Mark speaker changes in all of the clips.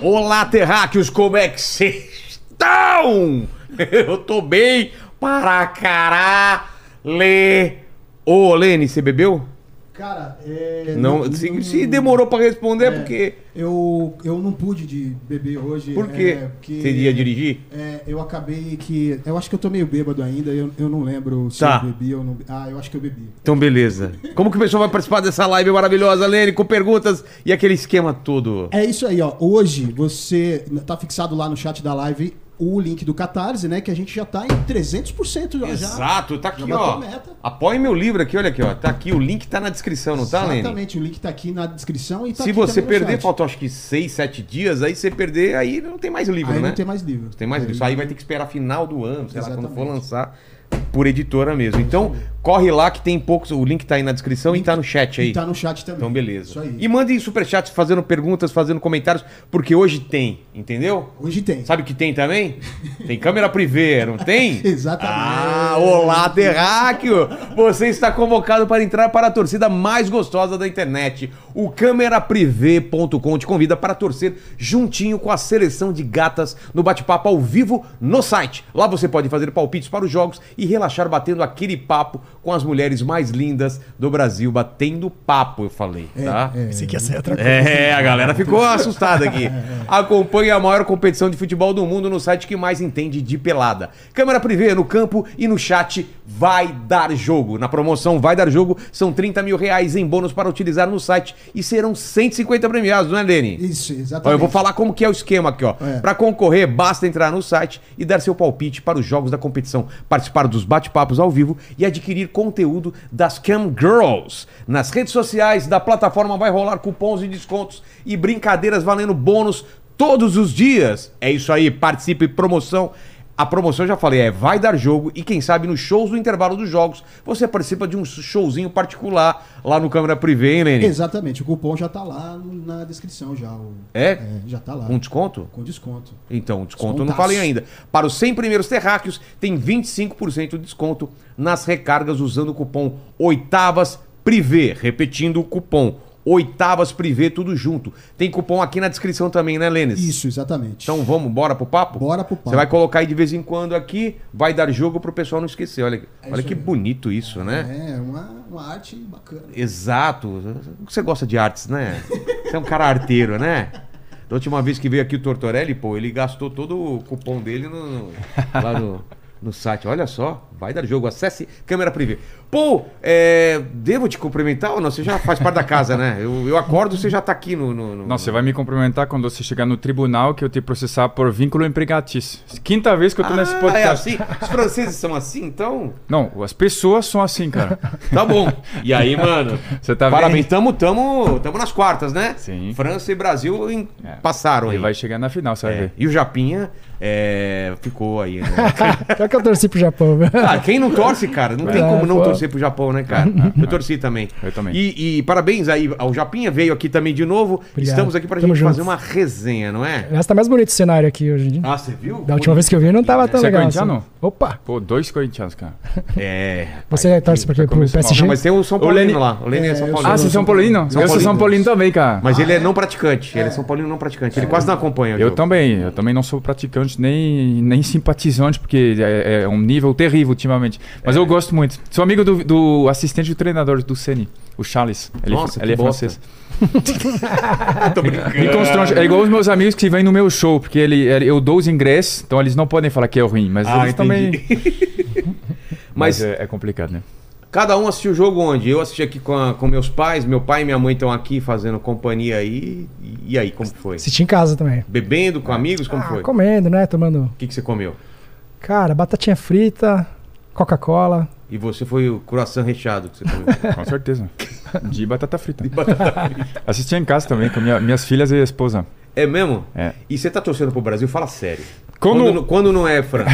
Speaker 1: Olá, terráqueos, como é que vocês estão? Eu tô bem para caralho. Ô, Lene, você bebeu?
Speaker 2: Cara, é.
Speaker 1: Não, se, se demorou para responder é porque...
Speaker 2: Eu, eu não pude de beber hoje.
Speaker 1: Por quê?
Speaker 2: é, porque
Speaker 1: Você ia dirigir?
Speaker 2: é, eu acabei que. Eu acho que eu tô meio bêbado ainda. Eu, eu não lembro se
Speaker 1: Tá.
Speaker 2: eu bebi ou não. Ah, eu acho que eu bebi.
Speaker 1: Então, beleza. Como que o pessoal vai participar dessa live maravilhosa, Lene, com perguntas e aquele esquema todo?
Speaker 2: É isso aí, ó. Hoje você tá fixado lá no chat da live o link do Catarse, né? Que a gente já tá em 300% É, já.
Speaker 1: Exato, tá aqui,
Speaker 2: já bateu
Speaker 1: ó.
Speaker 2: a meta.
Speaker 1: Apoie meu livro aqui, olha aqui, ó. Tá aqui, o link tá na descrição, não tá, Lene?
Speaker 2: Exatamente, o link tá aqui na descrição e tá
Speaker 1: Se
Speaker 2: aqui
Speaker 1: você
Speaker 2: também no
Speaker 1: perder,
Speaker 2: chat.
Speaker 1: faltam acho que 6, 7 dias, aí você perder, aí não tem mais livro,
Speaker 2: Aí
Speaker 1: né?
Speaker 2: não tem mais livro.
Speaker 1: Tem mais livro. Isso aí vai ter que esperar final do ano, sei lá, quando
Speaker 2: Uhum. Exatamente.
Speaker 1: for lançar por editora mesmo. Então, corre lá que tem poucos. O link tá aí na descrição e tá no chat aí.
Speaker 2: E tá no chat também.
Speaker 1: Então, beleza.
Speaker 2: Isso aí.
Speaker 1: E mandem superchats fazendo perguntas, fazendo comentários, porque hoje tem, entendeu?
Speaker 2: Hoje tem.
Speaker 1: Sabe o que tem também? Tem câmera privê, não tem?
Speaker 2: Exatamente.
Speaker 1: Ah, olá, Terráqueo! Você está convocado para entrar para a torcida mais gostosa da internet. O cameraprivê.com te convida para torcer juntinho com a seleção de gatas no bate-papo ao vivo no site. Lá você pode fazer palpites para os jogos e relaxar batendo aquele papo com as mulheres mais lindas do Brasil. Batendo papo, eu falei, tá?
Speaker 2: É,
Speaker 3: Pensei que ia sair outra coisa.
Speaker 1: É, a galera ficou assustada aqui. Acompanhe a maior competição de futebol do mundo no site que mais entende de pelada. Câmera privê no campo e no chat vai dar jogo. Na promoção vai dar jogo, são 30 mil reais em bônus para utilizar no site e serão 150 premiados, não é, Lene?
Speaker 2: Isso,
Speaker 1: Ó,
Speaker 2: exatamente.
Speaker 1: eu vou falar como que é o esquema aqui, ó. Pra
Speaker 2: É.
Speaker 1: concorrer, basta entrar no site e dar seu palpite para os jogos da competição, participar dos bate-papos ao vivo e adquirir conteúdo das Cam Girls. Nas redes sociais da plataforma vai rolar cupons e descontos e brincadeiras valendo bônus todos os dias. É isso aí, participe promoção. A promoção, já falei, é vai dar jogo e quem sabe nos shows do intervalo dos jogos você participa de um showzinho particular lá no Câmera Privê, hein, Lene?
Speaker 2: Exatamente, o cupom já tá lá no- na descrição já. o-
Speaker 1: É?
Speaker 2: já tá lá.
Speaker 1: Com desconto?
Speaker 2: Com desconto.
Speaker 1: Então, o desconto eu não
Speaker 2: Descontaço.
Speaker 1: falei ainda. Para os 100 primeiros terráqueos, tem 25% de desconto nas recargas usando o cupom Oitavas Privé. Repetindo o cupom Oitavas Privé, tudo junto. Tem cupom aqui na descrição também, né, Lênis?
Speaker 2: Isso, exatamente.
Speaker 1: Então vamos, bora pro papo?
Speaker 2: Bora pro papo.
Speaker 1: Você vai colocar aí de vez em quando aqui, vai dar jogo pro pessoal não esquecer. Olha, olha
Speaker 2: É isso
Speaker 1: que
Speaker 2: aí.
Speaker 1: bonito isso, né?
Speaker 2: É, uma, uma arte bacana.
Speaker 1: Exato. Você gosta de artes, né? Você é um cara arteiro, né? Da última vez que veio aqui o Tortorelli, pô, ele gastou todo o cupom dele no, no- lá no, no site. Olha só, vai dar jogo. Acesse câmera privê. Pô, é, devo te cumprimentar ou não? Você já faz parte da casa, né? Eu, eu acordo, você já tá aqui no. no, no-
Speaker 4: Não, você vai me cumprimentar quando você chegar no tribunal que eu te processar por vínculo empregatício. Quinta vez que eu tô nesse
Speaker 1: Ah, é
Speaker 4: podcast.
Speaker 1: assim? Os franceses são assim, então?
Speaker 4: Não, as pessoas são assim, cara.
Speaker 1: Tá bom. E aí, mano?
Speaker 4: Você tá
Speaker 1: Parabéns,
Speaker 4: vendo?
Speaker 1: tamo, tamo, tamo nas quartas, né?
Speaker 4: Sim.
Speaker 1: França e Brasil em-
Speaker 4: É.
Speaker 1: passaram aí.
Speaker 4: Ele vai chegar na final, você vai
Speaker 1: É,
Speaker 4: ver.
Speaker 1: E o Japinha é, ficou aí. né?
Speaker 3: Pior que eu torci pro Japão, velho.
Speaker 1: Ah, quem não torce, cara, não tem
Speaker 3: É,
Speaker 1: como não
Speaker 3: pô.
Speaker 1: torcer pro Japão, né, cara? Eu torci também.
Speaker 4: Eu também.
Speaker 1: E, e parabéns aí ao Japinha, veio aqui também de novo.
Speaker 3: Obrigado.
Speaker 1: Estamos aqui pra
Speaker 3: Tamo
Speaker 1: gente
Speaker 3: junto.
Speaker 1: fazer uma resenha, não é?
Speaker 3: Mas tá mais bonito o cenário aqui hoje em dia.
Speaker 1: Ah, você viu?
Speaker 3: da última vez que eu vi, não tava tão
Speaker 4: Você é
Speaker 3: legal. assim.
Speaker 4: corintiano?
Speaker 3: Opa!
Speaker 4: Pô, dois corintianos, cara.
Speaker 1: É.
Speaker 3: Você torce pra quê? Pro
Speaker 4: começou mal.
Speaker 3: PSG?
Speaker 1: Não, mas tem o São
Speaker 4: O Leni-
Speaker 1: Paulino lá. O Lênin é
Speaker 2: É,
Speaker 1: São
Speaker 2: eu
Speaker 1: Paulino.
Speaker 4: Ah, você é São Paulino?
Speaker 1: São
Speaker 4: eu sou São Paulino também, cara.
Speaker 1: Mas ele é não praticante. Ele é São Paulino não praticante. Ele quase não acompanha o
Speaker 4: Eu
Speaker 1: jogo.
Speaker 4: também, eu também não sou praticante nem, nem simpatizante, porque é, é um nível terrível ultimamente.
Speaker 1: É.
Speaker 4: Mas eu gosto muito. Sou amigo do, do assistente do treinador do Ceni, o Charles. Ele, é fr-
Speaker 1: Nossa, que
Speaker 4: ele é
Speaker 1: bosta.
Speaker 4: francês.
Speaker 1: Tô brincando.
Speaker 4: Me constrange. É igual os meus amigos que vêm no meu show, porque ele, ele- eu dou os ingressos, então eles não podem falar que é ruim, mas
Speaker 1: Ah,
Speaker 4: eles
Speaker 1: entendi.
Speaker 4: também.
Speaker 1: Mas,
Speaker 4: Mas é, é complicado, né?
Speaker 1: Cada um assistiu o jogo onde? Eu assisti aqui com, a- com meus pais, meu pai e minha mãe estão aqui fazendo companhia aí. E, e aí, como que foi?
Speaker 3: Assisti em casa também.
Speaker 1: Bebendo com amigos, como
Speaker 3: Ah,
Speaker 1: foi? O
Speaker 3: comendo, né? Tomando.
Speaker 1: que, que você comeu?
Speaker 3: Cara, batatinha frita, Coca-Cola.
Speaker 1: E você foi o croissant recheado que você comeu.
Speaker 4: Com certeza. De batata frita. Assistia em casa também com minha- minhas filhas e a esposa.
Speaker 1: é mesmo?
Speaker 4: É.
Speaker 1: E você tá torcendo pro Brasil? Fala sério.
Speaker 4: Quando-
Speaker 1: Quando, não- quando não é França?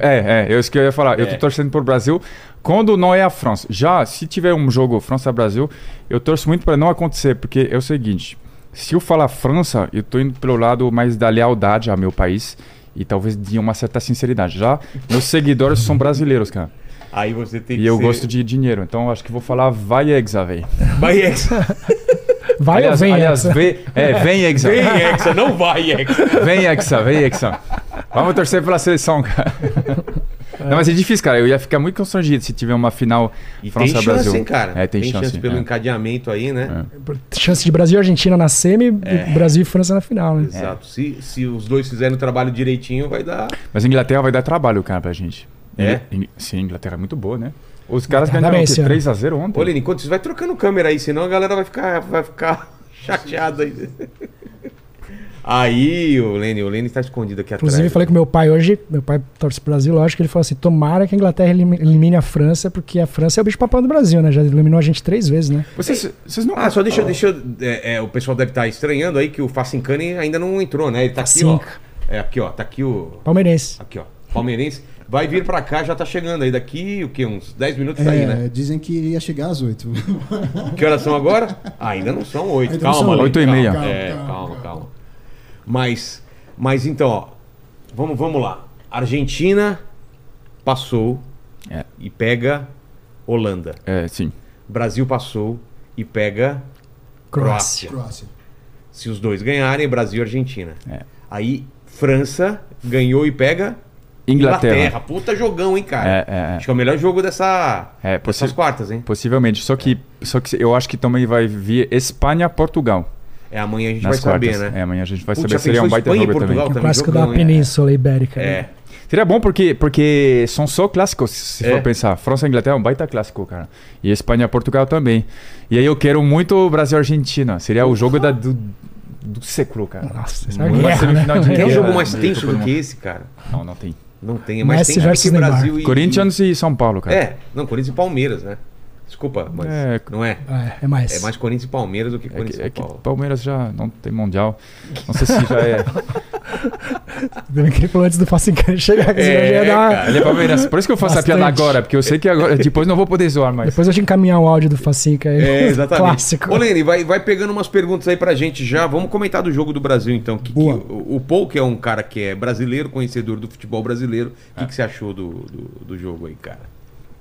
Speaker 4: É, é, é isso que eu ia falar. Eu
Speaker 1: É.
Speaker 4: tô torcendo pro Brasil quando não é a França. Já, se tiver um jogo França-Brasil, eu torço muito pra não acontecer, porque é o seguinte: se eu falar França, eu tô indo pelo lado mais da lealdade ao meu país e talvez de uma certa sinceridade. Já, meus seguidores são brasileiros, cara.
Speaker 1: Aí você tem que
Speaker 4: E eu
Speaker 1: ser-
Speaker 4: gosto de dinheiro, então eu acho que vou falar vai Hexa, velho.
Speaker 1: Bahia.
Speaker 3: Vai
Speaker 4: aliás,
Speaker 3: ou vem, né?
Speaker 4: aliás,
Speaker 3: Hexa?
Speaker 4: vê- é, vem, Hexa.
Speaker 1: Vem, Hexa, não vai, Hexa.
Speaker 4: Vem, Hexa, vem, Hexa. Vamos torcer pela seleção, cara. Não, mas é difícil, cara. Eu ia ficar muito constrangido se tiver uma final
Speaker 1: E tem chance,
Speaker 4: França-Brasil.
Speaker 1: hein, cara?
Speaker 4: É, tem, chance.
Speaker 1: pelo
Speaker 4: é.
Speaker 1: encadeamento aí, né?
Speaker 3: Chance de Brasil e Argentina na semi, Brasil e França na final,
Speaker 4: É.
Speaker 3: né?
Speaker 1: Exato. Se, se os dois fizerem o trabalho direitinho, vai dar.
Speaker 4: Mas a Inglaterra vai dar trabalho, cara, pra gente.
Speaker 1: É?
Speaker 4: Ingl- Sim, a Inglaterra é muito boa, né? Os caras
Speaker 3: Inglaterra
Speaker 4: ganharam
Speaker 3: bem esse ano.
Speaker 4: 3x0 ontem.
Speaker 1: Ô, Lene, enquanto isso, vai trocando câmera aí, senão a galera vai ficar, vai ficar chateada aí. Aí, o Lene, o Lene tá escondido aqui atrás.
Speaker 3: Inclusive, eu falei com meu pai hoje, meu pai torce pro Brasil, lógico, ele falou assim: tomara que a Inglaterra elim- elimine a França, porque a França é o bicho papão do Brasil, né? Já eliminou a gente três vezes, né?
Speaker 4: Vocês, vocês não.
Speaker 1: Ah, só deixa, eu- deixa eu. é, é, o pessoal deve estar estranhando aí que o Facincani ainda não entrou, né? Ele tá aqui,
Speaker 3: Cinco.
Speaker 1: ó. É, aqui, ó. Tá aqui o.
Speaker 3: Palmeirense.
Speaker 1: Aqui, ó. Palmeirense. Vai vir pra cá, já tá chegando aí. Daqui, o quê? Uns 10 minutos tá aí,
Speaker 2: É,
Speaker 1: né?
Speaker 2: Dizem que ia chegar às oito.
Speaker 1: Que horas são agora? Ah, ainda não são oito.
Speaker 2: Ainda não são
Speaker 1: Calma, Lene,
Speaker 4: oito e
Speaker 1: calma.
Speaker 4: meia.
Speaker 1: É, calma, calma. Mas, mas então, ó. Vamos, vamos lá. Argentina passou
Speaker 4: É.
Speaker 1: e pega Holanda.
Speaker 4: É, sim.
Speaker 1: Brasil passou e pega
Speaker 3: Croácia.
Speaker 2: Croácia.
Speaker 1: Se os dois ganharem, Brasil e Argentina.
Speaker 4: É.
Speaker 1: Aí, França ganhou e pega
Speaker 4: Inglaterra.
Speaker 1: Puta jogão, hein, cara?
Speaker 4: É, é, é.
Speaker 1: Acho que é o melhor jogo dessa,
Speaker 4: É,
Speaker 1: dessas
Speaker 4: possi-
Speaker 1: quartas, hein?
Speaker 4: Possivelmente. Só que, só que eu acho que também vai vir Espanha-Portugal.
Speaker 1: É, amanhã a gente
Speaker 4: Nas
Speaker 1: vai
Speaker 4: quartas.
Speaker 1: saber, né?
Speaker 4: É, amanhã a gente vai
Speaker 1: Putz,
Speaker 4: saber.
Speaker 1: já
Speaker 4: Seria um
Speaker 1: pensou
Speaker 4: baita
Speaker 1: Espanha e
Speaker 4: jogo também. né?
Speaker 1: Portugal?
Speaker 3: é O
Speaker 1: Também
Speaker 3: clássico da
Speaker 1: jogão, hein?
Speaker 3: Península Ibérica.
Speaker 1: É.
Speaker 3: né?
Speaker 4: Seria bom porque, porque são só clássicos, se
Speaker 1: É.
Speaker 4: for pensar. França e Inglaterra é um baita clássico, cara. E Espanha e Portugal também. E aí eu quero muito Brasil e Argentina. Seria o jogo da, do, do século, cara.
Speaker 3: Nossa, isso é uma
Speaker 4: Uma
Speaker 3: guerra, né?
Speaker 4: semifinal de
Speaker 1: Tem um
Speaker 4: É,
Speaker 1: jogo
Speaker 4: é,
Speaker 1: mais
Speaker 4: é,
Speaker 1: tenso
Speaker 4: Copa
Speaker 1: do
Speaker 4: do
Speaker 1: que
Speaker 4: Mundo.
Speaker 1: esse, cara?
Speaker 4: Não, não tem.
Speaker 1: Não tem, é mais
Speaker 3: Messi
Speaker 1: tenso do
Speaker 3: versus
Speaker 1: que
Speaker 3: Neymar.
Speaker 1: Brasil e...
Speaker 4: Corinthians e São Paulo, cara.
Speaker 1: É, não, Corinthians e Palmeiras, né? Desculpa, mas
Speaker 4: É.
Speaker 1: não é.
Speaker 3: É, é mais.
Speaker 1: É mais Corinthians e Palmeiras do que
Speaker 4: É
Speaker 1: Corinthians e
Speaker 4: que, é
Speaker 1: São
Speaker 4: que
Speaker 1: Paulo.
Speaker 4: Palmeiras já não tem mundial. Não sei se já é.
Speaker 3: Ainda bem que ele falou antes do Facing chegar, que
Speaker 1: É,
Speaker 3: senão já ia dar uma-
Speaker 1: cara.
Speaker 4: Ele é Palmeiras. Por isso que eu faço a piada
Speaker 3: Bastante.
Speaker 4: agora, porque eu sei que agora depois não vou poder zoar mais.
Speaker 3: Depois eu te encaminhar o áudio do Facinca aí.
Speaker 1: É, exatamente.
Speaker 3: Clássico.
Speaker 1: Ô, Lene, vai, vai pegando umas perguntas aí pra gente já. Vamos comentar do jogo do Brasil, então. Que, que-
Speaker 2: Boa.
Speaker 1: o, o Paul, que é um cara que é brasileiro, conhecedor do futebol brasileiro, o
Speaker 4: É.
Speaker 1: que, que você achou do, do, do jogo aí, cara?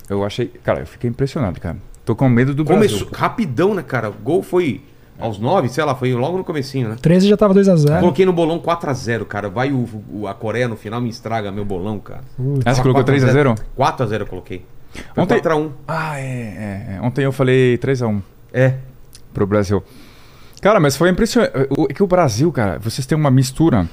Speaker 4: Eu achei. Cara, eu fiquei impressionado, cara. Tô com medo do
Speaker 1: Começou
Speaker 4: Brasil.
Speaker 1: rapidão, né, cara? O gol foi aos nove, sei lá, foi logo no comecinho, né?
Speaker 3: 13 já tava 2x0.
Speaker 1: Coloquei no bolão 4x0, cara. Vai o, o- a Coreia no final, me estraga meu bolão, cara.
Speaker 4: Ah, você
Speaker 1: Tá
Speaker 4: colocou 3 a 0
Speaker 1: 4x0 eu coloquei. Foi
Speaker 4: Ontem-
Speaker 1: 4x1.
Speaker 4: Ah, é, é, é. Ontem eu falei 3x1
Speaker 1: É.
Speaker 4: pro Brasil. Cara, mas foi impressionante. O- É que o Brasil, cara, vocês têm uma mistura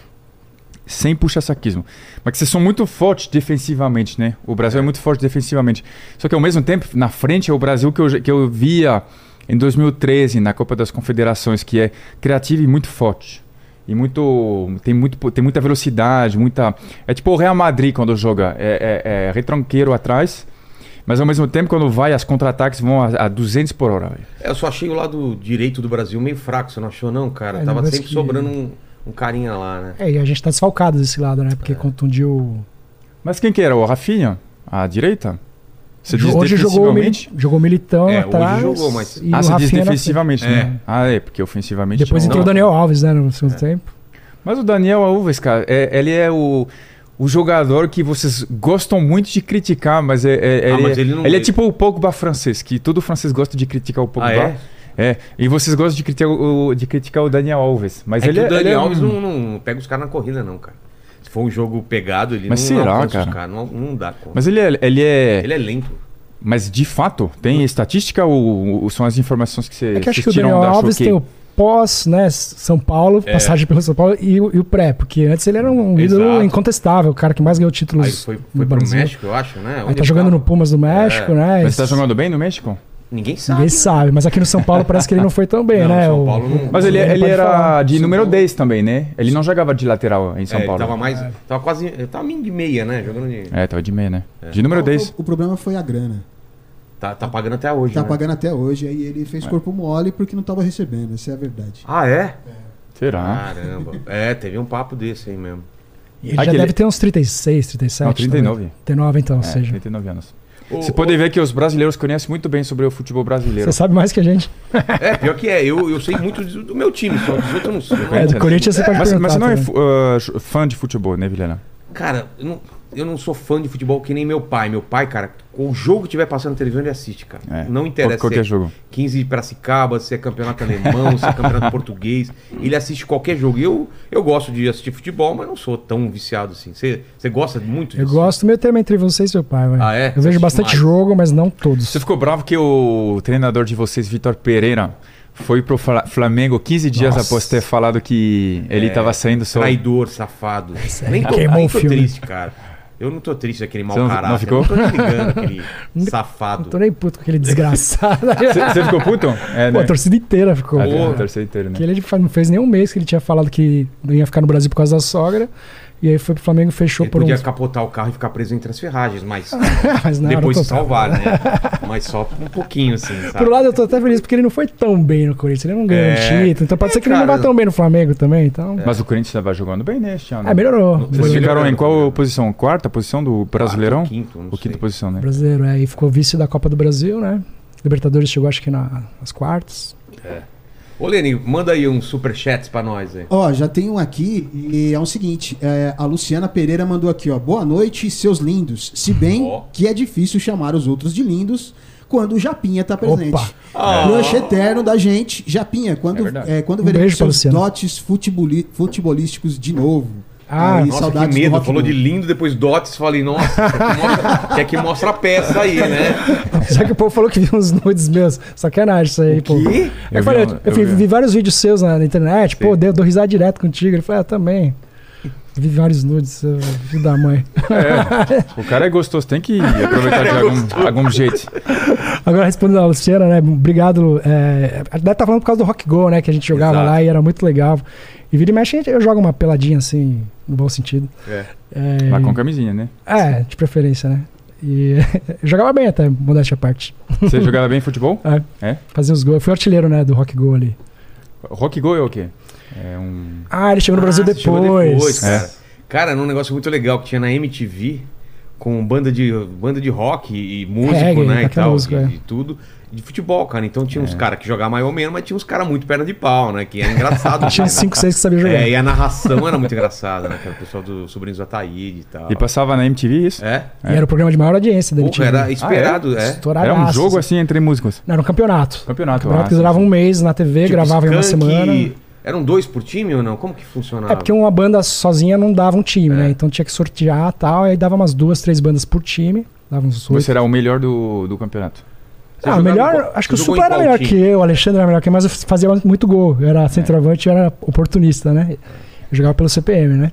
Speaker 4: sem puxa-saquismo. Mas que vocês são muito fortes defensivamente, né? O Brasil é. muito forte defensivamente. Só que ao mesmo tempo, na frente é o Brasil que eu, já- que eu via em 2013 na Copa das Confederações, que é criativo e muito forte. E muito tem, muito. po- tem muita velocidade, muita. É tipo o Real Madrid quando joga. É, é- é retranqueiro atrás. Mas ao mesmo tempo, quando vai, as contra-ataques vão a, a 200 por hora. velho.
Speaker 1: É, Eu só achei o lado direito do Brasil meio fraco, você não achou, não, cara?
Speaker 3: É,
Speaker 1: Tava
Speaker 3: parece
Speaker 1: sempre
Speaker 3: que-
Speaker 1: sobrando um, um carinha lá, né?
Speaker 3: É, e a gente tá desfalcado desse lado, né?
Speaker 1: É.
Speaker 3: Porque contundiu.
Speaker 4: Mas quem que era? O Rafinha? À direita? Você diz
Speaker 3: hoje jogou o, Mili...
Speaker 4: defensivamente?
Speaker 3: jogou o Militão
Speaker 1: É,
Speaker 3: lá
Speaker 1: hoje
Speaker 3: atrás.
Speaker 1: jogou, mas-
Speaker 3: e
Speaker 4: Ah, você
Speaker 3: o
Speaker 4: diz
Speaker 3: Rafinha na
Speaker 4: defensivamente,
Speaker 1: frente.
Speaker 4: né? Ah, é, porque ofensivamente...
Speaker 3: frente. Depois
Speaker 4: não.
Speaker 3: entrou o Daniel Alves, né? No
Speaker 1: É.
Speaker 3: segundo tempo.
Speaker 4: Mas o Daniel Alves, cara, é- ele é o, o jogador que vocês gostam muito de criticar, mas, é, é-
Speaker 1: Ah,
Speaker 4: ele,
Speaker 1: mas ele não-
Speaker 4: é tipo o Pogba francês, que todo francês gosta de criticar o Pogba.
Speaker 1: Ah, é?
Speaker 4: É, e vocês gostam de criticar o, de criticar o Daniel Alves. Mas
Speaker 1: É
Speaker 4: ele,
Speaker 1: que o
Speaker 4: ele é
Speaker 1: Daniel
Speaker 4: um-
Speaker 1: Alves não, não pega os caras na corrida, não, cara. Se for um jogo pegado, ele
Speaker 4: Mas
Speaker 1: não
Speaker 4: será,
Speaker 1: alcança
Speaker 4: cara?
Speaker 1: os caras. Não, não dá conta.
Speaker 4: Mas ele é, ele é...
Speaker 1: Ele é lento.
Speaker 4: Mas de fato, tem estatística ou, ou são as informações que você
Speaker 3: É que acho
Speaker 4: vocês
Speaker 3: que o
Speaker 4: tiram
Speaker 3: Daniel
Speaker 4: da
Speaker 3: Alves
Speaker 4: Choquei?
Speaker 3: tem o pós, né? São Paulo,
Speaker 1: É.
Speaker 3: passagem pelo São Paulo e o, e o pré. Porque antes ele era um ídolo
Speaker 1: Exato.
Speaker 3: incontestável, o cara que mais ganhou títulos.
Speaker 1: Aí foi,
Speaker 3: no
Speaker 1: foi pro
Speaker 3: Brasil.
Speaker 1: México, eu acho, né?
Speaker 3: Aí
Speaker 1: Onde
Speaker 3: tá
Speaker 1: ele
Speaker 3: jogando no
Speaker 1: tava?
Speaker 3: Pumas do México,
Speaker 1: É.
Speaker 3: né?
Speaker 4: Mas você tá jogando bem no México?
Speaker 1: Ninguém sabe.
Speaker 3: Ninguém sabe, mas aqui no São Paulo parece que ele não foi tão bem,
Speaker 1: Não,
Speaker 3: né?
Speaker 1: São
Speaker 3: O-
Speaker 1: Paulo não-
Speaker 4: Mas é ele,
Speaker 3: Ninguém
Speaker 4: ele
Speaker 3: pode
Speaker 4: era
Speaker 3: falar.
Speaker 4: de número 10 também, né? Ele não jogava de lateral em São
Speaker 1: É, ele
Speaker 4: Paulo.
Speaker 1: Tava mais. Tava quase. ele Tava meio de meia, né? Jogando de.
Speaker 4: É, tava de meia, né? De número 10.
Speaker 2: O, o problema foi a grana.
Speaker 1: Tá, tá pagando até hoje.
Speaker 2: Tá
Speaker 1: né?
Speaker 2: pagando até hoje, aí ele fez
Speaker 1: É.
Speaker 2: corpo mole porque não tava recebendo, essa é a verdade.
Speaker 1: Ah, é?
Speaker 4: Será?
Speaker 1: Caramba. É, teve um papo desse aí mesmo.
Speaker 3: Ele já
Speaker 4: Aquele-
Speaker 3: deve ter uns 36, 37.
Speaker 4: Não, 39.
Speaker 3: talvez. 39, então, ou
Speaker 4: É,
Speaker 3: seja.
Speaker 4: 39 anos.
Speaker 1: Ô,
Speaker 4: Você
Speaker 1: ô,
Speaker 4: pode ver que os brasileiros conhecem muito bem sobre o futebol brasileiro.
Speaker 3: Você sabe mais que a gente.
Speaker 1: É, pior que é. Eu, eu sei muito do do meu time, só dos outros eu não sei.
Speaker 3: É, do Corinthians você pode
Speaker 4: Mas,
Speaker 3: perguntar.
Speaker 4: mas você não é
Speaker 3: também.
Speaker 4: fu- ah, ch- fã de futebol, né, Vilela?
Speaker 1: Cara, eu não, eu não sou fã de futebol que nem meu pai. Meu pai, cara, o jogo que tiver passando na televisão, ele assiste, cara.
Speaker 4: É,
Speaker 1: Não interessa
Speaker 4: qualquer
Speaker 1: se é
Speaker 4: jogo.
Speaker 1: 15 de Piracicaba, se é campeonato alemão, se é campeonato português. Ele assiste qualquer jogo. E Eu, eu gosto de assistir futebol, mas não sou tão viciado assim. Você você gosta muito
Speaker 3: Eu gosto meio termo entre você e seu pai, velho.
Speaker 1: Ah, é?
Speaker 3: Eu vejo
Speaker 1: Acho
Speaker 3: bastante
Speaker 1: demais.
Speaker 3: jogo, mas não todos.
Speaker 4: Você ficou bravo que o treinador de vocês, Vitor Pereira, foi pro Fla- Flamengo 15 dias
Speaker 3: Nossa.
Speaker 4: após ter falado que ele estava saindo só.
Speaker 1: É. Traidor, safado. Nem tô,
Speaker 3: É Queimou
Speaker 1: nem
Speaker 3: o
Speaker 1: tô
Speaker 3: filme.
Speaker 1: triste, cara. Eu não tô triste daquele mau
Speaker 4: Você não- não
Speaker 1: caráter.
Speaker 4: ficou?
Speaker 1: Eu não tô me ligando, aquele
Speaker 3: Não tô
Speaker 1: safado.
Speaker 3: nem puto com aquele desgraçado.
Speaker 4: Você você ficou puto? É,
Speaker 3: Pô, a torcida inteira ficou.
Speaker 4: A-
Speaker 1: Porra.
Speaker 4: a torcida inteira, né?
Speaker 3: Que ele fa- não fez nem um mês que ele tinha falado que não ia ficar no Brasil por causa da sogra. E aí foi pro Flamengo e fechou
Speaker 1: Ele
Speaker 3: por
Speaker 1: podia
Speaker 3: uns.
Speaker 1: capotar o carro e ficar preso entre as ferragens, mas
Speaker 3: Mas não,
Speaker 1: depois
Speaker 3: eu
Speaker 1: se
Speaker 3: tô-
Speaker 1: salvar, né? Mas só um pouquinho, assim, sabe?
Speaker 3: Por um lado, eu tô até feliz porque ele não foi tão bem no Corinthians. Ele não ganhou
Speaker 1: É.
Speaker 3: título. Então pode
Speaker 1: É,
Speaker 3: ser que ele não
Speaker 1: cara.
Speaker 3: vá tão bem no Flamengo também. Então.
Speaker 4: Mas o Corinthians estava jogando bem neste ano.
Speaker 3: Ah, melhorou.
Speaker 1: É, Não,
Speaker 4: Vocês
Speaker 1: Foi
Speaker 4: ficaram em
Speaker 1: melhorando,
Speaker 4: qual
Speaker 1: melhorando.
Speaker 4: posição? Quarta posição do Brasileirão?
Speaker 1: Quarto, quinto, não
Speaker 4: o quinto
Speaker 1: sei.
Speaker 4: posição, né?
Speaker 3: Brasileiro, é. E ficou vice da Copa do Brasil, né? Libertadores chegou, acho que na- nas quartas.
Speaker 1: Ô, Leni, manda aí um superchat pra nós aí.
Speaker 2: Ó, já tem um aqui e é o seguinte: é, a Luciana Pereira mandou aqui, ó. Boa noite, seus lindos. Se bem
Speaker 1: Ó.
Speaker 2: que é difícil chamar os outros de lindos quando o Japinha tá presente.
Speaker 3: Opa.
Speaker 1: Ah.
Speaker 2: Crush eterno da gente. Japinha, quando,
Speaker 4: É verdade.
Speaker 2: é, quando
Speaker 3: Um
Speaker 2: veremos
Speaker 3: beijo pra
Speaker 2: seus
Speaker 3: Luciana.
Speaker 2: dotes futeboli- futebolísticos de novo.
Speaker 3: Ah,
Speaker 2: Aí,
Speaker 1: Nossa,
Speaker 2: saudades
Speaker 1: que
Speaker 2: do
Speaker 1: medo.
Speaker 2: Rock
Speaker 1: Falou de
Speaker 2: Blue.
Speaker 1: lindo, depois dotes. Falei, nossa, quer que mostra, quer que mostra a peça aí, né?
Speaker 3: Só que o povo falou que viu uns nudes meus. Sacanagem isso aí, pô.
Speaker 1: quê?
Speaker 3: Eu,
Speaker 4: Eu
Speaker 3: falei,
Speaker 4: vi
Speaker 3: eu,
Speaker 4: um-
Speaker 3: eu
Speaker 4: eu
Speaker 3: vi,
Speaker 4: vi um.
Speaker 3: vi vários vídeos seus na, na internet, pô,
Speaker 1: Sim.
Speaker 3: deu, dou risada direto contigo. Ele falou, ah, também. Vi vários nudes, seu filho da mãe.
Speaker 4: O cara é gostoso, tem que aproveitar
Speaker 3: É
Speaker 4: de algum, algum jeito.
Speaker 3: Agora respondendo a Luciana, né? Obrigado. É, deve estar falando por causa do Rock Go, né? Que a gente jogava
Speaker 1: Exato.
Speaker 3: lá e era muito legal. E vira e mexe, a gente- eu jogo uma peladinha assim, no bom sentido.
Speaker 1: É.
Speaker 3: É,
Speaker 4: Lá com camisinha, né?
Speaker 3: é, de preferência, né? E jogava bem até, modéstia à parte.
Speaker 4: Você jogava bem futebol?
Speaker 3: Fazia os gols. Eu fui artilheiro, né? Do Rock Go ali.
Speaker 4: Rock Go é o quê? É um.
Speaker 3: Ah, ele chegou no Brasil
Speaker 1: Ah, você chegou
Speaker 3: depois. É.
Speaker 1: cara. Cara, num negócio muito legal que tinha na MTV, com banda de, banda de rock e, e músico,
Speaker 3: Reggae,
Speaker 1: né? E
Speaker 3: aquela
Speaker 1: tal,
Speaker 3: música,
Speaker 1: e,
Speaker 3: é.
Speaker 1: e tudo. e De futebol, cara. Então tinha uns caras que jogavam mais ou menos, mas tinha uns caras muito perna de pau, né? Que era engraçado.
Speaker 3: Tinha
Speaker 1: né?
Speaker 3: uns 5, 6 que sabia jogar.
Speaker 1: É, e a narração era muito engraçada, né? Que era o pessoal do Sobrinhos do Ataíde e tal.
Speaker 4: E passava na MTV isso?
Speaker 1: É?
Speaker 3: E era o programa de maior audiência da
Speaker 1: Porra,
Speaker 3: MTV.
Speaker 1: era esperado, é.
Speaker 4: Era um
Speaker 3: Estouradaço,
Speaker 4: jogo assim
Speaker 3: assim.
Speaker 4: entre músicos.
Speaker 3: Não, era um campeonato.
Speaker 4: Campeonato,
Speaker 3: campeonato
Speaker 4: ah,
Speaker 3: que
Speaker 4: sim,
Speaker 3: durava
Speaker 4: sim.
Speaker 3: um mês na TV,
Speaker 1: Tipo,
Speaker 3: gravava em uma
Speaker 1: Skank,
Speaker 3: semana.
Speaker 1: Eram dois por time ou não? Como que funcionava?
Speaker 3: É porque uma banda sozinha não dava um time,
Speaker 1: É.
Speaker 3: né? Então tinha que sortear e tal, aí dava umas duas, três bandas por time. Dava uns oito.
Speaker 4: Você era o melhor do, do campeonato.
Speaker 1: Você
Speaker 3: Ah,
Speaker 1: jogava
Speaker 3: melhor.
Speaker 1: em qual-
Speaker 3: Acho que o
Speaker 1: jogou em
Speaker 3: Supla era
Speaker 1: qual
Speaker 3: melhor
Speaker 1: time? É
Speaker 3: que eu, o Alexandre era melhor que eu, mas eu fazia muito gol. Eu era centroavante, eu era oportunista, né? Eu jogava pelo CPM, né?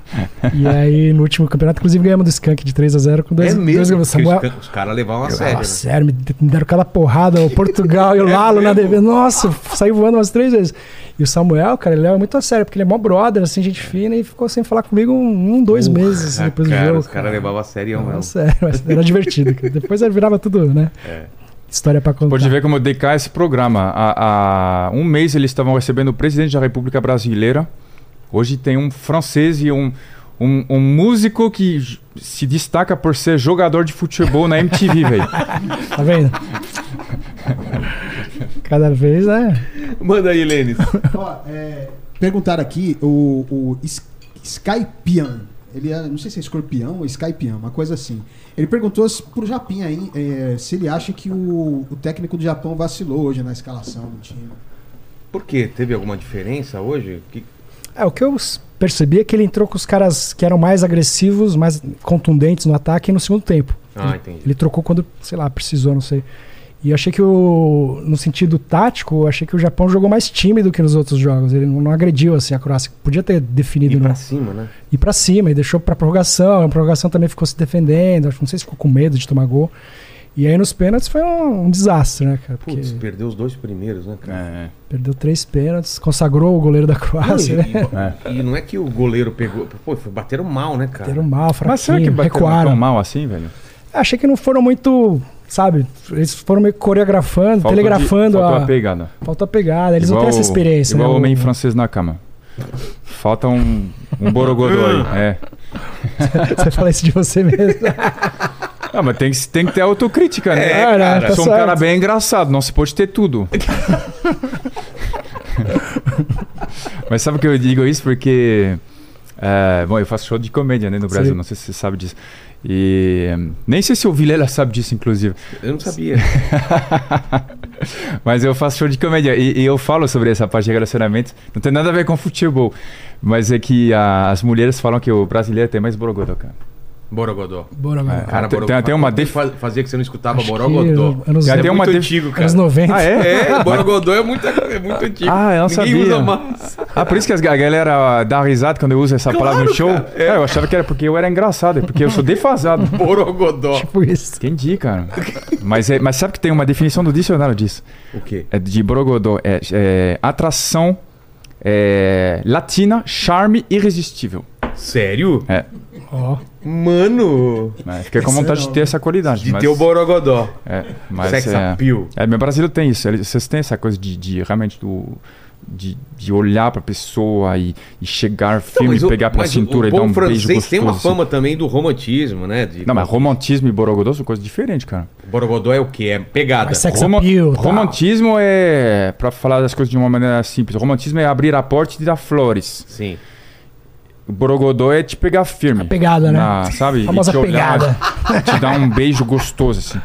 Speaker 3: E aí, no último campeonato, inclusive ganhamos do Skank de 3x0 com dois,
Speaker 1: É. é
Speaker 3: dois
Speaker 1: mesmo.
Speaker 3: gols.
Speaker 1: porque
Speaker 3: Samuel,
Speaker 1: Os, can- os caras levavam a
Speaker 3: Sério,
Speaker 1: sério. né?
Speaker 3: sério, me de- me deram cada porrada, o Portugal e o Lalo na DV. Nossa, saiu voando umas três vezes. E o Samuel, cara, ele leva muito a sério, porque ele é mó brother, assim, gente fina, e ficou sem falar comigo um, um, dois
Speaker 1: Porra,
Speaker 3: meses assim, depois
Speaker 1: cara, é um
Speaker 3: do jogo.
Speaker 1: Os caras levavam a sério,
Speaker 3: Não,
Speaker 1: mano.
Speaker 3: sério, mas era divertido. cara. Depois ele virava tudo, né?
Speaker 1: É.
Speaker 3: História pra contar.
Speaker 4: Pode ver como eu dei cá esse programa. Há, há um mês eles estavam recebendo o presidente da República Brasileira. Hoje tem um francês e um, um, um músico que j- se destaca por ser jogador de futebol na MTV, velho.
Speaker 3: Tá vendo? Cada vez, né?
Speaker 1: Manda aí, Lênis.
Speaker 2: Ó, é, perguntaram aqui o, o Is- Skypian. Ele é, não sei se é escorpião ou Skypian, uma coisa assim. Ele perguntou se- pro Japinha aí é, se ele acha que o, o técnico do Japão vacilou hoje na escalação do time.
Speaker 1: Por quê? Teve alguma diferença hoje? Que-
Speaker 3: É, o que eu s- percebi é que ele entrou com os caras que eram mais agressivos, mais contundentes no ataque no segundo tempo.
Speaker 1: Ah, entendi.
Speaker 3: Ele trocou quando, sei lá, precisou, não sei. E eu achei que o. No sentido tático, eu achei que o Japão jogou mais tímido que nos outros jogos. Ele não, não agrediu assim a Croácia. Podia ter definido
Speaker 1: E
Speaker 3: ir
Speaker 1: pra
Speaker 3: pra, não.
Speaker 1: cima, né?
Speaker 3: Ir pra cima e deixou pra prorrogação. A prorrogação também ficou se defendendo. Acho que não sei se ficou com medo de tomar gol. E aí nos pênaltis foi um, um desastre, né, cara? Porque
Speaker 1: Putz, perdeu os dois primeiros, né, cara?
Speaker 4: É,
Speaker 3: perdeu três pênaltis, consagrou o goleiro da
Speaker 1: Não,
Speaker 3: Croácia, né?
Speaker 1: e, e- e não é que o goleiro pegou. Pô, foi- bateram mal, né, cara?
Speaker 3: Deram mal, fraquinho,
Speaker 4: Mas será que bateu
Speaker 3: recuaram.
Speaker 4: tão mal assim, velho?
Speaker 3: Achei que não foram muito, sabe? Eles foram meio coreografando,
Speaker 4: Faltou de-
Speaker 3: telegrafando
Speaker 4: faltou
Speaker 3: a,
Speaker 4: a pegada.
Speaker 3: Falta pegada, eles não têm
Speaker 4: Igual-
Speaker 3: essa experiência,
Speaker 4: Igual
Speaker 3: né?
Speaker 4: o
Speaker 3: O-
Speaker 4: homem francês na cama. Falta um, um borogodó aí. É.
Speaker 3: Você fala isso de você mesmo.
Speaker 4: Ah, mas tem que, tem que ter autocrítica, né?
Speaker 1: É,
Speaker 3: Ah, não,
Speaker 1: cara,
Speaker 4: Eu
Speaker 3: tá
Speaker 4: sou um
Speaker 3: certo.
Speaker 4: cara bem engraçado, não se pode ter tudo. Mas sabe o que eu digo isso? Porque eh, É, bom, eu faço show de comédia né, no Brasil,
Speaker 3: Sim.
Speaker 4: não sei se você sabe disso. E hum, nem sei se o Vilela sabe disso, inclusive.
Speaker 1: Eu não sabia.
Speaker 4: Mas eu faço show de comédia e, e eu falo sobre essa parte de relacionamento. Não tem nada a ver com futebol, mas é que a- as mulheres falam que o brasileiro tem mais borogodó, cara.
Speaker 1: Borogodó. É.
Speaker 3: Bora, agora.
Speaker 4: Ah, tem- tem- tem uma
Speaker 1: Quanto
Speaker 4: def-
Speaker 1: tempo fa- Fazia que você não escutava
Speaker 3: Acho que
Speaker 1: Borogodó.
Speaker 3: anos-
Speaker 1: Isso
Speaker 4: Já
Speaker 1: é
Speaker 4: tem uma
Speaker 1: muito
Speaker 4: def-
Speaker 1: antigo, cara.
Speaker 3: Anos 90.
Speaker 4: Ah, é?
Speaker 1: É, Borogodó é muito, é muito antigo.
Speaker 4: Ah, eu não
Speaker 1: Ninguém
Speaker 4: sabia.
Speaker 1: usa mais.
Speaker 4: Ah, por isso que as- a galera ah, dá risada quando eu uso essa
Speaker 1: Claro,
Speaker 4: palavra no show.
Speaker 1: cara,
Speaker 4: É, eu achava que era porque eu era engraçado, é porque eu sou defasado.
Speaker 1: Borogodó.
Speaker 3: Tipo isso.
Speaker 4: Entendi, cara. Mas, é- mas sabe que tem uma definição do dicionário disso?
Speaker 1: O quê?
Speaker 4: É de Borogodó. É, é atração é, latina, charme irresistível.
Speaker 1: Sério?
Speaker 4: É.
Speaker 3: Ó.
Speaker 1: Mano.
Speaker 4: né? Fiquei com vontade de ter essa qualidade.
Speaker 1: é De
Speaker 4: mas-
Speaker 1: ter o Borogodó.
Speaker 4: É, mas
Speaker 1: Sex
Speaker 4: é,
Speaker 1: appeal.
Speaker 4: É, meu Brasil tem isso. eles- Vocês têm essa coisa de, de realmente do. De, de olhar pra pessoa e, e chegar
Speaker 1: Não,
Speaker 4: firme,
Speaker 1: Então, mas o-
Speaker 4: pegar pela
Speaker 1: mas o-
Speaker 4: cintura e dar
Speaker 1: O
Speaker 4: um
Speaker 1: bom
Speaker 4: beijo
Speaker 1: francês
Speaker 4: gostoso.
Speaker 1: tem uma
Speaker 4: assim.
Speaker 1: fama também do romantismo, né? De-
Speaker 4: Não, mas romantismo e borogodô são coisas diferentes, cara.
Speaker 1: Borogodó é o quê? É pegada.
Speaker 3: Mas sex
Speaker 4: Roman-
Speaker 3: appeal. tal.
Speaker 4: romantismo é, pra falar das coisas de uma maneira simples, romantismo é abrir a porta e dar flores.
Speaker 1: Sim.
Speaker 4: O borogodô é te pegar firme.
Speaker 3: A pegada, né?
Speaker 4: Na- sabe? E
Speaker 3: Famosa
Speaker 4: te olhar,
Speaker 3: pegada.
Speaker 4: Te dar um beijo gostoso, assim.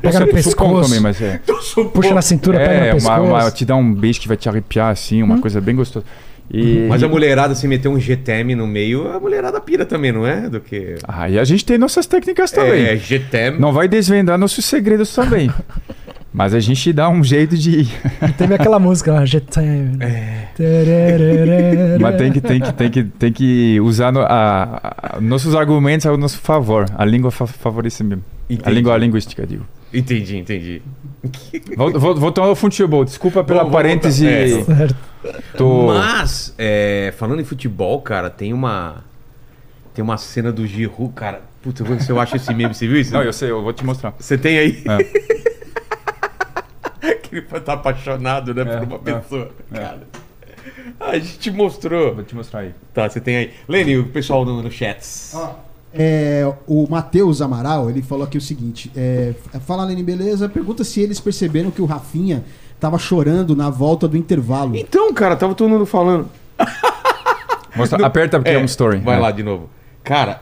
Speaker 3: Pega no
Speaker 4: Você- é suponho
Speaker 3: pescoço.
Speaker 4: também, mas é.
Speaker 1: Então,
Speaker 3: Puxa na cintura, pega no
Speaker 4: É,
Speaker 3: pescoço. Uhum.
Speaker 4: uma, uma- te dá um beijo que vai te arrepiar, assim, uma coisa bem gostosa. E,
Speaker 1: Uhum. Mas a mulherada, se meter um GTM no meio, a mulherada pira também, não é? Do que.
Speaker 4: Ah, e a gente tem nossas técnicas também.
Speaker 1: É, GTM.
Speaker 4: Não vai desvendar nossos segredos também. Mas a gente dá um jeito de.
Speaker 3: Teve aquela música lá, né? G-Time.
Speaker 1: É.
Speaker 4: Mas tem que, tem que, tem que, tem que usar no- a- a- nossos argumentos ao nosso favor. A língua fa favorece mesmo. A
Speaker 1: Entendi.
Speaker 4: língua a linguística, digo.
Speaker 1: Entendi, entendi.
Speaker 4: Vol- vol- Voltando ao futebol, desculpa pela
Speaker 1: Vamos- vamos
Speaker 4: parêntese.
Speaker 1: voltar.
Speaker 3: Certo.
Speaker 4: do-
Speaker 1: É. Mas, é, falando em futebol, cara, tem uma. Tem uma cena do Giroud, cara. Puta, quando você acha esse meme, você viu isso?
Speaker 4: Não, eu sei, eu vou te mostrar.
Speaker 1: Você tem aí?
Speaker 4: É.
Speaker 1: que ele tá apaixonado, né, por uma
Speaker 4: é,
Speaker 1: pessoa.
Speaker 4: é.
Speaker 1: Cara. A gente te mostrou.
Speaker 4: Vou te mostrar aí.
Speaker 1: Tá, você tem aí. Lene, o pessoal no, no chat.
Speaker 2: Ó, é, o Matheus Amaral, ele falou aqui o seguinte: é, fala Lene, beleza? Pergunta se eles perceberam que o Rafinha tava chorando na volta do intervalo.
Speaker 1: Então, cara, tava todo mundo falando.
Speaker 4: Mostra- aperta porque é, um story.
Speaker 1: Vai
Speaker 4: É.
Speaker 1: lá de novo. Cara,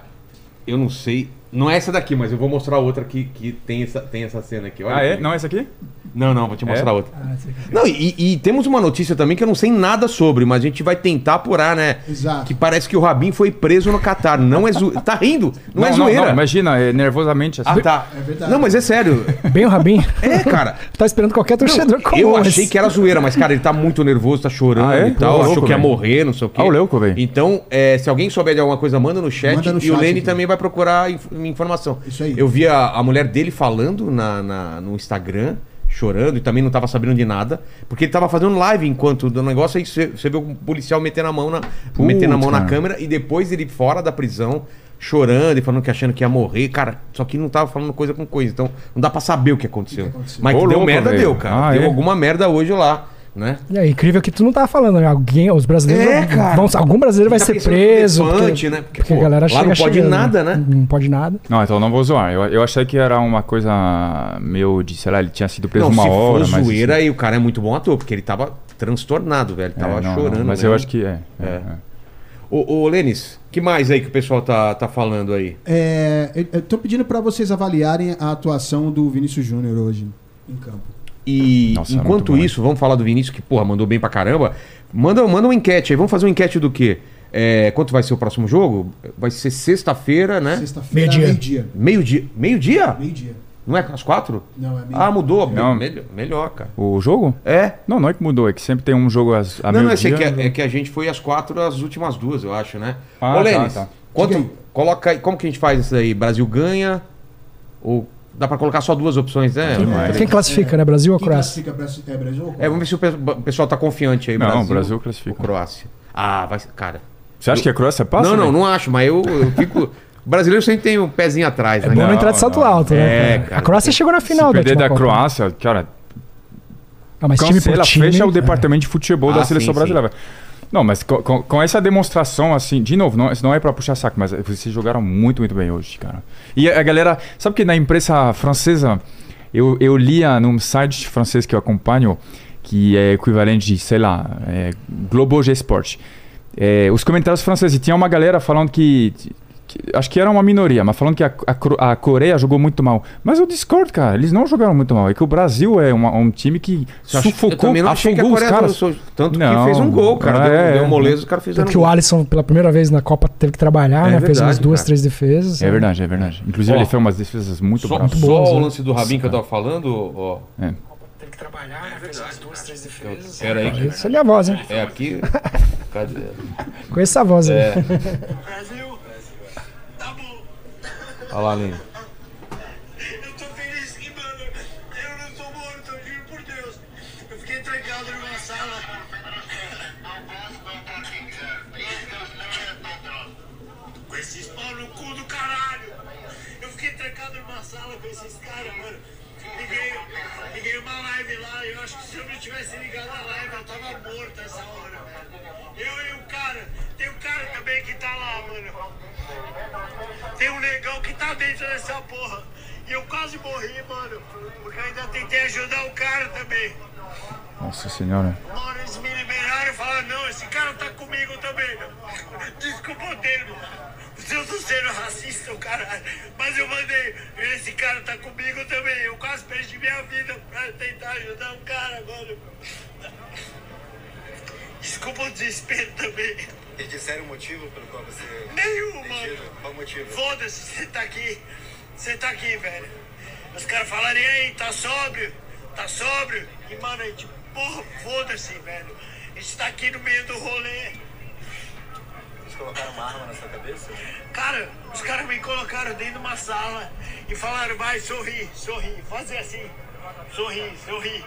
Speaker 1: eu não sei. Não é essa daqui, mas eu vou mostrar outra que, que tem, essa, tem essa cena aqui. Olha
Speaker 4: Ah, é?
Speaker 1: aqui.
Speaker 4: Não, essa aqui?
Speaker 1: Não, não, vou te mostrar
Speaker 4: É?
Speaker 1: outra.
Speaker 2: Ah,
Speaker 1: Não, e, e temos uma notícia também que eu não sei nada sobre, mas a gente vai tentar apurar, né?
Speaker 2: Exato.
Speaker 1: Que parece que o Rabin foi preso no Catar. Não é zoeira. Tá rindo? Não, é zoeira.
Speaker 4: imagina, é nervosamente assim.
Speaker 1: Ah, tá.
Speaker 2: É verdade.
Speaker 1: Não, mas é sério.
Speaker 3: Bem o Rabin.
Speaker 1: É, cara.
Speaker 3: Tá esperando qualquer torcedor comum.
Speaker 1: Eu
Speaker 3: mas-
Speaker 1: achei que era zoeira, mas, cara, ele tá muito nervoso, tá chorando
Speaker 4: Ah, é?
Speaker 1: e tal.
Speaker 4: Ô,
Speaker 1: achou
Speaker 4: louco,
Speaker 1: que ia
Speaker 4: velho.
Speaker 1: morrer, não sei o quê.
Speaker 4: Ah, o louco, velho.
Speaker 1: Então, é, se alguém souber de alguma coisa, manda no chat.
Speaker 2: Manda no
Speaker 1: e
Speaker 2: chat,
Speaker 1: o Lene
Speaker 2: então.
Speaker 1: também vai procurar inf- informação.
Speaker 2: Isso aí.
Speaker 1: Eu vi a, a mulher dele falando na, na- no Instagram, chorando, e também não tava sabendo de nada, porque ele tava fazendo live enquanto do negócio, aí você você vê um policial metendo a mão na, metendo a mão na
Speaker 4: cara.
Speaker 1: câmera e depois ele fora da prisão. Chorando e falando que achando que ia morrer, cara. Só que não tava falando coisa com coisa. Então não dá pra saber o que aconteceu. Mas
Speaker 4: Ô,
Speaker 1: que deu
Speaker 4: louco,
Speaker 1: merda,
Speaker 4: velho.
Speaker 1: deu, cara.
Speaker 4: Ah,
Speaker 1: deu
Speaker 4: é?
Speaker 1: alguma merda hoje lá, né?
Speaker 3: E é incrível que tu não tava falando, né? Alguém, os brasileiros.
Speaker 1: É,
Speaker 3: vão-
Speaker 1: cara.
Speaker 3: vão- algum brasileiro vai
Speaker 1: Tá
Speaker 3: ser
Speaker 1: pensando no
Speaker 3: preso.
Speaker 1: elefante,
Speaker 3: porque,
Speaker 1: né? Porque,
Speaker 3: porque
Speaker 1: pô,
Speaker 3: a galera
Speaker 1: lá
Speaker 3: chega
Speaker 1: não pode
Speaker 3: chegando,
Speaker 1: nada, né?
Speaker 3: Não pode nada.
Speaker 4: Não, então não vou zoar. Eu, eu achei que era uma coisa meio de, sei lá, ele tinha sido preso
Speaker 1: não,
Speaker 4: uma
Speaker 1: se
Speaker 4: hora.
Speaker 1: for
Speaker 4: mas
Speaker 1: zoeira,
Speaker 4: assim,
Speaker 1: aí o cara é muito bom ator, porque ele tava transtornado, velho.
Speaker 4: é,
Speaker 1: Tava
Speaker 4: não, não,
Speaker 1: chorando.
Speaker 4: mas
Speaker 1: né?
Speaker 4: eu acho que é. é,
Speaker 1: É.
Speaker 4: é.
Speaker 1: Ô, ô, Lênis, que mais aí que o pessoal tá, tá falando aí?
Speaker 2: É, eu- eu tô pedindo pra vocês avaliarem a atuação do Vinícius Júnior hoje em campo.
Speaker 1: E
Speaker 4: Nossa, muito
Speaker 1: enquanto
Speaker 4: bom, né?
Speaker 1: isso, vamos falar do Vinícius, que, porra, mandou bem pra caramba. Manda, manda uma enquete aí. Vamos fazer uma enquete do quê? É, quanto vai ser o próximo jogo? Vai ser sexta-feira, né?
Speaker 2: Sexta-feira,
Speaker 3: Meio-dia.
Speaker 2: meio-dia.
Speaker 1: Meio-dia. Meio-dia?
Speaker 2: Meio-dia.
Speaker 1: Não é às quatro?
Speaker 2: Não, é meio
Speaker 1: Ah, mudou.
Speaker 4: Não.
Speaker 1: Melhor, melhor, cara.
Speaker 4: O jogo?
Speaker 1: É?
Speaker 4: Não, não é que mudou, é que sempre tem um jogo às, a
Speaker 1: não, não, eu sei
Speaker 4: meio-dia.
Speaker 1: que é, é que a gente foi às quatro, as últimas duas, eu acho, né?
Speaker 4: Ah,
Speaker 1: Ô,
Speaker 4: tá,
Speaker 1: Lênis,
Speaker 4: tá.
Speaker 1: quanto-
Speaker 2: Diga aí.
Speaker 1: coloca aí, como que a gente faz isso aí? Brasil ganha ou dá pra colocar só duas opções, né?
Speaker 4: demais.
Speaker 3: Quem classifica, né? Brasil ou Croácia?
Speaker 2: Quem classifica é Brasil ou
Speaker 1: É, vamos ver se o pe- o pessoal tá confiante aí,
Speaker 4: Não,
Speaker 1: Brasil.
Speaker 4: o Brasil
Speaker 1: ou
Speaker 4: classifica.
Speaker 1: Croácia. Ah, vai, ser- cara.
Speaker 4: Você acha que a Croácia passa?
Speaker 1: não, não,
Speaker 4: né?
Speaker 1: não acho, mas eu, eu fico brasileiro sempre tem um pezinho atrás,
Speaker 3: É
Speaker 1: né?
Speaker 3: bom não
Speaker 1: cara?
Speaker 3: entrar de salto
Speaker 4: não.
Speaker 3: alto, né?
Speaker 1: É,
Speaker 3: cara?
Speaker 1: cara.
Speaker 3: a Croácia chegou na final
Speaker 4: Se perder
Speaker 3: última
Speaker 4: da
Speaker 3: Copa.
Speaker 4: Croácia, cara,
Speaker 3: Ah, mas time por
Speaker 4: cancela,
Speaker 3: time,
Speaker 4: fecha o
Speaker 3: é.
Speaker 4: departamento de futebol
Speaker 1: Ah,
Speaker 4: da seleção
Speaker 1: sim,
Speaker 4: brasileira. Não, mas co- com, com essa demonstração, assim, de novo, não, isso não é pra puxar saco, mas vocês jogaram muito, muito bem hoje, cara. E a a galera, sabe que na imprensa francesa, eu, eu lia num site francês que eu acompanho, que é equivalente de, sei lá, é, Globo G Sport. é, os comentários franceses. E tinha uma galera falando que, que- Acho que era uma minoria, mas falando que a, a Cro- a Coreia jogou muito mal. Mas eu discordo, cara. Eles não jogaram muito mal. É que o Brasil é uma- um time que
Speaker 1: Eu acho- eu
Speaker 4: sufocou,
Speaker 1: também não achei que a
Speaker 4: afogou os
Speaker 1: Coreia
Speaker 4: caras.
Speaker 1: dançou. Tanto que
Speaker 4: Não.
Speaker 1: fez um gol, cara.
Speaker 4: É,
Speaker 1: deu, deu
Speaker 4: é.
Speaker 1: moleza, os caras fizeram
Speaker 3: Tanto que
Speaker 1: um
Speaker 3: o
Speaker 1: gol.
Speaker 3: Alisson, pela primeira vez na Copa, teve que trabalhar,
Speaker 1: É
Speaker 3: né? Fez umas
Speaker 1: verdade,
Speaker 3: duas,
Speaker 1: cara.
Speaker 3: três defesas.
Speaker 4: É verdade, é verdade. Inclusive,
Speaker 1: Ó.
Speaker 4: ele fez umas defesas muito
Speaker 1: Só,
Speaker 4: bravas.
Speaker 1: só
Speaker 3: boas,
Speaker 1: o
Speaker 3: né?
Speaker 1: lance do Rabin que eu tava falando, ó.
Speaker 3: Teve que trabalhar, né? fez umas duas, três defesas.
Speaker 1: Pera aí. que-
Speaker 3: Isso é minha voz, hein?
Speaker 1: É aqui. Cadê? É,
Speaker 3: Conheço essa voz aí.
Speaker 5: Brasil! Tá bom!
Speaker 1: Olha lá, Aline.
Speaker 5: Eu tô feliz que, mano, eu não sou morto, eu juro por Deus! Eu fiquei trancado numa sala. Com esses pau no cu do caralho! Eu fiquei trancado numa sala com esses caras, mano. Liguei, liguei uma live lá, eu acho que se eu não tivesse ligado a live, eu tava morto essa hora, velho. Eu e o cara, tem um cara também que tá lá, mano. Tem um negão que tá dentro dessa porra. E eu quase morri, mano. Porque eu ainda tentei ajudar o cara também.
Speaker 4: Nossa senhora.
Speaker 5: Mano, eles me liberaram e falaram, não, esse cara tá comigo também. Desculpa o termo. Se eu tô sendo racista, o caralho. Mas eu mandei, esse cara tá comigo também. Eu quase perdi minha vida pra tentar ajudar um cara, mano. Desculpa o desespero também.
Speaker 6: E disseram o motivo pelo qual você.
Speaker 5: Nenhum,
Speaker 6: Mentira.
Speaker 5: mano.
Speaker 6: Qual o motivo?
Speaker 5: Foda-se, você tá aqui. Você tá aqui, velho. Os caras falaram, e aí, tá sóbrio? Tá sóbrio? E, mano, a gente, porra, foda-se, velho. A gente tá aqui no meio do rolê.
Speaker 6: Eles colocaram uma arma na sua cabeça?
Speaker 5: Cara, os caras me colocaram dentro de uma sala e falaram, vai, sorri, sorri, fazer assim, sorri, sorri.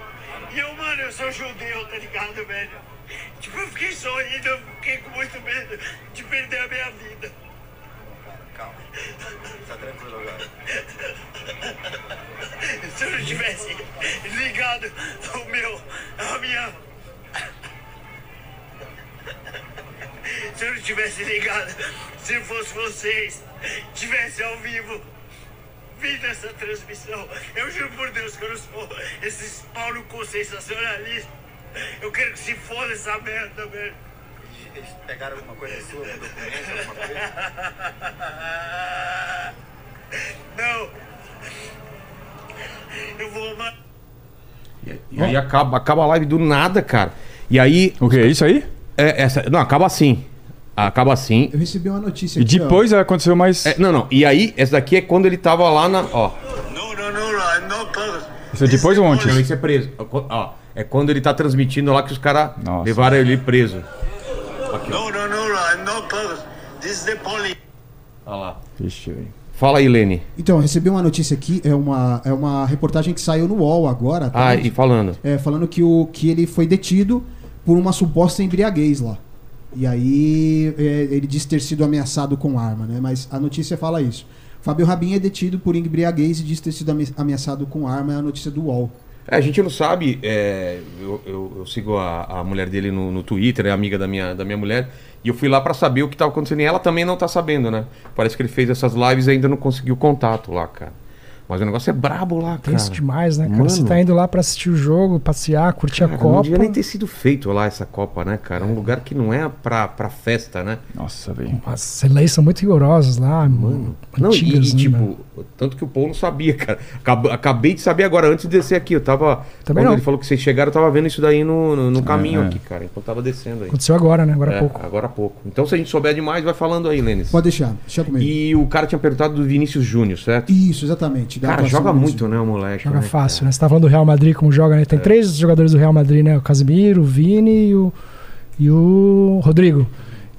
Speaker 5: E eu, mano, eu sou judeu, tá ligado, velho? Tipo, eu fiquei sorrindo, eu fiquei com muito medo de perder a minha vida.
Speaker 6: Calma. Tá tranquilo agora.
Speaker 5: Se eu não tivesse ligado o meu, a minha. Se eu não tivesse ligado, se fosse vocês, tivesse ao vivo, vindo essa transmissão, eu juro por Deus que eu não sou esses Paulo com sensacionalismo. Eu quero que se foda essa merda, velho.
Speaker 6: Eles- Eles pegaram alguma coisa sua, algum documento, alguma coisa?
Speaker 5: Não. Eu vou amar.
Speaker 1: E aí acaba, acaba a live do nada, cara. E aí.
Speaker 4: O que é isso aí?
Speaker 1: é, essa, não, acaba assim. Acaba assim.
Speaker 2: Eu recebi uma notícia
Speaker 4: E
Speaker 2: aqui, ó.
Speaker 4: depois aconteceu mais.
Speaker 1: É, não, não. E aí, essa daqui é quando ele tava lá na. Ó.
Speaker 5: No, no, no, I'm not public.
Speaker 4: Isso é depois ou antes?
Speaker 1: Não, isso é preso. Ó, é quando ele tá transmitindo lá que os caras
Speaker 4: Nossa.
Speaker 1: levaram ele preso.
Speaker 5: No, no, no, I'm not public. This is the police.
Speaker 1: Olha lá.
Speaker 4: Vixe, velho.
Speaker 1: Fala aí, Lene.
Speaker 2: Então, eu recebi uma notícia aqui, é uma, é uma reportagem que saiu no UOL agora, à
Speaker 1: Ah,
Speaker 2: tarde,
Speaker 1: e falando.
Speaker 2: é, falando que, o, que ele foi detido por uma suposta embriaguez lá. E aí é, ele disse ter sido ameaçado com arma, né? Mas a notícia fala isso. Fábio Rabin é detido por embriaguez e diz ter sido ame- ameaçado com arma, é a notícia do UOL.
Speaker 1: É, a gente não sabe. é, eu, eu- eu sigo a, a mulher dele no, no Twitter, é amiga da minha, da minha mulher. E eu fui lá pra saber o que tava acontecendo. E ela também não tá sabendo, né? Parece que ele fez essas lives e ainda não conseguiu contato lá, cara. Mas o negócio é brabo lá, cara.
Speaker 3: Tenso demais, né, cara? Você
Speaker 1: Mano.
Speaker 3: tá indo lá pra assistir o jogo, passear, curtir a
Speaker 1: Cara, Não
Speaker 3: Copa.
Speaker 1: devia nem ter sido feito lá essa Copa, né, cara? É um lugar que não é pra, pra festa, né?
Speaker 4: Nossa, velho.
Speaker 3: As leis são muito rigorosas lá, mano.
Speaker 1: Não, e, e,
Speaker 3: Antigas, né, mano?
Speaker 1: tipo, tanto que o Paulo sabia, cara. Acab- acabei de saber agora, antes de descer aqui. Eu tava.
Speaker 3: Também
Speaker 1: quando
Speaker 3: não.
Speaker 1: ele falou que vocês chegaram, eu tava vendo isso daí no, no, no caminho
Speaker 4: é.
Speaker 1: aqui, cara, enquanto tava descendo aí.
Speaker 3: Aconteceu agora, né? Agora há
Speaker 1: É,
Speaker 3: pouco.
Speaker 1: Agora há pouco. Então, se a gente souber demais, vai falando aí, Lênis.
Speaker 2: Pode deixar, deixa comigo.
Speaker 1: E o cara tinha perguntado do Vinícius Júnior, certo?
Speaker 2: Isso, exatamente. da
Speaker 1: Cara,
Speaker 2: atuação
Speaker 1: joga
Speaker 2: do
Speaker 1: muito, né, o moleque?
Speaker 3: tá Joga
Speaker 1: né,
Speaker 3: fácil, né? Você tá falando do Real Madrid como joga, né? Tem
Speaker 1: É.
Speaker 3: três jogadores do Real Madrid, né? O Casemiro, o Vini e o, e o Rodrigo.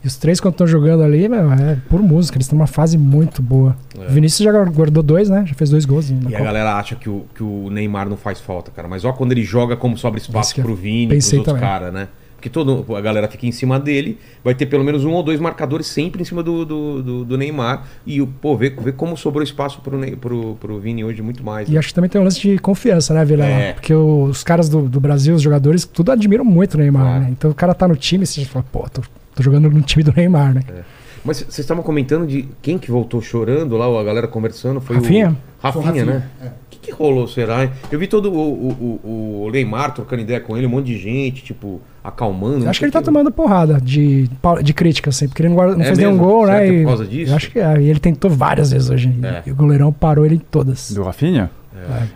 Speaker 3: E os três quando estão jogando ali, meu, é por música. Eles estão numa fase muito boa. O Vinícius já guardou dois, né? Já fez dois gols. na
Speaker 1: É. E a
Speaker 3: Copa.
Speaker 1: galera acha que o, que o Neymar não faz falta, cara. Mas ó quando ele joga como sobra
Speaker 3: Isso
Speaker 1: espaço
Speaker 3: que eu
Speaker 1: pro Vini, pros
Speaker 3: pensei
Speaker 1: outros
Speaker 3: também.
Speaker 1: caras, né? Porque todo, a galera fica em cima dele, vai ter pelo menos um ou dois marcadores sempre em cima do, do, do- do Neymar. E, o- pô, vê, vê como sobrou espaço pro, Ney- pro, pro Vini hoje muito mais.
Speaker 3: E
Speaker 1: né?
Speaker 3: acho que também tem um lance de confiança, né, Vila?
Speaker 1: É.
Speaker 3: Porque o- os caras do, do Brasil, os jogadores, tudo admiram muito o Neymar,
Speaker 1: Claro. É.
Speaker 3: né? Então o cara tá no time e você fala, pô, tô, tô jogando no time do Neymar, né?
Speaker 1: Mas vocês estavam comentando de quem que voltou chorando lá, a galera conversando, foi
Speaker 3: Rafinha.
Speaker 1: o... Rafinha.
Speaker 2: Foi o Rafinha,
Speaker 1: né? O
Speaker 2: é.
Speaker 1: que, que rolou, será? hein? Eu vi todo o, o, o, o Leymar trocando ideia com ele, um monte de gente, tipo, acalmando. não
Speaker 3: Acho que
Speaker 1: sei
Speaker 3: ele tá
Speaker 1: o
Speaker 3: tomando porrada de, de crítica, assim, porque ele não, guarda- não
Speaker 1: É
Speaker 3: fez nenhum
Speaker 1: mesmo?
Speaker 3: gol,
Speaker 1: Será
Speaker 3: né?
Speaker 1: que é por
Speaker 3: e-
Speaker 1: causa disso?
Speaker 3: eu acho que é. E ele tentou várias vezes hoje. e-
Speaker 1: É.
Speaker 3: E o goleirão parou ele em todas.
Speaker 4: Do Rafinha?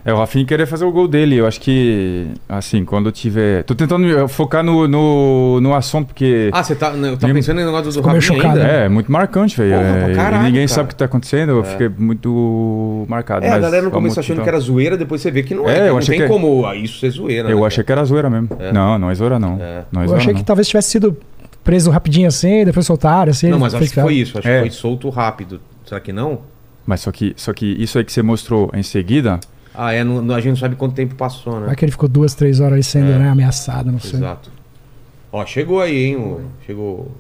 Speaker 4: É. o Rafinha queria fazer o gol dele. Eu acho que, assim, quando eu tiver. Tô tentando eh, focar no, no, no assunto, porque.
Speaker 1: Ah, você tá, não, tá
Speaker 4: Lembra-
Speaker 1: pensando no negócio do
Speaker 3: Ficou meio
Speaker 1: Rafinha
Speaker 3: chocado,
Speaker 1: ainda?
Speaker 3: né?
Speaker 4: É, muito marcante, velho.
Speaker 1: Porra, pra
Speaker 4: É, e
Speaker 1: caralho,
Speaker 4: ninguém
Speaker 1: cara.
Speaker 4: sabe o que tá acontecendo. Eu fiquei muito marcado.
Speaker 1: É, a
Speaker 4: mas
Speaker 1: galera no
Speaker 4: vamos
Speaker 1: começo achando
Speaker 4: tentar.
Speaker 1: que era zoeira, depois você vê que não
Speaker 4: É,
Speaker 1: é.
Speaker 4: eu
Speaker 1: não
Speaker 4: achei
Speaker 1: tem
Speaker 4: que-
Speaker 1: como ah, isso ser zoeira.
Speaker 4: Eu
Speaker 1: né,
Speaker 4: achei
Speaker 1: cara?
Speaker 4: que era zoeira mesmo. Não, não é zoeira, não.
Speaker 1: É.
Speaker 4: Não é
Speaker 3: eu
Speaker 4: zoeira,
Speaker 3: achei
Speaker 4: não.
Speaker 3: que tá- talvez tivesse sido preso rapidinho assim, depois soltaram, assim.
Speaker 1: Não,
Speaker 3: ele
Speaker 1: mas
Speaker 3: fez
Speaker 1: acho que foi
Speaker 3: piada.
Speaker 1: isso. Acho
Speaker 4: É.
Speaker 1: que foi solto rápido. Será que não?
Speaker 4: Mas só que, só que isso aí que você mostrou em seguida.
Speaker 1: Ah, é, não, não- a gente não sabe quanto tempo passou, né?
Speaker 3: Vai que ele ficou duas, três horas ali sendo né, ameaçado, não sei.
Speaker 1: É. Exato. Ó, chegou aí, hein? o- Chegou.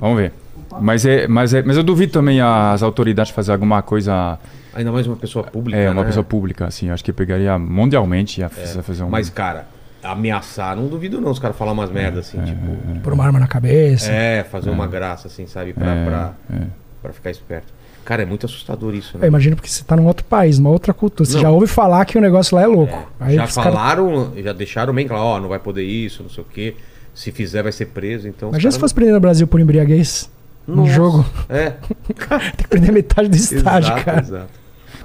Speaker 4: Vamos ver. Mas, é, mas, é, mas eu duvido também as autoridades fazer alguma coisa.
Speaker 1: Ainda mais uma pessoa pública.
Speaker 4: É, uma
Speaker 1: né?
Speaker 4: pessoa pública, assim. Eu acho que pegaria mundialmente e ia fazer fazer um.
Speaker 1: É.
Speaker 4: É,
Speaker 1: Mas, cara, ameaçar, não duvido não. Os caras falam umas merdas assim, tipo.
Speaker 3: Por uma arma na cabeça.
Speaker 1: É, fazer uma graça, assim, sabe? Pra,
Speaker 4: É,
Speaker 1: pra,
Speaker 4: é.
Speaker 1: pra ficar esperto. Cara, é muito assustador isso,
Speaker 3: Eu
Speaker 1: né?
Speaker 3: imagino porque você tá num outro país, numa outra cultura. Você
Speaker 1: Não.
Speaker 3: já ouve falar que o negócio lá é louco. Aí
Speaker 1: já
Speaker 3: os caras-
Speaker 1: falaram, já deixaram bem claro, ó, não vai poder isso, não sei o quê. Se fizer, vai ser preso, então. os
Speaker 3: Imagina se
Speaker 1: caras
Speaker 3: fosse prender no Brasil por embriaguez. No
Speaker 1: Nossa.
Speaker 3: jogo.
Speaker 1: não- É,
Speaker 3: Tem que prender metade do estádio,
Speaker 1: exato,
Speaker 3: cara.
Speaker 1: exato.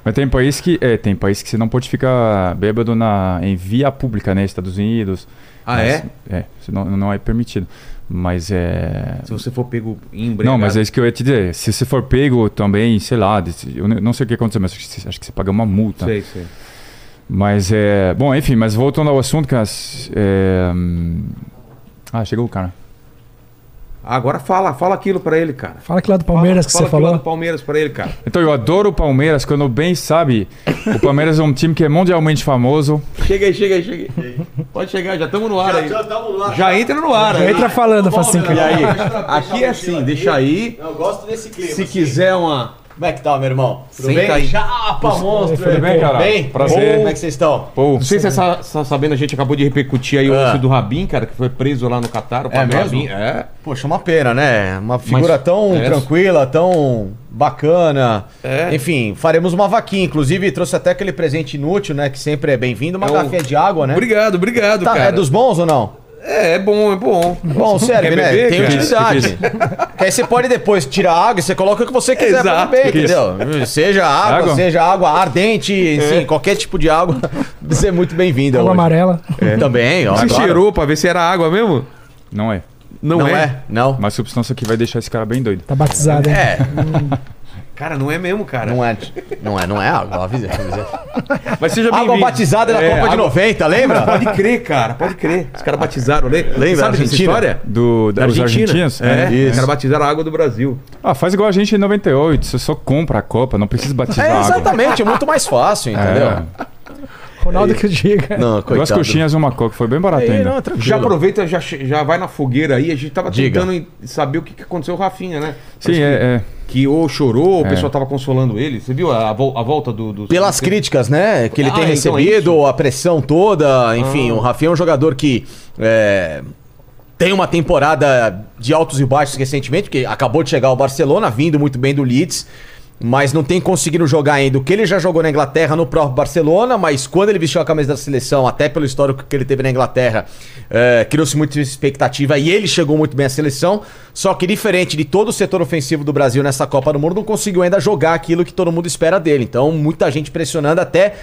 Speaker 4: Mas tem país que. É, tem país que você não pode ficar bêbado na, em via pública, né? Estados Unidos.
Speaker 1: Ah,
Speaker 4: Mas-
Speaker 1: é?
Speaker 4: É, isso não, não é permitido. Mas é.
Speaker 1: Se você for pego em
Speaker 4: Não, mas é isso que eu ia te dizer. Se você for pego também, sei lá, desse- eu ne- não sei o que aconteceu, mas acho que você- acho que você paga uma multa.
Speaker 1: Sei, sei.
Speaker 4: Mas é. Bom, enfim, mas voltando ao assunto, cara. s- é, hum, Ah, chegou o cara.
Speaker 1: Agora fala, fala aquilo pra ele, cara.
Speaker 3: Fala aquilo lá do
Speaker 1: fala,
Speaker 3: Palmeiras que você
Speaker 1: fala aquilo lá
Speaker 3: falou.
Speaker 1: do Palmeiras pra ele, cara.
Speaker 4: Então eu adoro o Palmeiras, quando bem sabe, o Palmeiras é um time que é mundialmente famoso.
Speaker 1: Chega aí, chega aí, chega aí. Pode chegar, já estamos no ar aí.
Speaker 6: Já tá tamo lá.
Speaker 1: Já entra no ar
Speaker 3: Já
Speaker 1: aí.
Speaker 3: entra falando, assim, Facinho.
Speaker 1: E aí? Aqui é assim, deixa aí.
Speaker 6: Eu gosto desse clima.
Speaker 1: Se
Speaker 6: assim.
Speaker 1: quiser uma.
Speaker 6: Como é que tá, meu irmão? Tudo
Speaker 1: Senta
Speaker 6: bem?
Speaker 1: aí.
Speaker 6: Chapa, monstro! né?
Speaker 4: tudo bem, cara?
Speaker 6: Bem?
Speaker 4: Prazer.
Speaker 6: Como é que vocês estão?
Speaker 4: Pô,
Speaker 1: Não sei se você está sabendo, a gente acabou de repercutir aí o
Speaker 6: Ah.
Speaker 1: lance do Rabin, cara, que foi preso lá no Catar. O Fábio
Speaker 6: mesmo?
Speaker 1: Rabin, é.
Speaker 6: Poxa, uma pena, né? Uma figura tão
Speaker 1: é.
Speaker 6: tranquila, tão bacana.
Speaker 1: É.
Speaker 6: Enfim, faremos uma vaquinha. Inclusive, trouxe até aquele presente inútil, né? Que sempre é bem-vindo. Uma
Speaker 1: É um-
Speaker 6: garrafinha de água, né?
Speaker 1: Obrigado, obrigado,
Speaker 6: Tá,
Speaker 1: cara.
Speaker 6: é dos bons ou não?
Speaker 1: É, é bom, é bom.
Speaker 6: Bom, serve,
Speaker 1: Quer
Speaker 6: né?
Speaker 1: beber,
Speaker 6: Tem
Speaker 1: cara?
Speaker 6: utilidade. Que aí você pode depois tirar a água e você coloca o que você quiser pra
Speaker 1: Exato.
Speaker 6: beber,
Speaker 1: Que
Speaker 6: entendeu? Seja água,
Speaker 4: Água?
Speaker 6: seja água ardente,
Speaker 1: É.
Speaker 6: enfim, qualquer tipo de água, você é muito bem-vinda.
Speaker 3: Água
Speaker 6: hoje.
Speaker 3: amarela.
Speaker 6: É. Também, ó.
Speaker 1: Você
Speaker 6: claro.
Speaker 1: cheirou pra ver se era água mesmo?
Speaker 4: não é.
Speaker 1: Não,
Speaker 6: Não
Speaker 1: é.
Speaker 6: é, não.
Speaker 4: Uma substância que vai deixar esse cara bem doido.
Speaker 3: Tá batizada. hein?
Speaker 6: É,
Speaker 1: Cara, não é mesmo, cara.
Speaker 6: não é, não é, não é água, avisa.
Speaker 1: Mas seja
Speaker 6: Água
Speaker 1: bem-vindo.
Speaker 6: batizada Ah, na
Speaker 1: É,
Speaker 6: Copa de
Speaker 1: água-
Speaker 6: 90, lembra?
Speaker 1: Pode crer, cara, pode crer. Os caras batizaram, né?
Speaker 6: Lembra,
Speaker 1: Sabe dessa
Speaker 6: Argentina?
Speaker 1: história?
Speaker 4: Do, da, dos argentinos?
Speaker 1: É,
Speaker 6: Isso.
Speaker 1: os caras batizaram a água do Brasil.
Speaker 4: Ah, faz igual a gente em 98. Você só compra a Copa, não precisa batizar
Speaker 6: É,
Speaker 4: água.
Speaker 6: exatamente, é muito mais fácil, entendeu?
Speaker 4: É.
Speaker 3: Ronaldo que eu diga.
Speaker 6: Não, coitado.
Speaker 4: Duas coxinhas e uma coca. Foi bem
Speaker 1: É,
Speaker 4: barato
Speaker 6: Aí,
Speaker 4: ainda.
Speaker 6: não, tranquilo.
Speaker 1: Já aproveita, já, che- já vai na fogueira aí. A gente tava
Speaker 6: Diga.
Speaker 1: tentando em- saber o que, que aconteceu com o Rafinha, né?
Speaker 4: Sim, é, é.
Speaker 1: Que ou chorou, ou o pessoal tava consolando ele. Você viu a, vol- a volta do. do-
Speaker 6: É. Pelas
Speaker 1: do-
Speaker 6: críticas, né? Que ele
Speaker 1: Ah,
Speaker 6: tem
Speaker 1: então é Ah.
Speaker 6: recebido, a pressão toda, enfim, o Rafinha é um jogador que é, tem uma temporada de altos e baixos recentemente, porque acabou de chegar ao Barcelona, vindo muito bem do Leeds, mas não tem conseguido jogar ainda o que ele já jogou na Inglaterra no próprio Barcelona, mas quando ele vestiu a camisa da seleção, até pelo histórico que ele teve na Inglaterra, é, criou-se muita expectativa e ele chegou muito bem à seleção, só que diferente de todo o setor ofensivo do Brasil nessa Copa do Mundo, não conseguiu ainda jogar aquilo que todo mundo espera dele, então muita gente pressionando até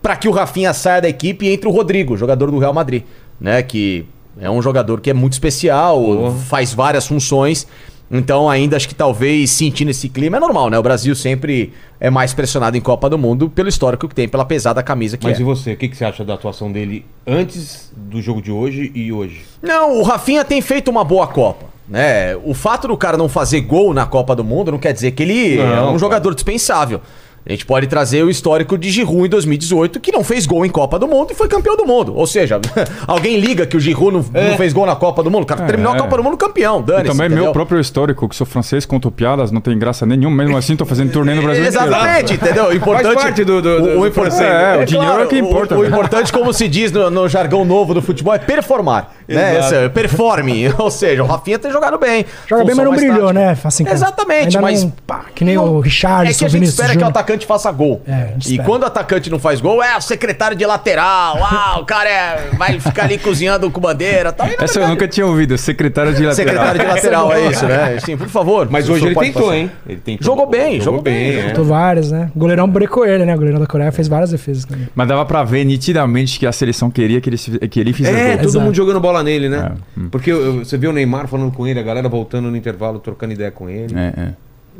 Speaker 6: para que o Rafinha saia da equipe e entre o Rodrigo, jogador do Real Madrid, né? Que é um jogador que é muito especial, faz várias funções. Então, ainda acho que talvez sentindo esse clima é normal, né? O Brasil sempre é mais pressionado em Copa do Mundo pelo histórico que tem, pela pesada camisa que
Speaker 1: Mas
Speaker 6: é.
Speaker 1: e você? O que, que você acha da atuação dele antes do jogo de hoje e hoje?
Speaker 6: Não, o Rafinha tem feito uma boa Copa. Né? O fato do cara não fazer gol na Copa do Mundo não quer dizer que ele é um
Speaker 1: Não,
Speaker 6: jogador dispensável. A gente pode trazer o histórico de Giroud em 2018, que não fez gol em Copa do Mundo e foi campeão do mundo. Ou seja, alguém liga que o Giroud não, não fez gol na Copa do Mundo. O cara terminou a Copa do Mundo campeão,
Speaker 4: É. E
Speaker 6: dane
Speaker 4: também meu próprio histórico, que sou francês, conto piadas, não tem graça nenhuma, mesmo assim tô fazendo turnê no Brasil inteiro.
Speaker 6: Exatamente, entendeu? O importante,
Speaker 1: parte do- do-
Speaker 6: o-
Speaker 1: do-
Speaker 6: o
Speaker 1: do
Speaker 6: importante
Speaker 1: processo.
Speaker 4: É, o dinheiro é o que importa,
Speaker 6: O, o
Speaker 4: velho.
Speaker 6: importante, como se diz no, no jargão novo do futebol, é performar. Né?
Speaker 1: Exato.
Speaker 6: Essa- performe. Ou seja, o Rafinha tem jogado bem.
Speaker 3: Joga bem, mas não
Speaker 6: Função mais
Speaker 3: brilhou,
Speaker 6: tática.
Speaker 3: né? Assim, como-
Speaker 6: Exatamente,
Speaker 3: ainda
Speaker 6: mas.
Speaker 3: não- pá, que nem
Speaker 6: não-
Speaker 3: o Richard,
Speaker 6: É que a gente espera que o atacante faça gol.
Speaker 3: É, a gente
Speaker 6: e
Speaker 3: espera.
Speaker 6: quando o atacante não faz gol, é o secretário de lateral. Ah, o cara é- vai ficar ali cozinhando com bandeira e tal. E, na
Speaker 4: Essa eu
Speaker 6: verdade,
Speaker 4: nunca tinha ouvido, secretário de lateral.
Speaker 6: Secretário de lateral, é isso, né? Sim, por favor.
Speaker 1: Mas
Speaker 6: o
Speaker 1: hoje
Speaker 6: senhor
Speaker 1: ele
Speaker 6: pode
Speaker 1: tentou,
Speaker 6: passar.
Speaker 1: hein? Ele tentou.
Speaker 6: Jogou bem, jogou bem,
Speaker 1: né?
Speaker 3: Tô várias, né? O goleirão brecou ele, né? O goleirão da Coreia fez várias defesas também.
Speaker 4: Mas dava pra ver nitidamente que a seleção queria que ele, se- que ele fizesse
Speaker 1: É,
Speaker 4: gol.
Speaker 1: todo
Speaker 3: Exato.
Speaker 1: mundo jogando bola nele, né?
Speaker 4: É.
Speaker 1: Porque eu- eu- você viu o Neymar falando com ele, a galera voltando no intervalo, trocando ideia com ele.
Speaker 4: É, é.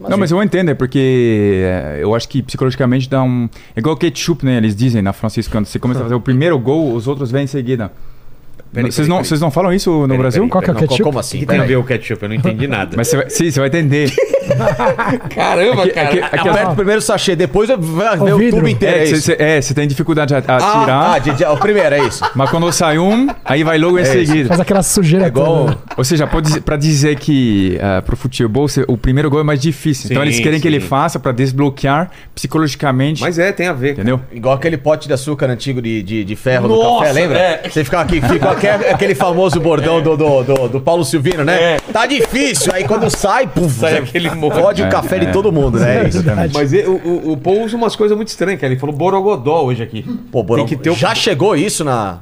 Speaker 4: não, mas eu entendo, é porque é, eu acho que psicologicamente dá um. É igual ketchup, né? Eles dizem na Francisco, quando você começa a fazer o primeiro gol, os outros vêm em seguida.
Speaker 1: Peraí,
Speaker 4: Vocês
Speaker 1: peraí,
Speaker 4: não,
Speaker 1: peraí.
Speaker 4: vocês não falam isso no Brasil?
Speaker 3: Qual que é o
Speaker 1: Não,
Speaker 3: ketchup?
Speaker 6: Como
Speaker 1: O
Speaker 6: assim?
Speaker 1: que tem a
Speaker 6: Peraí.
Speaker 1: ver o ketchup? Eu não entendi nada.
Speaker 4: Mas você vai, sim, você vai entender.
Speaker 1: Caramba,
Speaker 4: É que- é que-
Speaker 6: Aperta o primeiro sachê, depois vai ver o
Speaker 3: vidro.
Speaker 6: tubo inteiro.
Speaker 4: é,
Speaker 6: é
Speaker 4: que
Speaker 6: isso.
Speaker 4: você, é, você tem dificuldade a, a tirar,
Speaker 6: Ah, de- de- o primeiro, é isso.
Speaker 4: mas quando sai um, aí vai logo em seguida.
Speaker 3: Faz aquela sujeira
Speaker 6: É igual.
Speaker 3: toda. né?
Speaker 4: Ou seja, pode dizer- pra dizer que ah, pro futebol se- o primeiro gol é mais difícil. então
Speaker 1: Sim,
Speaker 4: eles querem que
Speaker 1: sim.
Speaker 4: ele faça pra desbloquear psicologicamente.
Speaker 1: Mas é, tem a ver.
Speaker 4: Entendeu?
Speaker 6: Igual aquele pote de açúcar antigo de, de, de ferro do
Speaker 1: Nossa,
Speaker 6: café, lembra?
Speaker 1: é.
Speaker 6: Você ficava aqui, fica aquele, aquele famoso bordão do, do, do, do Paulo Silvino, né?
Speaker 1: É.
Speaker 6: Tá difícil. Aí quando sai, puf,
Speaker 1: Sai
Speaker 6: você
Speaker 1: aquele monte.
Speaker 6: fode o
Speaker 4: É,
Speaker 6: café
Speaker 4: é.
Speaker 6: de todo mundo, né? É isso.
Speaker 4: Exatamente.
Speaker 1: Mas ele- o, o, o Paul usa umas coisas muito estranhas, cara. Ele falou borogodó hoje aqui.
Speaker 6: Pô, Borão,
Speaker 1: Tem que ter o-
Speaker 6: já chegou isso na,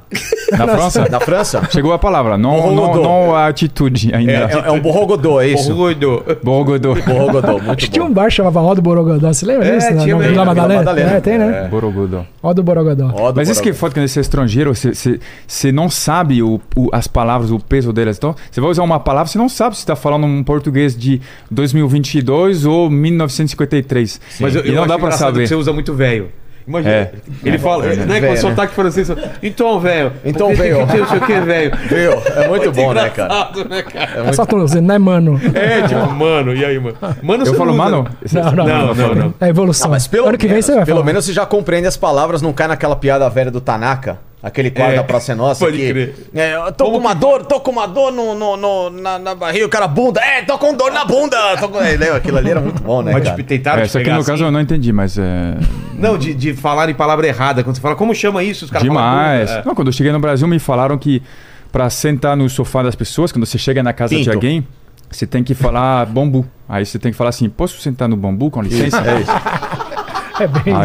Speaker 4: Na França,
Speaker 6: na França?
Speaker 4: chegou a palavra, não, não,
Speaker 6: Borrogodó.
Speaker 4: não a atitude ainda.
Speaker 6: É, é- é um borrogodô, é isso?
Speaker 1: Borogodó.
Speaker 4: Borrogodó.
Speaker 6: Borrogodô,
Speaker 3: Acho
Speaker 6: muito
Speaker 3: que tinha
Speaker 6: bom.
Speaker 3: um bar que chamava Roda do Borogodó. Você lembra
Speaker 1: É,
Speaker 3: disso?
Speaker 1: tinha
Speaker 3: não,
Speaker 1: mesmo,
Speaker 3: Vila
Speaker 1: Vila
Speaker 3: Madalena?
Speaker 6: Madalena.
Speaker 3: É, tem, né?
Speaker 4: Borrogodó.
Speaker 3: Roda do Borogodó.
Speaker 6: Ó, do
Speaker 4: Mas isso que é
Speaker 6: borogô.
Speaker 4: foda quando você é estrangeiro, você- você você não sabe o, o- as palavras, o peso delas. Então, você vai usar uma palavra, você não sabe se está falando um português de 2022 ou 1953.
Speaker 1: Mas eu,
Speaker 4: e
Speaker 1: eu
Speaker 4: não
Speaker 1: acho
Speaker 4: dá pra
Speaker 1: engraçado
Speaker 4: saber.
Speaker 1: que você usa muito velho. Imagina,
Speaker 4: É.
Speaker 1: ele fala, né,
Speaker 6: É,
Speaker 1: com
Speaker 6: velho,
Speaker 1: o
Speaker 6: né?
Speaker 1: sotaque francês, então, velho,
Speaker 6: Então,
Speaker 1: porque tem
Speaker 6: velho.
Speaker 1: que ter não sei o que, velho.
Speaker 6: Meu, é muito bom, né, cara?
Speaker 1: Engraçado, né, cara?
Speaker 3: É só tu dizendo, né, mano?
Speaker 1: É, tipo, mano, e aí, mano? Mano,
Speaker 4: Eu
Speaker 1: você
Speaker 4: falo,
Speaker 1: usa.
Speaker 4: mano,
Speaker 3: Não, não,
Speaker 1: Não, não, não.
Speaker 3: É evolução.
Speaker 6: Ah, Mas pelo
Speaker 3: ano que vem
Speaker 6: menos,
Speaker 3: você vai
Speaker 6: pelo
Speaker 3: falar.
Speaker 6: menos você já compreende as palavras, não cai naquela piada velha do Tanaka. Aquele quadro
Speaker 1: É,
Speaker 6: da Praça é Nossa
Speaker 1: pode
Speaker 6: que...
Speaker 1: crer.
Speaker 6: É, eu tô com uma dor, tô com uma dor no, no- no- na, na barriga, o cara bunda. É, tô com dor na bunda. Tô com... É, né, Aquilo ali era muito bom, né,
Speaker 1: Mas
Speaker 6: cara?
Speaker 1: tipo, tentaram
Speaker 4: É,
Speaker 1: te
Speaker 4: só que
Speaker 1: pegar
Speaker 4: no caso
Speaker 1: assim.
Speaker 4: eu não entendi, mas é.
Speaker 1: Não, de, de falar em palavra errada. Quando você fala, é. como chama isso? Os caras
Speaker 4: Demais.
Speaker 1: falam.
Speaker 4: Não, quando eu cheguei no Brasil, me falaram que pra sentar no sofá das pessoas, quando você chega na casa de
Speaker 6: Pinto.
Speaker 4: alguém, você tem que falar bambu. Aí você tem que falar assim: posso sentar no bambu, com licença?
Speaker 6: é
Speaker 3: É bem isso.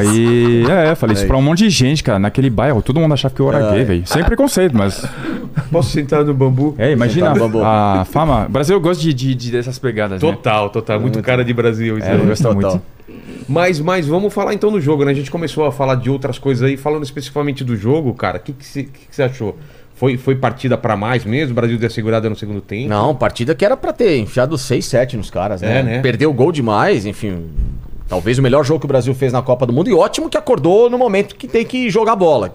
Speaker 4: Aí, é, eu falei isso pra um monte de gente, cara, naquele bairro. Todo mundo achava que eu era
Speaker 6: É.
Speaker 4: gay, velho. Sem preconceito, mas.
Speaker 1: É, Posso sentar no bambu?
Speaker 4: É, imagina
Speaker 6: Sentar no bambu.
Speaker 4: a fama. O Brasil gosta de, de- de- dessas pegadas, né?
Speaker 1: Total, total. Muito cara de Brasil. Isso
Speaker 4: É, eu
Speaker 1: aí.
Speaker 4: gosto
Speaker 6: Total.
Speaker 4: muito.
Speaker 1: Mas, mas vamos falar então do jogo, né? A gente começou a falar de outras coisas aí, falando especificamente do jogo, cara. O que que você que que você achou? Foi, foi partida pra mais mesmo? O Brasil deu a segurada no segundo tempo?
Speaker 6: Não, partida que era pra ter enfiado 6, 7 nos caras, né?
Speaker 1: É, né?
Speaker 6: Perdeu o gol demais, enfim. Talvez o melhor jogo que o Brasil fez na Copa do Mundo e ótimo que acordou no momento que tem que jogar bola.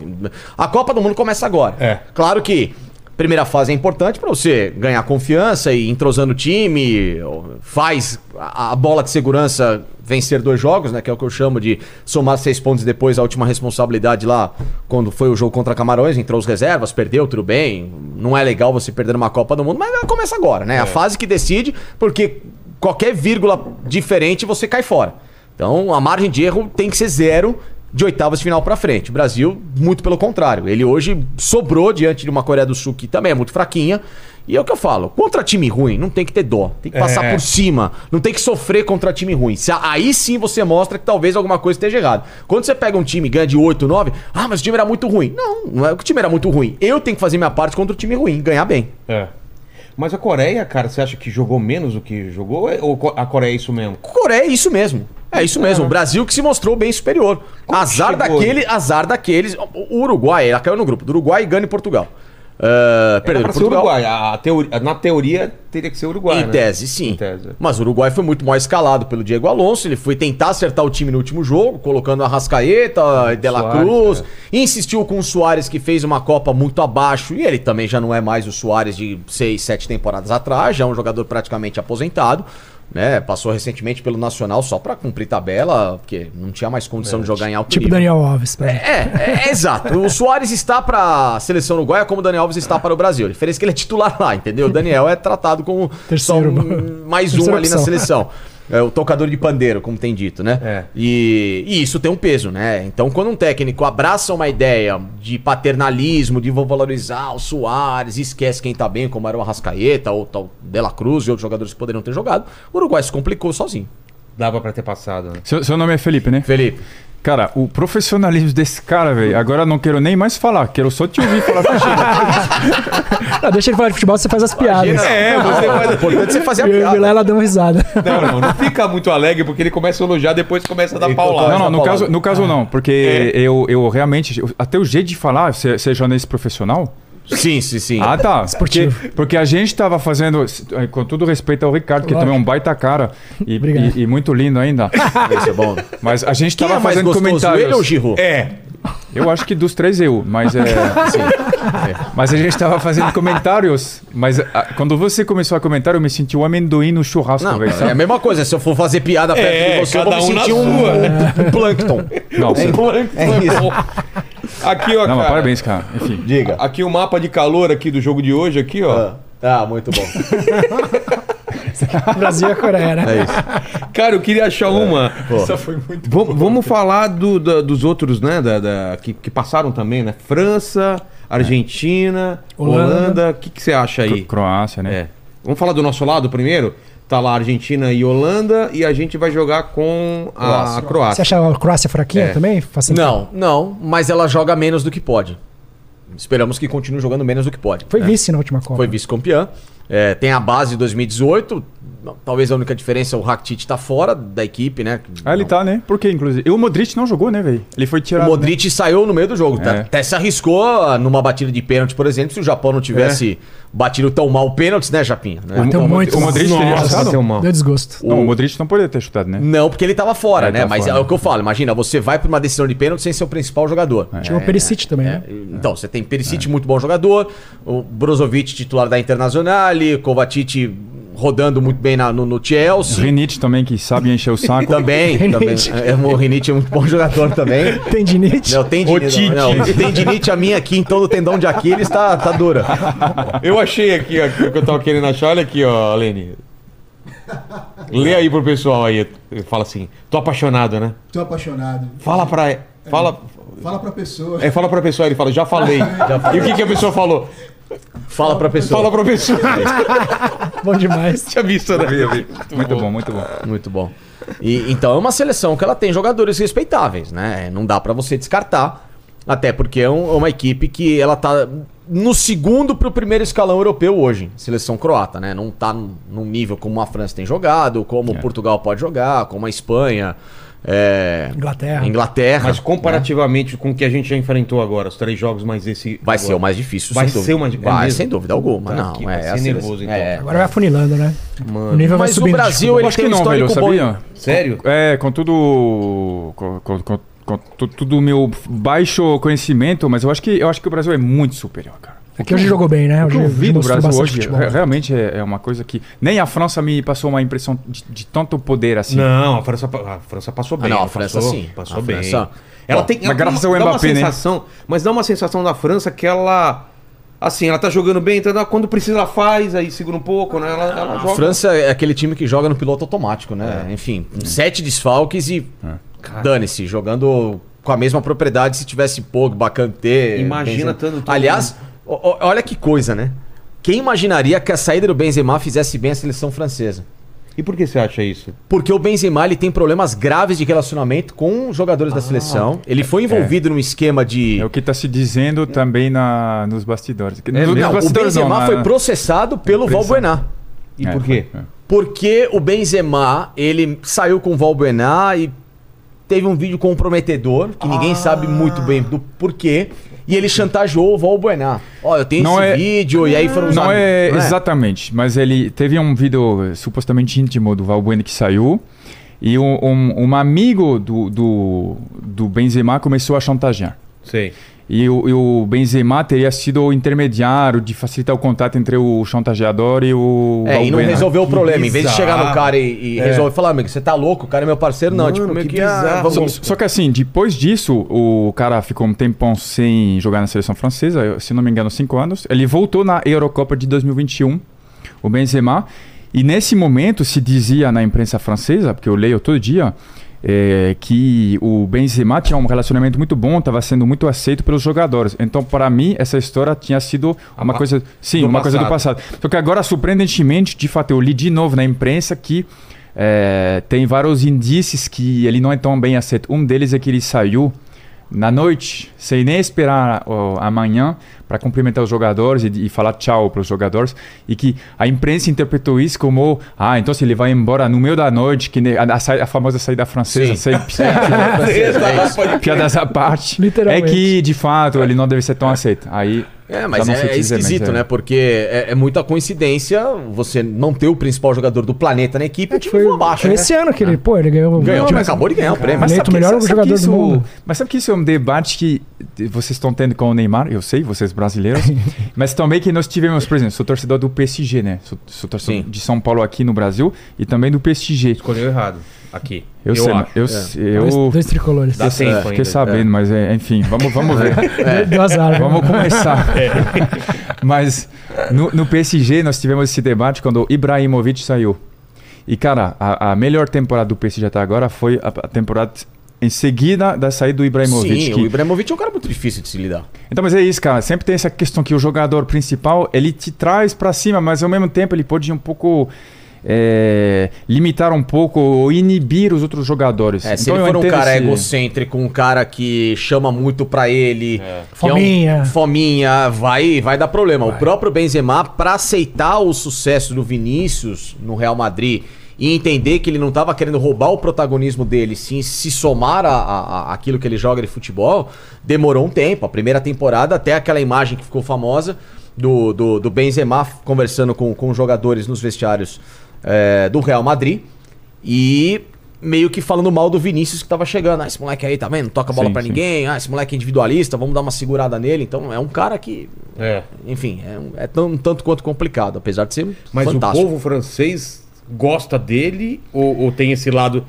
Speaker 6: A Copa do Mundo começa agora.
Speaker 1: É.
Speaker 6: Claro que primeira fase é importante pra você ganhar confiança e ir entrosando o time, faz a a bola de segurança vencer dois jogos, né? Que é o que eu chamo de somar seis pontos depois a última responsabilidade lá, quando foi o jogo contra Camarões, entrou os reservas, perdeu, tudo bem. Não é legal você perder uma Copa do Mundo, mas ela começa agora,
Speaker 1: É.
Speaker 6: né? A fase que decide, porque qualquer vírgula diferente você cai fora. Então a margem de erro tem que ser zero de oitavas de final pra frente. O Brasil, muito pelo contrário. Ele hoje sobrou diante de uma Coreia do Sul que também é muito fraquinha. E é o que eu falo: contra time ruim, não tem que ter dó. Tem que passar
Speaker 1: É.
Speaker 6: por cima. Não tem que sofrer contra time ruim. Se- Aí sim você mostra que talvez alguma coisa esteja errada. Quando você pega um time e ganha de 8, 9, ah, mas o time era muito ruim. Não, não é que o time era muito ruim. Eu tenho que fazer minha parte contra o time ruim, ganhar bem.
Speaker 1: É. Mas a Coreia, cara, você acha que jogou menos do que jogou? Ou co- a Coreia é isso mesmo?
Speaker 6: Coreia é isso mesmo. É isso mesmo. O Brasil que se mostrou bem superior. azar
Speaker 1: chegou?
Speaker 6: daquele, azar daqueles. O Uruguai, ela caiu no grupo. Do Uruguai, Gana e Portugal. Uh,
Speaker 1: Era
Speaker 6: perdeu
Speaker 1: pra
Speaker 6: de
Speaker 1: ser
Speaker 6: Portugal.
Speaker 1: Uruguai. A, a teoria, na teoria, teria que ser Uruguai,
Speaker 6: Em
Speaker 1: né?
Speaker 6: tese, sim.
Speaker 1: Em tese.
Speaker 6: Mas o Uruguai foi muito mal escalado pelo Diego Alonso. Ele foi tentar acertar o time no último jogo, colocando a Rascaeta, De La
Speaker 1: Suárez, é.
Speaker 6: Cruz. Insistiu com o Soares, que fez uma Copa muito abaixo. E ele também já não é mais o Soares de seis, sete temporadas atrás. Já é um jogador praticamente aposentado. né? Passou recentemente pelo Nacional só pra cumprir tabela, porque não tinha mais
Speaker 1: É,
Speaker 6: condição de jogar em alto
Speaker 3: Tipo
Speaker 6: nível.
Speaker 3: Daniel Alves. pra-
Speaker 6: É, é, é exato. O Soares está para a seleção uruguaia como o Daniel Alves está para o Brasil. A diferença é que ele é titular lá, entendeu? O Daniel é tratado como
Speaker 3: Terceiro.
Speaker 6: só um- mais um
Speaker 3: Terceira
Speaker 6: ali na
Speaker 3: opção.
Speaker 6: seleção. É, o tocador de pandeiro, como tem dito, né?
Speaker 1: É.
Speaker 6: E, e isso tem um peso, né? Então, quando um técnico abraça uma ideia de paternalismo, de vou valorizar o Soares, e esquece quem tá bem, como era o Arrascaeta, ou tal Dela Cruz e outros jogadores que poderiam ter jogado, o Uruguai se complicou sozinho.
Speaker 1: Dava pra ter passado, né?
Speaker 4: Seu, seu nome é Felipe, né?
Speaker 6: Felipe,
Speaker 4: Cara, o profissionalismo desse cara, velho, agora eu não quero nem mais falar, quero só te ouvir falar futebol.
Speaker 3: Ah, deixa ele falar de futebol, você faz as piadas.
Speaker 1: É, você
Speaker 6: o importante é você fazer a
Speaker 3: E eu e o
Speaker 6: piada.
Speaker 3: Vilela dão risada.
Speaker 1: Não, não, não fica muito alegre porque ele começa a elogiar, depois começa a dar
Speaker 6: Ele
Speaker 1: paulada.
Speaker 6: concorda.
Speaker 4: Não, não, no
Speaker 6: Paulada.
Speaker 4: caso, no caso não, porque
Speaker 6: É.
Speaker 4: eu, eu realmente, eu- até o jeito de falar, você você é jornalista profissional?
Speaker 6: Sim, sim, sim.
Speaker 4: Ah, tá. Porque,
Speaker 3: Esportivo.
Speaker 4: porque a gente tava fazendo, com todo respeito ao Ricardo, que
Speaker 3: Lógico.
Speaker 4: também é um baita cara e,
Speaker 3: Obrigado.
Speaker 4: e- e muito lindo ainda,
Speaker 6: Isso é bom.
Speaker 4: mas a gente
Speaker 6: Quem
Speaker 4: tava
Speaker 6: é mais
Speaker 4: fazendo
Speaker 6: gostoso, ele ou o
Speaker 4: comentários.
Speaker 6: Giroud?
Speaker 1: É,
Speaker 4: Eu acho que dos três eu, mas é.
Speaker 6: Ah,
Speaker 4: Mas a gente tava fazendo comentários. Mas ah, quando você começou a comentar, eu me senti um amendoim no churrasco,
Speaker 6: Não,
Speaker 4: velho.
Speaker 6: é a
Speaker 4: sabe?
Speaker 6: mesma coisa. Se eu for fazer piada perto
Speaker 1: É,
Speaker 6: de você, eu vou
Speaker 1: cada
Speaker 6: me
Speaker 1: um na
Speaker 6: sentir um,
Speaker 1: sua.
Speaker 6: um, plankton.
Speaker 4: Não, você-
Speaker 1: Plankton é bom. Aqui, ó,
Speaker 4: Não, mas
Speaker 1: cara.
Speaker 4: parabéns, cara. Enfim.
Speaker 6: Diga.
Speaker 1: Aqui o mapa de calor aqui do jogo de hoje, aqui, ó.
Speaker 6: Ah, muito bom.
Speaker 3: Brasil e a Coreia, né?
Speaker 6: É isso.
Speaker 1: Cara, eu queria achar uma. é
Speaker 4: Essa foi muito.
Speaker 1: Vam- vamos falar do- da- dos outros, né? da- da- que, que passaram também, né? França, Argentina,
Speaker 3: Holanda.
Speaker 1: Holanda. O que, que você acha aí?
Speaker 4: Croácia, né?
Speaker 1: É. Vamos falar do nosso lado primeiro? Tá lá Argentina e Holanda e a gente vai jogar com a
Speaker 6: Croácia.
Speaker 3: Você
Speaker 1: Croácia.
Speaker 3: acha a Croácia fraquinha
Speaker 1: É.
Speaker 3: também? Facilita-
Speaker 6: Não, não, mas ela joga menos do que pode. Esperamos que continue jogando menos do que pode.
Speaker 3: Foi
Speaker 6: né?
Speaker 3: vice na última Copa.
Speaker 6: Foi vice-campeã. É, tem a base de 2018. Talvez a única diferença é o Rakitic tá fora da equipe, né?
Speaker 4: Ah, ele
Speaker 6: Não-
Speaker 4: tá, né? Por quê, inclusive? E o Modric não jogou, né, velho? Ele foi
Speaker 6: O
Speaker 4: tirado.
Speaker 6: Modric saiu no meio do jogo. tá?
Speaker 4: né? É.
Speaker 6: Até se arriscou ah, numa batida de pênalti, por exemplo, se o Japão não tivesse batido tão mal pênaltis, né, Japinha? Né?
Speaker 4: Né?
Speaker 3: Bateu
Speaker 4: O, o,
Speaker 3: muito
Speaker 4: É. o Modric teria
Speaker 1: Nossa,
Speaker 4: chutado?
Speaker 1: bateu mal.
Speaker 3: Deu desgosto.
Speaker 4: Não, o Modric não poderia ter chutado, né?
Speaker 6: Não, porque ele tava fora,
Speaker 4: É,
Speaker 6: né?
Speaker 4: tava
Speaker 6: Mas
Speaker 4: fora.
Speaker 6: é o que eu falo. Imagina, você vai pra uma decisão de pênalti sem ser o principal jogador.
Speaker 4: É.
Speaker 3: Chegou o Perisic também, né?
Speaker 6: Então, você tem Perisic, muito bom jogador, o Brozovic, titular da Internacional, Kovacic rodando muito bem na- no, no Chelsea.
Speaker 4: Renit também, que sabe encher o saco.
Speaker 6: Também, também.
Speaker 3: Renit.
Speaker 6: É, o Rinite é muito bom jogador também.
Speaker 3: Tem Dinite?
Speaker 6: Não, tendinite.
Speaker 1: Otite.
Speaker 6: Não, tendinite a minha aqui, então do tendão de Aquiles tá, tá dura.
Speaker 1: Eu achei aqui ó, o que eu tava querendo achar. Olha aqui, ó, Lene. Lê aí pro pessoal aí. Fala assim, tô apaixonado, né?
Speaker 2: Tô apaixonado.
Speaker 1: Fala pra. Fala,
Speaker 2: Fala pra pessoa.
Speaker 1: é, fala pra pessoa, ele fala, já falei. E o que, que a pessoa falou?
Speaker 6: Fala pra pessoa.
Speaker 1: Fala pra pessoa.
Speaker 3: Bom demais.
Speaker 1: Tinha visto, né?
Speaker 4: Tá Muito bom, muito bom.
Speaker 6: Muito bom. E, então é uma seleção que ela tem jogadores respeitáveis, né? Não dá pra você descartar. Até porque é, um- é uma equipe que ela tá no segundo pro primeiro escalão europeu hoje, seleção croata, né? Não tá num num nível como a França tem jogado,
Speaker 1: É.
Speaker 6: como Portugal pode jogar, como a Espanha, é,
Speaker 3: Inglaterra.
Speaker 6: Inglaterra.
Speaker 1: Mas comparativamente com o que a gente já enfrentou agora, os três jogos, mais esse.
Speaker 6: Vai
Speaker 1: agora.
Speaker 6: ser o mais difícil,
Speaker 1: Vai
Speaker 6: sem
Speaker 1: ser
Speaker 6: dúvida.
Speaker 1: o mais- é
Speaker 6: Vai,
Speaker 1: mesmo?
Speaker 6: sem dúvida alguma.
Speaker 1: Puta
Speaker 6: não,
Speaker 1: que-
Speaker 6: é
Speaker 1: vai ser
Speaker 6: a seleção-
Speaker 1: nervoso, então.
Speaker 6: é.
Speaker 3: Agora vai afunilando, né? O nível vai
Speaker 6: Mas o
Speaker 3: subindo.
Speaker 6: Brasil,
Speaker 4: Eu
Speaker 6: ele
Speaker 4: acho que
Speaker 6: tem um
Speaker 4: não, velho,
Speaker 6: histórico bom.
Speaker 4: sabia?
Speaker 1: Sério?
Speaker 4: É, com tudo. Com, com, com, com tu- tudo o meu baixo conhecimento, mas eu acho que eu acho que o Brasil é muito superior, cara.
Speaker 6: é
Speaker 3: Aqui hoje jogou bem, né?
Speaker 4: O que
Speaker 3: Hoje
Speaker 4: eu vi do
Speaker 3: mostrou
Speaker 4: Brasil
Speaker 3: bastante
Speaker 4: hoje
Speaker 3: futebol. né?
Speaker 4: re- realmente é, é uma coisa que. Nem a França me passou uma impressão de, de tanto poder assim.
Speaker 1: Não, a França, pa- a França passou bem.
Speaker 6: Ah, não, a
Speaker 1: ela
Speaker 6: França
Speaker 1: passou,
Speaker 6: sim.
Speaker 1: Passou
Speaker 6: A
Speaker 1: bem.
Speaker 6: França-
Speaker 1: Ela
Speaker 6: Bom,
Speaker 1: tem, ela
Speaker 4: mas graças
Speaker 1: tem
Speaker 4: ao
Speaker 1: dá uma
Speaker 4: Mbappé, né?
Speaker 1: sensação, Mas dá uma sensação da França que ela. Assim, ela tá jogando bem, então ela- quando precisa ela faz, aí segura um pouco, né? Ela, ela
Speaker 6: A
Speaker 1: joga.
Speaker 6: França é aquele time que joga no piloto automático, né?
Speaker 1: É.
Speaker 6: Enfim, sete desfalques e dane-se, jogando com a mesma propriedade se tivesse Pogba, Kanté...
Speaker 1: Imagina
Speaker 6: Benzema.
Speaker 1: tanto- tanto-
Speaker 6: Aliás, o- o- olha que coisa, né? Quem imaginaria que a saída do Benzema fizesse bem a seleção francesa?
Speaker 1: E por que você acha isso?
Speaker 6: Porque o Benzema ele tem problemas graves de relacionamento com os jogadores
Speaker 1: Ah.
Speaker 6: da seleção. Ele
Speaker 1: É.
Speaker 6: foi envolvido num esquema de...
Speaker 4: É o que está se dizendo também na, nos bastidores.
Speaker 1: É
Speaker 4: Que- nos
Speaker 6: É Não, o
Speaker 4: bastidores não,
Speaker 6: Benzema
Speaker 4: na-
Speaker 1: né?
Speaker 6: foi processado pelo
Speaker 4: imprensa.
Speaker 6: Valbuena.
Speaker 1: E
Speaker 4: É,
Speaker 1: por quê?
Speaker 4: foi- é.
Speaker 6: Porque o Benzema, ele saiu com o Valbuena e teve um vídeo comprometedor, que ninguém sabe muito bem do porquê, e ele chantageou o Valbuena. Ó, eu tenho
Speaker 4: Não
Speaker 6: esse
Speaker 4: é-
Speaker 6: vídeo, e aí foram os né?
Speaker 4: Não
Speaker 6: am-
Speaker 4: é
Speaker 6: não
Speaker 4: exatamente, mas ele teve um vídeo eh, supostamente íntimo do Valbuena que saiu. E um, um, um amigo do, do, do Benzema começou a chantagear.
Speaker 1: Sei.
Speaker 4: E o, e o Benzema teria sido o intermediário de facilitar o contato entre o chantageador e o.
Speaker 6: É, e não
Speaker 4: Valbuena. É.
Speaker 6: resolveu o problema. Em vez de
Speaker 1: bizarro.
Speaker 6: chegar no cara e, e resolver falar, amigo, você tá louco, o cara é meu parceiro, não.
Speaker 1: Mano,
Speaker 6: tipo, meio
Speaker 1: que
Speaker 6: que, ah,
Speaker 1: bizarro.
Speaker 4: Só,
Speaker 6: vamos.
Speaker 4: só que assim, depois disso, o cara ficou um tempão sem jogar na seleção francesa, eu- se não me engano, cinco anos. Ele voltou na Eurocopa de 2021, o Benzema. E nesse momento se dizia na imprensa francesa, porque eu leio todo dia, é, que o Benzema tinha um relacionamento muito bom, estava sendo muito aceito pelos jogadores. Então, para mim, essa história tinha sido uma
Speaker 1: pa-
Speaker 4: coisa, sim,
Speaker 1: do
Speaker 4: uma coisa do
Speaker 1: passado.
Speaker 4: passado passado. Só que agora, surpreendentemente, de fato, eu li de novo na imprensa que eh, tem vários indícios que ele não é tão bem aceito. Um deles é que ele saiu na noite, sem nem esperar ó, amanhã, para cumprimentar os jogadores e, e falar tchau para os jogadores. E que a imprensa interpretou isso como: ah, então se ele vai embora no meio da noite, que nem a, a sai- a famosa saída francesa,
Speaker 6: Sim.
Speaker 4: sem, sem-
Speaker 6: É,
Speaker 4: piadas à parte. É
Speaker 3: Literalmente.
Speaker 4: que, de fato, ele não deve ser tão aceito. Aí.
Speaker 6: É,
Speaker 4: já
Speaker 6: mas
Speaker 4: não
Speaker 6: é,
Speaker 4: sei
Speaker 6: é
Speaker 4: dizer, mas
Speaker 6: esquisito,
Speaker 4: é.
Speaker 6: né? Porque é, é muita coincidência você não ter o principal jogador do planeta na equipe e
Speaker 4: É,
Speaker 6: o time
Speaker 3: Foi
Speaker 4: um
Speaker 6: voa abaixo, né?
Speaker 3: esse ano que ele, pô, ele ganhou.
Speaker 6: Ganhou,
Speaker 3: Tipo,
Speaker 6: mas acabou de ganhar o prêmio.
Speaker 3: Mas-
Speaker 6: Mas,
Speaker 3: Eleito
Speaker 4: que-
Speaker 3: melhor jogador
Speaker 4: que
Speaker 3: do
Speaker 4: isso,
Speaker 3: mundo.
Speaker 4: Mas sabe que isso é um debate que vocês estão tendo com o Neymar? Eu sei, vocês brasileiros. mas também que nós tivemos, por exemplo, sou torcedor do PSG, né? Sou, sou torcedor
Speaker 6: Sim.
Speaker 4: de São Paulo aqui no Brasil e também do PSG.
Speaker 1: Escolheu errado. Aqui.
Speaker 4: Eu, sei,
Speaker 1: acho.
Speaker 4: eu,
Speaker 3: dois,
Speaker 4: eu
Speaker 3: dois tricolores.
Speaker 1: Dá tempo ainda.
Speaker 4: fiquei sabendo, mas é, enfim, vamos, vamos ver.
Speaker 3: Deu azar. né?
Speaker 4: Vamos começar.
Speaker 6: É.
Speaker 4: Mas no, no PSG nós tivemos esse debate quando o Ibrahimovic saiu. E, cara, a, a melhor temporada do PSG até agora foi a, a temporada em seguida da saída do Ibrahimovic.
Speaker 6: Sim,
Speaker 4: que-
Speaker 6: o Ibrahimovic é um cara muito difícil de se lidar.
Speaker 4: Então, mas é isso, cara. Sempre tem essa questão que o jogador principal, ele te traz pra cima, mas ao mesmo tempo ele pode um pouco... é, limitar um pouco ou inibir os outros jogadores.
Speaker 6: É, se
Speaker 4: Então, eu
Speaker 6: ele for um
Speaker 4: entendo
Speaker 6: cara
Speaker 4: esse-
Speaker 6: egocêntrico, um cara que chama muito pra ele, que é um-
Speaker 3: Fominha.
Speaker 6: fominha, vai, vai dar problema. O próprio Benzema pra aceitar o sucesso do Vinícius no Real Madrid e entender que ele não tava querendo roubar o protagonismo dele, sim, se somar a, a- a- aquilo que ele joga de futebol, demorou um tempo. A primeira temporada, até aquela imagem que ficou famosa do, do, do Benzema conversando com, com os jogadores nos vestiários é, do Real Madrid. E meio que falando mal do Vinícius que tava chegando. Ah, esse moleque aí, tá vendo? Não toca a bola
Speaker 4: Sim,
Speaker 6: pra
Speaker 4: sim.
Speaker 6: ninguém. Ah, esse moleque é individualista, vamos dar uma segurada nele. Então é um cara que,
Speaker 1: É.
Speaker 6: enfim, é, um, é tão, um tanto quanto complicado, apesar de ser
Speaker 1: Mas
Speaker 6: fantástico.
Speaker 1: o povo francês gosta dele ou, ou tem esse lado,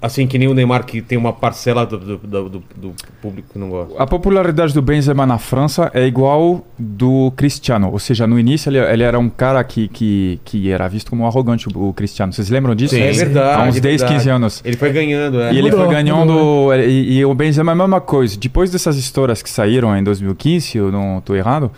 Speaker 1: assim que nem o Neymar, que tem uma parcela do, do- do- do- do público que não gosta?
Speaker 4: A popularidade do Benzema na França é igual do Cristiano. Ou seja, no início ele, ele era um cara que, que, que era visto como arrogante, o, o Cristiano. Vocês lembram disso?
Speaker 6: Sim. É
Speaker 4: Há uns 10, 15 anos.
Speaker 1: Ele foi ganhando, é.
Speaker 4: E ele
Speaker 3: Mudou,
Speaker 4: foi ganhando. E, e o Benzema é a mesma coisa. Depois dessas histórias que saíram em 2015, eu não estou errado,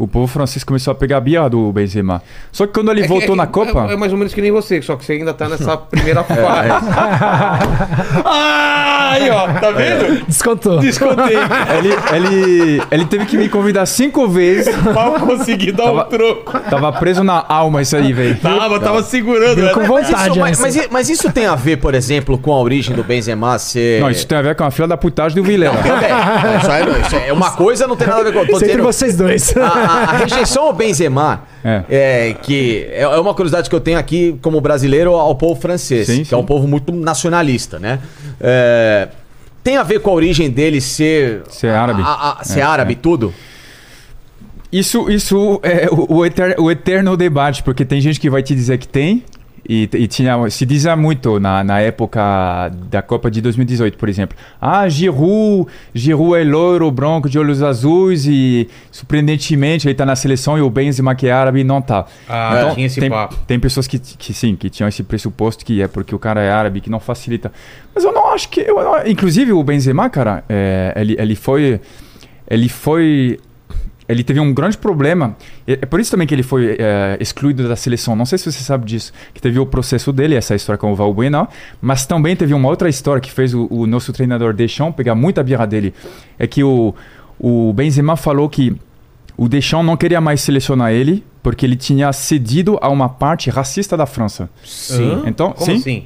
Speaker 4: o povo francês começou a pegar a birra do Benzema. Só que quando ele
Speaker 1: É que-
Speaker 4: voltou
Speaker 1: é que-
Speaker 4: na Copa. É,
Speaker 1: É, é mais ou menos que nem você, só que você ainda tá nessa primeira fase. Ah, Aí, ó, tá vendo?
Speaker 3: Descontou.
Speaker 4: É.
Speaker 1: Descontei.
Speaker 4: Ele, ele, ele teve que me convidar cinco vezes.
Speaker 1: Mal consegui dar um
Speaker 4: Tava-
Speaker 1: troco.
Speaker 4: Tava preso na alma isso aí, velho.
Speaker 1: Tava, tava segurando.
Speaker 3: Com
Speaker 1: né?
Speaker 6: Mas isso,
Speaker 3: vontade.
Speaker 6: mas,
Speaker 3: essa.
Speaker 6: mas i- mas isso tem a ver, por exemplo, com a origem do Benzema ser.
Speaker 4: Não, isso tem a ver com a fila da putagem do Vilela.
Speaker 6: Tudo bem. Isso aí- isso aí é uma coisa, não tem nada a ver com a
Speaker 3: Isso é entre
Speaker 6: outra.
Speaker 3: vocês dois.
Speaker 6: A, a- a rejeição ao Benzema, é. que é é uma curiosidade que eu tenho aqui como brasileiro ao povo francês,
Speaker 4: Sim,
Speaker 6: que
Speaker 4: sim.
Speaker 6: é um povo muito nacionalista, né? É, tem a ver com a origem dele ser...
Speaker 4: Ser árabe.
Speaker 6: a- a- ser
Speaker 4: É,
Speaker 6: árabe,
Speaker 4: é.
Speaker 6: tudo?
Speaker 4: Isso, isso é o, o eter- o eterno debate, porque tem gente que vai te dizer que tem, e, e tinha, se dizia muito na, na época da Copa de 2018, por exemplo. Ah, Giroud, Giroud é loiro, branco, de olhos azuis, e surpreendentemente ele tá na seleção e o Benzema que é árabe não tá.
Speaker 1: Ah, tinha esse
Speaker 4: tem,
Speaker 1: papo.
Speaker 4: tem pessoas que, que sim, que tinham esse pressuposto que é porque o cara é árabe, que não facilita. Mas eu não acho que. eu não- inclusive, o Benzema, cara, é, ele, ele foi. Ele foi. Ele teve um grande problema. É é por isso também que ele foi é, excluído da seleção. Não sei se você sabe disso. Que teve o processo dele, essa história com o Valbuena. Mas também teve uma outra história que fez o, o nosso treinador Deschamps pegar muita birra dele. É que o, o Benzema falou que o Deschamps não queria mais selecionar ele porque ele tinha cedido a uma parte racista da França.
Speaker 1: Sim.
Speaker 4: Então,
Speaker 1: Como
Speaker 4: sim.
Speaker 1: assim?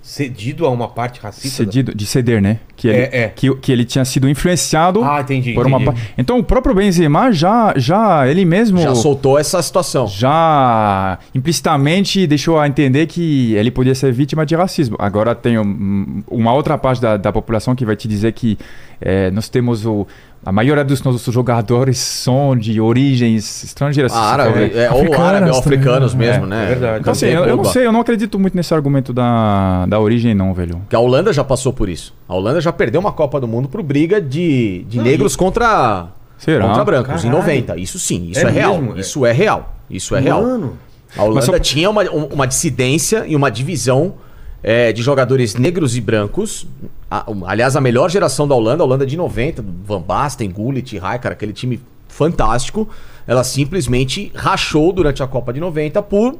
Speaker 1: Cedido a uma parte racista? da-
Speaker 4: Cedido, de ceder, né? Que ele,
Speaker 1: É, é.
Speaker 4: Que, que ele tinha sido influenciado
Speaker 1: Ah, entendi.
Speaker 4: por uma
Speaker 1: entendi.
Speaker 4: parte. Então o próprio Benzema já, já ele mesmo
Speaker 6: Já soltou essa situação.
Speaker 4: já implicitamente deixou a entender que ele podia ser vítima de racismo. Agora tem um- uma outra parte da, da população que vai te dizer que eh, nós temos o, A maioria dos nossos jogadores são de origens estrangeiras.
Speaker 1: Ah,
Speaker 4: se você for ver.
Speaker 6: árabe, é, ou
Speaker 3: Africanas
Speaker 6: árabe, ou
Speaker 3: também,
Speaker 6: africanos
Speaker 3: né?
Speaker 6: mesmo, né?
Speaker 1: é verdade.
Speaker 4: Então, assim, eu, eu não sei, eu não acredito muito nesse argumento da, da origem, não, velho.
Speaker 6: Que a Holanda já passou por isso. A Holanda já perdeu uma Copa do Mundo por briga de, de negros contra,
Speaker 4: Será?
Speaker 6: contra brancos em
Speaker 1: Caralho.
Speaker 6: 90. Isso sim, isso
Speaker 1: É
Speaker 6: é, real.
Speaker 1: mesmo?
Speaker 6: Isso é real. Isso é real.
Speaker 1: Mano.
Speaker 6: A Holanda
Speaker 4: só-
Speaker 6: tinha uma, um- uma dissidência e uma divisão é, de jogadores negros e brancos. A- um, aliás, a melhor geração da Holanda, a Holanda de 90, Van Basten, Gullit, Rijkaard, aquele time fantástico, ela simplesmente rachou durante a Copa de 90 por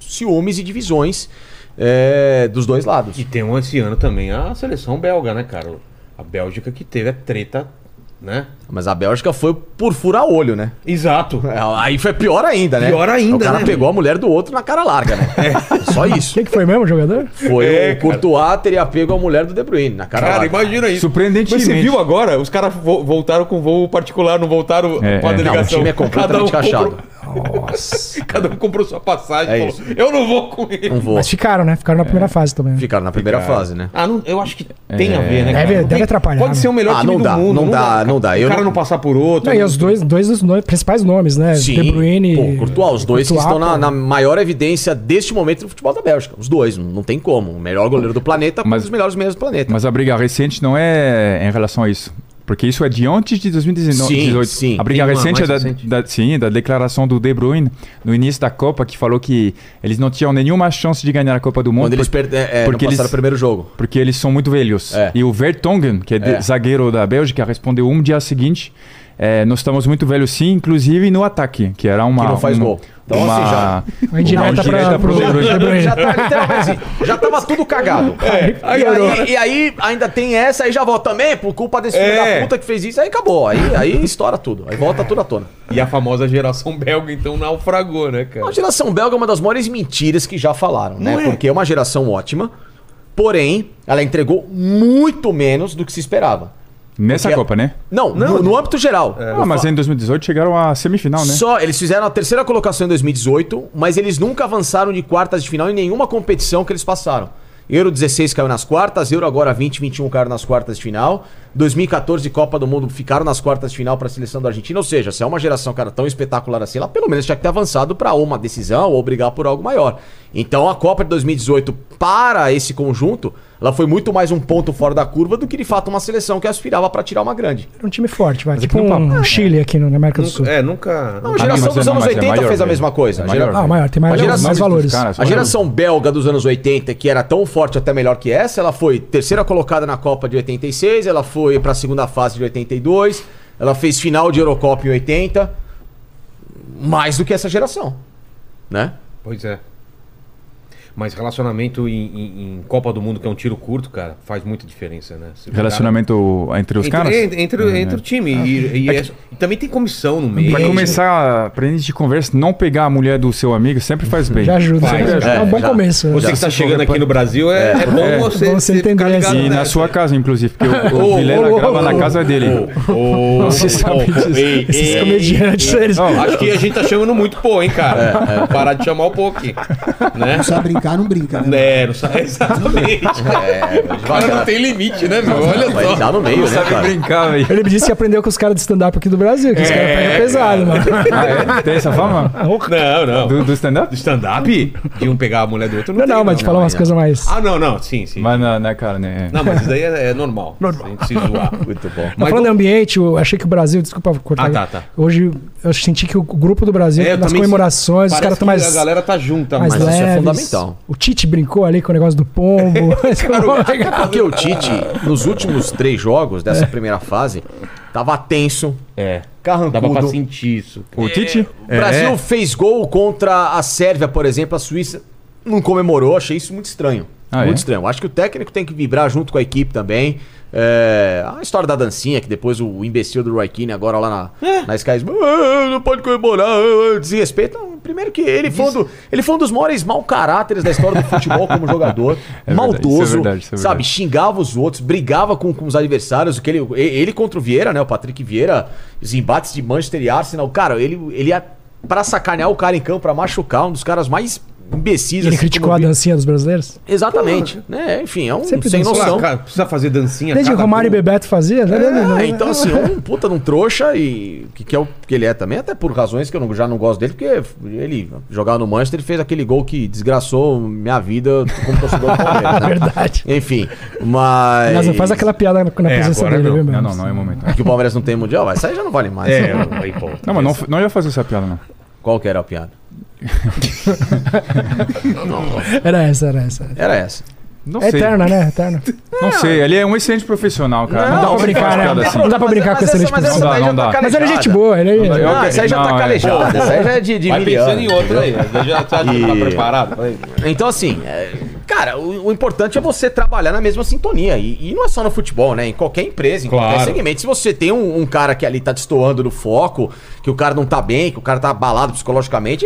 Speaker 6: ciúmes e divisões é, dos dois lados.
Speaker 1: E tem um esse ano também a seleção belga, né, cara? A Bélgica que teve a treta, né?
Speaker 6: Mas a Bélgica foi por furar olho, né?
Speaker 1: Exato.
Speaker 6: É, Aí foi pior ainda, né?
Speaker 1: Pior ainda,
Speaker 6: O cara
Speaker 1: né?
Speaker 6: pegou a mulher do outro na cara larga, né? Só isso.
Speaker 3: Quem que foi mesmo, o jogador?
Speaker 6: Foi
Speaker 1: É,
Speaker 6: o Courtois teria pego a mulher do De Bruyne na cara,
Speaker 1: Cara,
Speaker 6: larga.
Speaker 1: imagina isso.
Speaker 4: Surpreendentemente.
Speaker 1: Mas você viu agora? Os caras vo- voltaram com voo particular, não voltaram
Speaker 4: É,
Speaker 1: com a
Speaker 4: é.
Speaker 6: Não, o
Speaker 1: delegação. um
Speaker 6: time é completamente
Speaker 4: um
Speaker 1: comprou-
Speaker 6: rachado.
Speaker 3: Nossa.
Speaker 1: Cada um comprou sua passagem
Speaker 6: É Um
Speaker 1: e falou: Eu não vou com ele.
Speaker 6: Não vou.
Speaker 3: Mas ficaram, né?
Speaker 6: É.
Speaker 3: Ficaram na primeira fase também. né?
Speaker 6: Ficaram na primeira fase, né?
Speaker 1: Ah, não, eu acho que tem a ver, né?
Speaker 3: Deve-
Speaker 1: Não
Speaker 3: É deve
Speaker 1: tem-
Speaker 3: atrapalhar,
Speaker 1: Pode
Speaker 3: né?
Speaker 1: ser o melhor
Speaker 6: Ah,
Speaker 1: time
Speaker 6: não
Speaker 1: do
Speaker 6: dá,
Speaker 1: mundo.
Speaker 6: não dá,
Speaker 1: cara.
Speaker 6: não dá.
Speaker 1: O
Speaker 6: Eu
Speaker 1: cara
Speaker 6: não-
Speaker 1: não passar por outro.
Speaker 3: Não, e os dois, dois dos no- principais nomes, né? De Bruyne
Speaker 6: Pô, Courtois, os dois que
Speaker 3: Courtois, tá
Speaker 6: estão na,
Speaker 3: pô.
Speaker 6: na maior evidência deste momento do futebol da Bélgica. Os dois, não- não tem como. O melhor goleiro do planeta
Speaker 4: Mas-
Speaker 6: com os melhores meios do planeta.
Speaker 4: Mas a briga recente não é em relação a isso. Porque isso é de antes de 2019.
Speaker 6: Sim,
Speaker 4: 18.
Speaker 6: sim.
Speaker 4: A briga
Speaker 1: Tem uma
Speaker 4: recente é
Speaker 1: mais
Speaker 4: da,
Speaker 1: recente.
Speaker 4: da- sim, da declaração do De Bruyne no início da Copa, que falou que eles não tinham nenhuma chance de ganhar a Copa do Mundo.
Speaker 6: Quando eles
Speaker 4: por-
Speaker 6: perderam é, não
Speaker 4: porque
Speaker 6: passaram
Speaker 4: eles-
Speaker 6: o primeiro jogo.
Speaker 4: porque eles são muito velhos.
Speaker 6: É.
Speaker 4: E o Vertonghen, que é, de-
Speaker 6: É.
Speaker 4: zagueiro da Bélgica, respondeu um dia seguinte: é, Nós estamos muito velhos, sim, inclusive no ataque, que era uma.
Speaker 6: Que não faz
Speaker 4: uma,
Speaker 6: gol. Então,
Speaker 4: uma,
Speaker 6: assim, já-
Speaker 3: Uma indireta pra-
Speaker 4: pro
Speaker 3: pro-
Speaker 4: De Bruyne.
Speaker 3: De Bruyne.
Speaker 6: Já, tá, literalmente assim, já tava tudo cagado.
Speaker 1: É, Aí,
Speaker 6: E
Speaker 1: agora-
Speaker 6: aí, e aí ainda tem essa, aí já volta também, por culpa desse filho
Speaker 1: É.
Speaker 6: da puta que fez isso, aí acabou. Aí, aí estoura tudo. Aí volta tudo à tona.
Speaker 1: E a famosa geração belga, então, naufragou, né, cara?
Speaker 6: A geração belga é uma das maiores mentiras que já falaram, né? Porque é uma geração ótima, porém, ela entregou muito menos do que se esperava.
Speaker 4: Nessa
Speaker 6: Porque-
Speaker 4: Copa, né?
Speaker 6: Não, É. no, no âmbito geral.
Speaker 4: Ah, mas em 2018 chegaram à semifinal, né?
Speaker 6: Só, eles fizeram a terceira colocação em 2018, mas eles nunca avançaram de quartas de final em nenhuma competição que eles passaram. Euro 16 caiu nas quartas, Euro agora 20, 21 caiu nas quartas de final. 2014 Copa do Mundo ficaram nas quartas de final para a seleção da Argentina, ou seja, se é uma geração cara tão espetacular assim, ela pelo menos tinha que ter avançado para uma decisão ou brigar por algo maior. Então a Copa de 2018 para esse conjunto, ela foi muito mais um ponto fora da curva do que de fato uma seleção que aspirava para tirar uma grande.
Speaker 3: Era um time forte, vai.
Speaker 4: Mas
Speaker 3: Tipo
Speaker 4: aqui no
Speaker 3: um
Speaker 4: papo-
Speaker 3: Chile aqui no- na América do Sul.
Speaker 1: Nunca, é, nunca.
Speaker 6: Não, a geração
Speaker 4: mas é-
Speaker 6: dos anos
Speaker 4: mas é
Speaker 6: 80
Speaker 4: maior
Speaker 6: fez a
Speaker 4: mesmo.
Speaker 6: mesma coisa.
Speaker 4: É
Speaker 6: A gera-
Speaker 4: maior.
Speaker 3: Ah, maior, tem
Speaker 4: Olha
Speaker 3: mais,
Speaker 4: os
Speaker 3: mais
Speaker 4: nomes dos
Speaker 3: valores.
Speaker 4: caras,
Speaker 6: A
Speaker 4: olha os
Speaker 6: geração belga dos anos 80, que era tão forte até melhor que essa, ela foi terceira colocada na Copa de 86, ela foi pra segunda fase de 82, ela fez final de Eurocopa em 80, mais do que essa geração, né?
Speaker 1: Pois é. Mas relacionamento em, em- em Copa do Mundo, que é um tiro curto, cara, faz muita diferença, né? Se o cara-
Speaker 4: Relacionamento entre os
Speaker 1: entre,
Speaker 4: caras? É, Ah,
Speaker 1: Entre,
Speaker 4: né?
Speaker 1: entre, entre o time. E, e é- e também tem comissão no meio.
Speaker 4: Pra começar, pra início de conversa, não pegar a mulher do seu amigo sempre faz bem.
Speaker 3: Já ajuda.
Speaker 1: Faz,
Speaker 3: sempre ajuda.
Speaker 6: é,
Speaker 3: é um bom
Speaker 6: já.
Speaker 3: começo. né?
Speaker 1: Você que tá chegando aqui no Brasil, é, é bom você,
Speaker 3: bom você
Speaker 1: você ficar
Speaker 3: entender
Speaker 4: E na
Speaker 1: nessa.
Speaker 4: sua casa, inclusive, porque o, o
Speaker 6: Oh,
Speaker 1: Ô,
Speaker 4: Vilela
Speaker 1: ô, ô,
Speaker 4: grava
Speaker 1: ô,
Speaker 4: na
Speaker 1: ô,
Speaker 4: casa dele.
Speaker 1: Ô,
Speaker 4: Você
Speaker 1: ô,
Speaker 4: sabe
Speaker 1: ô,
Speaker 4: disso.
Speaker 1: ei,
Speaker 3: Esses
Speaker 6: É,
Speaker 1: ei,
Speaker 3: comediantes, eles...
Speaker 4: Ó,
Speaker 1: Acho que a gente tá chamando muito pô, hein, cara? Parar de chamar o pô aqui. Né?
Speaker 2: Não sabe brincar, não brinca, né?
Speaker 1: É, não sabe exatamente.
Speaker 6: É,
Speaker 1: O cara não tem limite, né, meu? Olha
Speaker 6: vai
Speaker 1: só.
Speaker 6: dar no meio, né,
Speaker 4: é
Speaker 6: cara?
Speaker 4: brincar, velho.
Speaker 3: Ele me disse que aprendeu com os caras de stand-up aqui do Brasil, que os caras pegam pesado, mano.
Speaker 4: Ah, é? Tem essa fama?
Speaker 1: Não, não.
Speaker 4: Do, do stand-up?
Speaker 1: Do stand-up? De um pegar a mulher do outro
Speaker 3: Não, não,
Speaker 1: tem,
Speaker 3: mas de falar umas coisas mais. Tá
Speaker 1: Ah, não, não, sim, sim.
Speaker 4: Mas na, na cara, né?
Speaker 1: Não, mas isso daí é, é normal. Normal. A gente se zoar.
Speaker 6: Muito bom.
Speaker 3: Mas
Speaker 1: Mas
Speaker 3: falando
Speaker 1: o-
Speaker 3: de ambiente, eu achei que o Brasil, desculpa cortar.
Speaker 1: Ah,
Speaker 3: aqui.
Speaker 1: tá, tá.
Speaker 3: Hoje eu senti que o grupo do Brasil, tá
Speaker 1: É, eu
Speaker 3: nas
Speaker 1: também-
Speaker 3: comemorações, os
Speaker 1: parece
Speaker 3: caras estão
Speaker 1: que
Speaker 3: mais,
Speaker 1: A galera tá junta,
Speaker 3: mais
Speaker 1: mas.
Speaker 6: isso é
Speaker 3: leves.
Speaker 6: fundamental.
Speaker 3: O Tite brincou ali com o negócio do pombo. é
Speaker 6: É Porque o Tite, nos últimos três jogos dessa primeira fase, tava tenso,
Speaker 1: É. Dava pra
Speaker 6: carrancudo,
Speaker 1: sentir isso.
Speaker 4: O Tite?
Speaker 6: O Brasil fez gol contra a Sérvia, por exemplo, a Suíça não comemorou, achei isso muito estranho.
Speaker 4: Ah,
Speaker 6: muito
Speaker 4: é?
Speaker 6: estranho. Acho que o técnico tem que vibrar junto com a equipe também. É, a história da dancinha, que depois o imbecil do Roy Keane, agora lá na,
Speaker 4: É.
Speaker 6: na Sky, "Ah, não pode comemorar, ah, ah", desrespeito. Não, primeiro que ele foi, um do- ele foi um dos maiores mau caráteres da história do futebol como jogador.
Speaker 4: É verdade,
Speaker 6: maldoso,
Speaker 4: isso é verdade, isso é
Speaker 6: sabe?
Speaker 4: verdade.
Speaker 6: xingava os outros, brigava com, com os adversários. O que ele, e- ele contra o Vieira, né? O Patrick Vieira, os embates de Manchester e Arsenal. Cara, ele, ele ia pra sacanear o cara em campo, pra machucar, um dos caras mais imbecis.
Speaker 3: Ele é
Speaker 6: assim,
Speaker 3: criticou
Speaker 6: como
Speaker 3: a
Speaker 6: vi-
Speaker 3: dancinha dos brasileiros?
Speaker 6: Exatamente. né? Enfim, é um
Speaker 3: Sempre
Speaker 6: sem
Speaker 3: dançou.
Speaker 6: noção.
Speaker 1: Ah, cara, precisa fazer dancinha.
Speaker 3: Desde que
Speaker 1: cada
Speaker 3: Romário e
Speaker 1: gol.
Speaker 3: Bebeto fazia, né?
Speaker 6: É, então assim, é um puta de um trouxa e que, que é o que ele é também, até por razões que eu não- já não gosto dele, porque ele jogava no Manchester, ele fez aquele gol que desgraçou minha vida como torcedor do Palmeiras.
Speaker 3: É
Speaker 6: né?
Speaker 3: verdade.
Speaker 6: Enfim, mas...
Speaker 3: Mas não faz aquela piada na, na
Speaker 1: É,
Speaker 3: presença
Speaker 1: agora
Speaker 3: dele,
Speaker 1: não.
Speaker 3: viu, meu?
Speaker 4: Não, não, não é momentário.
Speaker 6: Que o Palmeiras não tem mundial, mas isso aí já não vale mais. né?
Speaker 1: É, aí, pô.
Speaker 4: Não, mas não, não ia fazer essa piada, não.
Speaker 6: Qual que era a piada?
Speaker 3: Era essa, era essa.
Speaker 6: Era essa.
Speaker 4: Não
Speaker 3: É
Speaker 4: sei.
Speaker 3: eterna, né? Eterna.
Speaker 4: Não sei, ele é um excelente profissional, cara. Não, dá pra brincar, né?
Speaker 3: Não dá pra brincar com esse
Speaker 6: essa-
Speaker 3: tipo de
Speaker 6: essa
Speaker 4: pessoa.
Speaker 6: daí
Speaker 4: Não
Speaker 6: já
Speaker 4: dá,
Speaker 6: tá
Speaker 4: não
Speaker 3: Mas era gente
Speaker 6: calejada.
Speaker 3: boa, ele
Speaker 4: Eu- eu-
Speaker 6: Não, essa aí já tá
Speaker 4: não, é.
Speaker 6: calejada. Essa aí já é de, de
Speaker 7: Vai
Speaker 6: mil
Speaker 7: pensando
Speaker 6: anos,
Speaker 7: em outra aí.
Speaker 6: entendeu?
Speaker 7: Já tá, já tá
Speaker 6: E-
Speaker 7: preparado? Peraí.
Speaker 6: Então, assim, é, cara, o, o importante é você trabalhar na mesma sintonia. E, e não é só no futebol, né? Em qualquer empresa, em qualquer
Speaker 1: Claro.
Speaker 6: segmento. Se você tem um, um cara que ali tá destoando no foco, que o cara não tá bem, que o cara tá abalado psicologicamente,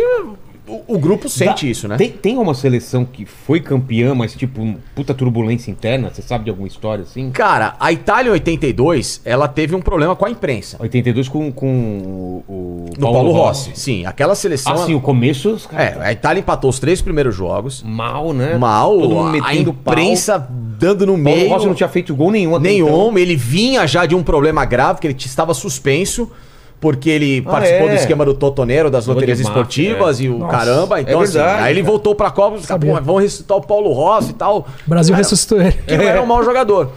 Speaker 6: o, o grupo sente
Speaker 1: Dá-
Speaker 6: isso, né?
Speaker 1: Tem, tem uma seleção que foi campeã, mas tipo, puta turbulência interna? Você sabe de alguma história assim?
Speaker 6: Cara, a Itália em 82, ela teve um problema com a imprensa.
Speaker 1: 82 com, com o, o
Speaker 6: No Paulo, Rossi. Sim, aquela seleção.
Speaker 1: Assim, o começo, os
Speaker 6: É,
Speaker 1: caras
Speaker 6: a Itália empatou os três primeiros jogos.
Speaker 1: mal, né?
Speaker 6: Mal,
Speaker 1: Todo mundo
Speaker 6: a
Speaker 1: metendo pau.
Speaker 6: imprensa dando no
Speaker 1: Paulo
Speaker 6: meio.
Speaker 1: Rossi não tinha feito gol nenhum até então.
Speaker 6: Nenhum, ele vinha já de um problema grave, que ele t- estava suspenso, porque ele
Speaker 1: Ah,
Speaker 6: participou
Speaker 1: é?
Speaker 6: do esquema do Totonero, das
Speaker 1: Gol de
Speaker 6: loterias
Speaker 1: máfia,
Speaker 6: esportivas e o
Speaker 3: Nossa.
Speaker 6: caramba. Então, assim,
Speaker 1: é verdade,
Speaker 6: aí ele
Speaker 1: cara.
Speaker 6: voltou pra Copa, os caras,
Speaker 3: Sabia.
Speaker 6: "Pô, vão ressuscitar o Paulo Rossi e tal.
Speaker 3: O Brasil
Speaker 6: Cara,
Speaker 3: ressuscitou ele.
Speaker 6: Que não era um mau jogador.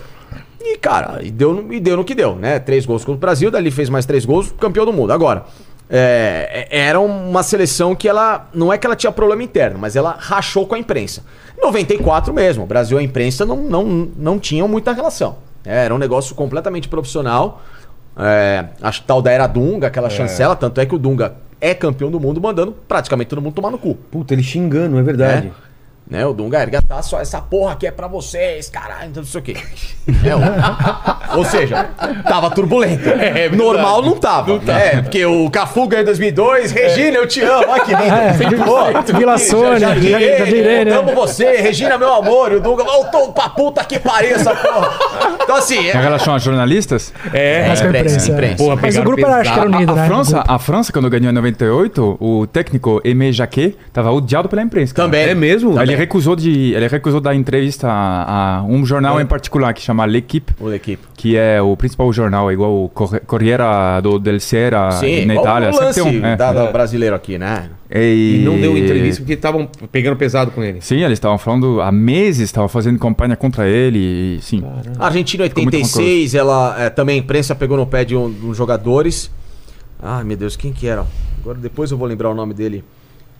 Speaker 6: E, cara, e deu, no- e deu no que deu, né? Três gols contra o Brasil, dali fez mais três gols, campeão do mundo. Agora, é, é- era uma seleção que ela. Não é que ela tinha problema interno, mas ela rachou com a imprensa. 94 mesmo, o Brasil e a imprensa não, não, não tinham muita relação. É, Era um negócio completamente profissional. É, a tal da era Dunga, aquela chancela, tanto é que o Dunga é campeão do mundo, mandando praticamente todo mundo tomar no cu.
Speaker 1: Puta, ele xingando, é verdade.
Speaker 6: Né? Né, o Dunga erga tá só essa porra aqui é pra vocês, caralho, então não sei o quê. É, o- Ou seja, tava
Speaker 3: É,
Speaker 6: turbulento. Normal não tava. É, porque o Cafu ganhou em 2002, Regina, eu te amo. Olha que lindo. Pô,
Speaker 3: É. Vila
Speaker 6: já-
Speaker 3: Sônia,
Speaker 6: já virei,
Speaker 3: já virei, né?
Speaker 6: eu amo você, Regina, meu amor. E o Dunga, ó, o tom pra puta que pareça, porra. Então assim,
Speaker 4: Em
Speaker 6: é,
Speaker 4: relação a jornalistas,
Speaker 3: É, mas com a
Speaker 6: imprensa,
Speaker 3: imprensa.
Speaker 6: imprensa.
Speaker 1: Porra,
Speaker 3: Mas o
Speaker 1: pegaram
Speaker 3: grupo era, acho que era
Speaker 1: pesado.
Speaker 3: unido,
Speaker 4: a
Speaker 3: né?
Speaker 4: França, a França, quando ganhou em 98, o técnico Aimé Jacquet tava odiado pela imprensa. cara.
Speaker 6: também.
Speaker 1: É mesmo?
Speaker 4: Ele recusou, de, ele recusou dar entrevista a, a um jornal em particular que chama L'Equipe,
Speaker 6: O da equipe.
Speaker 4: que é o principal jornal, igual o Corre- Corriera do Del Sierra
Speaker 6: Sim,
Speaker 4: na
Speaker 6: igual
Speaker 4: Itália.
Speaker 6: o
Speaker 4: Ah, sempre
Speaker 6: lance
Speaker 4: tem um- é.
Speaker 6: da, da brasileiro aqui, né?
Speaker 1: E não deu entrevista porque estavam pegando pesado com ele.
Speaker 4: Sim, eles estavam falando há meses, estavam fazendo campanha contra ele, e, sim.
Speaker 6: A Argentina
Speaker 4: Ficou muito
Speaker 6: 86, ela é, também a imprensa pegou no pé de um- de uns jogadores. Ai, meu Deus, quem que era? Agora depois eu vou lembrar o nome dele.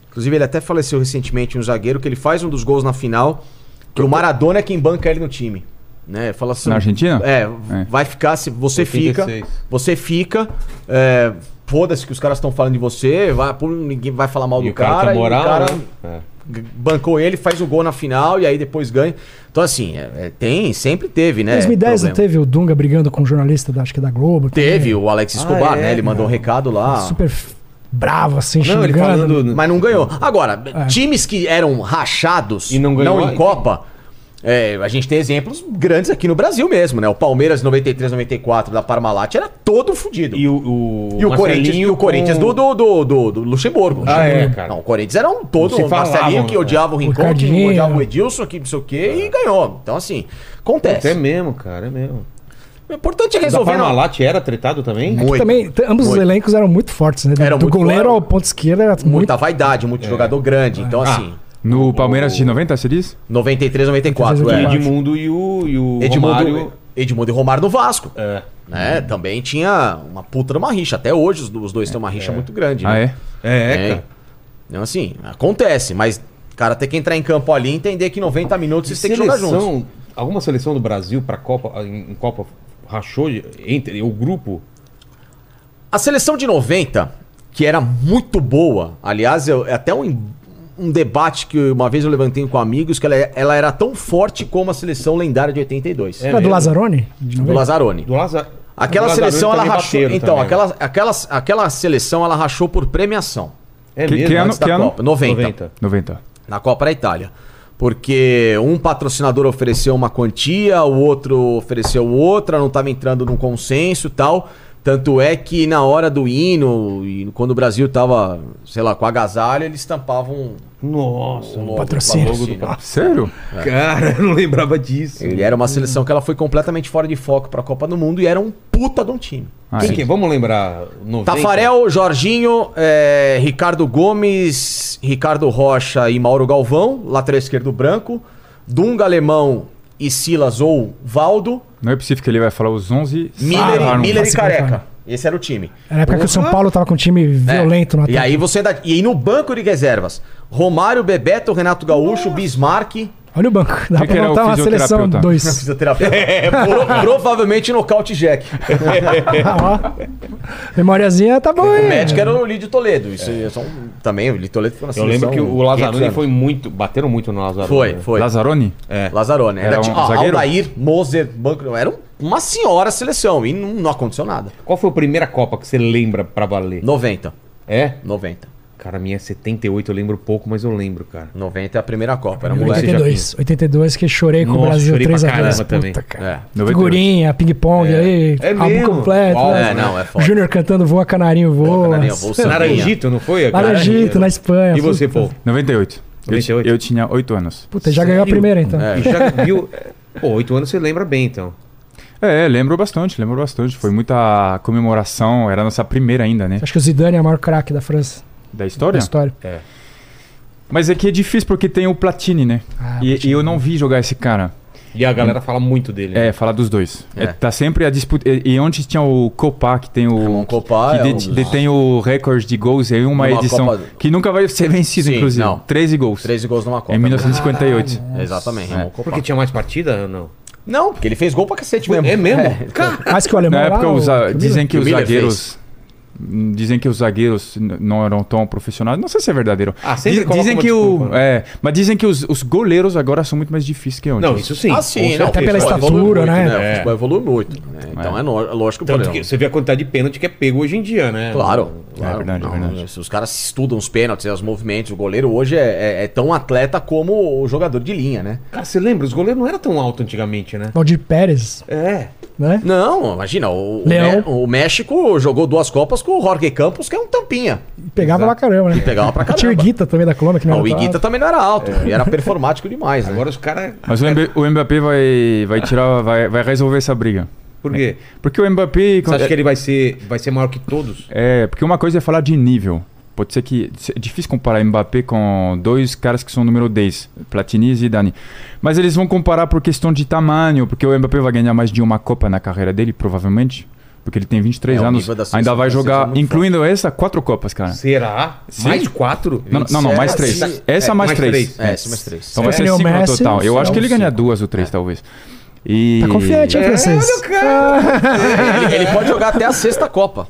Speaker 6: Inclusive, ele até faleceu recentemente, um zagueiro, que ele faz um dos gols na final, que o Maradona é quem banca ele no time. Né? Fala assim,
Speaker 4: Na Argentina?
Speaker 6: É,
Speaker 4: É.
Speaker 6: vai ficar, se você
Speaker 1: 86.
Speaker 6: fica, você fica, é, foda-se que os caras estão falando de você, vai, pô, ninguém vai falar mal
Speaker 1: E
Speaker 6: do
Speaker 1: o cara,
Speaker 6: cara,
Speaker 1: tá moral.
Speaker 6: e o cara
Speaker 1: né? É.
Speaker 6: g- bancou ele, faz o gol na final e aí depois ganha. Então, assim, é- é, tem, sempre teve,
Speaker 3: Em
Speaker 6: né?
Speaker 3: 2010 não
Speaker 6: problema.
Speaker 3: teve o Dunga brigando com um jornalista, da, acho que da Globo.
Speaker 6: Teve o Alex Escobar,
Speaker 1: é,
Speaker 6: né? Ele mandou um recado lá.
Speaker 3: Ah, Super f- bravo, assim,
Speaker 1: Não,
Speaker 3: xingando.
Speaker 1: ele falando.
Speaker 6: Mas não ganhou. Agora,
Speaker 3: É.
Speaker 6: times que eram rachados
Speaker 1: E não ganhou,
Speaker 6: em
Speaker 1: aí-
Speaker 6: Copa. é, a gente tem exemplos grandes aqui no Brasil mesmo, né? O Palmeiras 93, 94 da Parmalat era todo fudido.
Speaker 1: E o, o
Speaker 6: E
Speaker 1: Tipo,
Speaker 6: o Corinthians, e
Speaker 1: um Marcelinho
Speaker 6: o Corinthians
Speaker 1: com-
Speaker 6: do, do, do, do- do Luxemburgo.
Speaker 1: Ah, é,
Speaker 6: Luxemburgo.
Speaker 1: cara.
Speaker 6: Não, o Corinthians era um todo.
Speaker 1: Se
Speaker 6: O Marcelinho
Speaker 1: falavam,
Speaker 6: que
Speaker 1: né?
Speaker 6: odiava o Rincon, que
Speaker 3: Ricardinho.
Speaker 6: odiava o Edilson, que não sei o quê, e ganhou. Então, assim,
Speaker 1: Até
Speaker 6: acontece.
Speaker 1: mesmo, cara, é mesmo.
Speaker 6: O importante é
Speaker 1: Da
Speaker 6: resolver. não-
Speaker 1: Parmalat era tretado também?
Speaker 6: Muito.
Speaker 3: É Também, t- ambos
Speaker 6: Muito.
Speaker 3: os elencos eram muito fortes, né? Do,
Speaker 6: Eram
Speaker 3: do
Speaker 6: muito
Speaker 3: goleiro
Speaker 6: fortes.
Speaker 3: ao ponto esquerdo era muito.
Speaker 6: Muita vaidade, muito jogador grande. Então, assim,
Speaker 4: No Palmeiras de 90, você diz?
Speaker 6: 93, 94.
Speaker 1: O
Speaker 6: É.
Speaker 1: Edmundo e o, e o
Speaker 6: Edmundo,
Speaker 1: Romário.
Speaker 6: Edmundo e Romário no Vasco.
Speaker 1: É.
Speaker 6: Né? Também tinha uma puta de uma rixa. Até hoje os do- os dois têm uma rixa muito grande.
Speaker 4: Ah,
Speaker 6: né?
Speaker 4: é?
Speaker 1: É,
Speaker 6: Tem.
Speaker 1: cara.
Speaker 6: Então, assim, acontece, mas. Cara, tem que entrar em campo ali e entender que 90 minutos vocês têm que jogar juntos.
Speaker 1: Seleção, alguma seleção do Brasil pra Copa, em, em Copa rachou de- entre o grupo?
Speaker 6: A seleção de 90, que era muito boa, aliás, eu, é até um, um debate que uma vez eu levantei com amigos, que ela, é- ela era tão forte como a seleção lendária de 82.
Speaker 1: É
Speaker 3: Era do
Speaker 1: mesmo?
Speaker 3: Lazzaroni? De
Speaker 6: Do
Speaker 3: novo?
Speaker 6: Lazarone.
Speaker 1: Do Lazar.
Speaker 6: Aquela
Speaker 1: do Lazarone
Speaker 6: seleção ela
Speaker 1: também
Speaker 6: rachou.
Speaker 1: bateram
Speaker 6: Então,
Speaker 1: também. né?
Speaker 6: aquela, aquela, aquela seleção ela rachou por premiação.
Speaker 1: É
Speaker 4: Que-
Speaker 1: mesmo?
Speaker 4: que ano?
Speaker 6: Antes da Copa. 90,
Speaker 1: 90.
Speaker 4: 90.
Speaker 6: Na Copa da Itália. Porque um patrocinador ofereceu uma quantia, o outro ofereceu outra, não estava entrando num consenso e tal. Tanto é que na hora do hino, e quando o Brasil tava, sei lá, com agasalho, eles estampavam
Speaker 1: Nossa. um
Speaker 6: o logo,
Speaker 3: patrocínio.
Speaker 6: o logo do patrocínio.
Speaker 4: Sério?
Speaker 1: Cara, eu não lembrava disso.
Speaker 6: Ele era uma seleção que ela foi completamente fora de foco pra Copa do Mundo e era um puta de um time.
Speaker 4: Ah,
Speaker 1: Quem
Speaker 4: é.
Speaker 1: que é? Vamos lembrar. 90.
Speaker 6: Tafarel, Tá, Jorginho, é, Ricardo Gomes, Ricardo Rocha e Mauro Galvão, lateral esquerdo branco, Dunga Alemão e Silas ou Valdo,
Speaker 3: Ah,
Speaker 4: Não é possível que ele vai falar os 11.
Speaker 6: Miller,
Speaker 4: salvaram.
Speaker 6: Miller e
Speaker 3: classifica,
Speaker 6: Careca.
Speaker 3: cara.
Speaker 6: Esse era o time.
Speaker 3: Era a época que o São
Speaker 1: Porra.
Speaker 3: Paulo tava com um time violento no
Speaker 6: É. E
Speaker 3: ataque.
Speaker 6: aí você dá, e aí no banco de reservas, Romário, Bebeto, Renato Gaúcho, Bismarck,
Speaker 3: Olha o banco. Dá
Speaker 4: Quem que
Speaker 3: pra
Speaker 4: era
Speaker 3: montar
Speaker 4: o
Speaker 3: uma seleção
Speaker 4: fisioterapeuta?
Speaker 3: dois.
Speaker 6: fisioterapeuta, pro- É, provavelmente nocaute Jack.
Speaker 3: É. Ah, ó. Memoriazinha tá bom,
Speaker 6: O
Speaker 3: hein?
Speaker 6: médico era o Lídio Toledo. Isso é só um- também, o Lídio Toledo foi na
Speaker 1: Eu lembro
Speaker 6: seleção
Speaker 1: que o
Speaker 6: 500
Speaker 3: é
Speaker 1: Lazarone
Speaker 6: anos.
Speaker 1: foi muito. Bateram muito no Lazarone.
Speaker 6: Foi,
Speaker 1: né?
Speaker 6: foi.
Speaker 4: Lazzaroni?
Speaker 1: É.
Speaker 6: Lazarone. Era,
Speaker 4: Era um
Speaker 6: tipo, ó,
Speaker 4: zagueiro?
Speaker 6: Aldair, Moser, Banco. Era um- uma senhora a seleção e não, não aconteceu nada.
Speaker 1: Qual foi a primeira Copa que você lembra pra valer?
Speaker 6: 90.
Speaker 1: É?
Speaker 6: 90.
Speaker 1: Cara, a minha é 78, eu lembro pouco, mas eu lembro, cara.
Speaker 6: 90 é a primeira Copa. Era moleque.
Speaker 3: 82. 82 que chorei com
Speaker 1: Nossa,
Speaker 3: o Brasil
Speaker 1: chorei pra
Speaker 3: 3 a 2
Speaker 1: caramba também.
Speaker 3: cara.
Speaker 4: É, 98.
Speaker 3: Figurinha, ping-pong aí,
Speaker 1: É
Speaker 3: álbum
Speaker 1: mesmo?
Speaker 3: completo.
Speaker 1: Ó,
Speaker 3: né?
Speaker 6: é, não, é foda.
Speaker 3: Júnior cantando Voa Canarinho Voa.
Speaker 6: Voa, Canarinho, Voa, é. Sandrinha.
Speaker 1: Naranjito, não foi? cara?
Speaker 3: Laranjito, na Espanha.
Speaker 1: E você, pô?
Speaker 3: Puta.
Speaker 4: 98. Eu,
Speaker 1: 98.
Speaker 4: eu tinha 8 anos.
Speaker 3: Puta, já ganhou a
Speaker 1: Sério?
Speaker 3: primeira
Speaker 6: É.
Speaker 3: então.
Speaker 1: É. E já viu. Pô, oito anos você lembra bem, então.
Speaker 4: É, é, lembro bastante, lembro bastante. Foi muita comemoração, era a nossa primeira ainda, né?
Speaker 3: Acho que o Zidane é o maior craque da França.
Speaker 4: Da
Speaker 3: Da
Speaker 4: história.
Speaker 3: história.
Speaker 4: Mas é que é difícil porque tem o Platini, né?
Speaker 3: Ah,
Speaker 4: e, e eu não vi jogar esse cara.
Speaker 1: E a galera fala muito dele. né?
Speaker 4: É, falar dos dois.
Speaker 6: É.
Speaker 4: É, tá sempre a disputa. E, e antes tinha o Copa, que tem o.
Speaker 6: Ramon Copá
Speaker 4: que
Speaker 6: é
Speaker 4: de-
Speaker 6: um dos-
Speaker 4: detém o recorde de gols em uma
Speaker 6: Numa
Speaker 4: edição.
Speaker 6: Copa-
Speaker 4: Que nunca vai ser vencido,
Speaker 6: Sim,
Speaker 4: inclusive.
Speaker 6: não.
Speaker 4: 13 gols.
Speaker 6: 13 gols numa Copa. É,
Speaker 4: Em 1958.
Speaker 6: Exatamente. Ramon Copá.
Speaker 1: Porque tinha mais partida ou não?
Speaker 6: Não, porque ele fez gol pra cacete mesmo.
Speaker 1: É mesmo?
Speaker 6: então.
Speaker 3: Mais que o alemão.
Speaker 4: Na
Speaker 3: lá,
Speaker 4: época,
Speaker 3: o-
Speaker 4: os, a-
Speaker 3: o
Speaker 4: dizem que
Speaker 6: Que o
Speaker 4: os
Speaker 6: Miller
Speaker 4: zagueiros. hum, Dizem que os zagueiros n- não eram tão profissionais. Não sei se é verdadeiro.
Speaker 1: Ah, sempre
Speaker 4: Diz-
Speaker 1: colocam
Speaker 4: dizem
Speaker 1: uma
Speaker 4: que o.
Speaker 1: desculpa, né?
Speaker 4: É, mas dizem que os, os goleiros agora são muito mais difíceis que antes.
Speaker 1: Não, isso sim.
Speaker 6: Ah, sim,
Speaker 1: com
Speaker 6: não,
Speaker 3: Até
Speaker 1: certeza.
Speaker 3: pela
Speaker 6: o futebol evolui
Speaker 3: estatura,
Speaker 6: muito,
Speaker 3: né?
Speaker 6: O
Speaker 1: É.
Speaker 6: futebol evolui muito. né? Então é, no- lógico que o
Speaker 1: Tanto
Speaker 6: problema.
Speaker 1: que você vê a quantidade de pênalti que é pego hoje em dia, né?
Speaker 6: Claro, claro.
Speaker 4: verdade, é
Speaker 6: Não,
Speaker 4: verdade.
Speaker 6: se Os caras estudam os pênaltis, os movimentos. O goleiro hoje é, é- é tão atleta como o jogador de linha, né?
Speaker 1: Cara, Ah, você lembra? Os goleiros não eram tão altos antigamente, né?
Speaker 3: Valdir Pérez,
Speaker 1: É.
Speaker 3: né?
Speaker 6: Não, imagina, o, o
Speaker 3: Leão.
Speaker 6: Mé- o México jogou duas Copas com o Jorge Campos, que é um tampinha.
Speaker 3: E pegava pra caramba, né? E
Speaker 6: pegava pra
Speaker 3: Tinha o
Speaker 6: caramba.
Speaker 3: Iguita também da Colômbia, que não tá.
Speaker 6: Não, o
Speaker 3: era
Speaker 6: Iguita
Speaker 3: tão-
Speaker 6: também não era alto, e era performático demais, né?
Speaker 1: Agora os caras.
Speaker 4: Mas o Mb- o Mbappé vai, vai tirar, vai, vai resolver essa briga.
Speaker 1: Por quê?
Speaker 4: Porque o Mbappé.
Speaker 1: Você acha que ele vai ser, vai ser maior que todos?
Speaker 4: É, porque uma coisa é falar de nível. Pode ser que. É difícil comparar Mbappé com dois caras que são número 10, Platini e Zidane. Mas eles vão comparar por questão de tamanho, porque o Mbappé vai ganhar mais de uma Copa na carreira dele, provavelmente. Porque ele tem 23
Speaker 6: É, o
Speaker 4: anos,
Speaker 6: nível da seleção
Speaker 4: ainda vai
Speaker 6: francesa é
Speaker 4: jogar,
Speaker 6: muito
Speaker 4: incluindo essa, quatro Copas, cara.
Speaker 1: Será?
Speaker 4: Sim.
Speaker 1: Mais quatro?
Speaker 4: Não, não, não, mais
Speaker 6: Essa-
Speaker 4: três. Essa
Speaker 1: é,
Speaker 4: mais,
Speaker 1: mais
Speaker 4: três.
Speaker 1: três.
Speaker 6: É, esse mais três.
Speaker 4: Então vai ser
Speaker 3: Lionel
Speaker 4: cinco no
Speaker 3: Messi,
Speaker 4: total. Eu
Speaker 3: será
Speaker 4: acho que
Speaker 3: um
Speaker 4: ele ganha
Speaker 3: cinco.
Speaker 4: duas ou três, talvez. E...
Speaker 3: Tá confiante,
Speaker 1: É,
Speaker 6: É.
Speaker 3: hein, francês?
Speaker 6: então, Ele, ele pode jogar até a sexta Copa.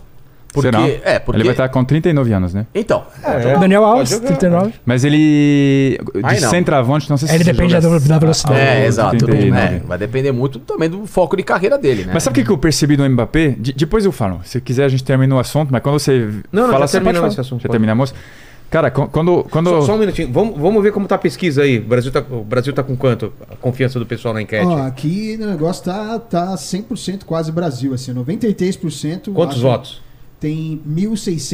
Speaker 6: Porque,
Speaker 4: Será?
Speaker 6: É, porque...
Speaker 4: Ele vai
Speaker 3: tá-
Speaker 4: estar com 39 anos, né?
Speaker 6: Então,
Speaker 3: Ah, Daniel
Speaker 1: É, Pode
Speaker 3: Alves,
Speaker 1: jogar.
Speaker 3: 39.
Speaker 4: Mas ele. De
Speaker 6: Ai, não.
Speaker 4: centroavante, não sei se
Speaker 3: É, ele
Speaker 4: você
Speaker 3: depende
Speaker 4: joga
Speaker 3: da-
Speaker 4: assim.
Speaker 3: da velocidade.
Speaker 4: Ah,
Speaker 6: é,
Speaker 4: ah,
Speaker 6: exato.
Speaker 4: 39.
Speaker 6: né? Vai depender muito também do foco de carreira dele,
Speaker 1: É.
Speaker 6: né?
Speaker 4: Mas sabe o que que eu percebi do Mbappé? De- depois eu falo. Se quiser, a gente termina o assunto, mas quando você.
Speaker 1: Não, não, já
Speaker 4: você pode
Speaker 1: terminamos
Speaker 4: falar.
Speaker 1: esse assunto,
Speaker 4: Já
Speaker 1: pode.
Speaker 4: terminamos. Cara, quan- quando. quando
Speaker 1: Só, só um minutinho. Vamos, vamos ver como tá a pesquisa aí. O Brasil tá, o Brasil tá com quanto? A confiança do pessoal na enquete.
Speaker 2: Ó, aqui o negócio tá, tá 100% quase Brasil, assim, 93%.
Speaker 1: Quantos
Speaker 2: acho-
Speaker 1: votos?
Speaker 2: Tem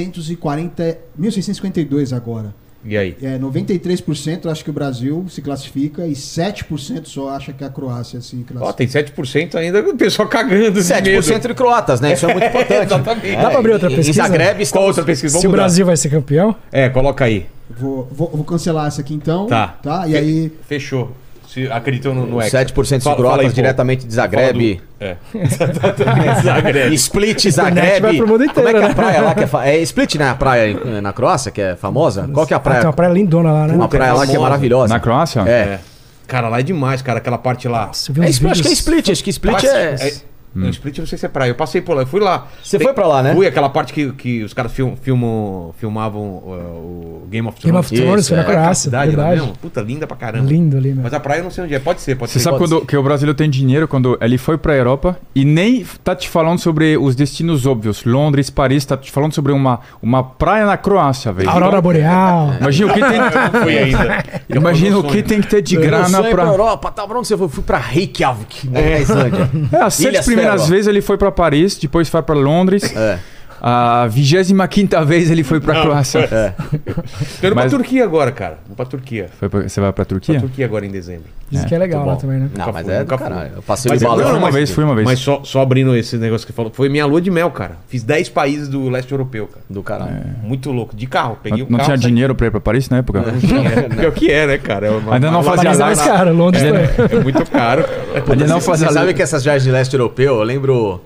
Speaker 2: 1.640, 1.652 agora.
Speaker 1: E aí?
Speaker 2: É, 93% acha que o Brasil se classifica e 7% só acha que é a Croácia se
Speaker 1: Ó,
Speaker 2: classifica.
Speaker 1: tem 7% ainda, o pessoal cagando. de
Speaker 6: 7% de croatas, né? Isso é muito importante.
Speaker 1: Exatamente.
Speaker 6: Dá
Speaker 3: pra abrir outra pesquisa?
Speaker 6: Em Zagreb,
Speaker 1: Qual
Speaker 6: estamos...
Speaker 1: outra pesquisa? Vamos
Speaker 3: Se o
Speaker 6: é.
Speaker 1: mudar.
Speaker 3: Brasil vai ser campeão,
Speaker 1: É, coloca aí.
Speaker 2: Vou, vou, vou cancelar essa aqui então.
Speaker 1: Tá.
Speaker 2: E aí,
Speaker 1: Fechou. Se acreditam no, no Hexa.
Speaker 6: 7% de
Speaker 1: Fala- fala aí,
Speaker 6: croatas
Speaker 1: pô.
Speaker 6: diretamente de
Speaker 1: Fala do-
Speaker 6: Zagreb.
Speaker 1: É. Exatamente, Zagreb.
Speaker 6: Split,
Speaker 3: internet
Speaker 6: Zagreb.
Speaker 3: vai pro mundo
Speaker 6: Como é
Speaker 3: inteiro,
Speaker 6: que é a
Speaker 3: né?
Speaker 6: praia lá que é, fa... é Split, né? A praia em- na Croácia, que é famosa. Qual que é a
Speaker 3: ah,
Speaker 6: praia?
Speaker 3: tem uma praia lindona lá, né?
Speaker 6: Uma praia lá que é
Speaker 1: famosa.
Speaker 6: maravilhosa.
Speaker 4: Na Croácia?
Speaker 6: É.
Speaker 1: Cara, lá é demais, cara, aquela parte lá.
Speaker 3: Nossa, eu vi
Speaker 6: É
Speaker 3: uns
Speaker 6: Split, acho que é
Speaker 3: vídeos-
Speaker 6: Split, acho que Split
Speaker 1: Passe-
Speaker 6: é.
Speaker 1: Não, Split eu não sei se é praia. Eu passei por lá, eu fui lá.
Speaker 6: Você foi pra lá, né?
Speaker 1: Fui aquela parte que, que os caras film, filmam, filmavam uh, o Game of Thrones.
Speaker 3: Game of Thrones,
Speaker 6: Isso,
Speaker 3: foi na
Speaker 6: é.
Speaker 1: Aquela
Speaker 3: Croácia,
Speaker 1: cidade lá
Speaker 3: verdade.
Speaker 1: mesmo. Puta, linda pra caramba.
Speaker 3: Lindo ali, né? meu.
Speaker 1: Mas a praia eu não sei onde é. Pode ser, pode
Speaker 4: Você
Speaker 1: ser.
Speaker 4: sabe
Speaker 1: Pode
Speaker 4: quando que o brasileiro tem dinheiro quando ele foi pra Europa e nem tá te falando sobre os destinos óbvios. Londres, Paris, tá te falando sobre uma, uma praia na Croácia, velho.
Speaker 3: Aurora Boreal.
Speaker 6: É.
Speaker 4: Imagina o que tem.
Speaker 1: ser. Não um- fui ainda.
Speaker 4: Imagina o que tem que ter de
Speaker 6: Eu não
Speaker 4: É,
Speaker 1: um
Speaker 4: grana
Speaker 6: sei pra
Speaker 4: pra.
Speaker 6: Europa, tá? Pra onde você foi? Fui pra Reykjavik, na Islândia.
Speaker 4: É, as sete
Speaker 6: Ilhas
Speaker 4: primeiras vezes ele foi pra Paris, depois foi pra Londres.
Speaker 6: É.
Speaker 4: A 25 vez ele foi pra Croácia.
Speaker 1: Tô indo
Speaker 4: Mas-
Speaker 1: pra Turquia agora, cara. Vou pra Turquia.
Speaker 4: Foi pra- você vai pra Turquia?
Speaker 1: Pra Turquia agora em dezembro.
Speaker 3: Dizem que é legal
Speaker 1: muito
Speaker 3: lá
Speaker 1: bom.
Speaker 3: também, né?
Speaker 6: Não,
Speaker 1: Nunca
Speaker 6: mas
Speaker 1: fui,
Speaker 6: é do
Speaker 1: nunca fui.
Speaker 6: caralho. Eu passei
Speaker 4: Mas
Speaker 6: de
Speaker 4: eu-
Speaker 6: balão.
Speaker 4: não, uma vez, fui uma vez.
Speaker 1: Mas só, só abrindo esse negócio que você falou, foi minha lua de mel, cara. Fiz 10 países do leste europeu, cara.
Speaker 6: Do caralho.
Speaker 1: Muito louco. De carro,
Speaker 4: Não,
Speaker 1: peguei o
Speaker 4: É. não
Speaker 1: carro.
Speaker 4: tinha
Speaker 1: saí-
Speaker 4: dinheiro pra ir pra Paris na época?
Speaker 1: É, Pior que é, né, cara? É uma-
Speaker 4: Ainda não
Speaker 1: uma-
Speaker 4: fazia
Speaker 1: uma-
Speaker 3: Paris é
Speaker 4: lá-
Speaker 3: mais caro, Londres também.
Speaker 6: né?
Speaker 1: É, é muito caro. cara.
Speaker 4: Ainda não
Speaker 6: Você-
Speaker 4: fazia
Speaker 6: Você
Speaker 4: lá-
Speaker 6: sabe que essas viagens de leste europeu, eu lembro.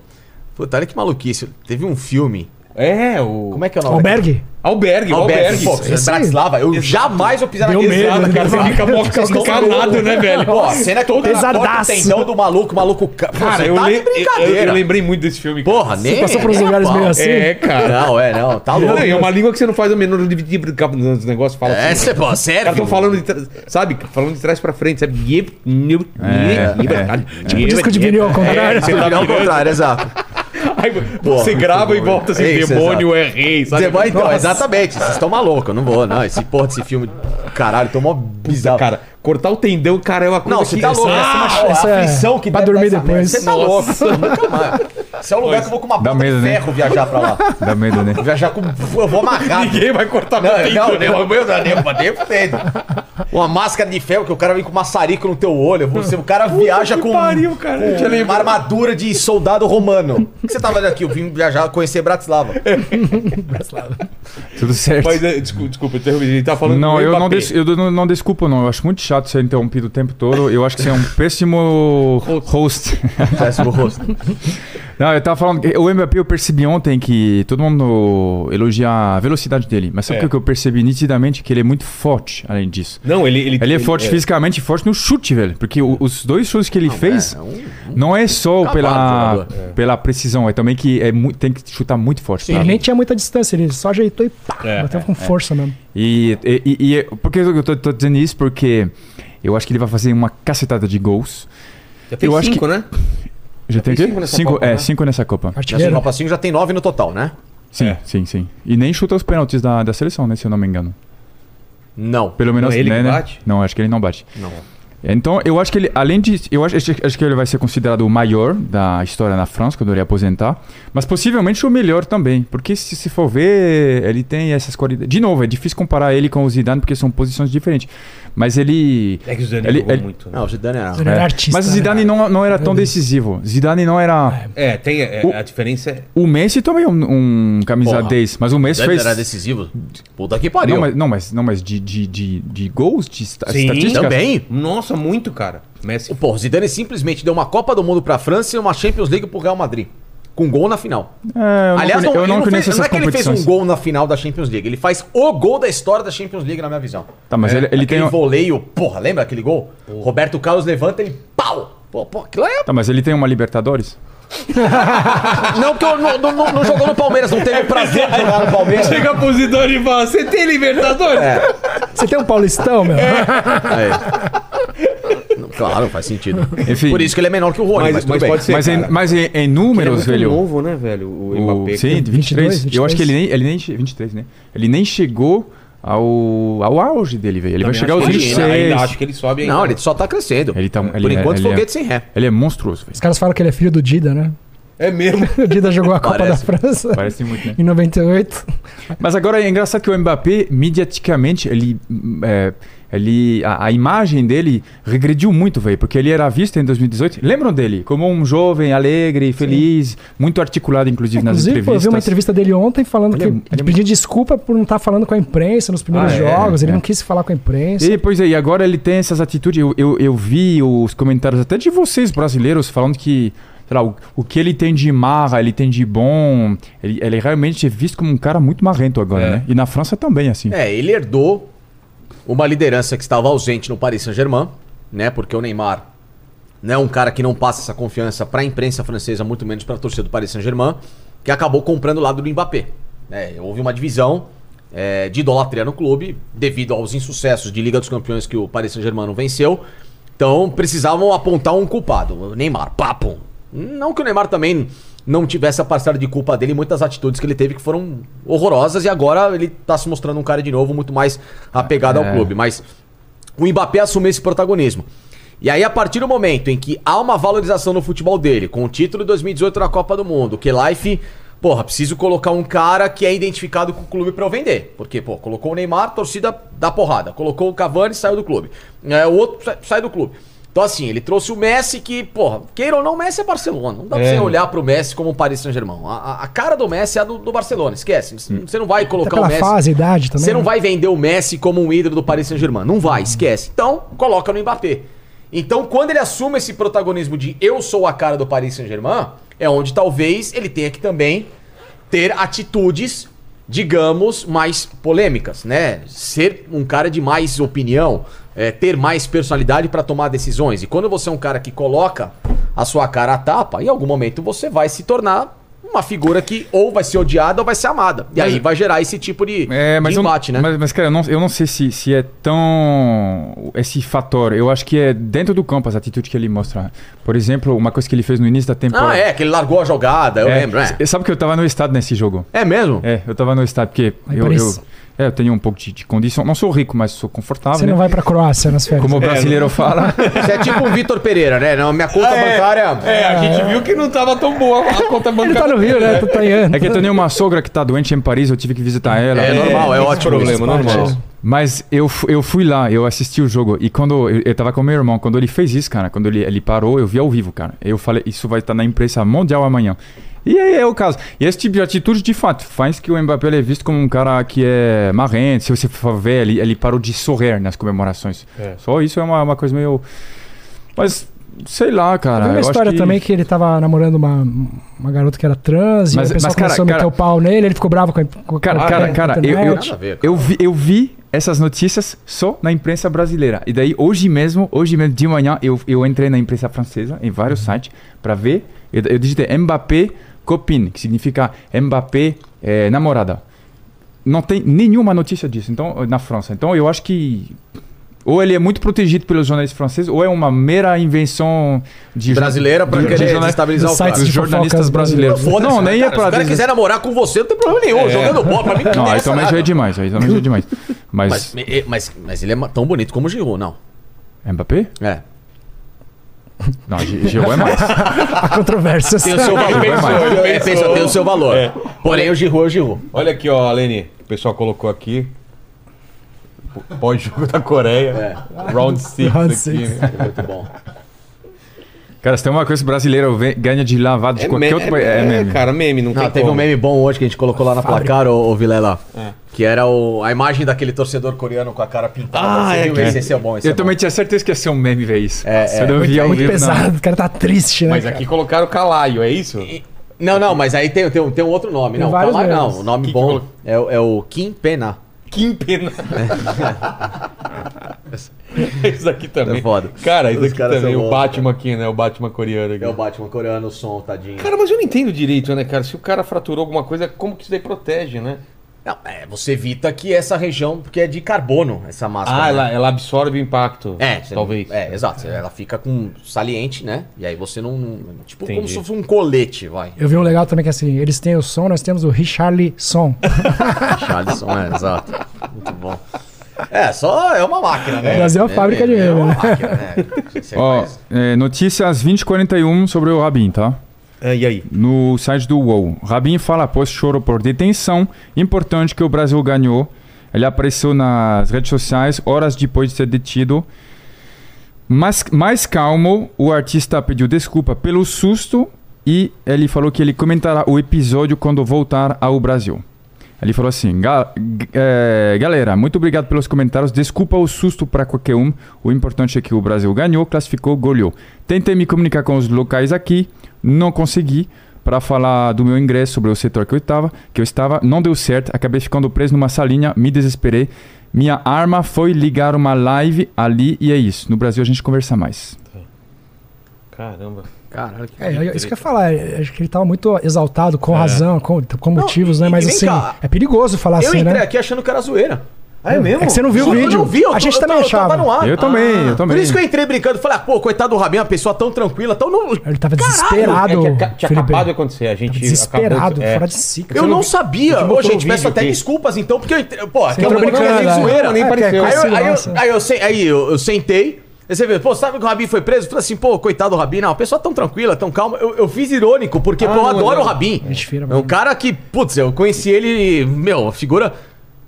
Speaker 6: Puta, olha que maluquice. Teve um filme.
Speaker 1: É, o.
Speaker 6: Como é que é o nome?
Speaker 3: Albergue?
Speaker 1: Albergue, o
Speaker 6: Albergue.
Speaker 1: albergue.
Speaker 6: Pô, em Bratislava, eu jamais vou pisar
Speaker 3: Deu
Speaker 6: naquele
Speaker 3: medo,
Speaker 6: estrada,
Speaker 3: né?
Speaker 6: cara. Você fica mó
Speaker 3: Fica
Speaker 1: calado, né, velho?
Speaker 6: Pô, a cena é que o cara
Speaker 3: Pesadaço.
Speaker 6: corta o tendão do maluco, o maluco... ca- Pô,
Speaker 1: Cara,
Speaker 6: você
Speaker 1: eu,
Speaker 6: tá
Speaker 1: le-
Speaker 6: de
Speaker 1: eu-
Speaker 6: brincadeira.
Speaker 1: eu lembrei muito desse filme. cara.
Speaker 6: Porra, nem...
Speaker 3: passou por uns
Speaker 6: nem a
Speaker 3: lugares
Speaker 6: pau.
Speaker 3: meio assim?
Speaker 1: É, cara.
Speaker 6: Não, é, não, tá
Speaker 1: Não,
Speaker 6: louco.
Speaker 1: é uma língua que você não faz a menor dividir nos negócios. Fala
Speaker 6: É,
Speaker 1: assim,
Speaker 6: cê, pô,
Speaker 1: Os caras
Speaker 6: sério.
Speaker 1: estão falando de trás, sabe? Falando de trás pra frente, sabe? Yep, yep, yep,
Speaker 4: é.
Speaker 1: yep.
Speaker 3: Tipo disco de vinil ao
Speaker 1: É,
Speaker 3: contrário.
Speaker 6: Você tá ao contrário, exato.
Speaker 1: Aí você
Speaker 6: Porra,
Speaker 1: grava e
Speaker 6: muito bom,
Speaker 1: volta assim,
Speaker 6: é isso,
Speaker 1: demônio é rei, sabe?
Speaker 6: Você vai, então,
Speaker 1: Nossa,
Speaker 6: exatamente. Vocês estão malucos, eu não vou, não. Esse porra desse filme, caralho, tô mó bizarro.
Speaker 1: Cara, cortar o tendão, cara, é uma coisa
Speaker 6: Não, você tá louco.
Speaker 1: Ah,
Speaker 6: essa, é
Speaker 3: essa
Speaker 6: a
Speaker 3: é-
Speaker 6: aflição que
Speaker 3: pra
Speaker 6: deve
Speaker 3: dormir
Speaker 6: dar essa merda.
Speaker 3: depois.
Speaker 6: Você tá
Speaker 1: Nossa.
Speaker 6: louco. Nunca mais. Esse é um lugar que eu vou com uma
Speaker 4: Dá
Speaker 6: bota
Speaker 4: medo,
Speaker 6: de
Speaker 4: né?
Speaker 6: ferro viajar pra lá.
Speaker 4: Dá medo, né?
Speaker 6: Viajar com... Eu vou amarrar.
Speaker 1: ninguém vai cortar meu
Speaker 6: Não,
Speaker 1: tendão. né?
Speaker 6: não, não, meu Deus, bateu fudendo. né? Uma máscara de ferro que o cara vem com maçarico no teu olho. Você, o cara viaja
Speaker 1: que
Speaker 6: com,
Speaker 1: pariu, cara, eu tinha
Speaker 6: com uma
Speaker 1: lembrado.
Speaker 6: armadura de soldado romano. O que você tá fazendo aqui? Eu vim viajar, conhecer Bratislava.
Speaker 4: Tudo certo.
Speaker 1: Mas é, desculpa, desculpa, eu interrompi. Ele tá falando
Speaker 4: Não,
Speaker 1: do
Speaker 4: eu não,
Speaker 1: Mbappé.
Speaker 4: des, eu não, não desculpo, não. Eu acho muito chato ser interrompido o tempo todo. Eu acho que você é um péssimo host.
Speaker 6: Péssimo rosto.
Speaker 4: Não, eu tava falando que o Mbappé eu percebi ontem que todo mundo elogia a velocidade dele. Mas sabe
Speaker 1: É.
Speaker 4: o que eu percebi nitidamente? Que ele é muito forte, além disso.
Speaker 1: Não, ele. Ele,
Speaker 4: Ele é forte fisicamente e forte no chute, velho. Porque o- os dois chutes que ele fez não é só
Speaker 6: cavalo
Speaker 4: pela,
Speaker 6: jogador.
Speaker 4: pela precisão, é também que é mu- tem que chutar muito forte.
Speaker 3: Ele
Speaker 4: sabe?
Speaker 3: nem tinha muita distância, ele só ajeitou e pá,
Speaker 1: É,
Speaker 3: bateu com força mesmo.
Speaker 4: E, e, e- e- por que eu tô, tô dizendo isso? Porque eu acho que ele vai fazer uma cacetada de gols.
Speaker 1: Já fez
Speaker 4: eu acho
Speaker 1: cinco, né?
Speaker 4: Já tem o
Speaker 1: fez
Speaker 4: quê?
Speaker 1: cinco nessa
Speaker 4: cinco,
Speaker 1: Copa,
Speaker 4: é,
Speaker 1: né?
Speaker 4: cinco nessa Copa.
Speaker 6: Nessa
Speaker 3: Artilheiro.
Speaker 6: Copa 5 já tem nove no total, né?
Speaker 4: Sim, sim, sim. E nem chuta os pênaltis da, da seleção, né? Se eu não me engano.
Speaker 6: Não.
Speaker 4: Pelo menos
Speaker 1: é ele
Speaker 4: né,
Speaker 1: que
Speaker 4: né?
Speaker 1: bate?
Speaker 4: Não, acho que ele não bate.
Speaker 6: Não.
Speaker 4: Então, eu acho que ele, além de. Eu acho, acho- acho que ele vai ser considerado o maior da história na França, quando ele aposentar. Mas possivelmente o melhor também. Porque se, se for ver, ele tem essas qualidades. De novo, é difícil comparar ele com o Zidane, porque são posições diferentes. Mas ele.
Speaker 1: É que o Zidane
Speaker 4: Ele-
Speaker 1: jogou
Speaker 4: ele- é.
Speaker 1: muito. né?
Speaker 6: Não, é o Zidane era...
Speaker 3: Ele era artista.
Speaker 4: Mas o
Speaker 3: né?
Speaker 4: Zidane não, não era tão decisivo. Zidane não era.
Speaker 1: É, tem. é,
Speaker 4: O-
Speaker 1: A diferença é.
Speaker 4: O Messi também é um, um camisa
Speaker 6: Porra.
Speaker 4: 10, mas o Messi
Speaker 6: Zidane
Speaker 4: fez.
Speaker 6: era decisivo. Puta que pariu.
Speaker 4: Não, mas, não, mas, não, mas de, de, de, de gols, de esta-
Speaker 1: Sim.
Speaker 4: estatísticas.
Speaker 6: Também.
Speaker 1: Nossa, muito, cara. Messi.
Speaker 6: Pô, o Zidane simplesmente deu uma Copa do Mundo pra França e uma Champions League pro Real Madrid. Com gol na final.
Speaker 4: É, eu não,
Speaker 6: Aliás, não,
Speaker 4: conhe- eu
Speaker 6: ele
Speaker 4: não
Speaker 6: não fez,
Speaker 4: conheço
Speaker 6: não é
Speaker 4: essas
Speaker 6: que ele fez
Speaker 4: competições.
Speaker 6: um gol na final da Champions League. Ele faz o gol da história da Champions League, na minha visão.
Speaker 4: Tá, mas ele, ele tem.
Speaker 6: aquele voleio, porra, lembra aquele gol? Roberto Carlos levanta, ele pau! Pô, pô, aquilo é-
Speaker 4: Tá, mas ele tem uma Libertadores?
Speaker 6: Não, porque eu não, não- não- não jogou no Palmeiras, não
Speaker 1: É
Speaker 6: teve o prazer de jogar no Palmeiras.
Speaker 1: Chega pro Zidane e fala: Você tem Libertadores? é
Speaker 3: Você tem um paulistão, meu?
Speaker 6: Aí. Não, É. Claro, faz sentido.
Speaker 4: Enfim.
Speaker 6: Por isso que ele é menor que o
Speaker 1: Mas-
Speaker 6: Rony, mas, tudo
Speaker 1: mas
Speaker 6: bem.
Speaker 1: pode ser. Sim,
Speaker 4: mas, em,
Speaker 1: cara.
Speaker 4: mas em, em
Speaker 1: Ele é
Speaker 4: números,
Speaker 1: muito
Speaker 4: velho.
Speaker 1: novo, né, velho? O
Speaker 4: o,
Speaker 1: Mbappé.
Speaker 4: sim, 23,
Speaker 3: 22.
Speaker 4: Eu acho que ele nem, ele nem. che- 23, né? Ele nem chegou ao, ao auge dele, velho. Ele vai
Speaker 1: Também
Speaker 4: chegar aos
Speaker 1: acho que ele-
Speaker 4: 26.
Speaker 1: Ainda acho que ele sobe ainda.
Speaker 6: Não, ele só tá crescendo.
Speaker 4: Ele tá-
Speaker 6: Por
Speaker 4: ele é-
Speaker 6: enquanto,
Speaker 4: ele é-
Speaker 6: foguete sem ré.
Speaker 4: Ele é monstruoso, velho.
Speaker 3: Os caras falam que ele é filho do Dida, né?
Speaker 1: É mesmo.
Speaker 3: O Dida jogou a Copa
Speaker 6: Parece.
Speaker 3: da França
Speaker 4: Parece muito, né?
Speaker 3: em 98.
Speaker 4: Mas agora é engraçado que o Mbappé, mediaticamente, ele. hum, é, ele a, a imagem dele regrediu muito, velho, porque ele era visto em 2018. Lembram dele? Como um jovem alegre, feliz, muito articulado, inclusive, nas
Speaker 3: Inclusive, pô, eu
Speaker 4: entrevistas.
Speaker 3: vi uma entrevista dele ontem falando
Speaker 4: Ele
Speaker 3: que
Speaker 4: é- ele é
Speaker 3: pediu desculpa por não estar falando com a imprensa nos primeiros
Speaker 4: Ah, é,
Speaker 3: jogos. ele
Speaker 4: é.
Speaker 3: não quis falar com a imprensa.
Speaker 4: E, pois é, e agora ele tem essas atitudes. Eu, eu, eu vi os comentários até de vocês, brasileiros, falando que, sei lá, o, o que ele tem de marra, ele tem de bom. Ele, ele realmente é visto como um cara muito marrento agora,
Speaker 1: É.
Speaker 4: né? E na França também, assim.
Speaker 6: É, ele herdou uma liderança que estava ausente no Paris Saint-Germain, né? Porque o Neymar né, é um cara que não passa essa confiança para a imprensa francesa, muito menos para a torcida do Paris Saint-Germain, que acabou comprando o lado do Mbappé. né? houve uma divisão é, de idolatria no clube devido aos insucessos de Liga dos Campeões que o Paris Saint-Germain não venceu. Então precisavam apontar um culpado, o Neymar, papo. Não que o Neymar também não tivesse a parcela de culpa dele, muitas atitudes que ele teve que foram horrorosas e agora ele tá se mostrando um cara de novo muito mais apegado ao clube, mas o Mbappé assumiu esse protagonismo. E aí, a partir do momento em que há uma valorização no futebol dele, com o título de 2018 na Copa do Mundo, que Life, porra, preciso colocar um cara que é identificado com o clube pra eu vender. Porque, pô, colocou o Neymar, torcida dá porrada. Colocou o Cavani, saiu do clube. É, o outro sai- sai do clube. Então, assim, ele trouxe o Messi que, porra, queira ou não, o Messi é Barcelona. Não dá pra
Speaker 1: É.
Speaker 6: você olhar pro Messi como um Paris Saint-Germain. A, a- a cara do Messi é a do, do Barcelona, esquece. Você não vai
Speaker 3: Até
Speaker 6: colocar o
Speaker 3: Tá pela
Speaker 6: Messi.
Speaker 3: fase, idade também.
Speaker 6: Você não
Speaker 3: né?
Speaker 6: vai vender o Messi como um ídolo do Paris Saint-Germain. Não vai, esquece. Então, coloca no Mbappé. Então, quando ele assume esse protagonismo de eu sou a cara do Paris Saint-Germain, é onde talvez ele tenha que também ter atitudes, digamos, mais polêmicas, né? Ser um cara de mais opinião, é, ter mais personalidade para tomar decisões. E quando você é um cara que coloca a sua cara à tapa, em algum momento você vai se tornar uma figura que ou vai ser odiada ou vai ser amada. E aí vai gerar esse tipo de,
Speaker 4: É, mas
Speaker 6: de
Speaker 4: eu, não-
Speaker 6: embate, né?
Speaker 4: Mas, mas, cara, eu não, eu não sei se, se é tão. esse fator. Eu acho que é dentro do campo as atitudes que ele mostra. Por exemplo, uma coisa que ele fez no início da temporada.
Speaker 6: Ah, é, que ele largou a jogada, eu
Speaker 4: É,
Speaker 6: lembro, é.
Speaker 4: s- Sabe que eu tava no estado nesse jogo?
Speaker 6: É mesmo?
Speaker 4: É, eu tava no estado, porque eu,
Speaker 3: Aí
Speaker 4: eu,
Speaker 3: parece.
Speaker 4: é, eu tenho um pouco de, de condição. Não sou rico, mas sou confortável.
Speaker 3: Você
Speaker 4: né?
Speaker 3: não vai pra Croácia nas férias.
Speaker 4: Como o brasileiro fala.
Speaker 6: Você é tipo o Vitor Pereira, né? Não, minha conta bancária.
Speaker 1: Ah, É, a gente viu que não tava tão boa a conta
Speaker 3: Ele tá
Speaker 1: bancária.
Speaker 3: no Rio, né? Tá, tá em ano.
Speaker 4: É que eu tenho uma sogra que tá doente em Paris, eu tive que visitar ela.
Speaker 6: É, normal, é, ótimo.
Speaker 1: problema,
Speaker 6: isso.
Speaker 1: normal.
Speaker 4: Mas eu, fu- eu fui lá, eu assisti o jogo. E quando eu, eu tava com meu irmão, quando ele fez isso, cara, quando ele, ele parou, eu vi ao vivo, cara. Eu falei, isso vai estar na imprensa mundial amanhã. E aí é o caso. E esse tipo de atitude, de fato, faz que o Mbappé ele é visto como um cara que é marrento. Se você for ver, ele, ele parou de sorrir nas comemorações.
Speaker 1: É.
Speaker 4: Só isso é uma, uma coisa meio. Mas sei lá, cara.
Speaker 3: Tem uma
Speaker 4: Ah, eu acho
Speaker 3: história
Speaker 4: que-
Speaker 3: também que ele tava namorando uma, uma garota que era trans
Speaker 4: Mas-
Speaker 3: e aí o pessoal
Speaker 4: mas, cara,
Speaker 3: começou a meter
Speaker 4: cara-
Speaker 3: o pau nele, ele ficou bravo com a, com a-
Speaker 6: Ah,
Speaker 4: Cara,
Speaker 3: com a-
Speaker 4: cara,
Speaker 3: com a
Speaker 4: cara, eu- eu-
Speaker 3: internet.
Speaker 6: é? Nada a ver, cara.
Speaker 4: Eu vi, eu vi essas notícias só na imprensa brasileira. E daí, hoje mesmo, hoje mesmo de manhã, eu, eu entrei na imprensa francesa, em vários sites, para ver. Eu, eu digitei Mbappé copine, que significa Mbappé eh, namorada. Não tem nenhuma notícia disso então, na França. Então, eu acho que. Ou ele é muito protegido pelos jornalistas franceses, ou é uma mera invenção de jor-
Speaker 6: Brasileira é pra
Speaker 4: de- de
Speaker 6: querer
Speaker 4: jornal-
Speaker 6: destabilizar o
Speaker 3: Os
Speaker 6: cara.
Speaker 3: sites
Speaker 4: dos
Speaker 3: de
Speaker 4: jornalistas
Speaker 3: fofocas
Speaker 4: brasileiros.
Speaker 6: Foda-se,
Speaker 4: Não,
Speaker 6: né,
Speaker 4: nem é
Speaker 6: cara? Se o
Speaker 4: pra
Speaker 6: cara
Speaker 4: dizer.
Speaker 6: quiser namorar com você, não tem problema nenhum. Jogando bola pra mim,
Speaker 4: Não, aí
Speaker 6: interessa
Speaker 4: também já
Speaker 6: nada.
Speaker 4: é demais, aí também já é demais. Mas,
Speaker 6: Mas, e- mas, mas ele é ma- tão bonito como o Giroud, não.
Speaker 4: Mbappé?
Speaker 6: É.
Speaker 4: Não, Gi- Giroud é mais.
Speaker 3: Há controvérsias.
Speaker 6: Tem o seu valor.
Speaker 4: Ele pensou,
Speaker 6: ele pensa, tem o seu valor.
Speaker 1: É.
Speaker 6: Porém, o Giroud é o Giroud.
Speaker 1: Olha aqui, ó, Aleni. O pessoal colocou aqui. P- Pós-jogo da Coreia. Round 6
Speaker 3: Round
Speaker 1: aqui.
Speaker 3: six.
Speaker 1: né?
Speaker 6: É Muito bom.
Speaker 4: Cara, se tem uma coisa brasileira, eu ve- ganha de lavado de
Speaker 1: É,
Speaker 4: qualquer
Speaker 1: meme,
Speaker 4: outro país.
Speaker 1: é,
Speaker 4: É, mesmo.
Speaker 1: cara, meme, não,
Speaker 6: Não,
Speaker 1: tem
Speaker 6: teve
Speaker 1: como. É.
Speaker 6: um meme bom hoje que a gente colocou lá na placar, ô, ô Vilela. Que era o- a imagem daquele torcedor coreano com a cara pintada.
Speaker 1: Ah,
Speaker 6: Você
Speaker 1: é
Speaker 6: viu?
Speaker 1: que-
Speaker 6: esse, esse é bom, esse
Speaker 4: Eu
Speaker 6: é
Speaker 4: também
Speaker 6: bom.
Speaker 4: tinha certeza que ia ser um meme ver isso.
Speaker 6: É,
Speaker 4: Se
Speaker 6: é.
Speaker 4: eu não
Speaker 3: Muito,
Speaker 4: via ao
Speaker 3: muito
Speaker 4: vivo, não.
Speaker 3: pesado, o cara tá triste, né?
Speaker 1: Mas
Speaker 3: cara?
Speaker 1: aqui colocaram Calaio, é isso?
Speaker 6: Não, não, mas aí tem, tem, um- tem um outro nome.
Speaker 3: Tem
Speaker 6: não,
Speaker 3: vários
Speaker 6: Calai
Speaker 3: nomes.
Speaker 6: não. O nome
Speaker 1: Que
Speaker 6: bom
Speaker 1: colo-
Speaker 6: é, o- é o Kim Pena.
Speaker 1: Kim Pena. isso aqui também.
Speaker 6: É foda.
Speaker 1: Cara, isso
Speaker 6: Os
Speaker 1: aqui
Speaker 6: caras
Speaker 1: também.
Speaker 6: são
Speaker 1: O
Speaker 6: bons,
Speaker 1: Batman aqui, né? O Batman coreano aqui.
Speaker 6: É o Batman coreano, o som, tadinho.
Speaker 1: Cara, mas eu não entendo direito, né, cara? Se o cara fraturou alguma coisa, como que isso daí protege, né?
Speaker 6: Não, é, você evita que essa região, porque é de carbono, essa máscara.
Speaker 1: Ah,
Speaker 6: né?
Speaker 1: ela, ela absorve o impacto.
Speaker 6: É, você
Speaker 1: talvez.
Speaker 6: não- é, exato. Ela fica com saliente, né? E aí você não. não- Tipo, como
Speaker 1: Entendi.
Speaker 6: se fosse um colete, vai.
Speaker 3: Eu vi um legal também que assim, eles têm o som, nós temos o Richarlison.
Speaker 6: Charlison, é, exato. Muito bom. É, só é uma máquina, né?
Speaker 3: O Brasil é uma
Speaker 6: É,
Speaker 3: fábrica de
Speaker 6: É
Speaker 3: meme,
Speaker 6: uma
Speaker 3: né?
Speaker 6: máquina, né? Você
Speaker 4: Ó,
Speaker 6: faz-
Speaker 4: é, notícias 20h41 sobre o Rabin, tá?
Speaker 1: Ah, e aí?
Speaker 4: No site do UOL. Rabin fala após choro por detenção. Importante que o Brasil ganhou. Ele apareceu nas redes sociais horas depois de ser detido. Mas, mais calmo, o artista pediu desculpa pelo susto e ele falou que ele comentará o episódio quando voltar ao Brasil. Ele falou assim: "Ga- g- eh, Galera, muito obrigado pelos comentários. Desculpa o susto para qualquer um. O importante é que o Brasil ganhou, classificou, goleou. Tentei me comunicar com os locais aqui, não consegui. Para falar do meu ingresso sobre o setor que eu, estava, que eu estava, não deu certo. Acabei ficando preso numa salinha, me desesperei. Minha arma foi ligar uma live ali e é isso. No Brasil a gente conversa mais.
Speaker 6: é.
Speaker 1: Caramba.
Speaker 6: Caralho, que
Speaker 3: É, eu- isso que eu ia falar, eu acho que ele tava muito exaltado,
Speaker 1: É.
Speaker 3: com razão, com, com motivos,
Speaker 6: e-
Speaker 3: né? Mas
Speaker 6: e vem
Speaker 3: assim,
Speaker 6: cá.
Speaker 3: é perigoso falar
Speaker 6: Eu
Speaker 3: assim,
Speaker 6: entrei
Speaker 3: né?
Speaker 6: aqui achando que era zoeira.
Speaker 1: Ah, é mesmo?
Speaker 3: É que você não viu o
Speaker 6: Juro,
Speaker 3: vídeo.
Speaker 6: Eu não vi, eu
Speaker 3: a
Speaker 6: tô-
Speaker 3: gente
Speaker 6: eu
Speaker 3: também
Speaker 6: tô- eu
Speaker 3: achava.
Speaker 6: tava no ar. Ah.
Speaker 4: Eu também, eu também.
Speaker 6: Por isso que eu entrei brincando. Falei, ah, pô, coitado do Rabinho, uma pessoa tão tranquila, tão não...
Speaker 3: Ele tava
Speaker 1: É
Speaker 3: desesperado,
Speaker 1: que aca- tinha
Speaker 3: Felipe. Tá
Speaker 1: acabado de acontecer. A gente
Speaker 3: desesperado,
Speaker 1: acabou de- é.
Speaker 3: fora de si. cara.
Speaker 6: Eu não
Speaker 1: Eu
Speaker 6: sabia.
Speaker 1: te
Speaker 6: Ô,
Speaker 1: mostrei
Speaker 6: gente,
Speaker 1: um
Speaker 6: peço
Speaker 1: vídeo
Speaker 6: até
Speaker 1: aqui.
Speaker 6: desculpas, então, porque eu entrei... Pô, aqui é
Speaker 3: entrou
Speaker 6: uma-
Speaker 3: brincando,
Speaker 6: é
Speaker 3: né?
Speaker 6: zoeira,
Speaker 1: nem
Speaker 3: É, que é
Speaker 1: pareceu.
Speaker 6: Aí eu,
Speaker 3: conhecida
Speaker 6: aí, eu,
Speaker 3: nossa.
Speaker 6: aí, eu, sei- aí eu- eu sentei, Aí você vê, pô, sabe que o Rabin foi preso? Eu falei assim, pô, coitado do Rabin. Não, o pessoal tão tranquila, tão calma. Eu, eu fiz irônico, porque pô, eu
Speaker 1: Ah, não,
Speaker 6: adoro
Speaker 1: não.
Speaker 6: o Rabin.
Speaker 3: Gente fina,
Speaker 6: É um
Speaker 3: mano.
Speaker 6: cara que, putz, eu conheci ele, meu, a figura.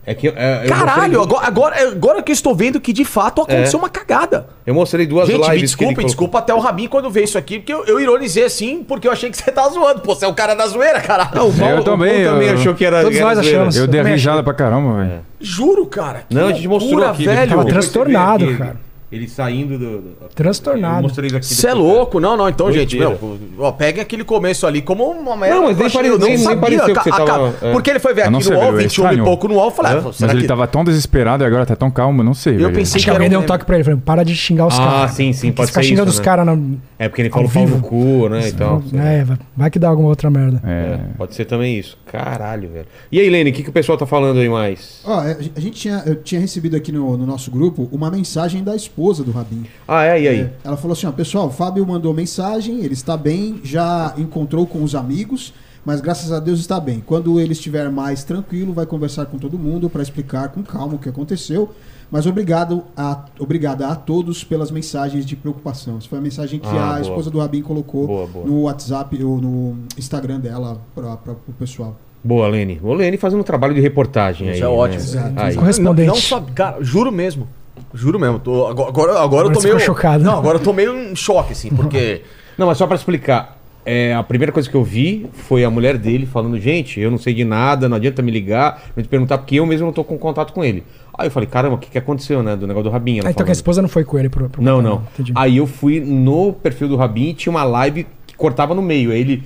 Speaker 1: É que, é, eu mostrei
Speaker 6: Caralho,
Speaker 1: du-
Speaker 6: agora, agora, agora que eu estou vendo que de fato aconteceu uma cagada.
Speaker 1: Eu mostrei É. duas lives.
Speaker 6: Gente, me
Speaker 1: que ele
Speaker 6: desculpa,
Speaker 1: colocou.
Speaker 6: desculpa até o Rabin quando vê isso aqui, porque eu, eu ironizei assim, porque eu achei que você tá zoando. Pô, você é o cara da zoeira, caralho.
Speaker 1: Não, o Paulo,
Speaker 4: Eu também,
Speaker 1: o Paulo também
Speaker 4: eu-
Speaker 1: achou que era.
Speaker 3: Todos
Speaker 1: era
Speaker 3: nós
Speaker 1: zoeira.
Speaker 3: achamos.
Speaker 4: Eu dei
Speaker 3: também
Speaker 4: risada pra caramba, velho.
Speaker 6: É. Juro, cara. que
Speaker 1: Não, a gente mostrou
Speaker 6: loucura,
Speaker 1: aqui.
Speaker 6: velho.
Speaker 1: depois você
Speaker 3: Tava
Speaker 1: vê
Speaker 3: transtornado,
Speaker 1: aqui,
Speaker 3: cara.
Speaker 1: Ele saindo do... do-
Speaker 3: Transtornado.
Speaker 1: Eu mostrei isso aqui.
Speaker 6: Você é
Speaker 1: depois, né? cara.
Speaker 6: louco? Não, não. Então, gente,
Speaker 1: Doideira.
Speaker 6: meu, ó, peguem aquele começo ali como uma merda.
Speaker 1: Não, mas nem
Speaker 6: Eu achei-
Speaker 1: pare-
Speaker 6: eu
Speaker 1: nem- nem pareceu que você
Speaker 6: a- a-
Speaker 1: tava- é.
Speaker 6: Porque ele foi ver
Speaker 4: Eu não
Speaker 6: aqui
Speaker 4: sei,
Speaker 6: no UOL,
Speaker 4: velho, é
Speaker 6: 21 e
Speaker 4: estranho.
Speaker 6: pouco no UOL, eu falei, ah, pô,
Speaker 4: Mas
Speaker 6: será
Speaker 4: ele
Speaker 6: que...
Speaker 4: tava tão desesperado e agora tá tão calmo, não sei.
Speaker 6: Eu
Speaker 4: velho.
Speaker 6: pensei
Speaker 3: Acho
Speaker 6: que
Speaker 3: que
Speaker 6: era
Speaker 3: alguém deu um
Speaker 6: meme.
Speaker 3: toque pra ele. Falei, para de xingar os
Speaker 1: Ah,
Speaker 3: caras.
Speaker 1: sim, sim,
Speaker 3: Tem que
Speaker 1: pode
Speaker 3: ficar
Speaker 1: ser
Speaker 3: xingando
Speaker 1: isso,
Speaker 3: os
Speaker 1: né?
Speaker 3: caras. na-
Speaker 1: É porque ele
Speaker 3: Ao
Speaker 1: falou pau no
Speaker 3: vivo.
Speaker 1: cu, né? E tal.
Speaker 3: É, vai- vai que dá alguma outra merda.
Speaker 1: É,
Speaker 4: É.
Speaker 1: Pode ser também isso. Caralho, velho. E aí, Lene, o que, que o pessoal tá falando aí mais?
Speaker 2: Ó, a gente tinha, eu tinha recebido aqui no, no nosso grupo uma mensagem da esposa do Rabin.
Speaker 1: Ah, é? E aí?
Speaker 2: É, Ela falou assim, ó, pessoal, o Fábio mandou mensagem, ele está bem, já encontrou com os amigos, mas graças a Deus está bem. Quando ele estiver mais tranquilo, vai conversar com todo mundo para explicar com calma o que aconteceu. Mas obrigado a, obrigada a todos pelas mensagens de preocupação. Essa foi a mensagem que
Speaker 1: Ah,
Speaker 2: a
Speaker 1: boa.
Speaker 2: esposa do Rabin colocou
Speaker 1: Boa, boa.
Speaker 2: no WhatsApp ou no Instagram dela para o pessoal.
Speaker 1: Boa, Lene. O Lene fazendo um trabalho de reportagem aí.
Speaker 6: Isso é ótimo.
Speaker 1: Né?
Speaker 2: Exato.
Speaker 1: Aí.
Speaker 3: Corre- correspondente.
Speaker 6: Não, não sabe, cara, juro mesmo. Juro mesmo. Tô, agora, agora, agora eu
Speaker 3: Agora
Speaker 6: tô
Speaker 3: você
Speaker 6: meio.
Speaker 3: ficou chocado.
Speaker 6: Não, agora eu tô meio em choque, assim, porque.
Speaker 1: Não, mas só pra explicar. É, a primeira coisa que eu vi foi a mulher dele falando: gente, eu não sei de nada, não adianta me ligar, me perguntar, porque eu mesmo não tô com contato com ele. Aí eu falei: caramba, o que, que aconteceu, né? Do negócio do Rabinho.
Speaker 3: Ah, então que a esposa não foi com ele pro. pro
Speaker 1: Não, não.
Speaker 3: Entendi.
Speaker 1: Aí eu fui no perfil do Rabin e tinha uma live que cortava no meio. Aí ele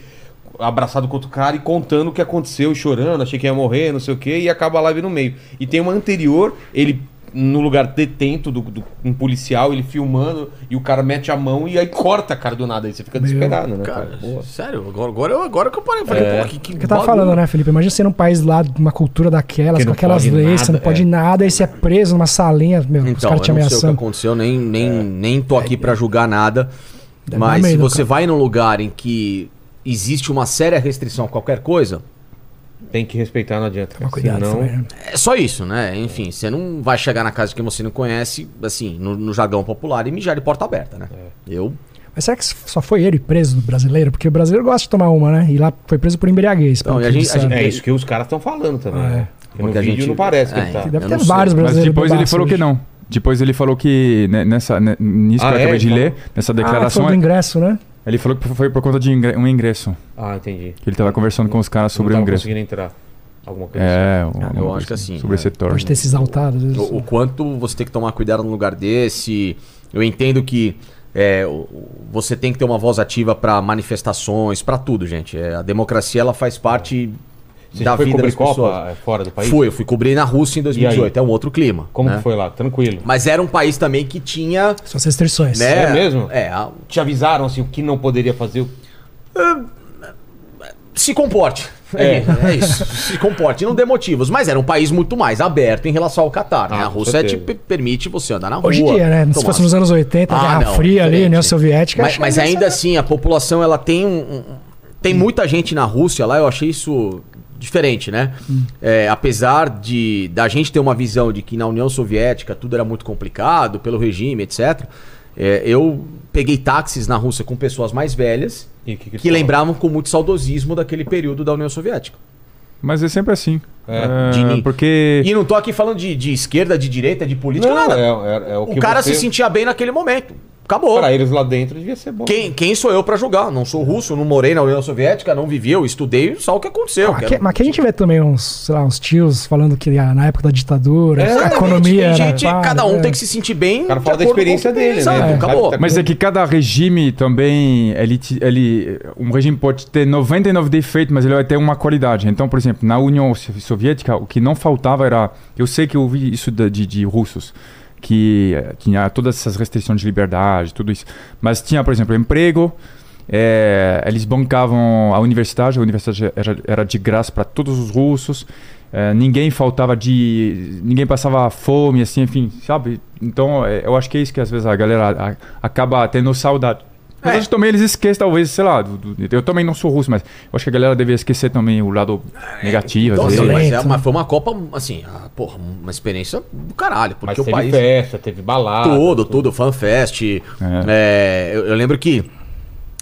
Speaker 1: abraçado com outro cara e contando o que aconteceu, e chorando, achei que ia morrer, não sei o quê, e acaba a live no meio. E tem uma anterior, ele no lugar detento do, do- um policial, ele filmando, e o cara mete a mão e aí corta, cara, do nada. Aí você fica desesperado, né? Cara,
Speaker 6: Cara,
Speaker 1: Pô.
Speaker 6: sério, agora, agora, eu, agora que eu parei. eu Falei, pô, que,
Speaker 3: O que eu tava falando, né, Felipe? Imagina você num país lá, uma cultura daquelas,
Speaker 1: Que
Speaker 3: com
Speaker 1: não
Speaker 3: aquelas
Speaker 1: pode
Speaker 3: leis,
Speaker 1: nada,
Speaker 3: você não pode
Speaker 1: é.
Speaker 3: nada, aí você é preso numa salinha, meu, os
Speaker 6: Então,
Speaker 3: caras te
Speaker 6: eu não sei o que
Speaker 3: ameaçando. É.
Speaker 6: aconteceu, nem, nem, nem tô aqui pra julgar nada.
Speaker 3: Deve
Speaker 6: Mas
Speaker 3: dar
Speaker 6: se
Speaker 3: medo,
Speaker 6: você
Speaker 3: cara.
Speaker 6: vai num lugar em que existe uma séria restrição a qualquer coisa,
Speaker 1: Tem que respeitar, não adianta. Cara.
Speaker 3: Toma cuidado,
Speaker 1: Senão,
Speaker 3: também, né?
Speaker 6: é só isso, né? Enfim, você não vai chegar na casa de quem você não conhece, assim, no, no jargão popular e mijar de porta aberta, né? Eu.
Speaker 3: Mas será que só foi ele preso do brasileiro? Porque o brasileiro gosta de tomar uma, né? E lá foi preso por embriaguez.
Speaker 6: Então,
Speaker 3: pelo
Speaker 6: e a
Speaker 3: que
Speaker 6: gente- a
Speaker 3: disseram.
Speaker 1: é isso que os caras estão falando também. né? Porque no
Speaker 6: Porque a
Speaker 1: vídeo
Speaker 6: gente-
Speaker 1: não parece que
Speaker 6: é,
Speaker 1: ele tá.
Speaker 6: entendeu?
Speaker 3: Deve
Speaker 6: Eu
Speaker 3: ter
Speaker 6: não sei.
Speaker 3: vários
Speaker 4: Mas
Speaker 3: brasileiros.
Speaker 4: depois ele
Speaker 3: bobaços
Speaker 4: falou que
Speaker 3: hoje.
Speaker 4: não. Depois ele falou que ne- nessa, ne- nisso
Speaker 1: Ah,
Speaker 4: que eu
Speaker 1: é?
Speaker 4: acabei de
Speaker 6: Então.
Speaker 1: Ele
Speaker 4: ler, nessa
Speaker 3: Ah, foi
Speaker 4: declaração, é-
Speaker 3: do ingresso, né?
Speaker 4: ele falou que foi por conta de ingre- um ingresso.
Speaker 1: Ah, entendi.
Speaker 4: Que ele tava conversando com os caras sobre o
Speaker 1: não tava
Speaker 4: ingresso.
Speaker 1: conseguindo entrar. Alguma coisa assim.
Speaker 4: É,
Speaker 6: Ah,
Speaker 4: alguma
Speaker 6: eu
Speaker 4: coisa
Speaker 6: acho que assim,
Speaker 4: Sobre
Speaker 6: é.
Speaker 4: esse torno.
Speaker 3: Pode ter se exaltado. às vezes.
Speaker 6: o, o quanto você tem que tomar cuidado num lugar desse. Eu entendo que é, o- o- você tem que ter uma voz ativa para manifestações, para tudo, gente. É, a democracia ela faz parte
Speaker 1: É. Você
Speaker 6: da
Speaker 1: já foi
Speaker 6: vida
Speaker 1: cobrir
Speaker 6: das
Speaker 1: Copa eh,
Speaker 6: pessoas.
Speaker 1: fora do país?
Speaker 6: Foi, eu fui cobrir na Rússia em 2018, é um outro clima.
Speaker 1: Como
Speaker 6: né?
Speaker 1: que foi lá? Tranquilo.
Speaker 6: Mas era um país também que tinha.
Speaker 3: Suas restrições.
Speaker 6: Né,
Speaker 1: É mesmo?
Speaker 6: É, a-
Speaker 1: Te avisaram assim o que não poderia fazer? o-
Speaker 6: se comporte. É. é isso. Se comporte. Não dê motivos. Mas era um país muito mais aberto em relação ao Catar. né?
Speaker 1: Ah,
Speaker 6: A
Speaker 1: com
Speaker 6: Rússia te
Speaker 1: certeza.
Speaker 6: pe- permite você andar na rua.
Speaker 3: Hoje em dia, né? Se
Speaker 6: tomar
Speaker 3: fosse nos anos 80,
Speaker 6: Ah,
Speaker 3: Guerra
Speaker 6: não,
Speaker 3: Fria ali,
Speaker 6: diferente.
Speaker 3: União Soviética.
Speaker 6: Mas,
Speaker 3: acho Hum. que
Speaker 6: mas
Speaker 3: não ia
Speaker 6: ainda
Speaker 3: ser-
Speaker 6: assim, a população ela tem um, um- tem muita gente na Rússia lá. Eu achei isso diferente, né?
Speaker 3: Hum.
Speaker 6: É, apesar de da gente ter uma visão de que na União Soviética tudo era muito complicado pelo regime, etc. é, eu peguei táxis na Rússia com pessoas mais velhas
Speaker 1: E o que que
Speaker 6: que
Speaker 1: tu
Speaker 6: lembravam com muito saudosismo daquele período da União Soviética.
Speaker 4: Mas é sempre assim.
Speaker 1: É.
Speaker 4: É,
Speaker 6: De-
Speaker 4: porque.
Speaker 6: E não tô aqui falando de, de esquerda, de direita, de política,
Speaker 1: Não,
Speaker 6: nada.
Speaker 1: é, é- é o
Speaker 6: o
Speaker 1: que
Speaker 6: cara
Speaker 1: você-
Speaker 6: se sentia bem naquele momento. Acabou.
Speaker 1: Pra eles lá dentro devia ser bom.
Speaker 6: Quem, quem sou eu pra julgar? Não sou russo, não morei na União Soviética, não vivi, eu estudei só o que aconteceu.
Speaker 3: Mas
Speaker 6: que
Speaker 3: Ah, que,
Speaker 6: era-
Speaker 3: mas que a gente vê também uns, sei lá, uns tios falando que ah, na época da ditadura, a
Speaker 6: Exatamente,
Speaker 3: economia.
Speaker 6: tem
Speaker 3: era
Speaker 6: É, gente,
Speaker 3: pá,
Speaker 6: cada um
Speaker 3: é.
Speaker 6: tem que se sentir bem.
Speaker 1: O cara
Speaker 6: de
Speaker 1: fala da
Speaker 6: acordo com o
Speaker 1: experiência
Speaker 6: que-
Speaker 1: dele, né?
Speaker 6: Exato,
Speaker 1: É.
Speaker 6: acabou.
Speaker 1: Tá-
Speaker 4: Mas é que cada regime também, ele, ti- ele, um regime pode ter 99 defeitos, mas ele vai ter uma qualidade. Então, por exemplo, na União Sovi- Soviética, o que não faltava era... Eu sei que eu ouvi isso de, de, de russos, que eh, tinha todas essas restrições de liberdade, tudo isso. Mas tinha, por exemplo, emprego, eh, eles bancavam a universidade, a universidade era, era de graça para todos os russos. eh, ninguém faltava de. ninguém passava fome, é assim, enfim, sabe? Então eh, eu acho que é isso que às vezes a galera a- acaba tendo saudade Mas
Speaker 6: É.
Speaker 4: acho que também eles esquecem, talvez, sei lá. do- do- eu também não sou russo, mas eu acho que a galera devia esquecer também o lado negativo.
Speaker 6: Então,
Speaker 4: às
Speaker 6: assim,
Speaker 4: vezes.
Speaker 6: mas,
Speaker 3: violento,
Speaker 6: é,
Speaker 3: né?
Speaker 6: mas foi uma Copa, assim, ah, porra, uma experiência do caralho,
Speaker 7: Mas teve
Speaker 6: porque o país.
Speaker 7: festa, teve balada.
Speaker 6: Tudo, tudo, fanfest. É, eu, eu lembro que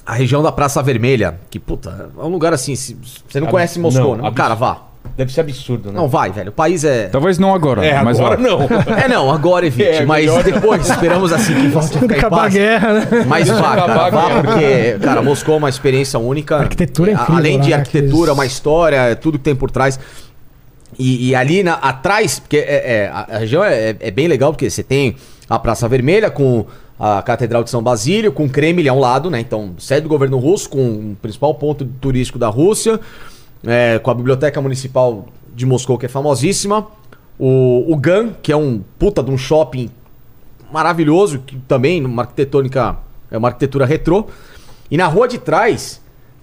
Speaker 6: a região da Praça Vermelha, que puta, é um lugar assim, se- você não
Speaker 7: Ab-
Speaker 6: conhece Moscou,
Speaker 7: não,
Speaker 6: não,
Speaker 7: abs-
Speaker 6: Cara, vá.
Speaker 7: Deve ser absurdo, né?
Speaker 6: Não, vai, velho. O país é.
Speaker 4: Talvez não agora,
Speaker 7: é,
Speaker 4: mas
Speaker 7: agora
Speaker 4: ó,
Speaker 7: não.
Speaker 6: É, não, agora evite,
Speaker 7: É,
Speaker 6: mas
Speaker 7: melhor não.
Speaker 6: depois esperamos assim que você ficar em
Speaker 3: Acabar a
Speaker 6: paz.
Speaker 3: guerra, né?
Speaker 6: Mas vá, cara,
Speaker 7: acabar
Speaker 6: vá,
Speaker 7: a guerra.
Speaker 6: porque, cara, Moscou é uma experiência única. A
Speaker 3: arquitetura é incrível
Speaker 6: Além de
Speaker 3: lá, né?
Speaker 6: arquitetura,
Speaker 3: Aqueles-
Speaker 6: uma história, é tudo que tem por trás. E, e ali na- atrás, porque é- é- a, a região é, é- é bem legal, porque você tem a Praça Vermelha com a Catedral de São Basílio, com o Kremlin a um lado, né? Então, sede do governo russo, com o principal ponto turístico da Rússia, é, com a Biblioteca Municipal de Moscou, que é famosíssima. O, o GAN, que é um puta de um shopping maravilhoso, que também uma arquitetônica, é uma arquitetura retrô. E na rua de trás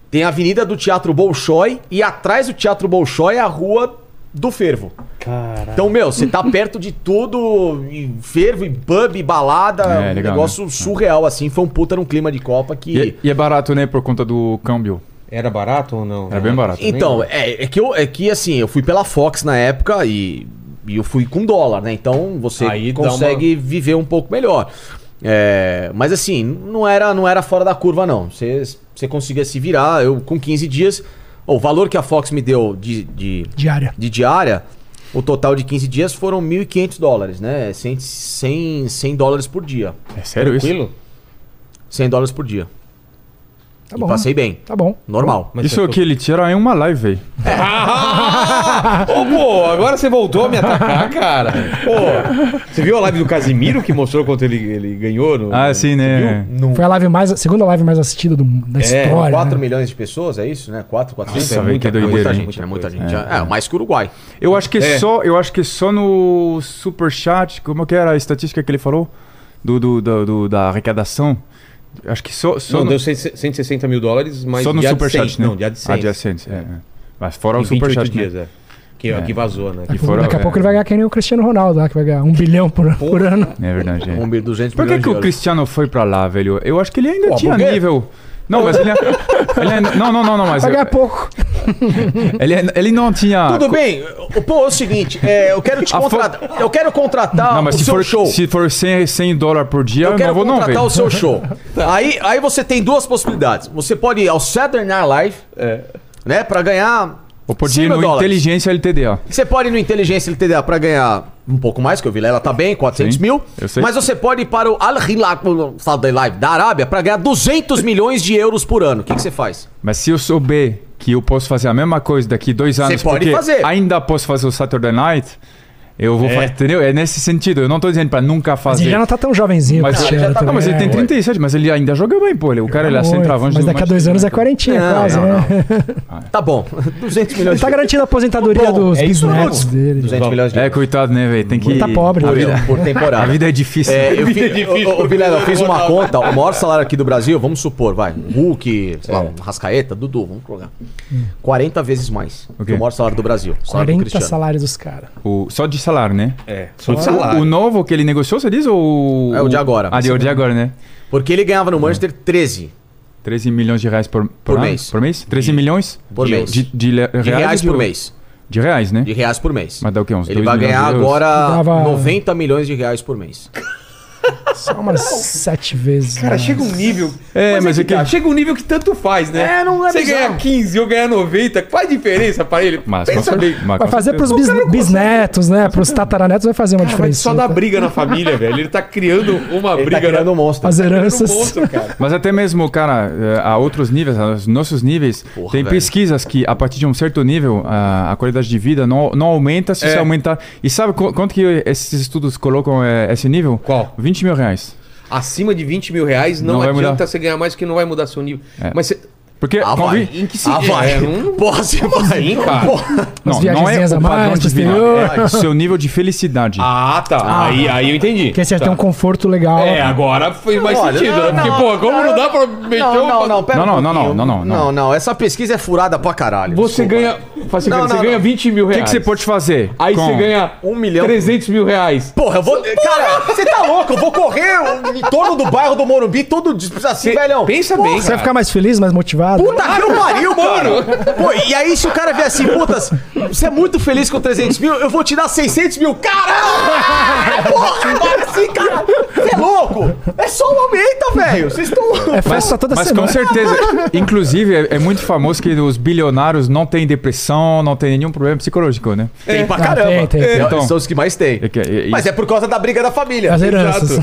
Speaker 6: tem a Avenida do Teatro Bolshoi e atrás do Teatro Bolshoi é a Rua do Fervo.
Speaker 7: Cara,
Speaker 6: Então, meu, você tá perto de tudo, e fervo, e pub, e balada,
Speaker 4: É,
Speaker 6: um
Speaker 4: legal,
Speaker 6: negócio surreal, assim. Foi um puta num clima de Copa que...
Speaker 4: E, e é barato, né? Por conta do câmbio.
Speaker 7: era barato ou não?
Speaker 4: Era bem
Speaker 1: Tá
Speaker 4: barato.
Speaker 6: Então, é, é que eu, é que assim, eu fui pela Fox na época e, e eu fui com dólar, né? Então você
Speaker 7: Aí dá
Speaker 6: consegue viver um pouco melhor. É, mas assim, não era, não era fora da curva, não. Você, você conseguia se virar. Eu, com 15 dias, o valor que a Fox me deu de, de,
Speaker 3: Diária.
Speaker 6: de diária, o total de 15 dias foram 1.500 dólares, né? 100, 100, 100 dólares por dia.
Speaker 4: É sério isso?
Speaker 7: Tranquilo?
Speaker 6: 100 dólares por dia.
Speaker 3: Tá
Speaker 6: e
Speaker 3: bom.
Speaker 6: passei bem.
Speaker 3: Tá bom.
Speaker 6: Normal.
Speaker 7: Mas
Speaker 4: Isso
Speaker 7: eu
Speaker 4: aqui ele tira em uma live, velho.
Speaker 1: Ô, pô, agora você voltou a me atacar, cara. Pô, você viu a live do Casimiro que mostrou quanto ele, ele ganhou? No,
Speaker 4: Ah, sim, né?
Speaker 3: Foi a live mais, a segunda live mais assistida do- da história.
Speaker 6: 4
Speaker 3: né?
Speaker 6: milhões de pessoas, é isso, né? 4, 400
Speaker 4: Nossa, velho, que doideira,
Speaker 6: Muita
Speaker 4: hein?
Speaker 6: gente, né? Muita gente. É, é, mais que o Uruguai.
Speaker 4: Eu acho que
Speaker 1: É.
Speaker 4: só, eu acho que só no superchat, como que era a estatística que ele falou do, do- do- do- da arrecadação? Acho que só só
Speaker 1: Não,
Speaker 4: no,
Speaker 1: deu 100 160 mil dólares, mas
Speaker 4: só no
Speaker 1: de
Speaker 4: superchat,
Speaker 1: AdSense,
Speaker 4: né?
Speaker 1: Não, de AdSense.
Speaker 4: Ah, de AdSense, é, é. Mas fora
Speaker 1: Em
Speaker 4: o
Speaker 1: 28
Speaker 4: superchat, né?
Speaker 1: dias, é. Que, que vazou, né?
Speaker 4: E
Speaker 3: Daqui
Speaker 4: fora-
Speaker 3: a pouco- Tá daqui a
Speaker 4: é.
Speaker 3: pouco ele vai ganhar que nem o Cristiano Ronaldo, lá, que vai ganhar um bilhão por, por ano.
Speaker 4: É verdade. é.
Speaker 6: Um mil- 200
Speaker 4: Por que,
Speaker 6: milhões
Speaker 4: que o
Speaker 6: de euros.
Speaker 4: Cristiano foi pra lá, velho? Eu acho que ele ainda
Speaker 6: Pô,
Speaker 4: tinha
Speaker 6: porque-
Speaker 4: nível. Não, mas ele, é- ele ainda- Não, não, não, não, mas.
Speaker 3: Vai ganhar pouco.
Speaker 4: Ele, é- ele não tinha.
Speaker 6: Tudo bem. o- Pô, é o seguinte, é, eu quero te
Speaker 4: A fo-
Speaker 6: contratar. Eu quero contratar
Speaker 4: Não, mas
Speaker 6: o
Speaker 4: se
Speaker 6: seu
Speaker 4: for,
Speaker 6: show.
Speaker 4: se for 100, 100 dólares por dia, eu,
Speaker 6: Eu quero
Speaker 4: não vou não,
Speaker 6: contratar
Speaker 4: velho.
Speaker 6: o seu show. aí, aí você tem duas possibilidades. Você pode ir ao Saturday Night Live, né? Pra ganhar.
Speaker 4: É. Ou podia
Speaker 6: 100
Speaker 4: ir
Speaker 6: mil
Speaker 4: no
Speaker 6: dólares.
Speaker 4: Inteligência LTD, ó.
Speaker 6: Você pode ir no Inteligência LTDA pra ganhar um pouco mais, que eu vi lá, ela tá bem, 400
Speaker 4: Sim,
Speaker 6: mil.
Speaker 4: eu sei.
Speaker 6: Mas você pode ir para o Al Hilal o Saturday Live da Arábia pra ganhar 200 milhões de euros por ano. O que, que você faz?
Speaker 4: Mas se eu souber que eu posso fazer a mesma coisa daqui dois anos,
Speaker 6: pode
Speaker 4: porque
Speaker 6: fazer.
Speaker 4: ainda posso fazer o Saturday Night, eu vou fazer, entendeu? É nesse sentido. Eu não tô dizendo pra nunca
Speaker 3: Mas
Speaker 4: fazer.
Speaker 3: ele já não tá tão jovenzinho.
Speaker 4: Mas,
Speaker 3: o
Speaker 4: ele,
Speaker 3: Cristiano
Speaker 4: já tá- não,
Speaker 3: também,
Speaker 4: mas ele
Speaker 3: é.
Speaker 4: tem 37, mas ele ainda joga bem, pô. Ele- O cara, ele é
Speaker 3: Muito.
Speaker 4: centroavante.
Speaker 3: Mas
Speaker 4: do
Speaker 3: daqui a dois
Speaker 4: Manchester
Speaker 3: anos é quarentinha,
Speaker 6: Não,
Speaker 3: quase,
Speaker 6: não,
Speaker 3: né?
Speaker 4: Ah, é.
Speaker 6: Tá bom. 200 milhões
Speaker 3: Ele tá
Speaker 6: de euros.
Speaker 3: garantindo a aposentadoria
Speaker 6: Bom,
Speaker 3: dos
Speaker 6: é isso
Speaker 3: bisnetos
Speaker 6: mesmo.
Speaker 3: dele.
Speaker 6: 200 milhões de
Speaker 4: É,
Speaker 6: euros.
Speaker 4: coitado, né, velho? Tem que.
Speaker 3: Ele tá pobre.
Speaker 4: A
Speaker 6: Por,
Speaker 4: vida,
Speaker 6: por
Speaker 4: a
Speaker 6: temporada.
Speaker 4: vida é difícil.
Speaker 6: É, eu,
Speaker 1: Vida é
Speaker 6: fiz,
Speaker 1: difícil,
Speaker 6: ô, ô, ô, Vilela, eu fiz uma
Speaker 1: Ronaldo.
Speaker 6: conta, o
Speaker 4: É.
Speaker 6: maior salário aqui do Brasil, vamos supor, vai, Hulk, sei lá, um Rascaeta, Dudu, vamos colocar.
Speaker 3: Hum.
Speaker 6: 40 vezes mais que
Speaker 4: Ok.
Speaker 6: o maior salário do Brasil, salário do
Speaker 3: 40
Speaker 6: Cristiano.
Speaker 3: salários dos caras.
Speaker 4: O- só de salário, né?
Speaker 1: É, só de
Speaker 4: O
Speaker 1: salário.
Speaker 4: novo que ele negociou, você diz? Ou...
Speaker 6: É o de agora.
Speaker 4: Ah, de- o de agora, né?
Speaker 6: Porque ele ganhava no Manchester 13
Speaker 4: 13 milhões de reais por, por,
Speaker 6: Por
Speaker 4: ano?
Speaker 6: mês.
Speaker 4: Por mês? 13 milhões?
Speaker 6: por
Speaker 4: de,
Speaker 6: mês.
Speaker 4: De, de le-
Speaker 6: de
Speaker 4: reais,
Speaker 6: reais
Speaker 4: ou de-
Speaker 6: por mês.
Speaker 4: De reais, né?
Speaker 6: De reais por mês.
Speaker 4: Mas dá o quê? Uns
Speaker 6: Ele
Speaker 4: dois
Speaker 6: vai
Speaker 4: milhões
Speaker 6: ganhar
Speaker 4: de euros?
Speaker 6: agora
Speaker 3: Dava-
Speaker 6: 90 milhões de reais por mês.
Speaker 3: Só umas sete vezes. né?
Speaker 1: Cara,
Speaker 3: mais.
Speaker 1: chega um nível.
Speaker 4: É, mas é que-
Speaker 1: tá, Chega um nível que tanto faz, né?
Speaker 6: É, não é
Speaker 1: Você
Speaker 6: bizarro.
Speaker 1: ganhar 15 ou ganhar 90, faz diferença pra ele?
Speaker 4: Mas,
Speaker 1: Pensa
Speaker 4: com
Speaker 1: bem.
Speaker 4: cer- mas
Speaker 3: Vai
Speaker 4: com
Speaker 3: fazer
Speaker 4: certeza.
Speaker 3: pros bis- bisnetos, né? Pros tataranetos vai fazer uma
Speaker 1: Cara, mas
Speaker 3: diferença.
Speaker 1: só dá briga na família, velho. Ele tá criando uma
Speaker 6: Ele tá
Speaker 1: briga
Speaker 6: criando
Speaker 1: na
Speaker 6: um monstro.
Speaker 3: As
Speaker 1: Tá criando um
Speaker 3: heranças.
Speaker 1: monstro, cara.
Speaker 4: Mas até mesmo, cara, eh, a outros níveis, aos nossos níveis,
Speaker 6: Porra,
Speaker 4: tem
Speaker 6: velho.
Speaker 4: pesquisas que a partir de um certo nível a, a qualidade de vida não, não aumenta se
Speaker 1: É.
Speaker 4: você aumentar. E sabe qu- quanto que esses estudos colocam eh, esse nível?
Speaker 1: Qual?
Speaker 4: 20 mil reais.
Speaker 1: Acima de 20 mil reais não,
Speaker 4: Não vai
Speaker 1: adianta
Speaker 4: mudar.
Speaker 1: você ganhar mais que não vai mudar seu nível.
Speaker 4: É.
Speaker 1: Mas você-
Speaker 4: Porque
Speaker 6: Havaí.
Speaker 4: convi-
Speaker 6: Ah, Em que sentido? Havaí.
Speaker 7: É, não-
Speaker 6: Porra, você vai.
Speaker 7: cara.
Speaker 6: Porra.
Speaker 4: não, não é
Speaker 3: viagenzinhas
Speaker 4: o
Speaker 3: a mais,
Speaker 4: padrão de
Speaker 3: pro
Speaker 4: vida,
Speaker 3: exterior.
Speaker 4: é o seu nível de felicidade.
Speaker 7: Ah, tá. aí, aí eu entendi.
Speaker 3: Porque você
Speaker 7: tá.
Speaker 3: tem um conforto legal.
Speaker 7: É, agora fez mais
Speaker 6: Olha,
Speaker 7: sentido,
Speaker 6: não,
Speaker 7: né? Porque,
Speaker 6: não,
Speaker 7: pô, como não dá pra meter
Speaker 6: Não,
Speaker 7: um-
Speaker 6: não, não, pera
Speaker 4: Não, não,
Speaker 6: um
Speaker 4: não,
Speaker 6: pouquinho.
Speaker 4: não, não, não.
Speaker 6: Não, não, essa pesquisa é furada pra caralho.
Speaker 7: Você
Speaker 6: desculpa.
Speaker 7: ganha. Você,
Speaker 6: Não,
Speaker 7: ganha, você
Speaker 6: não,
Speaker 7: ganha
Speaker 6: não.
Speaker 7: 20 mil
Speaker 4: O que,
Speaker 7: reais.
Speaker 4: que você pode fazer?
Speaker 7: Aí você
Speaker 4: com-
Speaker 7: ganha
Speaker 6: um milhão.
Speaker 7: 300 mil reais.
Speaker 6: Porra, eu vou. Cara, você tá louco? Eu vou correr em torno do bairro do Morumbi todo dia assim, velhão.
Speaker 7: Pensa bem,
Speaker 3: Você vai
Speaker 7: cara.
Speaker 3: ficar mais feliz, mais motivado?
Speaker 6: Puta que eu pariu, mano! Pô, e aí se o cara vier assim, putas, você é muito feliz com 300 mil, eu vou te dar 600 mil. Caralho! Porra, agora sim, cara! Você é louco? É só um momento, velho! Vocês estão...
Speaker 3: É festa toda
Speaker 4: Mas
Speaker 3: semana.
Speaker 4: com certeza. Inclusive, é, é muito famoso que os bilionários não têm depressão, não têm nenhum problema psicológico, né?
Speaker 6: É, Tem pra
Speaker 3: Não,
Speaker 6: caramba.
Speaker 3: tem, tem, tem.
Speaker 6: É,
Speaker 4: Então.
Speaker 6: são os que mais tem.
Speaker 4: É que- é-
Speaker 6: Mas é por causa da briga da família.
Speaker 3: As heranças.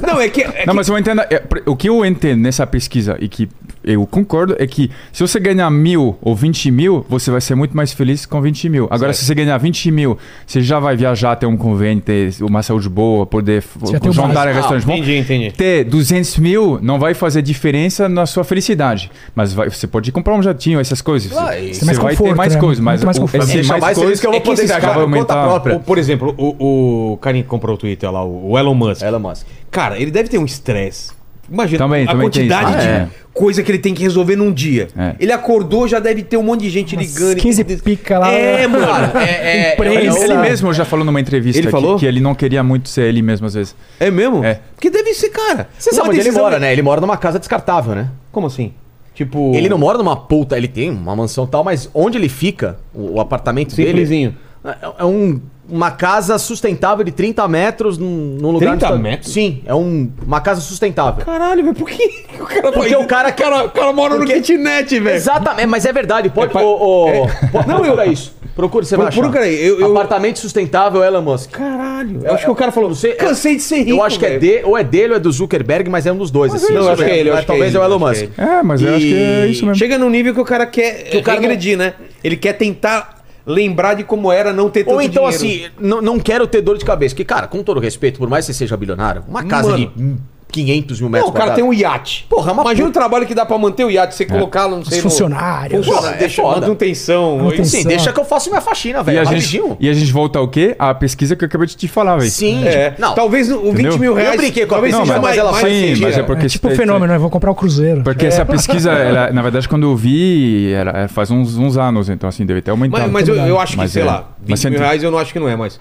Speaker 7: Não, é que. é
Speaker 4: Não,
Speaker 7: que-
Speaker 4: mas eu entendo. é, pr- o que eu entendo nessa pesquisa e que eu concordo é que se você ganhar mil ou 20 mil, você vai ser muito mais feliz com 20 mil. Agora, se você ganhar 20 mil, você já vai viajar, ter um convênio, ter uma saúde boa, poder f-
Speaker 3: Já tem o
Speaker 4: jantar em
Speaker 3: básico.
Speaker 4: restaurantes bons.
Speaker 7: Entendi, entendi.
Speaker 4: Ter 200 mil não vai fazer diferença na sua felicidade. Mas vai- você pode comprar um jatinho, essas coisas.
Speaker 6: Vai.
Speaker 4: Você
Speaker 3: mais
Speaker 4: vai ter
Speaker 3: conforto,
Speaker 4: mais
Speaker 3: né?
Speaker 4: coisas, mas
Speaker 3: Muito mais
Speaker 4: o-
Speaker 3: conforto.
Speaker 4: esse
Speaker 6: Deixa
Speaker 4: mais
Speaker 6: mais feliz
Speaker 4: coisas
Speaker 6: que eu vou
Speaker 4: é
Speaker 6: poder
Speaker 4: esses
Speaker 6: gastar
Speaker 4: caras
Speaker 6: por
Speaker 4: vão
Speaker 6: conta
Speaker 4: aumentar.
Speaker 6: própria.
Speaker 7: o- por exemplo, o, o carinha que comprou o Twitter lá, o Elon Musk.
Speaker 6: Elon Musk.
Speaker 7: Cara, ele deve ter um estresse. Imagina
Speaker 4: Também,
Speaker 7: a
Speaker 4: também tem isso.
Speaker 7: quantidade
Speaker 4: Ah,
Speaker 7: de.
Speaker 1: Coisa que ele tem que resolver num dia.
Speaker 4: É.
Speaker 1: Ele acordou, já deve ter um monte de gente
Speaker 3: Umas
Speaker 1: ligando.
Speaker 3: 15 pica lá.
Speaker 1: É, mano.
Speaker 6: É, é,
Speaker 3: Imprensa.
Speaker 4: Ele,
Speaker 3: Pensa.
Speaker 4: ele mesmo já falou numa entrevista
Speaker 1: Ele
Speaker 4: que-
Speaker 1: falou?
Speaker 4: Que, ele não queria muito ser ele mesmo às vezes.
Speaker 1: É mesmo?
Speaker 4: É.
Speaker 1: Porque deve ser, cara.
Speaker 6: Você sabe
Speaker 1: uma
Speaker 6: onde ele
Speaker 1: decisão-
Speaker 6: mora, né? Ele mora numa casa descartável, né?
Speaker 1: Como assim? Tipo.
Speaker 6: Ele não mora numa puta, ele tem uma mansão e tal, mas onde ele fica, o, o apartamento
Speaker 1: Simplesinho.
Speaker 6: dele. É, é um, uma casa sustentável de 30 metros num, num lugar.
Speaker 7: 30
Speaker 6: onde tá-
Speaker 7: metros?
Speaker 6: Sim, é um- uma casa sustentável.
Speaker 1: Caralho, velho, por que o cara faz
Speaker 6: Porque
Speaker 1: isso?
Speaker 6: o cara
Speaker 1: O cara, o cara mora no kitnet, velho.
Speaker 6: Exatamente, mas é verdade. Pode.
Speaker 7: pra-
Speaker 6: ô, ô, po- procura é isso. Procura, você vai achar.
Speaker 1: Procura aí, eu- eu-
Speaker 6: Apartamento sustentável, Elon Musk.
Speaker 1: Caralho.
Speaker 6: Eu acho que o cara falou, não sei.
Speaker 1: Cansei de ser rico.
Speaker 6: Eu acho que é
Speaker 1: dele.
Speaker 6: dele, ou é dele ou é do Zuckerberg, mas é um dos dois.
Speaker 1: é
Speaker 6: assim.
Speaker 1: isso
Speaker 6: Não, eu acho que é ele,
Speaker 1: eu
Speaker 6: mas
Speaker 1: acho que é
Speaker 6: Talvez é
Speaker 1: ele,
Speaker 6: o Elon
Speaker 1: eu acho que
Speaker 6: Musk.
Speaker 1: é
Speaker 4: É, mas eu acho que é isso mesmo.
Speaker 1: Chega num nível que o cara quer
Speaker 6: o cara não-
Speaker 1: regredir, né? Ele quer tentar lembrar de como era não ter tanto
Speaker 6: Ou então,
Speaker 1: dinheiro.
Speaker 6: assim, não, não quero ter dor de cabeça. Porque, cara, com todo respeito, por mais que você seja bilionário, uma casa
Speaker 1: Mano.
Speaker 6: de hum, 500 mil
Speaker 1: Não,
Speaker 6: metros
Speaker 1: o cara tem um iate.
Speaker 6: Porra, é uma
Speaker 1: Imagina
Speaker 6: puta- É.
Speaker 1: o trabalho que dá pra manter o iate, você colocar, não sei...
Speaker 3: Os
Speaker 1: no-
Speaker 3: funcionários.
Speaker 1: Funcionário,
Speaker 6: Porra, é
Speaker 1: deixa,
Speaker 6: foda.
Speaker 1: manutenção. é
Speaker 3: Manutenção.
Speaker 6: Sim, assim, deixa que eu faço minha faxina,
Speaker 4: E
Speaker 6: velho.
Speaker 4: a, gente,
Speaker 6: Rapidinho.
Speaker 4: e a gente volta ao quê? A pesquisa que eu acabei de te falar, velho.
Speaker 6: Sim.
Speaker 1: É,
Speaker 6: Não,
Speaker 1: talvez o 20 mil
Speaker 4: Entendeu?
Speaker 1: reais...
Speaker 6: Eu brinquei com a
Speaker 1: talvez
Speaker 6: Não,
Speaker 1: seja
Speaker 6: mas-
Speaker 1: mais-
Speaker 6: mas ela-
Speaker 1: mais
Speaker 4: sim,
Speaker 1: esse
Speaker 4: mas é
Speaker 1: dia.
Speaker 4: porque
Speaker 3: É tipo o fenômeno, né? Vou comprar o Cruzeiro.
Speaker 1: É.
Speaker 3: É.
Speaker 4: Porque essa pesquisa, ela- na verdade, quando eu vi, era, é, faz uns, uns anos, então assim, deve ter aumentado.
Speaker 1: Mas, mas eu, eu acho que,
Speaker 4: Mas
Speaker 1: sei
Speaker 4: é.
Speaker 1: lá,
Speaker 4: Mas
Speaker 1: 20 mil
Speaker 4: cento-
Speaker 1: reais eu não acho que não é, mas...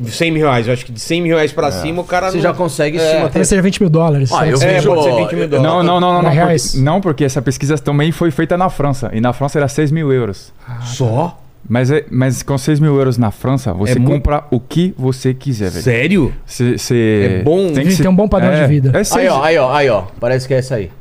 Speaker 1: 100 mil reais, eu acho que de 100 mil reais
Speaker 4: É.
Speaker 1: pra cima o cara
Speaker 6: Você
Speaker 1: não...
Speaker 6: já consegue se manter.
Speaker 3: Talvez seja 20 é mil dólares.
Speaker 6: Ó,
Speaker 3: sei
Speaker 6: Ah, eu
Speaker 3: lá.
Speaker 1: É,
Speaker 6: vejo.
Speaker 1: pode ser 20 mil dólares.
Speaker 4: Não, não, não, não. Não,
Speaker 3: Reais.
Speaker 4: porque, não, porque essa pesquisa também foi feita na França. E na França era 6 mil euros.
Speaker 1: Só?
Speaker 4: Mas, é- mas com 6 mil euros na França, você
Speaker 3: É
Speaker 1: muito-
Speaker 4: compra o que você quiser, velho.
Speaker 1: Sério?
Speaker 4: Cê- cê-
Speaker 1: É bom,
Speaker 4: que
Speaker 3: tem
Speaker 4: ser-
Speaker 3: um bom padrão
Speaker 4: é,
Speaker 3: de vida.
Speaker 4: É seis-
Speaker 6: Aí, ó, aí, ó, aí, ó. Parece que é essa aí.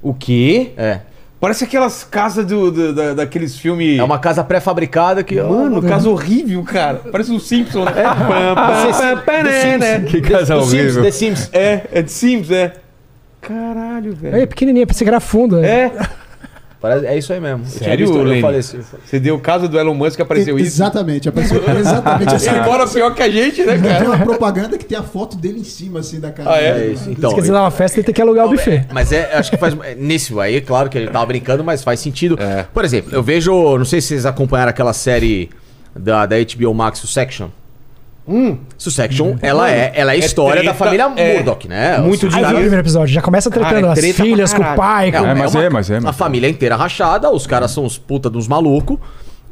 Speaker 1: O quê?
Speaker 6: É.
Speaker 1: Parece aquelas casas do, do- da- daqueles filmes...
Speaker 6: É uma casa pré-fabricada que.
Speaker 1: Mano, casa horrível, cara. Parece um Simpson,
Speaker 6: É,
Speaker 1: né? Pam, pam, pam, pam, né, né?
Speaker 4: Que casa
Speaker 6: The Sims,
Speaker 4: horrível.
Speaker 6: The Sims.
Speaker 1: É, é de Sims, é. Caralho, velho.
Speaker 3: É pequenininha, pra você virar fundo. né?
Speaker 1: É,
Speaker 6: Parece- É isso aí mesmo. Eu tinha
Speaker 1: Sério,
Speaker 6: visto, eu
Speaker 1: Lene?
Speaker 6: falei assim.
Speaker 1: você deu o caso do Elon Musk que apareceu
Speaker 2: E-
Speaker 1: isso.
Speaker 2: Exatamente, apareceu exatamente assim.
Speaker 1: Ele mora pior que a gente, né,
Speaker 2: Tem
Speaker 1: cara?
Speaker 2: uma propaganda que tem a foto dele em cima, assim, da cara.
Speaker 1: Ah, é?
Speaker 6: É isso. Então,
Speaker 3: Esqueci de dar uma festa e tem que alugar o buffet.
Speaker 6: Mas é, acho que faz. é, Nesse aí, é claro que ele tava brincando, mas faz sentido. Por exemplo, eu vejo. Não sei se vocês acompanharam aquela série da, da HBO Max, Succession.
Speaker 1: Hum.
Speaker 6: Succession, ela é, ela é a história
Speaker 1: treta,
Speaker 6: da família
Speaker 1: é.
Speaker 6: Murdoch, né?
Speaker 1: Muito
Speaker 6: Os-
Speaker 3: Aí vi o primeiro episódio, já começa tretando
Speaker 1: Cara, é
Speaker 3: as
Speaker 1: treta pra
Speaker 3: filhas com o
Speaker 1: caralho.
Speaker 3: pai. com-
Speaker 6: uma-
Speaker 4: mas
Speaker 6: uma-
Speaker 4: é, mas é, mas
Speaker 6: A
Speaker 4: é.
Speaker 6: família inteira rachada, os caras são os puta dos malucos.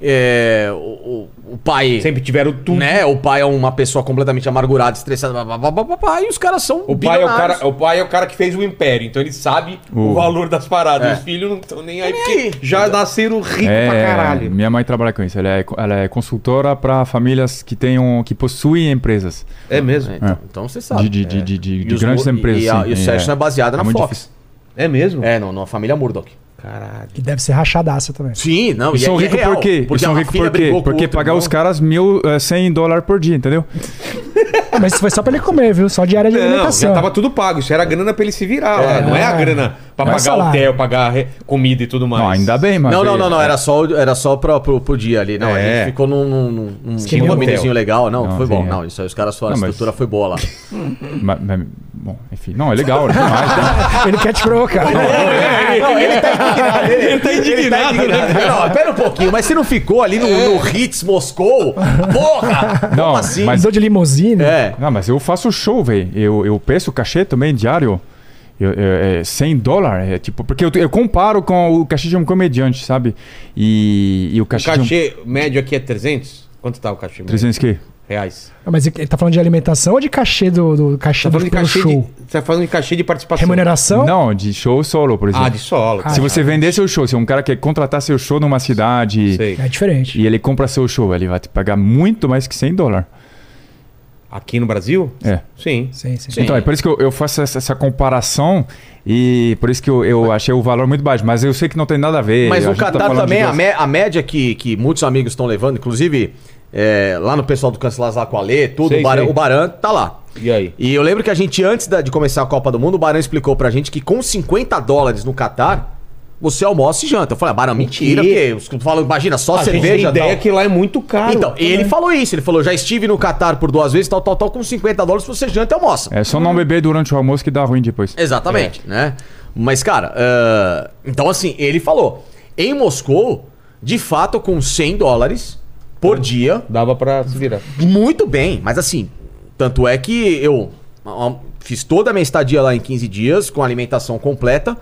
Speaker 6: É, o, o- o pai.
Speaker 1: Sempre tiveram tudo.
Speaker 6: Né? O pai é uma pessoa completamente amargurada, estressada, blá, blá, blá, blá, blá, blá, e os caras são.
Speaker 1: O pai, é o,
Speaker 6: bilionários.
Speaker 1: cara, o pai é o cara que fez o império, então ele sabe o
Speaker 4: Uh.
Speaker 1: valor das paradas.
Speaker 6: É.
Speaker 1: Os filhos não estão nem aí,
Speaker 6: nem
Speaker 1: porque
Speaker 6: aí.
Speaker 1: já nasceram ricos pra
Speaker 4: É,
Speaker 1: caralho.
Speaker 4: Minha mãe trabalha com isso. Ela é, ela é consultora para famílias que tenham, que possuem empresas.
Speaker 1: É mesmo?
Speaker 6: Então,
Speaker 4: É.
Speaker 6: então você sabe.
Speaker 4: De- de-
Speaker 6: é.
Speaker 4: de- de-
Speaker 6: E
Speaker 4: de
Speaker 6: os
Speaker 4: grandes
Speaker 6: Mur-
Speaker 4: empresas,
Speaker 6: E, a,
Speaker 4: sim.
Speaker 6: e o Session é,
Speaker 4: É.
Speaker 6: baseado
Speaker 4: É
Speaker 6: na
Speaker 4: muito
Speaker 6: Fox.
Speaker 4: difícil.
Speaker 1: É mesmo?
Speaker 6: É, não, na família Murdoch.
Speaker 1: Caralho.
Speaker 3: Que deve ser rachadaça também.
Speaker 6: Sim, não.
Speaker 4: E são
Speaker 6: é- é
Speaker 4: ricos
Speaker 6: real,
Speaker 4: por quê? E
Speaker 6: Porque
Speaker 4: são
Speaker 6: a
Speaker 4: ricos por
Speaker 6: filha
Speaker 4: quê?
Speaker 6: brigou com
Speaker 4: Porque
Speaker 6: outro
Speaker 4: pagar
Speaker 6: irmão.
Speaker 4: os caras mil, eh, 100 dólares por dia, entendeu?
Speaker 3: Ah, Mas isso foi só pra ele tá comer, viu? Só diária de
Speaker 1: Não, já
Speaker 3: alimentação.
Speaker 1: tava tudo pago. Isso era a grana pra ele se virar. lá. Não é a grana
Speaker 7: Pra
Speaker 3: Mas
Speaker 7: pagar
Speaker 3: salário.
Speaker 7: hotel, pagar re- comida e tudo mais.
Speaker 4: Não, ainda bem, mano.
Speaker 6: Não, não, não, não, era só, era só pro, pro, pro dia ali. Não, a
Speaker 7: É.
Speaker 6: gente ficou num, num, num- num
Speaker 3: Esquema
Speaker 7: hotel.
Speaker 6: condomíniozinho legal. Não,
Speaker 4: Não,
Speaker 6: foi bom.
Speaker 4: sim, é.
Speaker 6: Não, isso aí os caras só, a
Speaker 4: Não, mas-
Speaker 6: estrutura foi boa lá.
Speaker 4: Mas- mas- bom, enfim. Não, é legal, é demais.
Speaker 3: Ele quer te provocar.
Speaker 6: Não, ele tá indignado. Ele,
Speaker 7: É, tá indignado,
Speaker 6: Não, pera um pouquinho, mas se não ficou ali no, no Hits Moscou, porra!
Speaker 4: É. Não,
Speaker 6: como assim?
Speaker 4: mas-
Speaker 3: Andou de limusine.
Speaker 6: É.
Speaker 4: Não, mas eu faço show, velho. Eu, eu peço cachê também diário. Eu, é, é 100 dólares, é tipo, porque eu, eu comparo com o cachê de um comediante, sabe? E, e o
Speaker 7: O
Speaker 4: cachê, de
Speaker 7: cachê médio aqui é 300? Quanto tá o cachê
Speaker 4: um,
Speaker 7: médio?
Speaker 4: 300 que?
Speaker 7: reais.
Speaker 3: Ah, Mas ele tá falando de alimentação ou de cachê do, do cachê
Speaker 7: Tá
Speaker 3: do
Speaker 7: falando de
Speaker 3: pelo
Speaker 7: cachê
Speaker 3: show?
Speaker 7: de, tá falando de cachê de participação.
Speaker 3: Remuneração?
Speaker 4: Não, de show solo, por exemplo.
Speaker 7: Ah, de solo.
Speaker 4: Se você vender seu show, se um cara quer contratar seu show numa cidade
Speaker 7: Sei.
Speaker 3: É diferente.
Speaker 4: e ele compra seu show, ele vai te pagar muito mais que 100 dólares.
Speaker 7: Aqui no Brasil?
Speaker 4: É.
Speaker 7: Sim.
Speaker 3: Sim, sim.
Speaker 4: Então, é por isso que eu, eu faço essa, essa comparação e por isso que eu, eu achei o valor muito baixo. Mas eu sei que não tem nada a ver.
Speaker 6: Mas
Speaker 4: a
Speaker 6: o
Speaker 4: gente tá
Speaker 6: Catar
Speaker 4: falando de
Speaker 6: também, é a,
Speaker 4: duas-
Speaker 6: mé- a média que, que muitos amigos estão levando, inclusive é, lá no pessoal do Cancelas lá com a Lê, tudo,
Speaker 7: Sei,
Speaker 6: o, Baran,
Speaker 7: sei.
Speaker 6: o Baran tá lá.
Speaker 7: E aí?
Speaker 6: E eu lembro que a gente, antes da- de começar a Copa do Mundo, o Barão explicou pra gente que com 50 dólares no Catar, você almoça e janta. Eu falei, ah, Barão, mentira, porque
Speaker 7: quê?
Speaker 6: os caras falam, imagina, só
Speaker 7: a gente tem
Speaker 6: cerveja.
Speaker 7: ideia
Speaker 6: tal.
Speaker 7: que lá é muito caro.
Speaker 6: Então, ele falou isso, ele falou, já estive no Catar por duas vezes, tal, tal, tal, com 50 dólares você janta e almoça.
Speaker 4: É só não beber durante o almoço que dá ruim depois.
Speaker 6: Exatamente,
Speaker 7: É.
Speaker 6: né? Mas, cara, ah, então assim, ele falou, em Moscou, de fato, com 100 dólares por dia,
Speaker 7: Dava pra se virar.
Speaker 6: muito bem, mas assim, tanto é que eu ah, ah, fiz toda a minha estadia lá em 15 dias, com alimentação completa,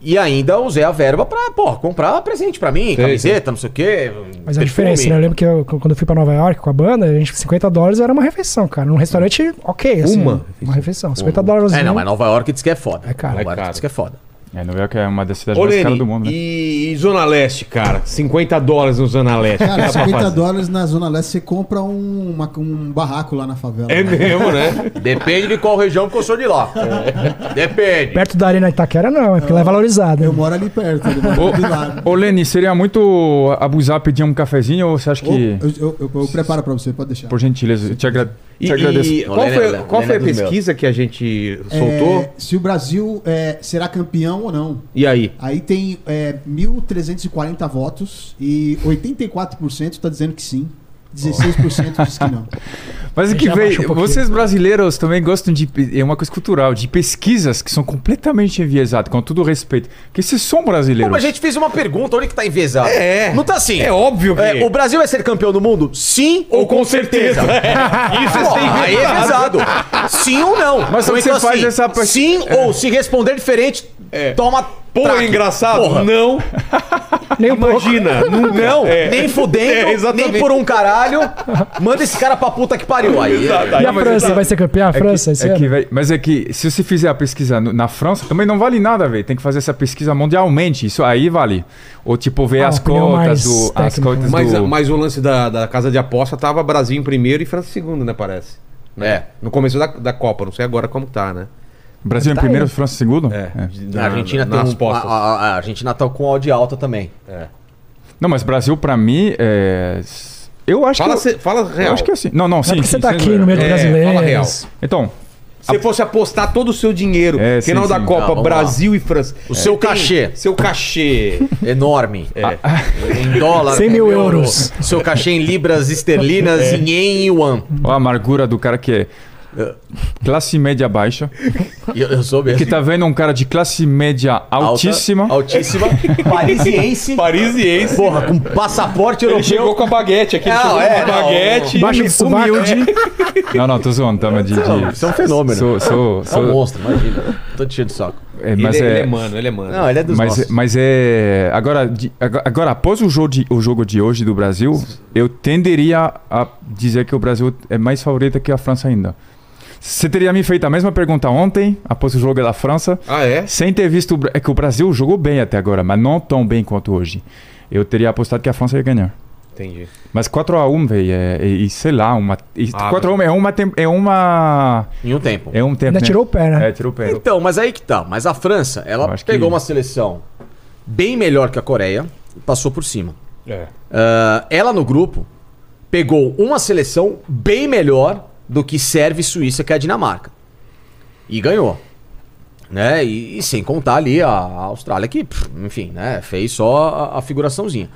Speaker 6: e ainda usei a verba pra, pô, comprar presente pra mim, camiseta, não sei o quê.
Speaker 3: Mas
Speaker 6: perfume. É,
Speaker 3: a diferença, né? Eu lembro que eu- quando eu fui pra Nova York com a banda, a gente, 50 dólares era uma refeição, cara. Num restaurante, ok. Assim,
Speaker 7: Uma
Speaker 3: Uma refeição. 50 dólares.
Speaker 6: É, não, mas Nova York diz que é foda.
Speaker 3: É caro.
Speaker 6: Nova
Speaker 7: É
Speaker 6: York
Speaker 7: caro.
Speaker 6: diz que é foda.
Speaker 4: É, Nova York é uma das cidades
Speaker 7: Ô,
Speaker 4: mais caras
Speaker 7: Leni,
Speaker 4: do mundo, né?
Speaker 7: e, e Zona Leste, cara? 50 dólares no Zona Leste. o que
Speaker 2: Cara,
Speaker 1: é
Speaker 7: dá pra
Speaker 2: 50
Speaker 7: fazer?
Speaker 2: dólares na Zona Leste, você compra um, uma- um barraco lá na favela.
Speaker 7: É
Speaker 2: né?
Speaker 7: mesmo, né?
Speaker 6: Depende de qual região, porque eu sou de lá.
Speaker 7: É.
Speaker 6: Depende.
Speaker 3: Perto da Arena Itaquera, não. É porque lá é valorizado.
Speaker 2: Eu
Speaker 3: né?
Speaker 2: moro ali perto, ali, moro do lado.
Speaker 4: Ô, ô, Leni, seria muito abusar pedir um cafezinho ou você acha
Speaker 2: Ou-
Speaker 4: que.
Speaker 2: Eu, eu- eu- eu preparo pra você, pode deixar.
Speaker 4: Por gentileza, eu te, agra...
Speaker 7: E,
Speaker 4: te agradeço.
Speaker 7: e qual
Speaker 6: Lena-
Speaker 7: foi,
Speaker 6: Lena-
Speaker 7: qual foi a
Speaker 6: Lena dos meus.
Speaker 7: pesquisa que a gente
Speaker 2: É,
Speaker 7: soltou?
Speaker 2: se o Brasil é, será campeão ou não.
Speaker 7: E aí?
Speaker 2: Aí tem é, 1.340 votos e 84% tá dizendo que sim. 16% diz que não.
Speaker 4: Mas é que
Speaker 3: Já abaixa um
Speaker 4: veio.
Speaker 3: pouquinho.
Speaker 4: vocês brasileiros também gostam de. pe- É uma coisa cultural, de pesquisas que são completamente enviesadas, com todo o respeito. Porque vocês são brasileiros.
Speaker 6: Como a gente fez uma pergunta, onde que tá envezado?
Speaker 7: É.
Speaker 6: Não tá assim.
Speaker 7: É óbvio que-
Speaker 6: É, o Brasil vai ser campeão do mundo? Sim ou Oh, com certeza? Isso é sem Aí é pesado. Sim ou não.
Speaker 4: Mas
Speaker 6: Ou
Speaker 4: você faz essa É. pers-
Speaker 6: Sim ou se responder diferente, toma...
Speaker 7: É. Pô,
Speaker 6: traque.
Speaker 7: engraçado?
Speaker 6: Porra.
Speaker 7: Não.
Speaker 3: Nem um pouco.
Speaker 7: Imagina. nunca.
Speaker 6: Não,
Speaker 7: É.
Speaker 6: nem fudendo,
Speaker 7: É, exatamente.
Speaker 6: nem por um caralho. Manda esse cara pra puta que pariu. Aí, é,
Speaker 7: Exato.
Speaker 3: E
Speaker 7: Aí,
Speaker 3: a
Speaker 4: mas
Speaker 3: França
Speaker 4: tá-
Speaker 3: vai ser campeã? A
Speaker 4: É que-
Speaker 3: França?
Speaker 4: é
Speaker 3: esse ano?
Speaker 4: que, véi, mas é que se você fizer a pesquisa no- na França, também não vale nada, velho. Tem que fazer essa pesquisa mundialmente. Isso aí vale. Ou tipo, ver
Speaker 3: Ah,
Speaker 4: as
Speaker 3: opinião
Speaker 4: cotas
Speaker 3: mais
Speaker 4: do. As
Speaker 3: técnica,
Speaker 4: cotas do...
Speaker 3: né?
Speaker 7: Mas, mas o lance da, da casa de aposta tava Brasil em primeiro e França em segundo, né? Parece.
Speaker 6: É.
Speaker 7: No começo da, da Copa, não sei agora como tá, né?
Speaker 4: Brasil em
Speaker 3: Tá
Speaker 4: primeiro,
Speaker 3: aí.
Speaker 4: França em segundo? É.
Speaker 6: A Argentina
Speaker 7: na,
Speaker 6: tem
Speaker 7: nas
Speaker 6: um, a,
Speaker 7: postas.
Speaker 6: a, a Argentina tá com áudio alta também.
Speaker 4: Não, mas Brasil, pra mim, é. s- Eu acho
Speaker 7: Fala,
Speaker 4: que.
Speaker 7: se- fala
Speaker 4: Eu
Speaker 7: real.
Speaker 4: acho que é assim. Não, não,
Speaker 3: Não é
Speaker 4: sim.
Speaker 3: porque você
Speaker 4: sim,
Speaker 3: tá
Speaker 4: sem
Speaker 3: aqui
Speaker 4: zoeira.
Speaker 3: no meio do
Speaker 7: É, fala real.
Speaker 3: brasileiro.
Speaker 4: Então,
Speaker 7: Se você fosse apostar todo o seu dinheiro,
Speaker 4: É,
Speaker 7: final
Speaker 4: sim,
Speaker 7: da
Speaker 4: sim.
Speaker 6: Ah,
Speaker 7: Copa,
Speaker 6: vamos
Speaker 7: Brasil e França.
Speaker 6: O seu cachê.
Speaker 7: Seu cachê.
Speaker 6: Enorme.
Speaker 7: É.
Speaker 6: Em dólar.
Speaker 3: 100 mil
Speaker 6: em euro,
Speaker 3: euros.
Speaker 6: Seu cachê em libras esterlinas
Speaker 7: É.
Speaker 6: e em yuan.
Speaker 4: ó a amargura do cara que é classe média baixa,
Speaker 6: Eu, eu sou mesmo.
Speaker 4: que tá vendo um cara de classe média
Speaker 6: Alta,
Speaker 4: altíssima.
Speaker 6: Altíssima. Parisiense.
Speaker 7: Parisiense.
Speaker 6: Porra, com passaporte europeu.
Speaker 7: com a baguete aqui.
Speaker 6: Não,
Speaker 7: chegou
Speaker 6: é,
Speaker 7: com a
Speaker 6: não.
Speaker 7: baguete.
Speaker 3: Baixo do sovaco.
Speaker 4: Não, não, tô zoando, tá, mas de. de...
Speaker 6: Um Isso é um fenômeno.
Speaker 4: Sou, sou,
Speaker 6: É um
Speaker 4: sou,
Speaker 6: monstro, imagina. Tô te cheio de saco.
Speaker 4: é,
Speaker 7: Ele,
Speaker 4: mas
Speaker 7: é, ele
Speaker 4: é,
Speaker 7: é mano, ele é mano.
Speaker 6: Não, ele é dos
Speaker 4: mas,
Speaker 6: nossos.
Speaker 4: mas é. Agora, de- agora, agora, após o jogo, de, o jogo de hoje do Brasil, eu tenderia a dizer que o Brasil é mais favorito que a França ainda. Você teria me feito a mesma pergunta ontem, após o jogo da França,
Speaker 7: Ah, é?
Speaker 4: sem ter visto. o Bra- É que o Brasil jogou bem até agora, mas não tão bem quanto hoje. Eu teria apostado que a França ia ganhar.
Speaker 7: Entendi.
Speaker 4: Mas 4x1, velho, é, e, e sei lá, uma. e
Speaker 7: Ah,
Speaker 4: 4x1 é uma. tem- É uma.
Speaker 6: Em um tempo.
Speaker 4: É um tempo.
Speaker 3: Ainda
Speaker 4: né?
Speaker 3: tirou o pé, né?
Speaker 4: É, tirou o pé.
Speaker 6: Então, mas aí que tá. Mas a França,
Speaker 4: Eu
Speaker 6: ela
Speaker 4: acho
Speaker 6: pegou
Speaker 4: que-
Speaker 6: uma seleção bem melhor que a Coreia e passou por cima.
Speaker 7: É.
Speaker 6: Ah, ela no grupo pegou uma seleção bem melhor do que serve Suíça, que é a Dinamarca. E ganhou. né? E, e sem contar ali a, a Austrália que, pff, enfim, né? Fez só a, a figuraçãozinha.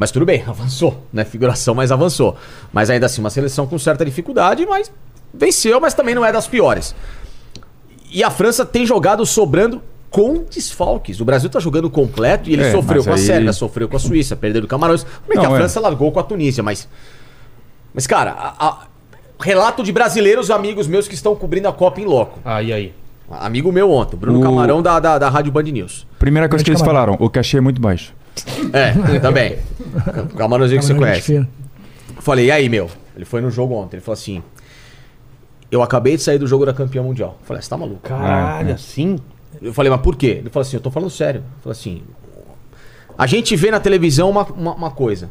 Speaker 6: Mas tudo bem, avançou, né? Figuração, mas avançou. Mas ainda assim, uma seleção com certa dificuldade, mas venceu, mas também não é das piores. E a França tem jogado sobrando com desfalques. O Brasil tá jogando completo e ele
Speaker 4: É,
Speaker 6: sofreu
Speaker 4: mas
Speaker 6: com a
Speaker 4: aí-
Speaker 6: Sérvia, sofreu com a Suíça, perdeu do Camarões. Como é que
Speaker 4: Não,
Speaker 6: a
Speaker 4: é.
Speaker 6: França largou com a Tunísia, mas. Mas, cara, a- a- relato de brasileiros, amigos meus que estão cobrindo a Copa em loco.
Speaker 7: Aí, aí.
Speaker 6: Amigo meu ontem, Bruno
Speaker 4: O-
Speaker 6: Camarão da, da, da Rádio Band News.
Speaker 4: Primeira coisa que eles
Speaker 3: Grande camarão.
Speaker 4: falaram, o cachê é muito baixo.
Speaker 6: É, também. O Camarãozinho que você
Speaker 3: Camarões de
Speaker 6: conhece.
Speaker 3: feira.
Speaker 6: Falei, e aí, meu? Ele foi no jogo ontem. Ele falou assim: Eu acabei de sair do jogo da campeã mundial. Eu falei, você tá maluco?
Speaker 4: Ah, é.
Speaker 7: Caralho, assim?
Speaker 6: Eu falei, mas por quê? Ele falou assim: Eu tô falando sério. Eu falei assim: A gente vê na televisão uma, uma, uma coisa.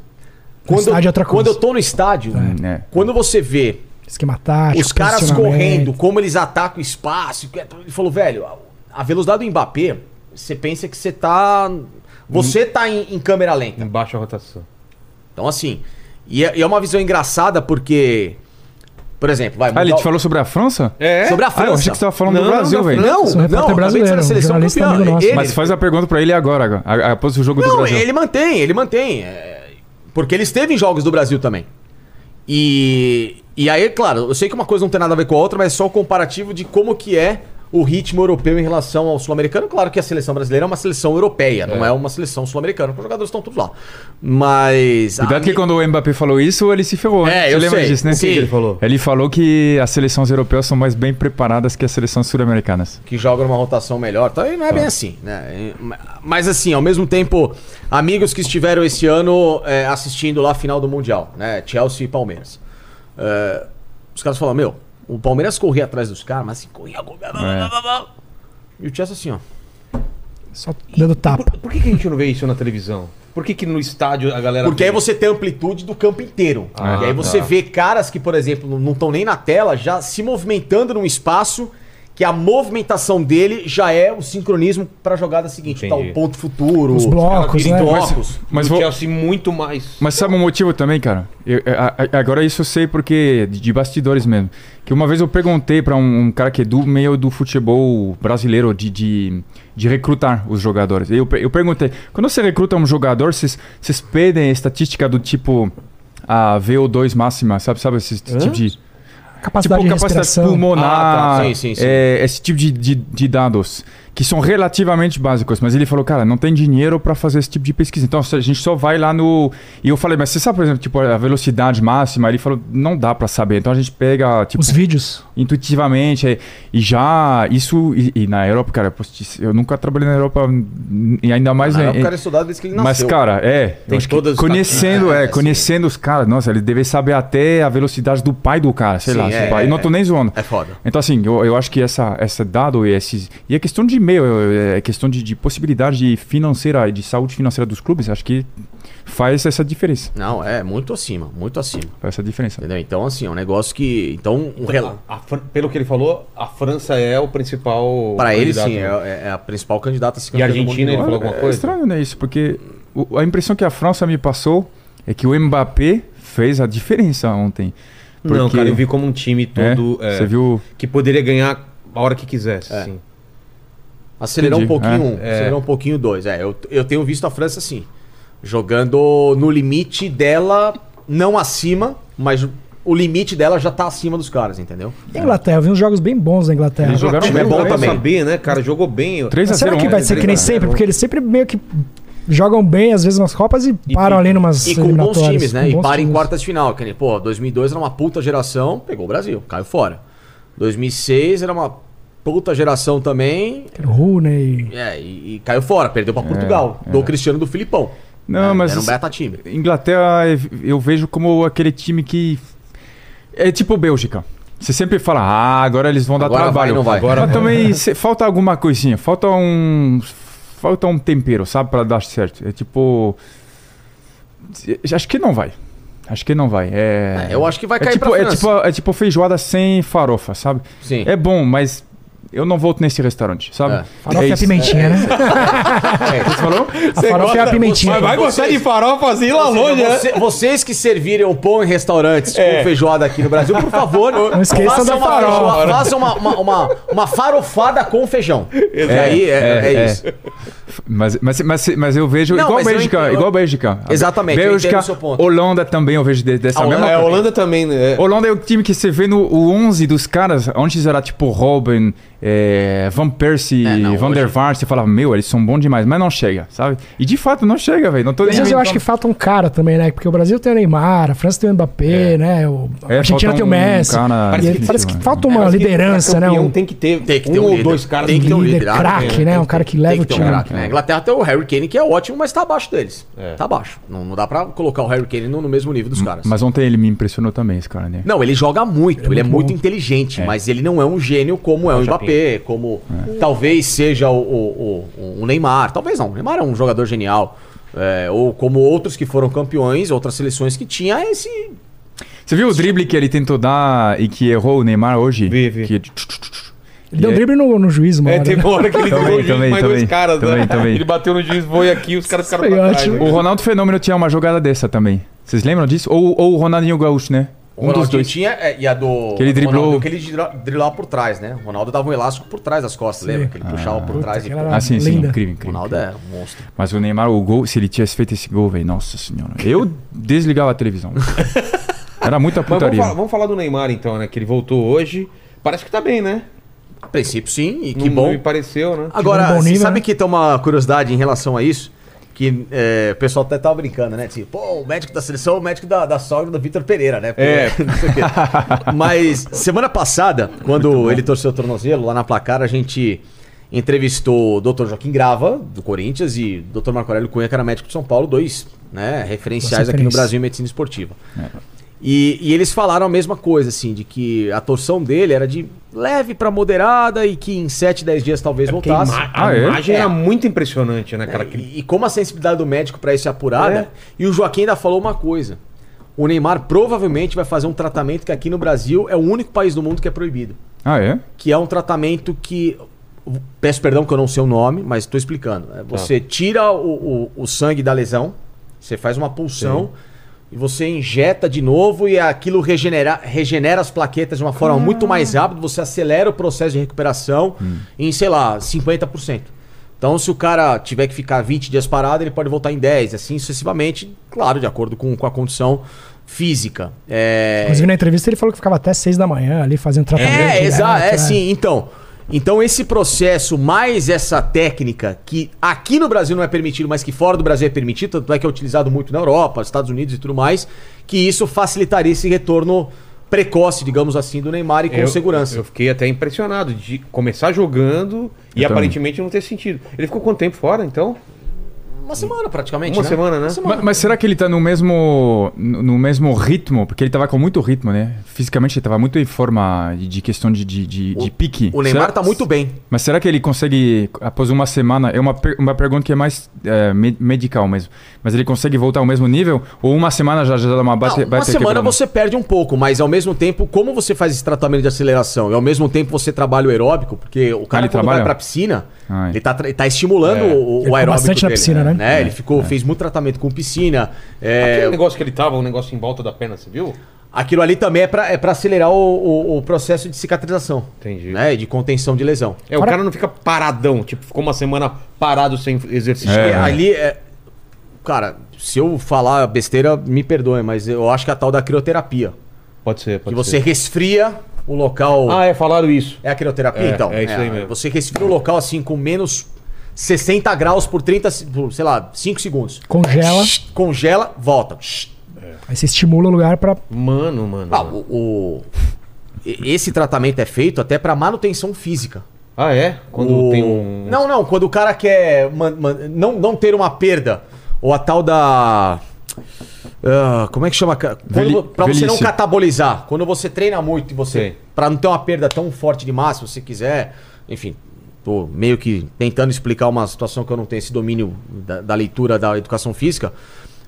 Speaker 6: Quando,
Speaker 3: estádio é outra
Speaker 6: quando eu
Speaker 3: coisa.
Speaker 6: tô no estádio,
Speaker 4: É. É.
Speaker 6: quando você vê
Speaker 3: Esquema tático,
Speaker 6: os caras
Speaker 3: posicionamento.
Speaker 6: correndo, como eles atacam o espaço. é Ele falou, velho, a- a velocidade do Mbappé, você pensa que você tá. Você tá em, em câmera lenta.
Speaker 7: Embaixo a rotação.
Speaker 6: Então, assim. E é, e é uma visão engraçada porque. Por exemplo, vai.
Speaker 4: Ah, ele
Speaker 6: mudar
Speaker 4: te
Speaker 6: o-
Speaker 4: falou sobre a França?
Speaker 7: É?
Speaker 6: Sobre a
Speaker 4: Ah,
Speaker 6: França.
Speaker 4: eu achei que você tava falando
Speaker 7: Não,
Speaker 4: do Brasil,
Speaker 7: da
Speaker 4: velho.
Speaker 6: Não,
Speaker 3: Isso é um
Speaker 6: não,
Speaker 3: repórter
Speaker 6: acabei de ser
Speaker 3: brasileiro, um
Speaker 6: a seleção
Speaker 3: jornalista
Speaker 6: campeã.
Speaker 3: amigo nosso.
Speaker 6: Ele-
Speaker 4: Mas faz a pergunta pra ele agora, agora, a- após o jogo do
Speaker 6: Não,
Speaker 4: Brasil.
Speaker 6: ele mantém, ele mantém. é, Porque ele esteve em jogos do Brasil também. E, e aí, claro, eu sei que uma coisa não tem nada a ver com a outra, mas é só o comparativo de como que é o ritmo europeu em relação ao sul-americano. Claro que a seleção brasileira é uma seleção europeia, não é uma seleção sul-americana, porque os jogadores estão todos lá. Mas...
Speaker 4: Cuidado
Speaker 6: a
Speaker 4: que
Speaker 6: mi-
Speaker 4: quando o Mbappé falou isso, ele se ferrou.
Speaker 6: Ah, É,
Speaker 4: né?
Speaker 6: eu
Speaker 4: Você lembra
Speaker 6: sei.
Speaker 4: disso, né?
Speaker 6: O que que ele
Speaker 7: falou?
Speaker 4: Ele falou que as seleções europeias são mais bem preparadas que as seleções sul-americanas.
Speaker 6: que joga numa rotação melhor. Tá? E não é bem assim, né? E- Mas assim, ao mesmo tempo, amigos que estiveram esse ano é, assistindo lá a final do Mundial, né? Chelsea e Palmeiras. É, os caras falam, meu, o Palmeiras corria atrás dos caras, mas assim, corria. corria blá,
Speaker 4: É.
Speaker 6: blá, blá, blá. E o Chelsea assim, ó.
Speaker 3: Só dando tapa.
Speaker 6: Tipo,
Speaker 7: Por, por que, que a gente não vê isso na televisão? Por que, que no estádio a galera.
Speaker 6: Porque
Speaker 7: vê?
Speaker 6: aí você tem amplitude do campo inteiro.
Speaker 7: Ah,
Speaker 6: e aí você
Speaker 7: tá.
Speaker 6: vê caras que, por exemplo, não estão nem na tela, já se movimentando num espaço que a movimentação dele já é o sincronismo para a jogada seguinte. Tá
Speaker 7: Entendi.
Speaker 6: o ponto futuro,
Speaker 3: Os blocos,
Speaker 6: os
Speaker 3: né?
Speaker 6: blocos.
Speaker 4: Mas
Speaker 7: Mas
Speaker 4: vou-
Speaker 7: Chelsea é, assim, muito mais.
Speaker 4: Mas sabe um motivo também, cara? Eu- é, a- a- agora isso eu sei porque de de bastidores mesmo. Que uma vez eu perguntei pra um, um cara que é do meio do futebol brasileiro de, de, de recrutar os jogadores. Eu, per- eu perguntei, quando você recruta um jogador, vocês vocês pedem estatística do tipo a VO2 máxima, sabe? Sabe esse tipo de...
Speaker 3: Capacidade
Speaker 4: tipo,
Speaker 3: de respiração.
Speaker 4: pulmonar,
Speaker 6: Ah, tá. Sim, sim, sim.
Speaker 4: é, esse tipo de, de, de dados, que são relativamente básicos. Mas ele falou, cara, não tem dinheiro para fazer esse tipo de pesquisa. Então a gente só vai lá no. E eu falei, mas você sabe, por exemplo, tipo, a velocidade máxima? Ele falou, não dá para saber. Então a gente pega, tipo,
Speaker 3: Os vídeos.
Speaker 4: intuitivamente. é, E já isso. E, e na Europa, cara, posso te- eu nunca trabalhei na Europa, n- e ainda mais.
Speaker 6: Na
Speaker 4: né,
Speaker 6: época
Speaker 4: em-
Speaker 6: era estudado desde que ele
Speaker 4: mas,
Speaker 6: nasceu.
Speaker 4: cara, é. eu
Speaker 6: Tem
Speaker 4: acho que
Speaker 6: todas as
Speaker 4: Conhecendo,
Speaker 6: estatísticas,
Speaker 4: é,
Speaker 6: assim.
Speaker 4: conhecendo os caras. Nossa, ele deve saber até a velocidade do pai do cara, sei
Speaker 6: Sim,
Speaker 4: lá.
Speaker 6: é,
Speaker 4: sei lá, e não tô nem zoando.
Speaker 6: É foda.
Speaker 4: Então, assim, eu, eu acho que essa, essa dado e esses. E é questão de meio, é questão de, de possibilidade de financeira, de saúde financeira dos clubes, acho que faz essa diferença.
Speaker 6: Não, é muito acima, muito acima.
Speaker 4: Faz essa diferença.
Speaker 6: Entendeu? Então, assim, é um negócio que. Então,
Speaker 7: Tá.
Speaker 6: um relato.
Speaker 7: A Fran- Pelo que ele falou, a França é o principal.
Speaker 6: Pra ele,
Speaker 7: candidato. né?
Speaker 6: sim, é, é a principal candidata a se
Speaker 7: E a
Speaker 6: campeã do mundo
Speaker 7: Argentina,
Speaker 6: de
Speaker 7: ele
Speaker 6: novo.
Speaker 7: falou alguma
Speaker 4: é
Speaker 7: coisa?
Speaker 4: estranho, né? Isso, porque o- a impressão que a França me passou é que o Mbappé fez a diferença ontem.
Speaker 7: Não,
Speaker 4: Porque-
Speaker 7: cara, eu vi como um time todo.
Speaker 4: É,
Speaker 7: é,
Speaker 4: Você viu. É.
Speaker 7: Que poderia ganhar a hora que quisesse. Sim.
Speaker 6: Acelerar um
Speaker 4: Entendi,
Speaker 6: pouquinho
Speaker 4: é.
Speaker 6: um, acelerar um pouquinho dois. É, eu, eu tenho visto a França assim, jogando no limite dela, não acima, mas o limite dela já tá acima dos caras, entendeu?
Speaker 3: Da Inglaterra, eu vi uns jogos bem bons da Inglaterra.
Speaker 4: Eles jogaram
Speaker 7: Time é
Speaker 4: bem,
Speaker 7: bom
Speaker 4: né?
Speaker 7: também.
Speaker 6: também.
Speaker 7: saber, né, cara? Jogou bem.
Speaker 4: 3 a 0
Speaker 3: Mas será que vai
Speaker 6: um,
Speaker 4: ontem.
Speaker 3: ser que
Speaker 7: né?
Speaker 3: nem sempre? Porque eles sempre meio que jogam bem, às vezes, nas Copas e param ali numas
Speaker 6: E com bons
Speaker 3: eliminatórias,
Speaker 6: times, né?
Speaker 3: com
Speaker 6: E
Speaker 3: bons
Speaker 6: para em
Speaker 3: times.
Speaker 6: quartas de final. Que nem, pô, 2002 era uma puta geração, pegou o Brasil, caiu fora. 2006 era uma puta geração também,
Speaker 3: Rooney.
Speaker 6: é, e, e caiu fora, perdeu pra Portugal, do Cristiano do Filipão.
Speaker 4: Não,
Speaker 6: É,
Speaker 4: mas
Speaker 6: Era um
Speaker 4: isso-
Speaker 6: beta time.
Speaker 4: Inglaterra eu- eu vejo como aquele time que. É tipo Bélgica. Você sempre fala, ah, agora eles vão dar
Speaker 6: Agora vai,
Speaker 4: trabalho.
Speaker 6: não vai.
Speaker 4: Mas também cê- falta alguma coisinha, falta um. Falta um tempero, sabe, pra dar certo. É tipo. Acho que não vai. Acho que não vai. É...
Speaker 6: É, eu acho que vai
Speaker 4: é
Speaker 6: cair
Speaker 4: tipo,
Speaker 6: pra
Speaker 4: é
Speaker 6: França.
Speaker 4: tipo, é tipo feijoada sem farofa, sabe?
Speaker 6: Sim.
Speaker 4: É bom, mas eu não volto nesse restaurante, sabe?
Speaker 6: É.
Speaker 3: Farofa
Speaker 4: É
Speaker 3: e a
Speaker 4: isso.
Speaker 3: pimentinha, né?
Speaker 4: Você falou?
Speaker 3: A farofa e a pimentinha.
Speaker 1: Mas vai gostar de farofas e ir lá
Speaker 6: Ou seja,
Speaker 1: longe, né?
Speaker 6: você- Vocês que servirem o pão em restaurantes com feijoada aqui no Brasil, por favor, não
Speaker 3: esqueçam da
Speaker 6: uma
Speaker 3: farofa.
Speaker 6: feijoa- façam uma, uma, uma- uma farofada com feijão. É, aí, é, é isso.
Speaker 4: Mas, mas, mas, mas eu vejo
Speaker 6: Não,
Speaker 4: igual
Speaker 6: mas eu
Speaker 4: Bélgica,
Speaker 6: entendo-
Speaker 4: igual Bélgica.
Speaker 6: Exatamente, eu entendo
Speaker 4: Bélgica,
Speaker 6: o seu ponto.
Speaker 4: Holanda também eu vejo de- dessa
Speaker 6: A
Speaker 4: mesma
Speaker 6: Holanda-
Speaker 1: É, a
Speaker 4: forma.
Speaker 1: Holanda também, né?
Speaker 4: Holanda é o time que você vê no o 11 dos caras. Antes era tipo Robin, eh, Van Persie,
Speaker 6: É, não,
Speaker 4: Van
Speaker 6: hoje-
Speaker 4: der Vaart. Você fala, meu, eles são bons demais, mas não chega, sabe? E de fato não chega, velho. Não tô
Speaker 3: Às vezes eu
Speaker 6: então.
Speaker 4: inventando.
Speaker 3: acho que falta um cara também, né? Porque o Brasil tem o Neymar, a França tem o Mbappé, né? O, a
Speaker 4: É,
Speaker 3: Argentina
Speaker 4: falta
Speaker 3: tem o
Speaker 4: um
Speaker 3: Messi.
Speaker 4: cara
Speaker 3: E ele-
Speaker 4: definitivo,
Speaker 3: parece que
Speaker 4: né?
Speaker 3: falta
Speaker 6: É,
Speaker 3: uma
Speaker 1: Mas que
Speaker 3: liderança,
Speaker 1: pra
Speaker 3: né?
Speaker 1: campeão
Speaker 3: Um
Speaker 1: Tem que ter,
Speaker 6: Tem que
Speaker 1: um,
Speaker 6: ter um
Speaker 1: ou
Speaker 6: líder.
Speaker 1: dois caras
Speaker 6: Tem que ter um
Speaker 3: líder
Speaker 6: líder, ah,
Speaker 3: craque, né? Um cara que leva
Speaker 6: Tem
Speaker 3: o
Speaker 6: que ter um
Speaker 3: time.
Speaker 6: craque, né? A Inglaterra tem o Harry Kane, que é ótimo, mas tá abaixo deles. Tá abaixo. Não, não dá pra colocar o Harry Kane no, no mesmo nível dos caras.
Speaker 4: Mas ontem ele me impressionou também, esse cara, né?
Speaker 6: Não, ele joga muito, ele é
Speaker 3: muito
Speaker 6: muito
Speaker 3: bom.
Speaker 6: inteligente, mas ele não é um gênio como é o Mbappé, como talvez seja o, o- o- o Neymar. Talvez não, o Neymar é um jogador genial. É, ou como outros que foram campeões, outras seleções que tinha esse.
Speaker 4: Você viu o drible que ele tentou dar e que errou o Neymar hoje?
Speaker 1: Vi, vi.
Speaker 4: Que-
Speaker 3: Ele
Speaker 6: é
Speaker 3: deu um
Speaker 4: E-
Speaker 3: drible no, no juiz, né? mano.
Speaker 1: É, tem
Speaker 6: um-
Speaker 1: uma hora que ele
Speaker 4: Também,
Speaker 1: deu o juiz,
Speaker 4: também,
Speaker 1: mais dois
Speaker 4: também.
Speaker 1: caras, né?
Speaker 4: Também, também.
Speaker 1: Ele bateu no juiz, foi aqui, os caras ficaram
Speaker 3: Foi
Speaker 1: pra trás.
Speaker 3: ótimo.
Speaker 1: né?
Speaker 4: O Ronaldo Fenômeno tinha uma jogada dessa também. Vocês lembram disso? Ou, ou o Ronaldinho Gaúcho, né?
Speaker 6: O Ronaldinho tinha é, e a do.
Speaker 4: Que ele
Speaker 6: a do
Speaker 4: driblou.
Speaker 6: Ronaldo, que ele dri- driblava por trás, né? O Ronaldo dava um elástico por trás das costas, lembra? Que ele puxava por trás e.
Speaker 3: aquela-
Speaker 4: Ah, sim, sim.
Speaker 3: Linda.
Speaker 4: Incrível,
Speaker 6: O
Speaker 4: incrível.
Speaker 6: Ronaldo é um monstro.
Speaker 4: Mas o Neymar, o gol, se ele tivesse feito esse gol, velho, nossa senhora. Eu desligava a televisão. Era muita
Speaker 1: Mas vamos,
Speaker 4: putaria.
Speaker 1: falar, vamos falar do Neymar então, né? Que ele voltou hoje. Parece que tá bem, né?
Speaker 6: A princípio, sim, e que
Speaker 1: Não-
Speaker 6: bom.
Speaker 1: não me pareceu, né?
Speaker 6: Agora,
Speaker 3: Chegou num bom
Speaker 6: você
Speaker 3: nível,
Speaker 6: sabe
Speaker 3: né?
Speaker 6: que tem uma curiosidade em relação a isso? Que é, o pessoal até tava brincando, né? Tipo, pô, o médico da seleção é o médico da, da sogra do Vitor Pereira, né?
Speaker 1: É.
Speaker 6: Não sei o quê. Mas semana passada, quando ele torceu o tornozelo lá na placar, a gente entrevistou o Dr. Joaquim Grava, do Corinthians, e o Dr. Marco Aurélio Cunha, que era médico de São Paulo, dois né, referenciais
Speaker 3: Duas
Speaker 6: aqui no
Speaker 3: referências.
Speaker 6: Brasil em medicina esportiva.
Speaker 3: É.
Speaker 6: E, e eles falaram a mesma coisa, assim, de que a torção dele era de leve pra moderada e que em 7, 10 dias talvez
Speaker 1: Porque a
Speaker 6: voltasse.
Speaker 1: ima-
Speaker 4: Ah,
Speaker 1: a
Speaker 4: é?
Speaker 1: imagem
Speaker 6: É.
Speaker 1: era muito impressionante, né, cara? Que-
Speaker 6: E, e como a sensibilidade do médico pra isso é apurada,
Speaker 1: É.
Speaker 6: e o Joaquim ainda falou uma coisa. O Neymar provavelmente vai fazer um tratamento que aqui no Brasil é o único país do mundo que é proibido.
Speaker 4: Ah, é?
Speaker 6: Que é um tratamento que. Peço perdão que eu não sei o nome, mas estou explicando. É, Você tira o, o- o sangue da lesão, você faz uma pulsão e você injeta de novo e aquilo regenera, regenera as plaquetas de uma forma muito mais rápida, você acelera o processo de recuperação em, sei lá, 50%. Então, se o cara tiver que ficar 20 dias parado, ele pode voltar em 10, assim sucessivamente, claro, de acordo com, com a condição física. É,
Speaker 3: Inclusive, na entrevista, ele falou que ficava até seis da manhã ali fazendo tratamento.
Speaker 6: é, exato,
Speaker 3: direto,
Speaker 6: é sim. Então, então esse processo mais essa técnica que aqui no Brasil não é permitido, mas que fora do Brasil é permitido, tanto é que é utilizado muito na Europa, Estados Unidos e tudo mais, que isso facilitaria esse retorno precoce, digamos assim, do Neymar e com
Speaker 1: eu-
Speaker 6: segurança.
Speaker 1: Eu fiquei até impressionado de começar jogando e
Speaker 4: Eu também.
Speaker 1: aparentemente não ter sentido. Ele ficou quanto tempo fora, então?
Speaker 6: Uma semana praticamente,
Speaker 1: Uma semana, né?
Speaker 4: Ma- Mas, será que ele tá no mesmo, no no mesmo ritmo? Porque ele tava com muito ritmo, né? Fisicamente ele tava muito em forma de, de questão de, de, de, de pique.
Speaker 6: O Neymar
Speaker 4: Será-
Speaker 6: tá muito bem.
Speaker 4: Mas será que ele consegue, após uma semana, é uma, per- uma pergunta que é mais é, me- medical mesmo, mas ele consegue voltar ao mesmo nível? Ou uma semana já, já dá uma
Speaker 6: Não,
Speaker 4: bate,
Speaker 6: uma
Speaker 4: bate
Speaker 6: semana
Speaker 4: quebrada?
Speaker 6: você perde um pouco, mas ao mesmo tempo, como você faz esse tratamento de aceleração e ao mesmo tempo você trabalha o aeróbico, porque o cara
Speaker 4: ele
Speaker 6: quando vai
Speaker 4: trabalha?
Speaker 6: pra piscina,
Speaker 4: Ah, é.
Speaker 6: ele tá, tra- tá estimulando o, o
Speaker 3: ficou
Speaker 6: aeróbico
Speaker 3: bastante na
Speaker 6: dele, É,
Speaker 3: piscina, né?
Speaker 6: Ele ficou, fez muito tratamento com piscina. é,
Speaker 1: Aquele negócio que ele tava, um negócio em volta da perna, você viu?
Speaker 6: aquilo ali também é pra, é pra acelerar o, o- o processo de cicatrização.
Speaker 1: Entendi.
Speaker 6: Né? De contenção de lesão.
Speaker 1: É, o cara não fica paradão, tipo, ficou uma semana parado sem exercício.
Speaker 6: Porque
Speaker 4: É.
Speaker 3: né?
Speaker 6: ali é- Cara, se eu falar besteira, me perdoe, mas eu acho que é a tal da crioterapia.
Speaker 1: Pode ser, pode
Speaker 6: que você
Speaker 1: ser.
Speaker 6: resfria o local.
Speaker 1: Ah, é, falaram isso.
Speaker 6: É a crioterapia,
Speaker 1: É,
Speaker 6: então.
Speaker 1: é isso aí mesmo.
Speaker 6: Você respira o local assim com menos 60 graus por 30, se- por, sei lá, 5 segundos.
Speaker 3: Congela,
Speaker 6: Congela, volta.
Speaker 1: Uhum.
Speaker 3: aí você estimula o lugar
Speaker 6: É,
Speaker 3: pra.
Speaker 1: Mano, mano.
Speaker 6: Ah, o, o- e- Esse tratamento é feito até para manutenção física.
Speaker 1: Ah, é? Quando
Speaker 6: O-
Speaker 1: tem um.
Speaker 6: Não, não, quando o cara quer man- man- não, não ter uma perda. Ou a tal da. Ah, como é que chama? ca- Quando,
Speaker 4: Veli-
Speaker 6: vo- pra você não
Speaker 4: velhice.
Speaker 6: catabolizar. Quando você treina muito e você.
Speaker 1: Sim.
Speaker 6: Pra não ter uma perda tão forte de massa, se você quiser. Enfim, tô meio que tentando explicar uma situação que eu não tenho esse domínio da, da leitura da educação física.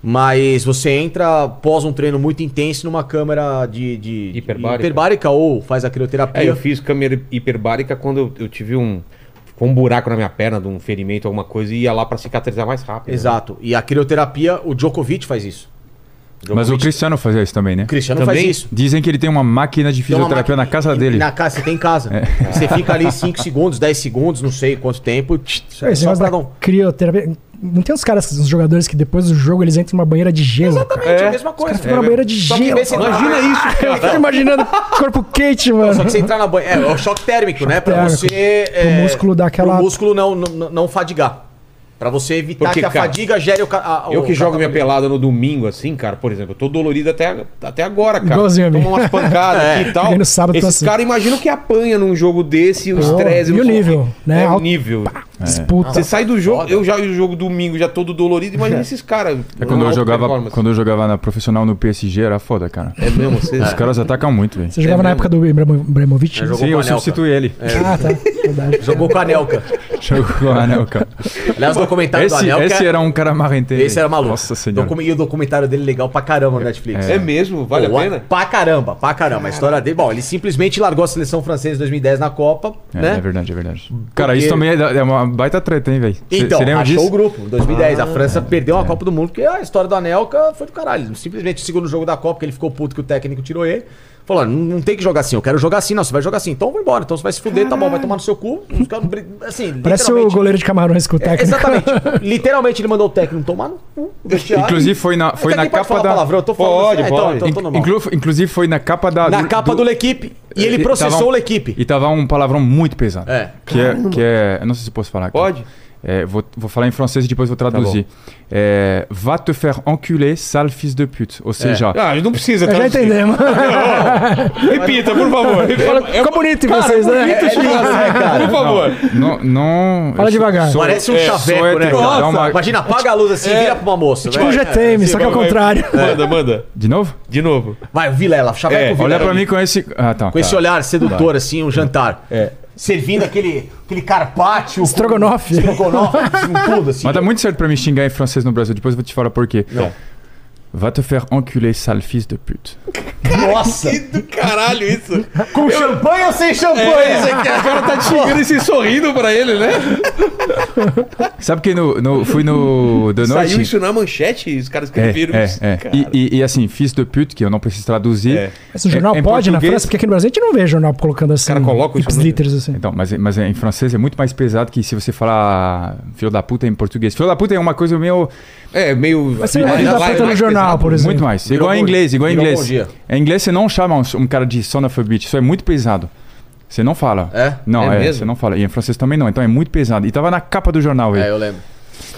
Speaker 6: Mas você entra após um treino muito intenso numa câmara de, de- de-
Speaker 1: Hiperbárica.
Speaker 6: hiperbárica ou faz a crioterapia.
Speaker 1: É, eu fiz câmera hiperbárica quando eu, eu tive um, ficou um buraco na minha perna, de um ferimento, alguma coisa, e ia lá pra cicatrizar mais rápido.
Speaker 6: Exato. E a crioterapia, o Djokovic faz isso.
Speaker 4: Mas o Cristiano fazia isso também, né?
Speaker 6: O Cristiano
Speaker 1: Também?
Speaker 6: faz isso.
Speaker 4: Dizem que ele tem uma máquina de
Speaker 6: Tem uma
Speaker 4: fisioterapia
Speaker 6: máquina-
Speaker 4: na casa dele.
Speaker 6: Na casa, você tem em casa. E Você fica ali 5 segundos, 10 segundos, não sei quanto tempo. tch,
Speaker 3: Pô, Esse negócio
Speaker 6: Só
Speaker 3: da
Speaker 6: pra dar um.
Speaker 3: crioterapia. Não tem uns caras, uns jogadores que depois do jogo eles entram numa banheira de gelo. Exatamente.
Speaker 6: É a mesma coisa.
Speaker 3: Ficam na banheira de
Speaker 6: Só que em
Speaker 3: gelo. É,
Speaker 6: vez de você entrar-
Speaker 1: Imagina isso,
Speaker 3: Eu
Speaker 1: cara.
Speaker 3: fico imaginando corpo quente, mano.
Speaker 6: Só que você entrar na banheira. É, é o choque térmico, né? Pra
Speaker 3: térmico.
Speaker 6: você.
Speaker 3: Pro músculo dar aquela-
Speaker 6: O músculo não, não, não fadigar. Pra você evitar
Speaker 1: Porque,
Speaker 6: que a
Speaker 1: cara,
Speaker 6: fadiga gere o. ca- a-
Speaker 1: Eu
Speaker 6: o
Speaker 1: que jogo minha
Speaker 6: catabolismo.
Speaker 1: pelada no domingo, assim, cara, por exemplo, eu tô dolorido até, até agora, cara.
Speaker 3: Igualzinho a mim.
Speaker 1: Tomou umas pancadas
Speaker 6: É.
Speaker 1: aqui e tal.
Speaker 3: Fiquei no sábado, tô
Speaker 1: Esses
Speaker 3: assim.
Speaker 1: caras imaginam que apanha num jogo desse, o
Speaker 3: Pô,
Speaker 1: estresse.
Speaker 3: e
Speaker 1: não
Speaker 3: o
Speaker 1: sei
Speaker 3: nível,
Speaker 1: quê.
Speaker 3: né?
Speaker 1: É, o
Speaker 3: Alto.
Speaker 1: nível.
Speaker 3: Disputa.
Speaker 1: Você sai do jogo, eu já o jogo domingo já todo dolorido, imagina esses caras.
Speaker 4: É quando eu,
Speaker 1: Alta
Speaker 4: jogava,
Speaker 1: performance.
Speaker 4: quando eu jogava na profissional no PSG, era foda, cara.
Speaker 1: É mesmo, vocês...
Speaker 4: Os caras atacam muito, velho.
Speaker 3: Você jogava na época do Ibrahimo- Ibrahimovic?
Speaker 6: jogou
Speaker 4: Sim,
Speaker 6: com
Speaker 4: eu
Speaker 6: o Anelka. É.
Speaker 4: substituí ele.
Speaker 3: Ah, tá. Verdade.
Speaker 6: Jogou com o Anelka.
Speaker 4: Jogou com o Anel, cara.
Speaker 6: Aliás, Tá, o documentário do
Speaker 4: Esse,
Speaker 6: Anelka. é
Speaker 4: esse era um cara marrenteiro.
Speaker 6: Esse era maluco.
Speaker 4: Nossa senhora.
Speaker 6: Docu- E o documentário dele legal pra caramba no Netflix.
Speaker 1: É mesmo, vale
Speaker 6: Pô,
Speaker 1: a pena?
Speaker 6: Pra caramba, pra caramba. A história dele. Bom, ele simplesmente largou a seleção francesa em 2010 na Copa,
Speaker 4: É,
Speaker 6: né?
Speaker 4: é verdade, é verdade. Cara, isso também é, da- é uma baita treta, hein, velho? Cê-
Speaker 6: Então,
Speaker 4: cê lembra
Speaker 6: achou o grupo, em 2010. a França perdeu a Copa do Mundo, porque a história do Anelka foi do caralho. Simplesmente o segundo jogo da Copa, que ele ficou puto que o técnico tirou ele. Falou, não, não tem que jogar assim, eu quero jogar assim, não, você vai jogar assim, então vai embora, então você vai se fuder, tá bom, vai tomar no seu cu. Os caras bri- assim,
Speaker 3: Parece o
Speaker 6: literalmente-
Speaker 3: goleiro de camarões com o
Speaker 6: É,
Speaker 3: técnico.
Speaker 6: Exatamente. literalmente ele mandou o técnico tomar no cu. do vestiário.
Speaker 4: Inclusive foi na, Ah, foi
Speaker 6: Mas
Speaker 4: na
Speaker 6: aqui
Speaker 4: capa
Speaker 6: pode falar
Speaker 4: da.
Speaker 6: palavrão, eu tô falando
Speaker 1: Pode,
Speaker 6: assim, é, então-
Speaker 1: pode.
Speaker 6: então eu tô normal.
Speaker 4: Inclu- inclusive foi na capa da.
Speaker 6: Na capa do L'Equipe, e ele processou
Speaker 4: tava um-
Speaker 6: o L'Equipe.
Speaker 4: E tava um palavrão muito pesado.
Speaker 6: É.
Speaker 4: Que é, que é. eu Não sei se posso falar. cara.
Speaker 1: Pode.
Speaker 4: É, vou, vou falar em francês e depois vou
Speaker 6: Tá
Speaker 4: traduzir. É, Va te faire enculer, sale fils de pute.
Speaker 6: É.
Speaker 4: Ou seja,
Speaker 1: Ah, não precisa,
Speaker 3: Eu já
Speaker 1: traduzir.
Speaker 3: entendemos.
Speaker 1: Repita, por favor. Fala- é-
Speaker 3: Ficou bonito em vocês, né?
Speaker 6: É lindo, né, cara?
Speaker 1: Por favor.
Speaker 4: não. não
Speaker 3: Fala
Speaker 4: eu sou-
Speaker 3: devagar.
Speaker 4: sou-
Speaker 6: Parece um
Speaker 4: é,
Speaker 6: chaveco,
Speaker 4: sou hétero,
Speaker 6: né?
Speaker 4: dá
Speaker 6: Nossa,
Speaker 4: uma- É.
Speaker 6: imagina, apaga a luz assim e vira pra uma moça.
Speaker 3: Tipo um
Speaker 6: né?
Speaker 3: GTM, só que ao
Speaker 1: vai, vai.
Speaker 3: contrário.
Speaker 1: Manda, manda.
Speaker 4: De novo?
Speaker 1: De novo.
Speaker 6: Vai, o Vilela, chaveco
Speaker 1: É,
Speaker 6: Vilela.
Speaker 4: Olha pra mim com esse. Ah, tá.
Speaker 6: Com esse olhar sedutor, assim, um jantar.
Speaker 1: É.
Speaker 6: Servindo aquele, aquele carpaccio.
Speaker 3: Estrogonofe.
Speaker 6: Estrogonofe, com tudo,
Speaker 4: Mas
Speaker 6: assim.
Speaker 4: tá dá muito certo pra me xingar em francês no Brasil, depois eu vou te falar por quê. Va te faire enculer, sale fils de pute.
Speaker 6: Nossa.
Speaker 1: Do caralho isso.
Speaker 6: Com champanhe ou sem
Speaker 1: É,
Speaker 6: champanhe? Isso aqui agora tá te
Speaker 1: Ele se sorrindo pra ele, né?
Speaker 4: Sabe que no, no- fui no The Norte?
Speaker 1: Saiu isso na manchete, os caras
Speaker 4: É,
Speaker 1: escreveram
Speaker 4: é,
Speaker 1: isso.
Speaker 4: é.
Speaker 1: cara.
Speaker 4: E, e- e assim, fils de pute, que eu não preciso traduzir.
Speaker 1: É.
Speaker 3: Mas o jornal
Speaker 4: Em- em
Speaker 3: pode na
Speaker 4: português-
Speaker 3: França, porque aqui no Brasil a gente não vê jornal colocando assim.
Speaker 1: cara coloca isso
Speaker 3: ips
Speaker 1: no-
Speaker 3: liters assim.
Speaker 4: Então, mas, mas em francês é muito mais pesado que se você falar "Ah, filho da puta em português. Filho da puta é uma coisa meio.
Speaker 1: É, meio. né?
Speaker 3: Mas você não
Speaker 1: Vai-
Speaker 3: vai dar
Speaker 1: vai-
Speaker 3: conta no
Speaker 1: vai-
Speaker 3: jornal, por exemplo.
Speaker 4: Muito mais.
Speaker 6: Virou
Speaker 4: igual em
Speaker 6: bom-
Speaker 4: inglês, igual em
Speaker 6: virou
Speaker 4: inglês.
Speaker 6: bom dia.
Speaker 4: Em inglês você não chama um, um cara de son of a bitch. Isso é muito pesado. Você não fala.
Speaker 6: É?
Speaker 4: Não,
Speaker 1: É
Speaker 4: é,
Speaker 1: mesmo?
Speaker 4: você não fala. E em francês também não. Então é muito pesado. E tava na capa do jornal, velho.
Speaker 6: É, eu lembro.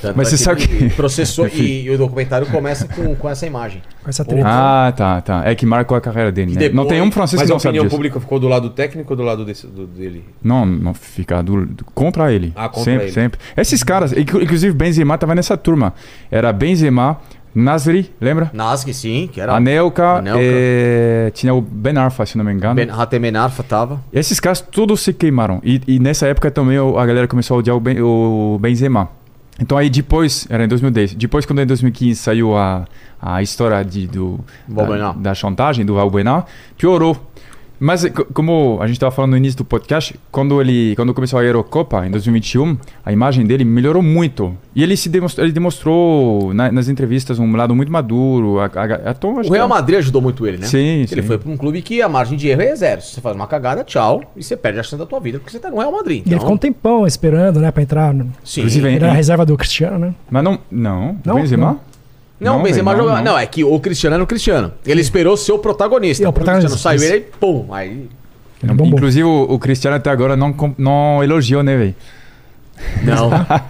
Speaker 6: Tanto
Speaker 4: Mas
Speaker 6: é
Speaker 4: você sabe que-
Speaker 6: ele Processou e, e o documentário começa com, com essa imagem.
Speaker 3: Com essa treta.
Speaker 4: Ah, tá, tá. É que marcou a carreira dele, né?
Speaker 6: depois-
Speaker 4: Não tem um francês que
Speaker 1: Mas a
Speaker 4: não sabe
Speaker 1: opinião
Speaker 4: disso.
Speaker 1: pública ficou do lado técnico ou do lado desse, do- dele?
Speaker 4: Não, não fica do, do- contra ele.
Speaker 1: Ah, contra
Speaker 4: sempre,
Speaker 1: ele.
Speaker 4: sempre. Esses caras, inclu- inclusive Benzema tava nessa turma. Era Benzema, Nasri, lembra?
Speaker 6: Nasg, sim, que era.
Speaker 4: Anelka,
Speaker 6: Anelka.
Speaker 4: eh, tinha o Ben Arfa, se não me engano.
Speaker 6: Ben Hatemenarfa tava.
Speaker 4: E Esses caras todos se queimaram. E, e nessa época também o- a galera começou a odiar o, ben, o Benzema. Então aí depois, era em 2010, depois quando em 2015 saiu a, a história de, do, da,
Speaker 6: Valbuena.
Speaker 4: da chantagem do Valbuena, piorou. Mas co- como a gente estava falando no início do podcast, quando ele quando começou a Eurocopa em 2021, a imagem dele melhorou muito. E ele se demonstrou, ele demonstrou na- nas entrevistas um lado muito maduro. A, a, a, então, acho
Speaker 6: O Real
Speaker 4: que-
Speaker 6: Madrid ajudou muito ele, né?
Speaker 4: Sim,
Speaker 6: Ele
Speaker 4: sim.
Speaker 6: foi pra um clube que a margem de erro é zero. Se você faz uma cagada, tchau. E você perde a chance da tua vida, porque você tá no Real Madrid.
Speaker 3: E ele ficou um tempão esperando, né, pra entrar. No...
Speaker 6: Sim.
Speaker 4: Inclusive,
Speaker 3: Ele era a reserva do Cristiano, né?
Speaker 4: Mas não, não,
Speaker 3: Não,
Speaker 4: Benzema?
Speaker 3: não.
Speaker 6: Não, o
Speaker 4: velho,
Speaker 6: Benzema jogava. Não. é que o Cristiano era o Cristiano. Ele esperou ser o protagonista.
Speaker 3: É, o protagonista.
Speaker 6: Cristiano saiu ele aí, pum, aí.
Speaker 3: Ele bombou.
Speaker 4: Inclusive, o, o Cristiano até agora não, com- não elogiou, né, velho?
Speaker 6: Não.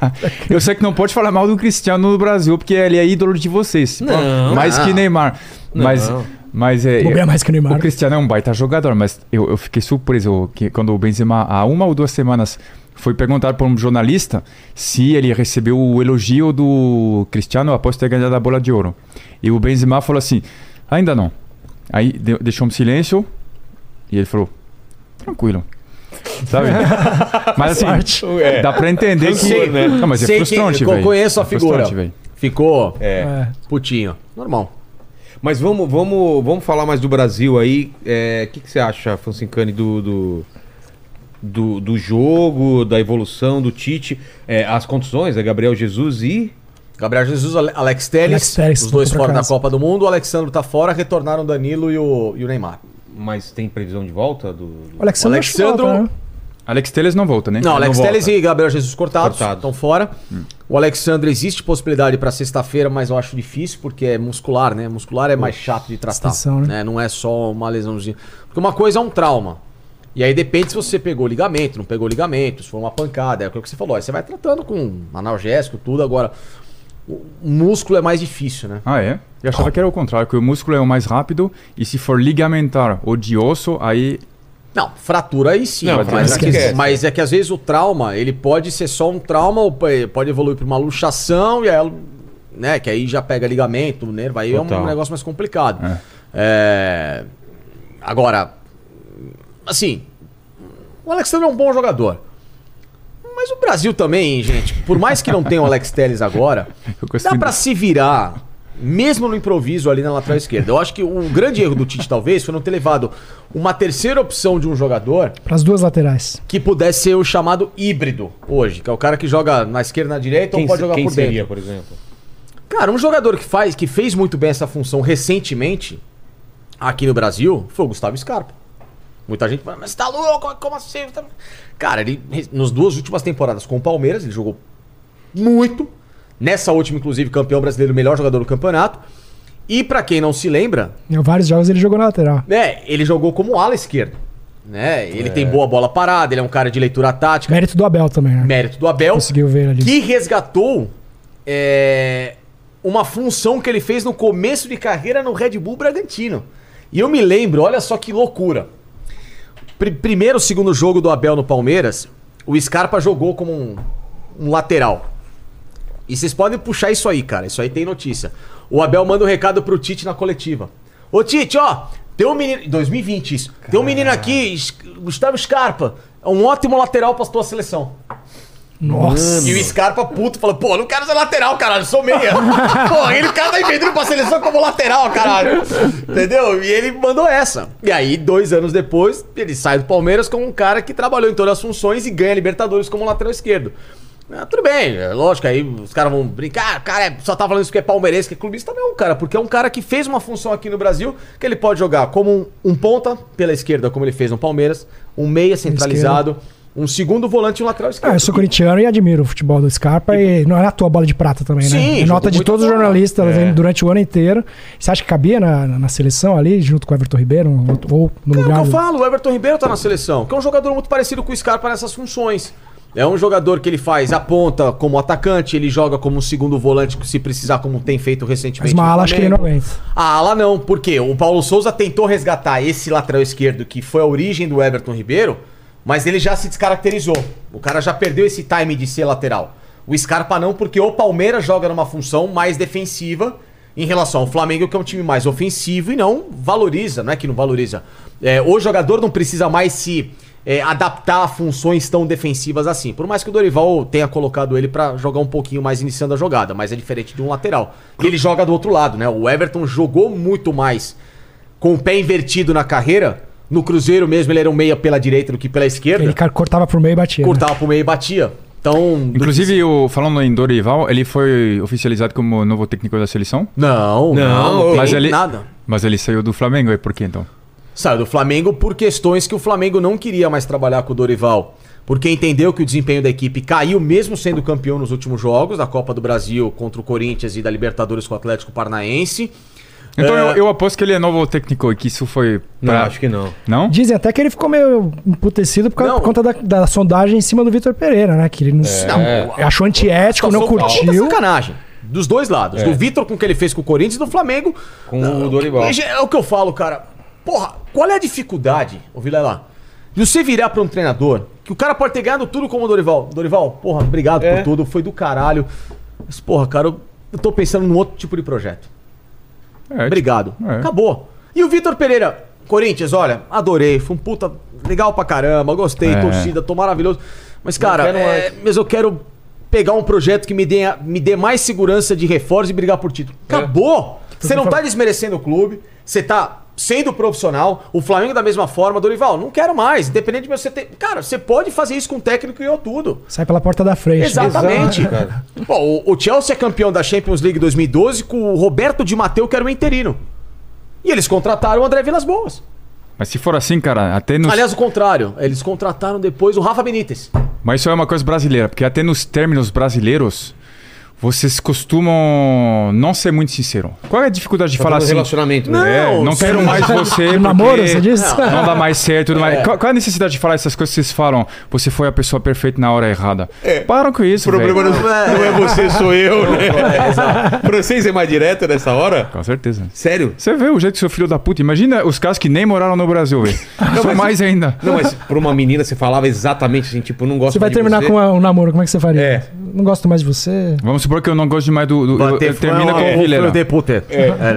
Speaker 4: Eu sei que não pode falar mal do Cristiano no Brasil, porque ele é ídolo de vocês.
Speaker 1: Não.
Speaker 4: mais que Neymar. Mas, mas é.
Speaker 3: Bobear mais que o Neymar.
Speaker 4: O Cristiano é um baita jogador, mas eu, eu fiquei surpreso que quando o Benzema, há uma ou duas semanas, foi perguntar por um jornalista se ele recebeu o elogio do Cristiano após ter ganhado a bola de ouro. E o Benzema falou assim: ainda não. Aí de- deixou um silêncio e ele falou: tranquilo. Sabe? mas assim,
Speaker 3: Parte.
Speaker 4: dá pra entender que.
Speaker 6: Sei,
Speaker 4: Não, mas é
Speaker 6: sei que-
Speaker 4: frustrante,
Speaker 6: co-
Speaker 4: velho.
Speaker 6: conheço a
Speaker 4: É
Speaker 6: figura.
Speaker 4: frustrante, velho.
Speaker 6: Ficou
Speaker 3: É.
Speaker 6: putinho. Normal.
Speaker 1: Mas vamos, vamos, vamos falar mais do Brasil aí. É, O que, que você acha, Francincani, do, do, do, do jogo, da evolução do Tite? É, as contusões, é Gabriel Jesus e.
Speaker 6: Gabriel Jesus, Ale- Alex Telles,
Speaker 3: Alex Telles,
Speaker 6: os dois
Speaker 3: voltou pra
Speaker 6: fora da
Speaker 3: casa.
Speaker 6: Copa do Mundo. O Alexandre tá fora, retornaram o Danilo e o, e o Neymar.
Speaker 1: Mas tem previsão de volta do. do-
Speaker 3: O Alexandre,
Speaker 6: O
Speaker 3: acho que volta,
Speaker 6: Alexandro-
Speaker 3: né?
Speaker 4: Alex Telles não volta, né?
Speaker 6: Não, Alex
Speaker 1: não
Speaker 6: Telles
Speaker 1: volta.
Speaker 6: e Gabriel Jesus cortados,
Speaker 1: Cortados.
Speaker 6: estão fora. O Alexandre existe possibilidade para sexta-feira, mas eu acho difícil porque é muscular, né? Muscular é mais chato de tratar,
Speaker 3: extensão,
Speaker 6: né?
Speaker 3: né?
Speaker 6: Não é só uma lesãozinha. Porque uma coisa é um trauma. E aí depende se você pegou ligamento, não pegou ligamento, se foi uma pancada, é aquilo que você falou. Aí você vai tratando com analgésico, tudo. Agora, o músculo é mais difícil, né?
Speaker 4: Ah, é? Eu achava que era o contrário, que o músculo é o mais rápido e se for ligamentar ou de osso, aí
Speaker 6: Não, fratura aí sim,
Speaker 1: Não,
Speaker 6: mas,
Speaker 1: fratura
Speaker 6: é que,
Speaker 1: esquece.
Speaker 6: mas é que às vezes o trauma, ele pode ser só um trauma, ou pe- pode evoluir para uma luxação, e aí, né, que aí já pega ligamento, nervo, aí é um
Speaker 1: Total.
Speaker 6: negócio mais complicado.
Speaker 4: É.
Speaker 6: É, Agora, assim, o Alexandre é um bom jogador. Mas o Brasil também, gente, por mais que não tenha o Alex Telles agora,
Speaker 4: Eu gosto
Speaker 6: dá
Speaker 4: muito.
Speaker 6: pra se virar, mesmo no improviso ali na lateral esquerda. Eu acho que o grande erro do Tite, talvez, foi não ter levado uma terceira opção de um jogador
Speaker 3: Pras duas laterais.
Speaker 6: que pudesse ser o chamado híbrido hoje, que é o cara que joga na esquerda e na direita ou
Speaker 1: Quem,
Speaker 6: Então pode jogar
Speaker 1: quem
Speaker 6: por dentro.
Speaker 1: seria, por exemplo?
Speaker 6: Cara, um jogador que faz, que fez muito bem essa função recentemente aqui no Brasil foi o Gustavo Scarpa. Muita gente fala, mas tá louco, como assim? Tá- Cara, ele nas duas últimas temporadas com o Palmeiras, ele jogou muito. Nessa última, inclusive, campeão brasileiro, melhor jogador do campeonato. E pra quem não se lembra,
Speaker 3: Em vários jogos ele jogou na lateral.
Speaker 6: né, ele jogou como ala esquerda. Né? Ele tem boa bola parada, ele é um cara de leitura tática,
Speaker 3: Mérito do Abel também, né?
Speaker 6: mérito do Abel
Speaker 3: Conseguiu ver ali.
Speaker 6: que resgatou é, uma função que ele fez no começo de carreira no Red Bull Bragantino. E eu me lembro, olha só que loucura. Pri- primeiro, segundo jogo do Abel no Palmeiras, o Scarpa jogou como um, um lateral. E vocês podem puxar isso aí, cara. Isso aí tem notícia. O Abel manda um recado pro Tite na coletiva. Ô Tite, ó, tem um menino. 2020 isso. Tem um menino aqui, S- Gustavo Scarpa. É um ótimo lateral pra tua seleção.
Speaker 3: Nossa.
Speaker 6: E o Scarpa puto falou, pô, não quero ser lateral, caralho, sou meia. pô, ele o cara tá inventando pra seleção como lateral, caralho. Entendeu? E ele mandou essa. E aí, dois anos depois, ele sai do Palmeiras como um cara que trabalhou em todas as funções e ganha Libertadores como lateral esquerdo. Ah, tudo bem, é lógico, aí os caras vão brincar, "Ah, o cara é- só tá falando isso porque é palmeirense, que é clubista. Não, cara, porque é um cara que fez uma função aqui no Brasil que ele pode jogar como um, um ponta pela esquerda, como ele fez no Palmeiras, um meia centralizado, um segundo volante e um lateral esquerdo.
Speaker 3: Ah, eu sou corintiano e admiro o futebol do Scarpa e não era a tua bola de prata também,
Speaker 6: Sim,
Speaker 3: né? É
Speaker 6: jogou
Speaker 3: nota de
Speaker 6: muito
Speaker 3: todos os
Speaker 6: bola.
Speaker 3: jornalistas durante o ano inteiro. Você acha que cabia na, na seleção ali, junto com o Everton Ribeiro, um outro- ou no
Speaker 6: É o que
Speaker 3: lugar
Speaker 6: eu
Speaker 3: do...
Speaker 6: falo, o Everton Ribeiro tá na seleção, que é um jogador muito parecido com o Scarpa nessas funções. É um jogador que ele faz a ponta como atacante, ele joga como um segundo volante se precisar, como tem feito
Speaker 3: Mas
Speaker 6: recentemente.
Speaker 3: uma
Speaker 6: no
Speaker 3: ala acho que ele não
Speaker 6: Flamengo.
Speaker 3: aguenta.
Speaker 6: A ala Ah, não, porque o Paulo Souza tentou resgatar esse lateral esquerdo que foi a origem do Everton Ribeiro, mas ele já se descaracterizou. O cara já perdeu esse time de ser lateral. O Scarpa não, porque o Palmeiras joga numa função mais defensiva em relação ao Flamengo, que é um time mais ofensivo e não valoriza, não é que não valoriza. É, o jogador não precisa mais se é, adaptar a funções tão defensivas assim. Por mais que o Dorival tenha colocado ele pra jogar um pouquinho mais iniciando a jogada, mas é diferente de um lateral. E ele joga do outro lado, né? O Everton jogou muito mais com o pé invertido na carreira. No Cruzeiro mesmo ele era um meia pela direita do que pela esquerda.
Speaker 3: Ele
Speaker 6: Ele
Speaker 3: ca- cortava pro meio e batia. né?
Speaker 6: cortava pro meio e batia. Então, do-
Speaker 4: Inclusive, o, falando em Dorival, ele foi oficializado como novo técnico da seleção,
Speaker 6: não, não, não tem
Speaker 4: mas ele-
Speaker 6: nada.
Speaker 4: mas ele saiu do Flamengo, é por quê então?
Speaker 6: Saiu do Flamengo por questões que o Flamengo não queria mais trabalhar com o Dorival. Porque entendeu que o desempenho da equipe caiu, mesmo sendo campeão nos últimos jogos, da Copa do Brasil contra o Corinthians e da Libertadores com o Atlético Paranaense.
Speaker 4: Então
Speaker 6: É.
Speaker 4: eu, eu aposto que ele é novo técnico e que isso foi
Speaker 1: Não,
Speaker 4: pra-
Speaker 1: acho que não.
Speaker 4: Não?
Speaker 3: Dizem até que ele ficou meio emputecido por, causa,
Speaker 6: Não.
Speaker 3: por conta da, da sondagem em cima do Vitor Pereira, né? Que ele não, não- achou antiético, não
Speaker 6: Passou puta
Speaker 3: curtiu.
Speaker 6: sacanagem. Dos dois lados. Do Vitor com o que ele fez com o Corinthians e do Flamengo.
Speaker 1: É. Com o Dorival.
Speaker 6: Mas É o que eu falo, cara. Porra, qual é a dificuldade, ô Vilela, de você virar pra um treinador que o cara pode ter ganhado tudo como o Dorival. Dorival, porra, obrigado
Speaker 1: É.
Speaker 6: por tudo, foi do caralho. Mas, porra, cara, eu eu tô pensando num outro tipo de projeto.
Speaker 4: É,
Speaker 6: Obrigado.
Speaker 4: É.
Speaker 6: Acabou. E o Vitor Pereira, Corinthians, olha, adorei. Foi um puta legal pra caramba, gostei,
Speaker 4: É.
Speaker 6: torcida, tô maravilhoso. Mas, cara, é, mas eu quero pegar um projeto que me dê, me dê mais segurança de reforço e brigar por título.
Speaker 4: É.
Speaker 6: Acabou! Você não tá desmerecendo o clube, você tá sendo profissional, o Flamengo da mesma forma, Dorival, não quero mais, independente de você ter. Cara, você pode fazer isso com o técnico e eu tudo.
Speaker 3: Sai pela porta da frente.
Speaker 6: Exatamente.
Speaker 7: Exato, cara.
Speaker 6: Bom, o, o Chelsea é campeão da Champions League 2012 com o Roberto Di Matteo, que era um interino. E eles contrataram o André Vilas Boas.
Speaker 4: Mas se for assim, cara, até nos...
Speaker 6: Aliás, o contrário. Eles contrataram depois o Rafa Benítez.
Speaker 4: Mas isso é uma coisa brasileira, porque até nos términos brasileiros, vocês costumam não ser muito sinceros. Qual é a dificuldade de
Speaker 1: um
Speaker 4: falar
Speaker 7: falando
Speaker 4: assim?
Speaker 7: relacionamento,
Speaker 6: Não.
Speaker 7: né?
Speaker 4: É, não quero mais você.
Speaker 3: Do
Speaker 4: porque
Speaker 3: um namoro, você disse?
Speaker 4: Não dá mais certo. Tudo mais. Qual, qual é a necessidade de falar essas coisas que vocês falam? Você foi a pessoa perfeita na hora errada. Param com isso.
Speaker 7: O É. problema
Speaker 4: velho.
Speaker 7: não, não é você, sou eu, né? pra vocês é mais direto nessa hora?
Speaker 4: Com certeza.
Speaker 7: Sério?
Speaker 4: Você vê o jeito que seu filho da puta. Imagina os caras que nem moraram no Brasil, velho. São mais ainda.
Speaker 7: Não, mas pra uma menina você falava exatamente assim, tipo, não gosto
Speaker 3: Você vai
Speaker 7: mais de
Speaker 3: terminar
Speaker 7: você.
Speaker 3: com uma- um namoro, como é que você faria?
Speaker 7: É.
Speaker 3: Não gosto mais de você.
Speaker 4: Vamos supor que eu não gosto demais do. do eu, eu
Speaker 7: é
Speaker 4: termino
Speaker 6: é um
Speaker 4: com o Vilela.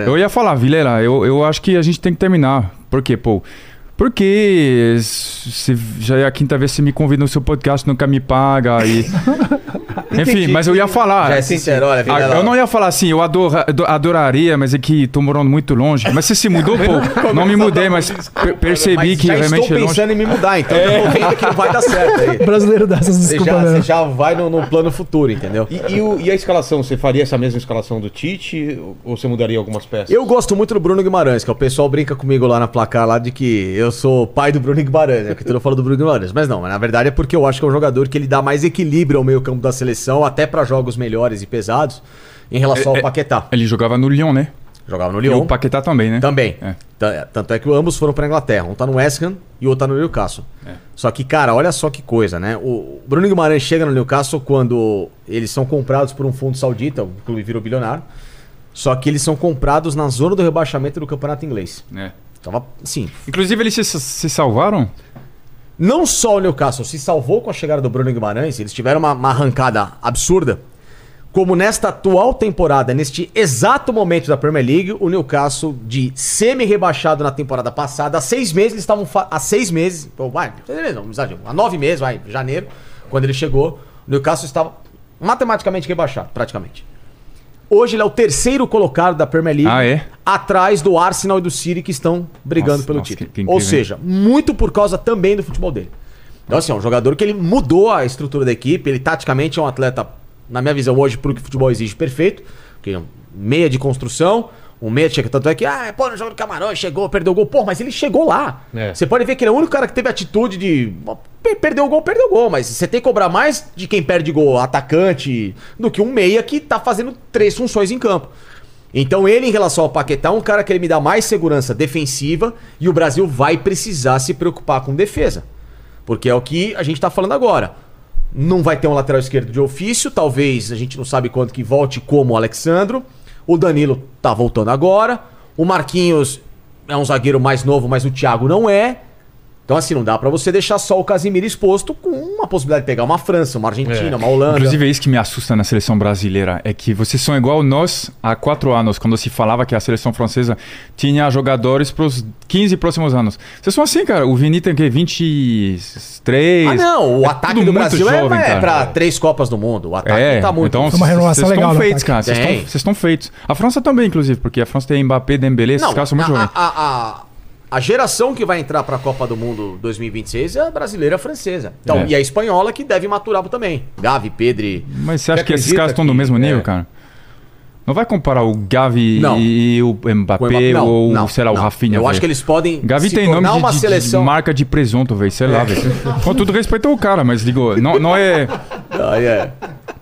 Speaker 4: Eu ia falar, Vilela, eu, eu acho que a gente tem que terminar. Por quê, pô? Porque se, já é a quinta vez que você me convida no seu podcast, nunca me paga. E... Enfim, mas eu ia falar.
Speaker 6: Já é sincero, olha,
Speaker 4: Ah,
Speaker 6: Vilela.
Speaker 4: eu não ia falar assim, eu adora- ado- adoraria, mas é que tô morando muito longe. Mas você se mudou, pô. Não me mudei, mas per- percebi
Speaker 6: Mas
Speaker 4: que
Speaker 6: já
Speaker 4: realmente é
Speaker 6: estou
Speaker 4: longe.
Speaker 6: pensando em me mudar, então eu tô vendo que não vai dar certo aí.
Speaker 3: O brasileiro né? dá essas
Speaker 6: É. Você
Speaker 3: desculpas
Speaker 6: já, você
Speaker 3: mesmo.
Speaker 6: já vai no, no plano futuro, entendeu?
Speaker 7: E, e o- e a escalação? Você faria essa mesma escalação do Tite ou- ou você mudaria algumas peças?
Speaker 6: Eu gosto muito do Bruno Guimarães, que é o pessoal brinca comigo lá na placar lá de que eu sou pai do Bruno Guimarães, é que todo mundo fala do Bruno Guimarães, mas não, na verdade é porque eu acho que é um jogador que ele dá mais equilíbrio ao meio-campo da seleção, até pra jogos melhores e pesados, em relação ao Paquetá.
Speaker 4: Ele jogava no Lyon, né?
Speaker 6: Jogava no
Speaker 4: É, E
Speaker 6: Lyon.
Speaker 4: o Paquetá também, né?
Speaker 6: Também.
Speaker 4: É.
Speaker 6: T- Tanto é que ambos foram pra Inglaterra. Um tá no West Ham e o outro tá no Newcastle.
Speaker 4: É.
Speaker 6: Só que, cara, olha só que coisa, né? O Bruno Guimarães chega no Newcastle quando eles são comprados por um fundo saudita, o clube virou bilionário. Só que eles são comprados na zona do rebaixamento do campeonato inglês.
Speaker 4: É.
Speaker 6: Tava, assim,
Speaker 4: Inclusive, eles se, se salvaram?
Speaker 6: não só o Newcastle se salvou com a chegada do Bruno Guimarães, eles tiveram uma, uma arrancada absurda, como nesta atual temporada, neste exato momento da Premier League, o Newcastle de semi-rebaixado na temporada passada, há seis meses, eles estavam fa- há seis meses, ou vai, seis meses não, exagero, há nove meses, vai, janeiro, quando ele chegou, o Newcastle estava matematicamente rebaixado, praticamente. Hoje ele é o terceiro colocado da Premier League,
Speaker 4: Ah, é?
Speaker 6: atrás do Arsenal e do City que estão brigando
Speaker 4: Nossa,
Speaker 6: pelo
Speaker 4: nossa,
Speaker 6: título.
Speaker 4: que- que incrível,
Speaker 6: Ou
Speaker 4: hein?
Speaker 6: seja, muito por causa também do futebol dele. Então, assim, é um jogador que ele mudou a estrutura da equipe. Ele, taticamente, é um atleta, na minha visão, hoje, pro que o futebol exige, perfeito. Porque é um meia de construção, um meia chega tanto é que, ah, pô, no jogo do Camarões chegou, perdeu o gol. Pô, mas ele chegou lá.
Speaker 7: É.
Speaker 6: Você pode ver que ele é o único cara que teve atitude de. "Pô, per- Perdeu o gol, perdeu o gol. Mas você tem que cobrar mais de quem perde gol, atacante, do que um meia que tá fazendo três funções em campo. Então ele, em relação ao Paquetá, é um cara que ele me dá mais segurança defensiva e o Brasil vai precisar se preocupar com defesa. Porque é o que a gente tá falando agora. Não vai ter um lateral esquerdo de ofício, talvez a gente não sabe quanto que volte como o Alexandro. O Danilo tá voltando agora. O Marquinhos é um zagueiro mais novo, mas o Thiago não é. Então, assim, não dá pra você deixar só o Casimiro exposto com uma possibilidade de pegar uma França, uma Argentina, uma Holanda.
Speaker 4: Inclusive, é isso que me assusta na seleção brasileira. É que vocês são igual nós há quatro anos, quando se falava que a seleção francesa tinha jogadores para os 15 próximos anos. Vocês são assim, cara. O Vini tem o quê? 23?
Speaker 6: Ah, não, o
Speaker 4: É
Speaker 6: ataque
Speaker 4: tudo
Speaker 6: do
Speaker 4: muito
Speaker 6: Brasil é-
Speaker 4: jovem,
Speaker 6: é,
Speaker 4: cara.
Speaker 6: pra três Copas do Mundo. O ataque
Speaker 4: É,
Speaker 6: tá muito.
Speaker 4: então
Speaker 3: Foi uma
Speaker 4: vocês-
Speaker 3: renovação
Speaker 4: vocês estão
Speaker 3: legal no
Speaker 4: feitos,
Speaker 3: ataque.
Speaker 4: cara. Vocês estão-
Speaker 6: Tem.
Speaker 4: Vocês estão feitos. A França também, inclusive, porque a França tem Mbappé, Dembélé, esses
Speaker 6: Não,
Speaker 4: caras são muito
Speaker 6: a,
Speaker 4: jovens.
Speaker 6: a, a, a geração que vai entrar pra Copa do Mundo 2026 é a brasileira e a francesa. Então,
Speaker 4: É.
Speaker 6: E a espanhola que deve maturar também. Gavi, Pedri.
Speaker 4: Mas você acha
Speaker 7: Você
Speaker 4: que esses
Speaker 7: acredita
Speaker 4: caras estão no
Speaker 7: que-
Speaker 4: mesmo nível,
Speaker 7: é.
Speaker 4: cara? Não vai comparar o Gavi
Speaker 6: Não.
Speaker 4: e o
Speaker 6: Com
Speaker 4: Mbappé,
Speaker 6: o Mbappé. Não,
Speaker 4: ou,
Speaker 6: não,
Speaker 4: sei lá, o
Speaker 6: não.
Speaker 4: Rafinha.
Speaker 6: Eu
Speaker 4: velho.
Speaker 6: acho que eles podem
Speaker 4: Gavi
Speaker 6: se
Speaker 4: tem nome
Speaker 6: tornar
Speaker 4: de,
Speaker 6: uma
Speaker 4: de- de
Speaker 6: seleção. É.
Speaker 4: marca de presunto, velho. Sei lá, velho. Com todo respeito ao cara, mas digo, não, não é.
Speaker 6: Ah, é.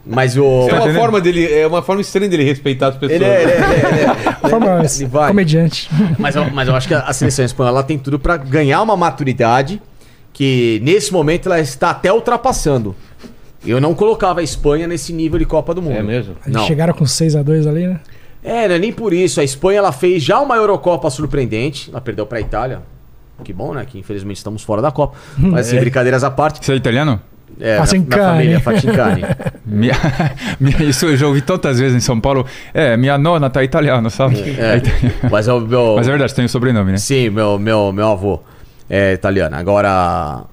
Speaker 6: Mas
Speaker 3: Tá
Speaker 6: o.
Speaker 7: É uma
Speaker 4: entendendo?
Speaker 7: forma dele, é uma forma estranha dele respeitar as pessoas.
Speaker 6: Ele é, ele
Speaker 1: né?
Speaker 6: é, ele é, ele é.
Speaker 3: Forma
Speaker 6: Ele vai.
Speaker 3: comediante.
Speaker 6: Mas eu, mas eu acho que a seleção espanhola ela tem tudo pra ganhar uma maturidade que nesse momento ela está até ultrapassando. Eu não colocava a Espanha nesse nível de Copa do Mundo.
Speaker 7: É mesmo?
Speaker 3: Eles
Speaker 6: Não.
Speaker 3: Chegaram com 6x2 ali, né?
Speaker 6: É, não é nem por isso. A Espanha ela fez já uma Eurocopa surpreendente. Ela perdeu pra Itália. Que bom, né? Que infelizmente estamos fora da Copa. Mas assim, brincadeiras à parte.
Speaker 4: Você é italiano?
Speaker 6: É, na,
Speaker 3: Facincani.
Speaker 6: na família, Fatincani.
Speaker 4: Minha, minha- isso eu já ouvi tantas vezes em São Paulo. É, minha nona tá italiana, sabe? É italiana.
Speaker 6: Mas é o meu.
Speaker 4: né? Mas é verdade, tem o sobrenome, né?
Speaker 6: Sim, meu, meu, meu avô é italiano. Agora,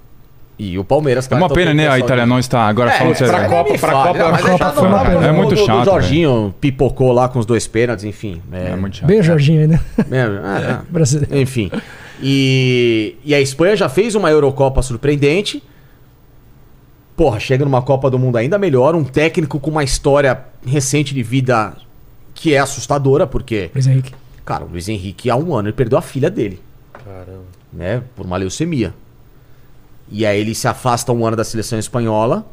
Speaker 6: E o Palmeiras,
Speaker 4: É uma pena, né? A Itália não está
Speaker 6: É,
Speaker 4: agora falando sério.
Speaker 1: pra Copa- pra Copa-
Speaker 6: mas
Speaker 3: pra
Speaker 6: deixa
Speaker 3: Copa
Speaker 6: no-
Speaker 3: foi uma
Speaker 6: no-
Speaker 3: pena.
Speaker 4: É muito
Speaker 6: do- do
Speaker 4: chato,
Speaker 6: Jorginho pipocou lá com os dois pênaltis, enfim.
Speaker 4: É muito chato.
Speaker 3: Bem, o Jorginho né? ainda.
Speaker 6: É, ah, ah.
Speaker 3: Brasileiro.
Speaker 6: Enfim. E, e a Espanha já fez uma Eurocopa surpreendente. Porra, chega numa Copa do Mundo ainda melhor. Um técnico com uma história recente de vida que é assustadora, porque,
Speaker 3: Luiz Henrique.
Speaker 6: cara, o Luiz Henrique há um ano ele perdeu a filha dele,
Speaker 1: Caramba.
Speaker 6: né? Por uma leucemia. E aí ele se afasta um ano da seleção espanhola,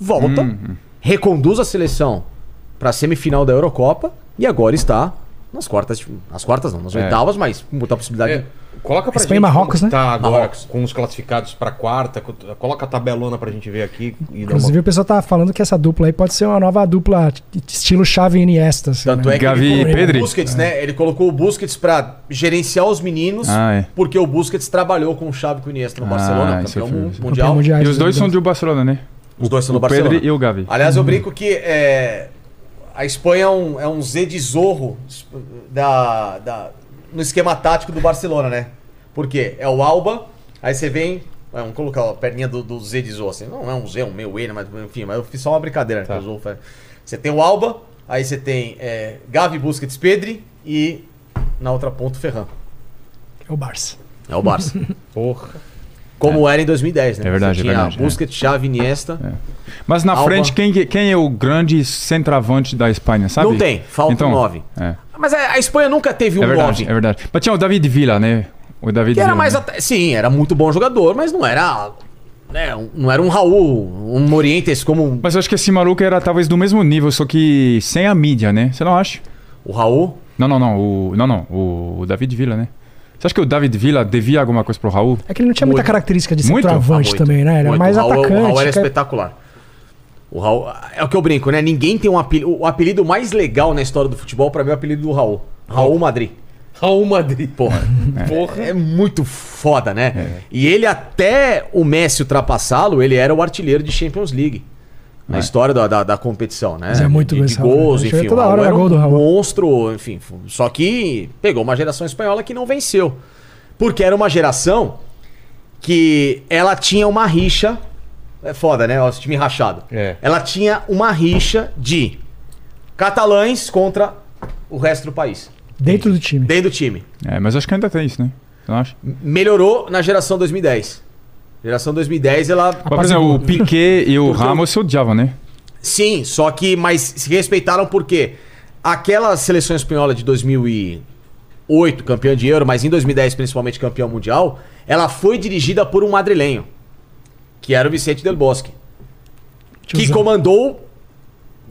Speaker 6: volta,
Speaker 4: Uhum.
Speaker 6: reconduz a seleção pra semifinal da Eurocopa e agora está nas quartas, de- nas quartas não, nas
Speaker 4: É.
Speaker 6: oitavas, mas com muita possibilidade.
Speaker 1: É, coloca pra
Speaker 3: Espanha
Speaker 1: gente
Speaker 3: e Marrocos,
Speaker 1: como
Speaker 3: né?
Speaker 1: tá agora
Speaker 6: Marrocos.
Speaker 1: com os classificados pra quarta. co- Coloca a tabelona pra gente ver aqui. E dá uma-
Speaker 3: Inclusive, o pessoal tava falando que essa dupla aí pode ser uma nova dupla t- t- estilo chave Iniesta. assim,
Speaker 6: Tanto
Speaker 3: né?
Speaker 6: é que
Speaker 4: Gavi
Speaker 6: ele colocou
Speaker 4: e Pedri? É.
Speaker 6: o Busquets, né? Ele colocou o Busquets pra gerenciar os meninos,
Speaker 4: Ah, é.
Speaker 6: porque o Busquets trabalhou com o Xavi e com o Iniesta no
Speaker 4: Ah,
Speaker 6: Barcelona,
Speaker 4: isso
Speaker 6: campeão
Speaker 4: foi-
Speaker 6: mu-
Speaker 4: isso.
Speaker 6: mundial.
Speaker 3: Campeão mundial.
Speaker 4: E os dois são do Barcelona, né?
Speaker 6: Os dois são
Speaker 4: O
Speaker 6: do Barcelona.
Speaker 4: Pedro e o Gavi.
Speaker 6: Aliás, eu brinco que é, a Espanha é um, é um Z de zorro es- da, da- no esquema tático do Barcelona, né? Porque é o Alba, aí você vem... é, Vamos colocar a perninha do, do Z de zorro. Assim. Não é um Z, é um meu N, mas enfim, mas eu fiz só uma brincadeira.
Speaker 4: Tá.
Speaker 6: né, que o zorro faz. Você tem o Alba, aí você tem é, Gavi, Busquets, Pedri e na outra ponta o Ferran.
Speaker 3: É o Barça.
Speaker 6: É o Barça.
Speaker 1: Porra.
Speaker 6: Como era em 2010, né?
Speaker 4: É verdade,
Speaker 6: Você
Speaker 4: é
Speaker 6: tinha
Speaker 4: verdade, é.
Speaker 6: Busquets, Xavi, Iniesta...
Speaker 4: Mas na
Speaker 6: Alba.
Speaker 4: frente, quem, que- quem é o grande centroavante da Espanha, sabe?
Speaker 6: Não tem, falta
Speaker 4: então,
Speaker 6: um nove.
Speaker 4: É,
Speaker 6: Mas a, a Espanha nunca teve um
Speaker 4: é verdade,
Speaker 6: 9.
Speaker 4: é verdade. Mas tinha o David Villa, né? O David
Speaker 6: Que era
Speaker 4: Villa,
Speaker 6: mais
Speaker 4: né?
Speaker 6: até- Sim, era muito bom jogador, mas não era. né, um- não era um Raul, um Orientes como
Speaker 4: Mas eu acho que esse maluco era talvez do mesmo nível, só que sem a mídia, né? Você não acha?
Speaker 6: o Raul.
Speaker 4: Não, não, não. O, não, não. O, o David Villa, né? Você acha que o David Villa devia alguma coisa pro Raul?
Speaker 3: É que ele não tinha muita
Speaker 6: Muito.
Speaker 3: característica de
Speaker 4: Muito?
Speaker 3: centroavante
Speaker 6: Oito.
Speaker 3: também, né? Era
Speaker 6: Oito.
Speaker 3: mais
Speaker 6: o Raul,
Speaker 3: atacante. é-
Speaker 6: O Raul era
Speaker 3: cara.
Speaker 6: espetacular. O Raul, é o que eu brinco, né? Ninguém tem um apelido. O apelido mais legal na história do futebol, pra mim, é o apelido do Raul. Raul Madrid.
Speaker 1: Raul Madrid.
Speaker 6: Porra.
Speaker 1: Porra. É.
Speaker 6: É muito foda, né? E ele, até o Messi ultrapassá-lo, ele era o artilheiro de Champions League.
Speaker 1: É.
Speaker 6: Na história da, da, da competição, né?
Speaker 3: Mas é muito
Speaker 6: de, de
Speaker 3: gol esse Raul,
Speaker 6: gols,
Speaker 3: né?
Speaker 6: enfim.
Speaker 3: Chega toda
Speaker 6: o
Speaker 3: hora
Speaker 6: Raul
Speaker 3: era
Speaker 6: era
Speaker 3: gol
Speaker 6: um
Speaker 3: do Raul.
Speaker 6: monstro, enfim. f- Só que pegou uma geração espanhola que não venceu. Porque era uma geração que ela tinha uma rixa. É foda, né? Ó, Esse time rachado.
Speaker 1: É.
Speaker 6: Ela tinha uma rixa de catalães contra o resto do país.
Speaker 3: Dentro do time.
Speaker 6: Dentro do time.
Speaker 4: É, mas acho que ainda tem isso, né? Você não acha?
Speaker 6: melhorou na geração 2010. Geração 2010, ela.
Speaker 4: Mas, por exemplo, o Piquet e o Ramos se odiavam, né?
Speaker 6: Sim, só que. Mas se respeitaram porque aquela seleção espanhola de 2008, campeã de Euro, mas em 2010 principalmente campeão mundial, ela foi dirigida por um madrilenho, que era o Vicente Del Bosque, que
Speaker 3: Tiozão.
Speaker 6: comandou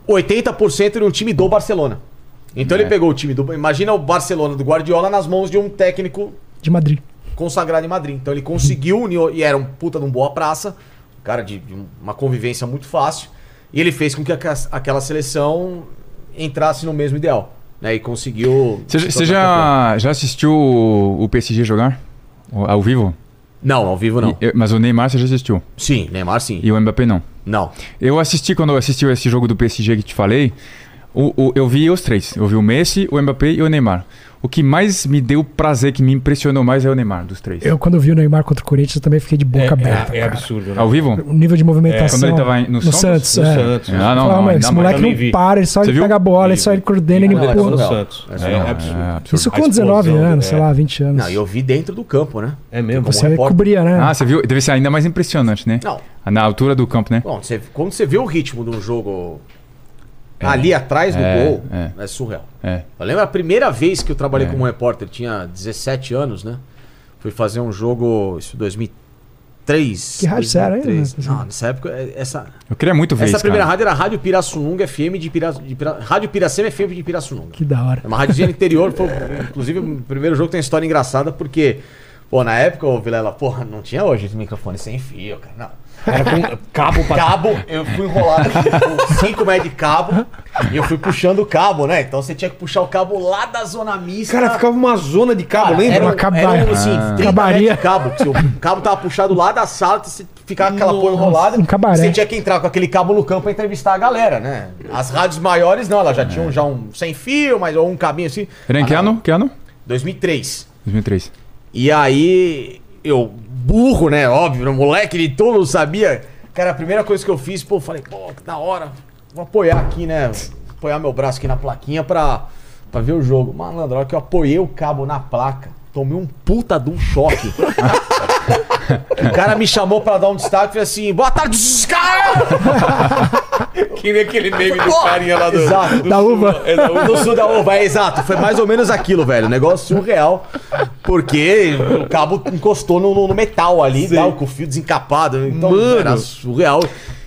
Speaker 6: 80% de um time do Barcelona. Então
Speaker 4: É.
Speaker 6: ele pegou o time do. Imagina o Barcelona do Guardiola nas mãos de um técnico
Speaker 3: De Madrid.
Speaker 6: consagrado em Madrid. Então ele conseguiu, unir- e era um puta de um boa praça, um cara de, de uma convivência muito fácil, e ele fez com que aqua- aquela seleção entrasse no mesmo ideal. Né, e conseguiu.
Speaker 4: Você,
Speaker 6: se
Speaker 4: você
Speaker 6: tornar campeão.
Speaker 4: já, já assistiu o, o PSG jogar? O- Ao vivo?
Speaker 6: Não, ao vivo não.
Speaker 4: E- eu- mas o Neymar você já assistiu.
Speaker 6: Sim, Neymar sim.
Speaker 4: E o Mbappé não.
Speaker 6: Não.
Speaker 4: Eu assisti, quando eu assisti esse jogo do PSG que te falei, o, o- eu vi os três. Eu vi o Messi, o Mbappé e o Neymar. O que mais me deu prazer, que me impressionou mais é o Neymar dos três.
Speaker 3: Eu, quando vi o Neymar contra o Corinthians, eu também fiquei de boca aberta.
Speaker 1: É, é
Speaker 3: cara.
Speaker 1: absurdo, né?
Speaker 4: Ao vivo?
Speaker 3: O nível de movimentação.
Speaker 4: quando ele tava em- no Santos?
Speaker 3: Santos.
Speaker 1: No
Speaker 3: é.
Speaker 1: Santos.
Speaker 4: Ah,
Speaker 3: Não,
Speaker 4: ainda
Speaker 3: esse
Speaker 4: mais.
Speaker 3: moleque
Speaker 1: Também
Speaker 3: não
Speaker 1: vi.
Speaker 3: para, ele só
Speaker 4: Você
Speaker 3: ele
Speaker 4: viu?
Speaker 3: pega a bola, ele só ele coordena, ele
Speaker 6: Não,
Speaker 1: Alex
Speaker 6: não,
Speaker 1: do
Speaker 3: empurra.
Speaker 1: Santos.
Speaker 6: É,
Speaker 1: É, absurdo.
Speaker 6: não,
Speaker 4: É
Speaker 3: Isso
Speaker 4: absurdo.
Speaker 1: A
Speaker 3: com 19
Speaker 1: explosão
Speaker 3: anos,
Speaker 1: dele,
Speaker 3: sei
Speaker 1: é.
Speaker 3: lá, 20 anos.
Speaker 6: Não, e eu vi dentro do campo, né?
Speaker 1: É mesmo.
Speaker 3: Você
Speaker 6: repórter.
Speaker 3: cobria, né?
Speaker 4: Ah, você viu? Deve ser ainda mais impressionante, né?
Speaker 6: Não.
Speaker 4: Na altura do campo, né?
Speaker 6: Bom, você, quando você vê o ritmo de um jogo ali atrás do
Speaker 4: É,
Speaker 6: gol,
Speaker 4: é.
Speaker 6: é surreal.
Speaker 4: É.
Speaker 6: Eu lembro a primeira vez que eu trabalhei
Speaker 4: É.
Speaker 6: como repórter, tinha 17 anos, né? Fui fazer um jogo, isso, 2003.
Speaker 3: Que rádio você era ainda,
Speaker 6: 2003.
Speaker 3: né?
Speaker 6: Não, nessa época, é- essa,
Speaker 4: Eu queria muito ver
Speaker 6: essa
Speaker 4: isso,
Speaker 6: primeira
Speaker 4: cara.
Speaker 6: rádio era Rádio Pirassununga FM de, Pira, de Pira- Rádio Piracema FM de Pirassununga.
Speaker 3: Que da hora.
Speaker 6: É uma radiozinha do interior, foi, inclusive o primeiro jogo tem uma história engraçada, porque, pô, na época, ô Vilela, porra, não tinha hoje esse microfone sem fio, cara, não.
Speaker 1: Era com cabo pra...
Speaker 6: Cabo, eu fui enrolado com 5 metros de cabo e eu fui puxando o cabo, né? Então você tinha que puxar o cabo lá da zona mista.
Speaker 1: Cara, ficava uma zona de cabo,
Speaker 6: Cara,
Speaker 1: lembra?
Speaker 6: Era, um-
Speaker 3: Uma caba-
Speaker 6: era um, assim,
Speaker 3: Ah.
Speaker 6: 30
Speaker 3: Cabaria.
Speaker 6: metros de cabo. que se O cabo tava puxado lá da sala, você ficava com aquela porra enrolada.
Speaker 3: um cabaré.
Speaker 6: Você tinha que entrar com aquele cabo no campo pra entrevistar a galera, né? As rádios maiores não, elas já tinham já um sem fio, mas ou um cabinho assim.
Speaker 4: Era em que
Speaker 6: Ah, não.
Speaker 4: ano? Que ano?
Speaker 6: 2003.
Speaker 4: 2003.
Speaker 6: E aí eu burro, né? Óbvio, um moleque, ele todo sabia. Cara, a primeira coisa que eu fiz, pô, eu falei, pô, que da hora. Vou apoiar aqui, né? Apoiar meu braço aqui na plaquinha pra, pra ver o jogo. Malandro, a hora que eu apoiei o cabo na placa, tomei um puta de um choque. O cara me chamou pra dar um destaque e falei assim: boa tarde, cara!
Speaker 1: Que nem aquele meme do
Speaker 6: Pô,
Speaker 1: carinha lá do.
Speaker 6: exato.
Speaker 1: do
Speaker 3: Da
Speaker 1: sul,
Speaker 3: uva.
Speaker 1: É, da uva.
Speaker 6: No sul da uva, é exato. Foi mais ou menos aquilo, velho. Negócio surreal. Porque o cabo encostou no, no- no metal ali, tal, com o fio desencapado. Então,
Speaker 1: Mano.
Speaker 6: era surreal.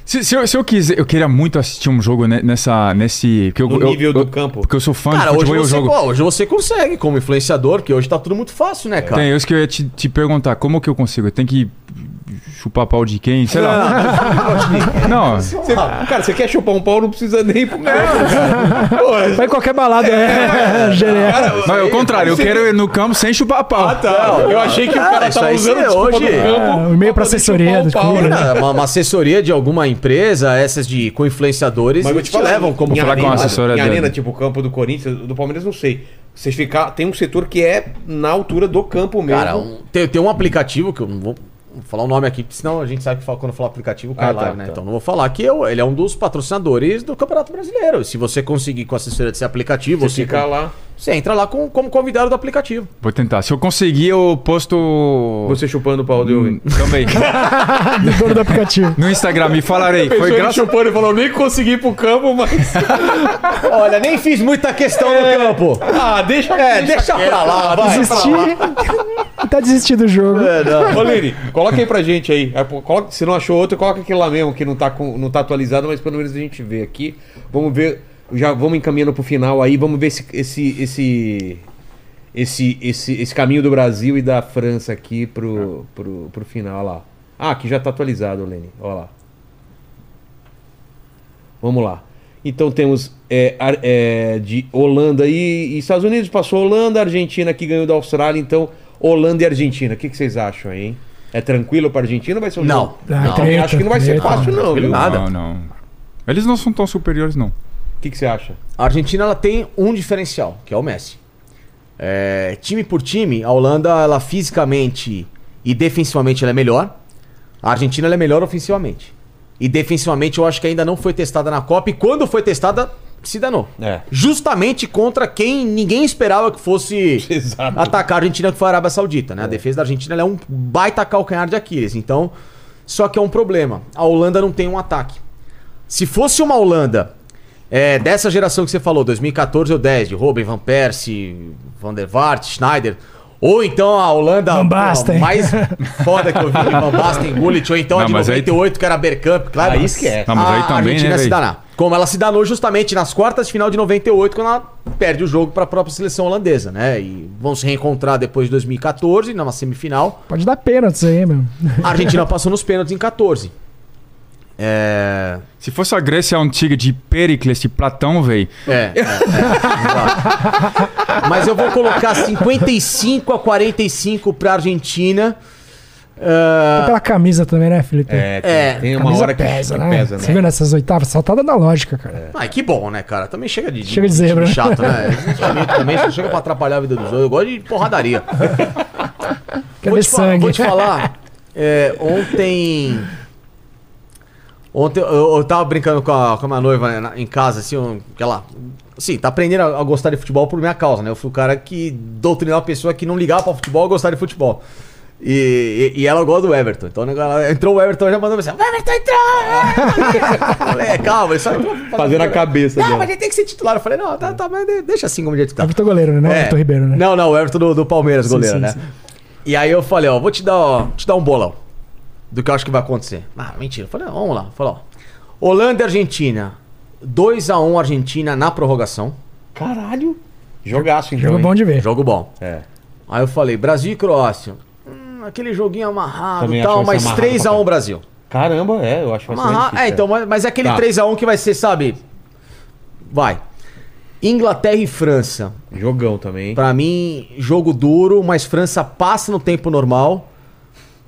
Speaker 4: Se, se eu, se eu quiser, eu queria muito assistir um jogo ne- nessa, nesse. Que eu,
Speaker 1: No
Speaker 4: eu-
Speaker 1: nível
Speaker 4: eu-
Speaker 1: do campo.
Speaker 4: Porque eu sou fã
Speaker 6: Cara,
Speaker 4: de
Speaker 6: hoje
Speaker 4: futebol e eu
Speaker 6: você,
Speaker 4: jogo.
Speaker 6: pô, hoje você consegue como influenciador, que hoje tá tudo muito fácil, né, cara?
Speaker 4: Tem, isso que eu ia te, te perguntar, como que eu consigo? Eu tenho que chupar pau de quem? Sei lá. Não,
Speaker 8: Você- cara, você quer chupar um pau, não precisa nem ir pro campo.
Speaker 3: Vai em qualquer balada, é. genial.
Speaker 4: não, é o contrário, eu quero ir no campo sem chupar pau.
Speaker 1: Ah, tá.
Speaker 6: Não,
Speaker 1: Eu achei que o cara
Speaker 6: isso
Speaker 1: tava
Speaker 6: aí
Speaker 1: usando
Speaker 6: você
Speaker 1: desculpa
Speaker 6: hoje-
Speaker 1: do campo.
Speaker 3: É, um e-mail pra
Speaker 1: poder chupar
Speaker 3: assessoria
Speaker 1: o
Speaker 3: do
Speaker 1: pau,
Speaker 3: clube,
Speaker 1: né?
Speaker 3: né?
Speaker 6: Uma, uma assessoria de alguma empresa, essas de com influenciadores,
Speaker 1: Mas eu vou
Speaker 6: eles
Speaker 1: te
Speaker 6: te
Speaker 1: falar,
Speaker 6: levam como
Speaker 1: em
Speaker 4: falar com
Speaker 1: arena,
Speaker 4: uma assessora
Speaker 1: Em
Speaker 4: dele.
Speaker 1: arena, tipo o campo do Corinthians, do Palmeiras, não sei. Você fica, tem um setor que é na altura do campo mesmo.
Speaker 6: Cara, um- tem, tem um aplicativo que eu não vou falar o nome aqui, porque senão a gente sabe que fala- quando falar aplicativo cai
Speaker 1: Ah,
Speaker 6: lá,
Speaker 1: tá,
Speaker 6: né?
Speaker 1: tá.
Speaker 6: Então não vou falar que eu, ele é um dos patrocinadores do Campeonato Brasileiro. Se você conseguir com a assessoria desse aplicativo,
Speaker 1: você
Speaker 6: você,
Speaker 1: fica lá.
Speaker 6: você entra lá com- como convidado do aplicativo.
Speaker 4: Vou tentar. Se eu conseguir, eu posto.
Speaker 1: Você chupando o pau de alguém.
Speaker 4: Hum, também.
Speaker 3: O dono do aplicativo.
Speaker 4: No Instagram, me falarei.
Speaker 1: Pensou
Speaker 4: Foi
Speaker 1: ele
Speaker 4: graças
Speaker 1: chupando e falou, nem consegui ir pro campo, mas...
Speaker 6: Olha, nem fiz muita questão no campo.
Speaker 1: ah, deixa...
Speaker 6: É, deixa pra lá, vai.
Speaker 3: Desistir. Tá desistindo do jogo.
Speaker 1: Ô, Lili, coloca aí pra gente aí. Aí, pô, coloca- se não achou outro, coloca aquele lá mesmo, que não tá, com- não tá atualizado, mas pelo menos a gente vê aqui. Vamos ver, já vamos encaminhando pro final aí, vamos ver esse, esse, esse, esse, esse, esse caminho do Brasil e da França aqui pro, pro, pro final, olha lá. Ah, aqui já tá atualizado, Lene, olha lá. Vamos lá. Então temos é, Ar- é, de Holanda e, e Estados Unidos, passou a Holanda, a Argentina que ganhou da Austrália, então Holanda e Argentina. O que, que vocês acham aí? hein? É tranquilo para Argentina ou vai ser um
Speaker 6: Não.
Speaker 1: jogo?
Speaker 3: Ah,
Speaker 6: Não,
Speaker 3: treta,
Speaker 1: acho que não vai ser
Speaker 3: treta.
Speaker 1: fácil não, viu?
Speaker 6: Tranquilo
Speaker 1: O
Speaker 6: nada.
Speaker 4: Não, não. Eles não são tão superiores, não.
Speaker 1: que, que você acha?
Speaker 6: A Argentina ela tem um diferencial, que é o Messi. É, time por time, a Holanda ela fisicamente e defensivamente ela é melhor. A Argentina ela é melhor ofensivamente. E defensivamente eu acho que ainda não foi testada na Copa e quando foi testada se danou.
Speaker 1: É.
Speaker 6: Justamente contra quem ninguém esperava que fosse
Speaker 1: Exato.
Speaker 6: atacar a Argentina que foi a Arábia Saudita, né? A defesa da Argentina ela é um baita calcanhar de Aquiles. Então, só que é um problema. A Holanda não tem um ataque. Se fosse uma Holanda é, dessa geração que você falou, 2014 ou 10, de Robin, Van Persie, Van der Vaart, Schneider, ou então a Holanda
Speaker 3: Van Basten.
Speaker 6: pô, mais foda que eu vi, Van Basten, Gullit, ou então a
Speaker 4: Não,
Speaker 6: de
Speaker 4: mas aí-
Speaker 6: 98 que era Bergkamp, claro.
Speaker 1: Aí esquece.
Speaker 4: Não, mas aí
Speaker 6: a
Speaker 4: também,
Speaker 6: Ah, Argentina
Speaker 4: né,
Speaker 6: se
Speaker 4: velho?
Speaker 6: daná. Como ela se danou justamente nas quartas de final de 98, quando ela perde o jogo para a própria seleção holandesa, né? E vão se reencontrar depois de 2014, numa semifinal.
Speaker 3: Pode dar pênalti isso aí, meu.
Speaker 6: A Argentina passou nos pênaltis em 14. É.
Speaker 4: Se fosse a Grécia antiga de Pericles, de Platão, velho.
Speaker 6: É. é, é, exato. Mas eu vou colocar 55 a 45 pra Argentina. Ah,
Speaker 3: Pela camisa também, né, Felipe?
Speaker 1: tem,
Speaker 6: É,
Speaker 1: tem uma
Speaker 3: camisa
Speaker 1: hora que
Speaker 3: pesa,
Speaker 1: que
Speaker 3: né?
Speaker 1: pesa,
Speaker 3: Você viu nessas oitavas? Saltada da lógica, cara.
Speaker 6: Ai, que bom, né, cara? Também chega de,
Speaker 3: Chega de zebra, né?
Speaker 6: chato, né? Justamente também só chega pra atrapalhar a vida dos outros. Eu gosto de porradaria.
Speaker 3: Quero ver
Speaker 6: te falar-
Speaker 3: sangue.
Speaker 6: vou te falar. é, ontem. Ontem eu, eu tava brincando com a, com a minha noiva né, na- em casa, assim, um, que ela. Assim, tá aprendendo a, a gostar de futebol por minha causa, né? Eu fui o cara que doutrinou uma pessoa que não ligava pra futebol a gostar de futebol. E, e- e ela gosta do Everton. Então ela entrou o Everton já mandou mensagem: Everton entrou! Everton!" Eu falei, é, calma, ele só entrou
Speaker 1: Fazendo a cabeça
Speaker 6: Não,
Speaker 1: dela.
Speaker 6: mas é- ele tem que ser titular. Eu falei, não, tá, tá, mas de- deixa assim como o jeito que tá.
Speaker 3: Everton goleiro, né? Não
Speaker 6: É.
Speaker 3: Everton Ribeiro, né?
Speaker 6: Não, não, o Everton do, do Palmeiras, goleiro,
Speaker 3: sim,
Speaker 6: né?
Speaker 3: sim.
Speaker 6: E aí eu falei, ó, vou te dar, ó, te dar um bolão do que eu acho que vai acontecer. Ah, mentira. Eu falei, não, vamos lá. Eu Falei, ó, Holanda e Argentina. 2x1 Argentina na prorrogação.
Speaker 1: Caralho. Jogaço, então.
Speaker 3: Jogo
Speaker 1: hein?
Speaker 3: bom de ver.
Speaker 6: Jogo bom.
Speaker 1: É.
Speaker 6: Aí eu falei, Brasil e Croácia. Hum, aquele joguinho amarrado
Speaker 1: Também
Speaker 6: e tal,
Speaker 1: acho esse
Speaker 6: mas
Speaker 1: amarrado
Speaker 6: 3x1
Speaker 1: pra
Speaker 6: Brasil.
Speaker 1: Caramba, é, eu acho que vai ser
Speaker 6: Amarrar,
Speaker 1: difícil,
Speaker 6: é, então, mas, mas é aquele
Speaker 1: Tá.
Speaker 6: 3x1 que vai ser, sabe? Vai. Inglaterra e França.
Speaker 1: é. Jogão também, hein?
Speaker 6: Pra mim, jogo duro, mas França passa no tempo normal.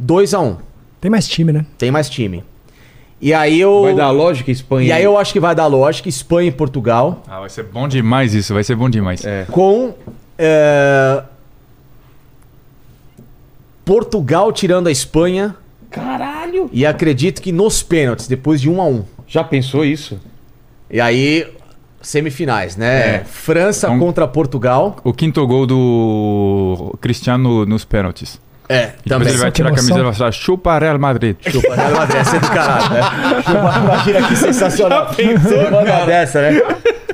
Speaker 6: 2x1.
Speaker 3: Tem mais time, né?
Speaker 6: Tem mais time. E aí eu.
Speaker 1: Vai dar lógica Espanha.
Speaker 6: E aí eu acho que vai dar lógica, Espanha e Portugal.
Speaker 4: Ah, vai ser bom demais isso, vai ser
Speaker 6: eh,
Speaker 4: bom demais.
Speaker 1: É.
Speaker 6: Com. é, Portugal tirando a Espanha.
Speaker 7: Caralho!
Speaker 6: E acredito que nos pênaltis, depois de 1 a 1
Speaker 7: Já pensou isso?
Speaker 6: E aí, semifinais, né?
Speaker 4: É.
Speaker 6: França
Speaker 4: Então-
Speaker 6: contra Portugal.
Speaker 4: O quinto gol do Cristiano nos pênaltis.
Speaker 6: É,
Speaker 4: E depois
Speaker 6: também.
Speaker 4: ele vai
Speaker 3: Que
Speaker 4: tirar a
Speaker 3: emoção.
Speaker 4: camiseta e vai falar, chupa Real Madrid.
Speaker 6: Chupa, né, uma dessa é do caralho, né? Chupa, imagina que sensacional. Uma dessa, né?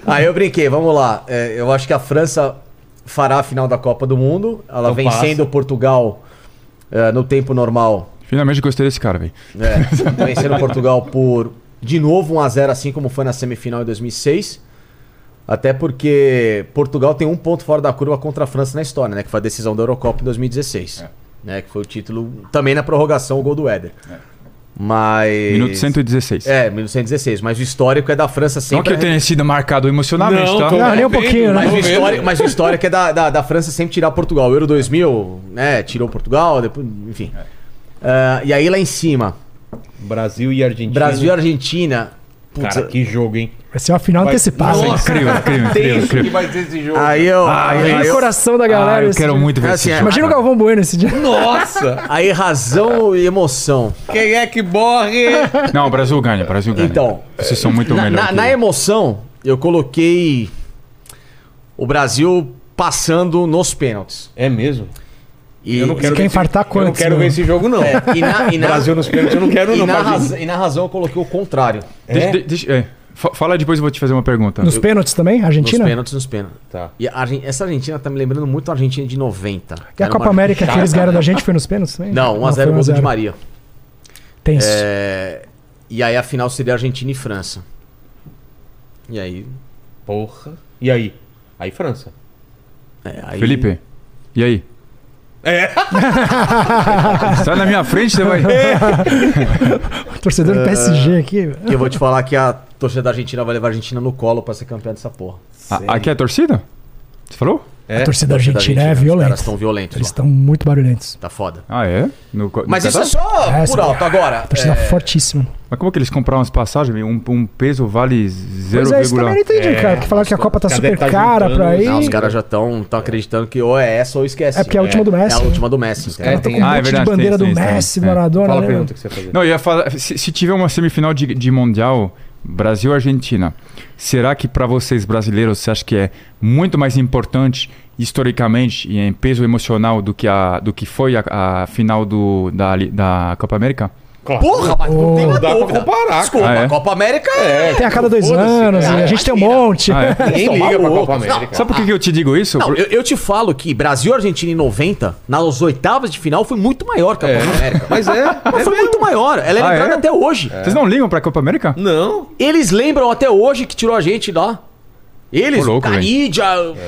Speaker 6: Aí eu brinquei, vamos lá. É, eu acho que a França fará a final da Copa do Mundo. Ela
Speaker 7: Não
Speaker 6: vencendo
Speaker 7: passa.
Speaker 6: Portugal é, no tempo normal.
Speaker 4: Finalmente gostei desse cara, velho.
Speaker 6: né? vencendo Portugal por, de novo, 1x0, assim como foi na semifinal em 2006. Até porque Portugal tem um ponto fora da curva contra a França na história, né? Que foi a decisão da Eurocopa
Speaker 7: É.
Speaker 6: em 2016. Né? Que foi o título, também na prorrogação, o gol do Éder.
Speaker 7: É.
Speaker 6: Mas...
Speaker 4: Minuto 116.
Speaker 6: É, 1916. Mas o histórico é da França
Speaker 4: Não que
Speaker 6: sempre.
Speaker 4: eu tenha sido marcado emocionalmente, tá?
Speaker 7: tô-
Speaker 3: Não, nem um pouquinho, né?
Speaker 7: Mas
Speaker 6: Mas o,
Speaker 7: vendo.
Speaker 6: histórico, mas o histórico é da, da, da França sempre tirar Portugal. O Euro 2000, né? Tirou Portugal, depois, enfim.
Speaker 7: É.
Speaker 6: Ah, e aí lá em cima,
Speaker 7: Brasil e Argentina.
Speaker 6: Brasil e Argentina. Putz,
Speaker 7: Cara, que jogo, hein?
Speaker 3: Vai ser uma final antecipada.
Speaker 4: Nossa, incrível,
Speaker 7: Tem
Speaker 4: incrível, incrível,
Speaker 7: isso que
Speaker 4: incrível.
Speaker 7: vai ser esse jogo.
Speaker 6: Aí eu.
Speaker 3: Vai
Speaker 6: aí,
Speaker 3: no
Speaker 6: aí eu-
Speaker 3: Ah, coração da galera.
Speaker 4: Ah, eu
Speaker 3: esse
Speaker 4: quero
Speaker 3: dia.
Speaker 4: muito ver
Speaker 6: Assim,
Speaker 4: esse
Speaker 6: é-
Speaker 4: jogo.
Speaker 3: Imagina o Galvão Bueno esse dia.
Speaker 7: Nossa!
Speaker 6: aí razão e emoção.
Speaker 7: Quem é que morre?
Speaker 4: Não, o Brasil ganha, o Brasil ganha.
Speaker 6: Então,
Speaker 4: Vocês são muito
Speaker 6: Na,
Speaker 4: melhores.
Speaker 6: na-
Speaker 4: que
Speaker 6: na
Speaker 4: eu.
Speaker 6: emoção, eu coloquei o Brasil passando nos pênaltis.
Speaker 7: É mesmo?
Speaker 6: E,
Speaker 7: Eu não quero
Speaker 3: Você quer infartar
Speaker 7: Eu não
Speaker 3: quantos?
Speaker 7: quero
Speaker 3: né?
Speaker 7: ver esse jogo, não.
Speaker 6: é, e na, e na-
Speaker 7: Brasil nos pênaltis eu não quero,
Speaker 6: e
Speaker 7: não.
Speaker 6: na
Speaker 7: Brasil.
Speaker 6: raza- e na razão eu coloquei o contrário.
Speaker 4: Deixa-
Speaker 7: É?
Speaker 4: de- deixa- é. Fa- Fala depois, eu vou te fazer uma pergunta.
Speaker 3: Nos pênaltis também?
Speaker 6: Nos
Speaker 3: Argentina?
Speaker 6: pênaltis, nos pênaltis.
Speaker 7: Tá.
Speaker 6: E a Argen- essa Argentina tá me lembrando muito a Argentina de 90.
Speaker 3: E a Copa América que eles ganharam da gente foi nos pênaltis também?
Speaker 6: Não, 1x0
Speaker 3: foi
Speaker 6: é gol do
Speaker 3: 1 a 0.
Speaker 6: Di Maria.
Speaker 3: Tenso.
Speaker 6: É, e aí a final seria Argentina e França. E aí.
Speaker 7: Porra. E aí? Aí França.
Speaker 6: é, aí-
Speaker 4: Felipe, e aí? É. Sai na minha frente, você vai.
Speaker 6: É.
Speaker 3: Torcedor do PSG aqui.
Speaker 6: E eu vou te falar que a torcida da Argentina vai levar a Argentina no colo pra ser campeã dessa porra.
Speaker 4: A- aqui é a torcida? Você falou?
Speaker 7: É?
Speaker 3: A torcida
Speaker 6: Torcida da
Speaker 3: argentina é
Speaker 6: Os caras
Speaker 3: violenta.
Speaker 6: estão violentos
Speaker 3: Eles
Speaker 6: lá.
Speaker 3: estão muito barulhentos.
Speaker 6: Tá foda.
Speaker 4: Ah, é? No co- no
Speaker 6: Mas isso
Speaker 4: Catar?
Speaker 6: é só
Speaker 3: É,
Speaker 6: por
Speaker 3: essa-
Speaker 6: alto agora.
Speaker 3: Torcida
Speaker 6: é,
Speaker 3: fortíssima.
Speaker 4: Mas como que eles compraram as passagens? meu? Um, um peso vale
Speaker 3: Pois é, isso
Speaker 4: 0,1.
Speaker 3: também eu não entendi, cara. Porque
Speaker 4: É.
Speaker 3: falaram que a Copa tá
Speaker 7: cara,
Speaker 3: super
Speaker 7: deve tá
Speaker 3: cara
Speaker 7: juntando,
Speaker 3: pra ir.
Speaker 6: Não, os caras já estão acreditando que ou é essa ou esquece.
Speaker 3: É porque é a última do Messi,
Speaker 6: É a
Speaker 3: né?
Speaker 6: última do Messi. Os
Speaker 3: Ela
Speaker 6: caras
Speaker 3: tá
Speaker 7: tem-
Speaker 3: com um
Speaker 4: Ah, é
Speaker 3: monte
Speaker 4: verdade,
Speaker 3: de bandeira
Speaker 4: tem isso,
Speaker 3: do
Speaker 4: tem isso
Speaker 3: Messi,
Speaker 4: também. É.
Speaker 3: Maradona.
Speaker 7: Fala a
Speaker 3: né,
Speaker 7: pergunta que você ia
Speaker 1: tá-
Speaker 7: fazer.
Speaker 4: Não, eu ia falar, se, se tiver uma semifinal de, de Mundial, Brasil-Argentina, será que pra vocês brasileiros, você acha que é muito mais importante historicamente e em peso emocional do que, a, do que foi a, a final do, da, li- da Copa América?
Speaker 7: Claro.
Speaker 6: Porra, mas não tem
Speaker 3: Oh.
Speaker 6: uma
Speaker 7: Dá pra
Speaker 6: dúvida.
Speaker 7: comparar,
Speaker 6: Desculpa,
Speaker 4: cara. Ah, é?
Speaker 6: a Copa América é.
Speaker 3: Tem a cada dois
Speaker 7: Foda-se,
Speaker 3: anos,
Speaker 7: cara.
Speaker 3: e a gente tem um monte.
Speaker 4: Ah, é.
Speaker 7: Ninguém
Speaker 6: São
Speaker 7: liga pra
Speaker 6: malucos.
Speaker 7: Copa América.
Speaker 4: Sabe por que que eu te digo isso?
Speaker 6: Não,
Speaker 4: Por-
Speaker 6: eu, eu te falo que Brasil e Argentina em 90, nas oitavas de final, foi muito maior que a Copa América.
Speaker 7: Mas é.
Speaker 6: Mas foi muito maior. Ela é
Speaker 4: Ah,
Speaker 6: lembrada
Speaker 4: é?
Speaker 6: até hoje.
Speaker 4: Vocês não ligam pra Copa América?
Speaker 7: Não.
Speaker 6: Eles lembram até hoje que tirou a gente lá. Eles,
Speaker 4: Ô, louco, velho.
Speaker 6: Canidia.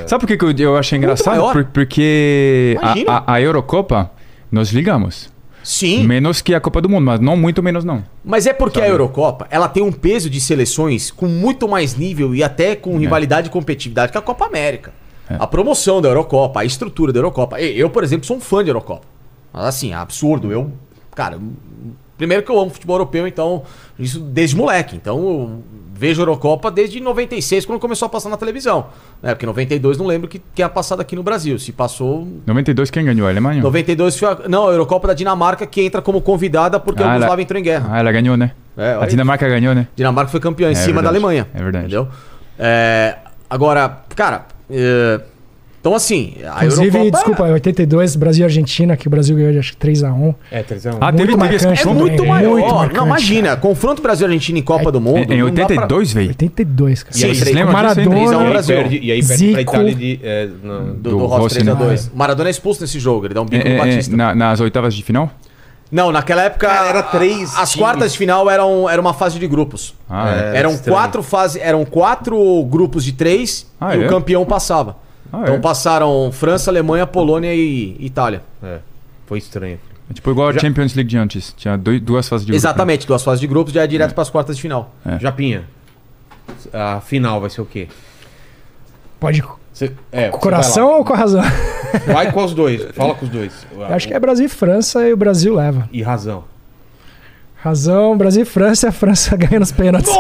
Speaker 4: Sabe por que que eu, eu achei engraçado?
Speaker 6: maior.
Speaker 4: Por- porque
Speaker 6: Imagina.
Speaker 4: a, a, a Eurocopa, nós ligamos.
Speaker 6: Sim,
Speaker 4: Menos que a Copa do Mundo, mas não muito menos não.
Speaker 6: mas é porque a Eurocopa ela tem um peso de seleções com muito mais nível e até
Speaker 4: É.
Speaker 6: com rivalidade e competitividade que a Copa América. A promoção da Eurocopa, a estrutura da Eurocopa. E- Eu, por exemplo, sou um fã de Eurocopa. Mas assim, é absurdo. Eu, cara, primeiro que eu amo futebol europeu, então, isso desde moleque. Então, eu vejo Eurocopa desde 96, quando começou a passar na televisão. Né? Porque 92 não lembro que tenha passado aqui no Brasil. Se passou,
Speaker 4: 92 quem ganhou? A Alemanha?
Speaker 6: 92 foi a, não, a Eurocopa da Dinamarca que entra como convidada porque a
Speaker 4: Ah,
Speaker 6: Yugoslávia
Speaker 4: ela-
Speaker 6: um, entrou em guerra.
Speaker 4: Ah, ela ganhou, né?
Speaker 6: É, olha
Speaker 4: a
Speaker 6: isso.
Speaker 4: Dinamarca ganhou, né?
Speaker 6: Dinamarca foi campeã em
Speaker 4: É
Speaker 6: cima da
Speaker 4: verdade,
Speaker 6: Alemanha.
Speaker 4: é verdade.
Speaker 6: Entendeu? É, agora, cara, é, então assim, a
Speaker 3: Inclusive,
Speaker 6: Eurocopa
Speaker 3: desculpa, 82, Brasil e Argentina, que o Brasil ganhou de acho que 3x1.
Speaker 7: É, Trizão.
Speaker 4: Ah, teve, teve esse
Speaker 3: marcante,
Speaker 6: é
Speaker 3: Desculpa,
Speaker 4: confronto?
Speaker 6: muito
Speaker 3: é
Speaker 6: maior.
Speaker 3: muito marcante,
Speaker 6: não, imagina, confronto Brasil-Argentina em
Speaker 4: É,
Speaker 6: Copa do Mundo.
Speaker 4: Em, em
Speaker 6: não dá pra-
Speaker 4: 82, velho?
Speaker 3: 82, cara.
Speaker 6: E aí,
Speaker 4: Vocês
Speaker 6: três- um
Speaker 4: lembram disso ainda?
Speaker 3: Maradona.
Speaker 7: E aí,
Speaker 6: Brasil.
Speaker 7: perde, e aí perde pra
Speaker 3: Zico.
Speaker 7: Itália de. É, não.
Speaker 6: Do, do,
Speaker 4: do
Speaker 6: Rossi
Speaker 4: Rossi, né?
Speaker 6: 3x2. Maradona é expulso nesse jogo, ele dá um bico
Speaker 4: É,
Speaker 6: no
Speaker 4: é, é,
Speaker 6: Batista.
Speaker 4: na- nas oitavas de final?
Speaker 6: Não, naquela época.
Speaker 7: Cara, era três
Speaker 6: As
Speaker 7: times.
Speaker 6: quartas de final eram, era uma fase de grupos.
Speaker 4: Ah, é.
Speaker 7: É,
Speaker 6: eram
Speaker 7: estranho.
Speaker 6: quatro fases, eram quatro grupos de três
Speaker 4: Ah,
Speaker 6: e
Speaker 4: é?
Speaker 6: o campeão passava.
Speaker 4: Ah,
Speaker 6: então
Speaker 4: é?
Speaker 6: passaram França, Alemanha, Polônia e Itália.
Speaker 7: É. Foi estranho.
Speaker 4: É tipo igual a Champions League de antes. Tinha dois- duas fases de grupo, né?
Speaker 6: Exatamente, duas fases de grupos já é direto para as quartas de final.
Speaker 3: É.
Speaker 7: Japinha. A final vai ser o quê?
Speaker 3: Pode com
Speaker 7: Cê- é,
Speaker 3: o coração ou com a razão?
Speaker 7: você Vai, lá. vai com
Speaker 4: é-
Speaker 7: os dois. Fala com os dois.
Speaker 3: Eu acho que é Brasil e França e o Brasil leva.
Speaker 7: E razão.
Speaker 3: Razão, Brasil e França, a França ganha nos pênaltis.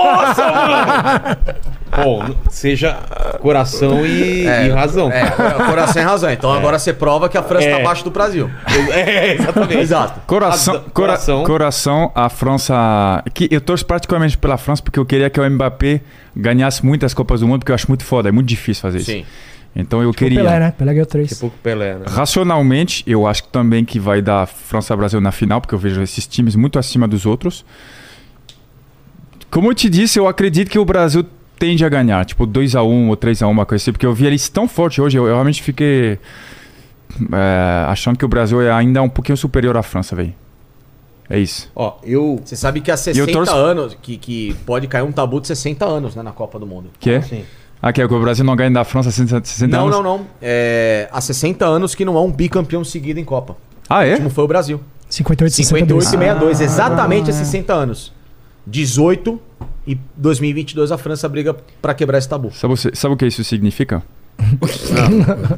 Speaker 7: Bom, seja coração e, e razão.
Speaker 6: É, cora- coração e razão.
Speaker 4: É.
Speaker 6: Então agora você prova que a França tá abaixo do Brasil.
Speaker 7: É, exatamente.
Speaker 6: Exato.
Speaker 4: Coração,
Speaker 7: Razão-
Speaker 4: cora-
Speaker 7: coração.
Speaker 4: coração. a França. Que eu torço particularmente pela França porque eu queria que o Mbappé ganhasse muitas Copas do Mundo, porque eu acho muito foda, é muito difícil fazer isso.
Speaker 6: Sim.
Speaker 4: Então eu
Speaker 3: O
Speaker 4: queria.
Speaker 3: Pelé, né? Pelé ganhou três.
Speaker 1: Tipo,
Speaker 7: Pouco Pelé, né?
Speaker 4: Racionalmente, eu acho que também que vai dar França-Brasil na final, porque eu vejo esses times muito acima dos outros. Como eu te disse, eu acredito que o Brasil tende a ganhar, tipo 2x1 ou 3x1, uma coisa assim, porque eu vi eles tão fortes hoje, eu, eu realmente fiquei é, achando que o Brasil é ainda um pouquinho superior à França, velho. É isso.
Speaker 7: Ó, eu.
Speaker 6: Você sabe que há 60
Speaker 4: torço-
Speaker 6: anos, que, que pode cair um tabu de 60 anos né, na Copa do Mundo.
Speaker 4: Que é?
Speaker 6: Sim.
Speaker 4: Ah, que é que o Brasil não ganha da França há 60 60
Speaker 6: Não,
Speaker 4: anos?
Speaker 6: não, não. É, há 60 anos que não há um bicampeão seguido em Copa.
Speaker 4: Ah,
Speaker 6: O
Speaker 4: é?
Speaker 6: último foi o Brasil.
Speaker 3: 58,
Speaker 6: 58 e
Speaker 3: 62.
Speaker 6: 62, exatamente esses 60 anos. 18 e 2022 a França briga pra quebrar esse tabu.
Speaker 4: Sabe, você- sabe o que isso significa?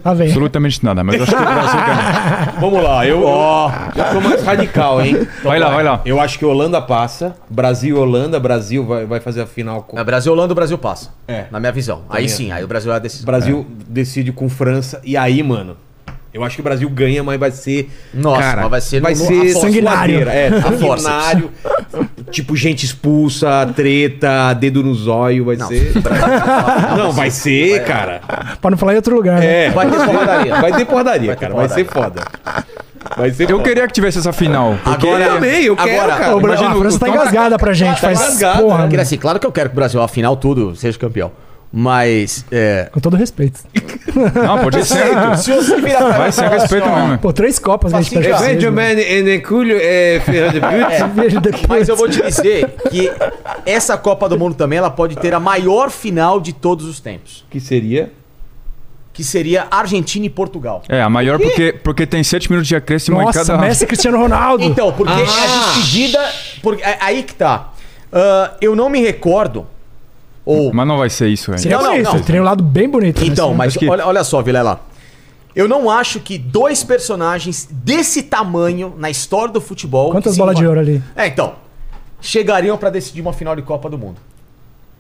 Speaker 3: Ah, vem.
Speaker 4: Absolutamente nada, mas eu acho que o Brasil ganha.
Speaker 7: Vamos lá, eu. Ó, eu tô mais radical, hein? Então
Speaker 4: Vai lá, vai lá.
Speaker 7: Eu acho que Holanda passa. Brasil, e Holanda. Brasil vai, vai fazer a final com.
Speaker 6: É, Brasil Holanda, o Brasil passa.
Speaker 7: É.
Speaker 6: Na minha visão. Aí sim, aí o Brasil é a decisão.
Speaker 7: Brasil decide com França. E aí, mano. Eu acho que o Brasil ganha, mas vai ser.
Speaker 6: Nossa, mas vai ser
Speaker 7: Vai
Speaker 6: no- no-
Speaker 7: ser
Speaker 6: a força.
Speaker 7: sanguinário. É,
Speaker 6: A força.
Speaker 7: sanguinário. tipo, gente expulsa, treta, dedo no zóio. Vai
Speaker 6: Não,
Speaker 7: ser. Não, vai ser, cara.
Speaker 3: Pra não falar em outro lugar, né?
Speaker 7: É,
Speaker 6: Vai ter porradaria.
Speaker 7: Vai ter porradaria,
Speaker 6: Vai ter
Speaker 7: cara. Vai
Speaker 6: porradaria.
Speaker 7: ser foda. Vai ser
Speaker 4: Eu
Speaker 7: foda.
Speaker 4: queria que tivesse essa final. porque-
Speaker 6: Agora-
Speaker 7: Eu também, eu
Speaker 6: Agora,
Speaker 7: quero, cara.
Speaker 3: Ô, Bra-
Speaker 4: imagina
Speaker 3: a
Speaker 4: o-
Speaker 3: França
Speaker 4: o
Speaker 3: tá
Speaker 4: Tom-
Speaker 3: engasgada pra gente.
Speaker 7: tá
Speaker 3: faz
Speaker 7: engasgada,
Speaker 3: porra,
Speaker 7: né?
Speaker 3: mano.
Speaker 6: Porque, assim, claro que eu quero que o Brasil, afinal, tudo seja campeão. Mas. É...
Speaker 3: Com todo respeito.
Speaker 4: Não, pode ser.
Speaker 6: Se você virar pra
Speaker 4: Vai ser respeito mesmo.
Speaker 3: Pô, três copas que a gente
Speaker 6: Facinho, é,
Speaker 3: perde. pra
Speaker 6: né? cara.
Speaker 3: vocês,
Speaker 7: Veja,
Speaker 3: mano.
Speaker 7: man, and Enculho é Ferrand de Beauty.
Speaker 3: Vejo depois.
Speaker 6: Mas eu vou te dizer que essa Copa do Mundo também ela pode ter a maior final de todos os tempos.
Speaker 7: Que seria?
Speaker 6: Que seria Argentina e Portugal.
Speaker 4: É, a maior porque, porque tem 7 minutos de acréscimo em
Speaker 3: Nossa,
Speaker 4: cada. um.
Speaker 3: Messi e Cristiano Ronaldo.
Speaker 6: Então, porque
Speaker 7: Ah.
Speaker 6: a despedida. Porque, é- aí que tá. Ah, eu não me recordo. Ou.
Speaker 4: Mas não vai ser isso, velho.
Speaker 3: Seria
Speaker 6: Não, não,
Speaker 3: bonito.
Speaker 6: não.
Speaker 3: Teria um lado bem bonito. né?
Speaker 6: Então,
Speaker 3: Assim,
Speaker 6: mas
Speaker 4: acho que-
Speaker 6: olha, olha só, Vilela. Eu não acho que dois personagens desse tamanho na história do futebol.
Speaker 3: Quantas
Speaker 6: se
Speaker 3: bolas
Speaker 6: enco-
Speaker 3: de ouro ali?
Speaker 6: É, então. Chegariam pra decidir uma final de Copa do Mundo.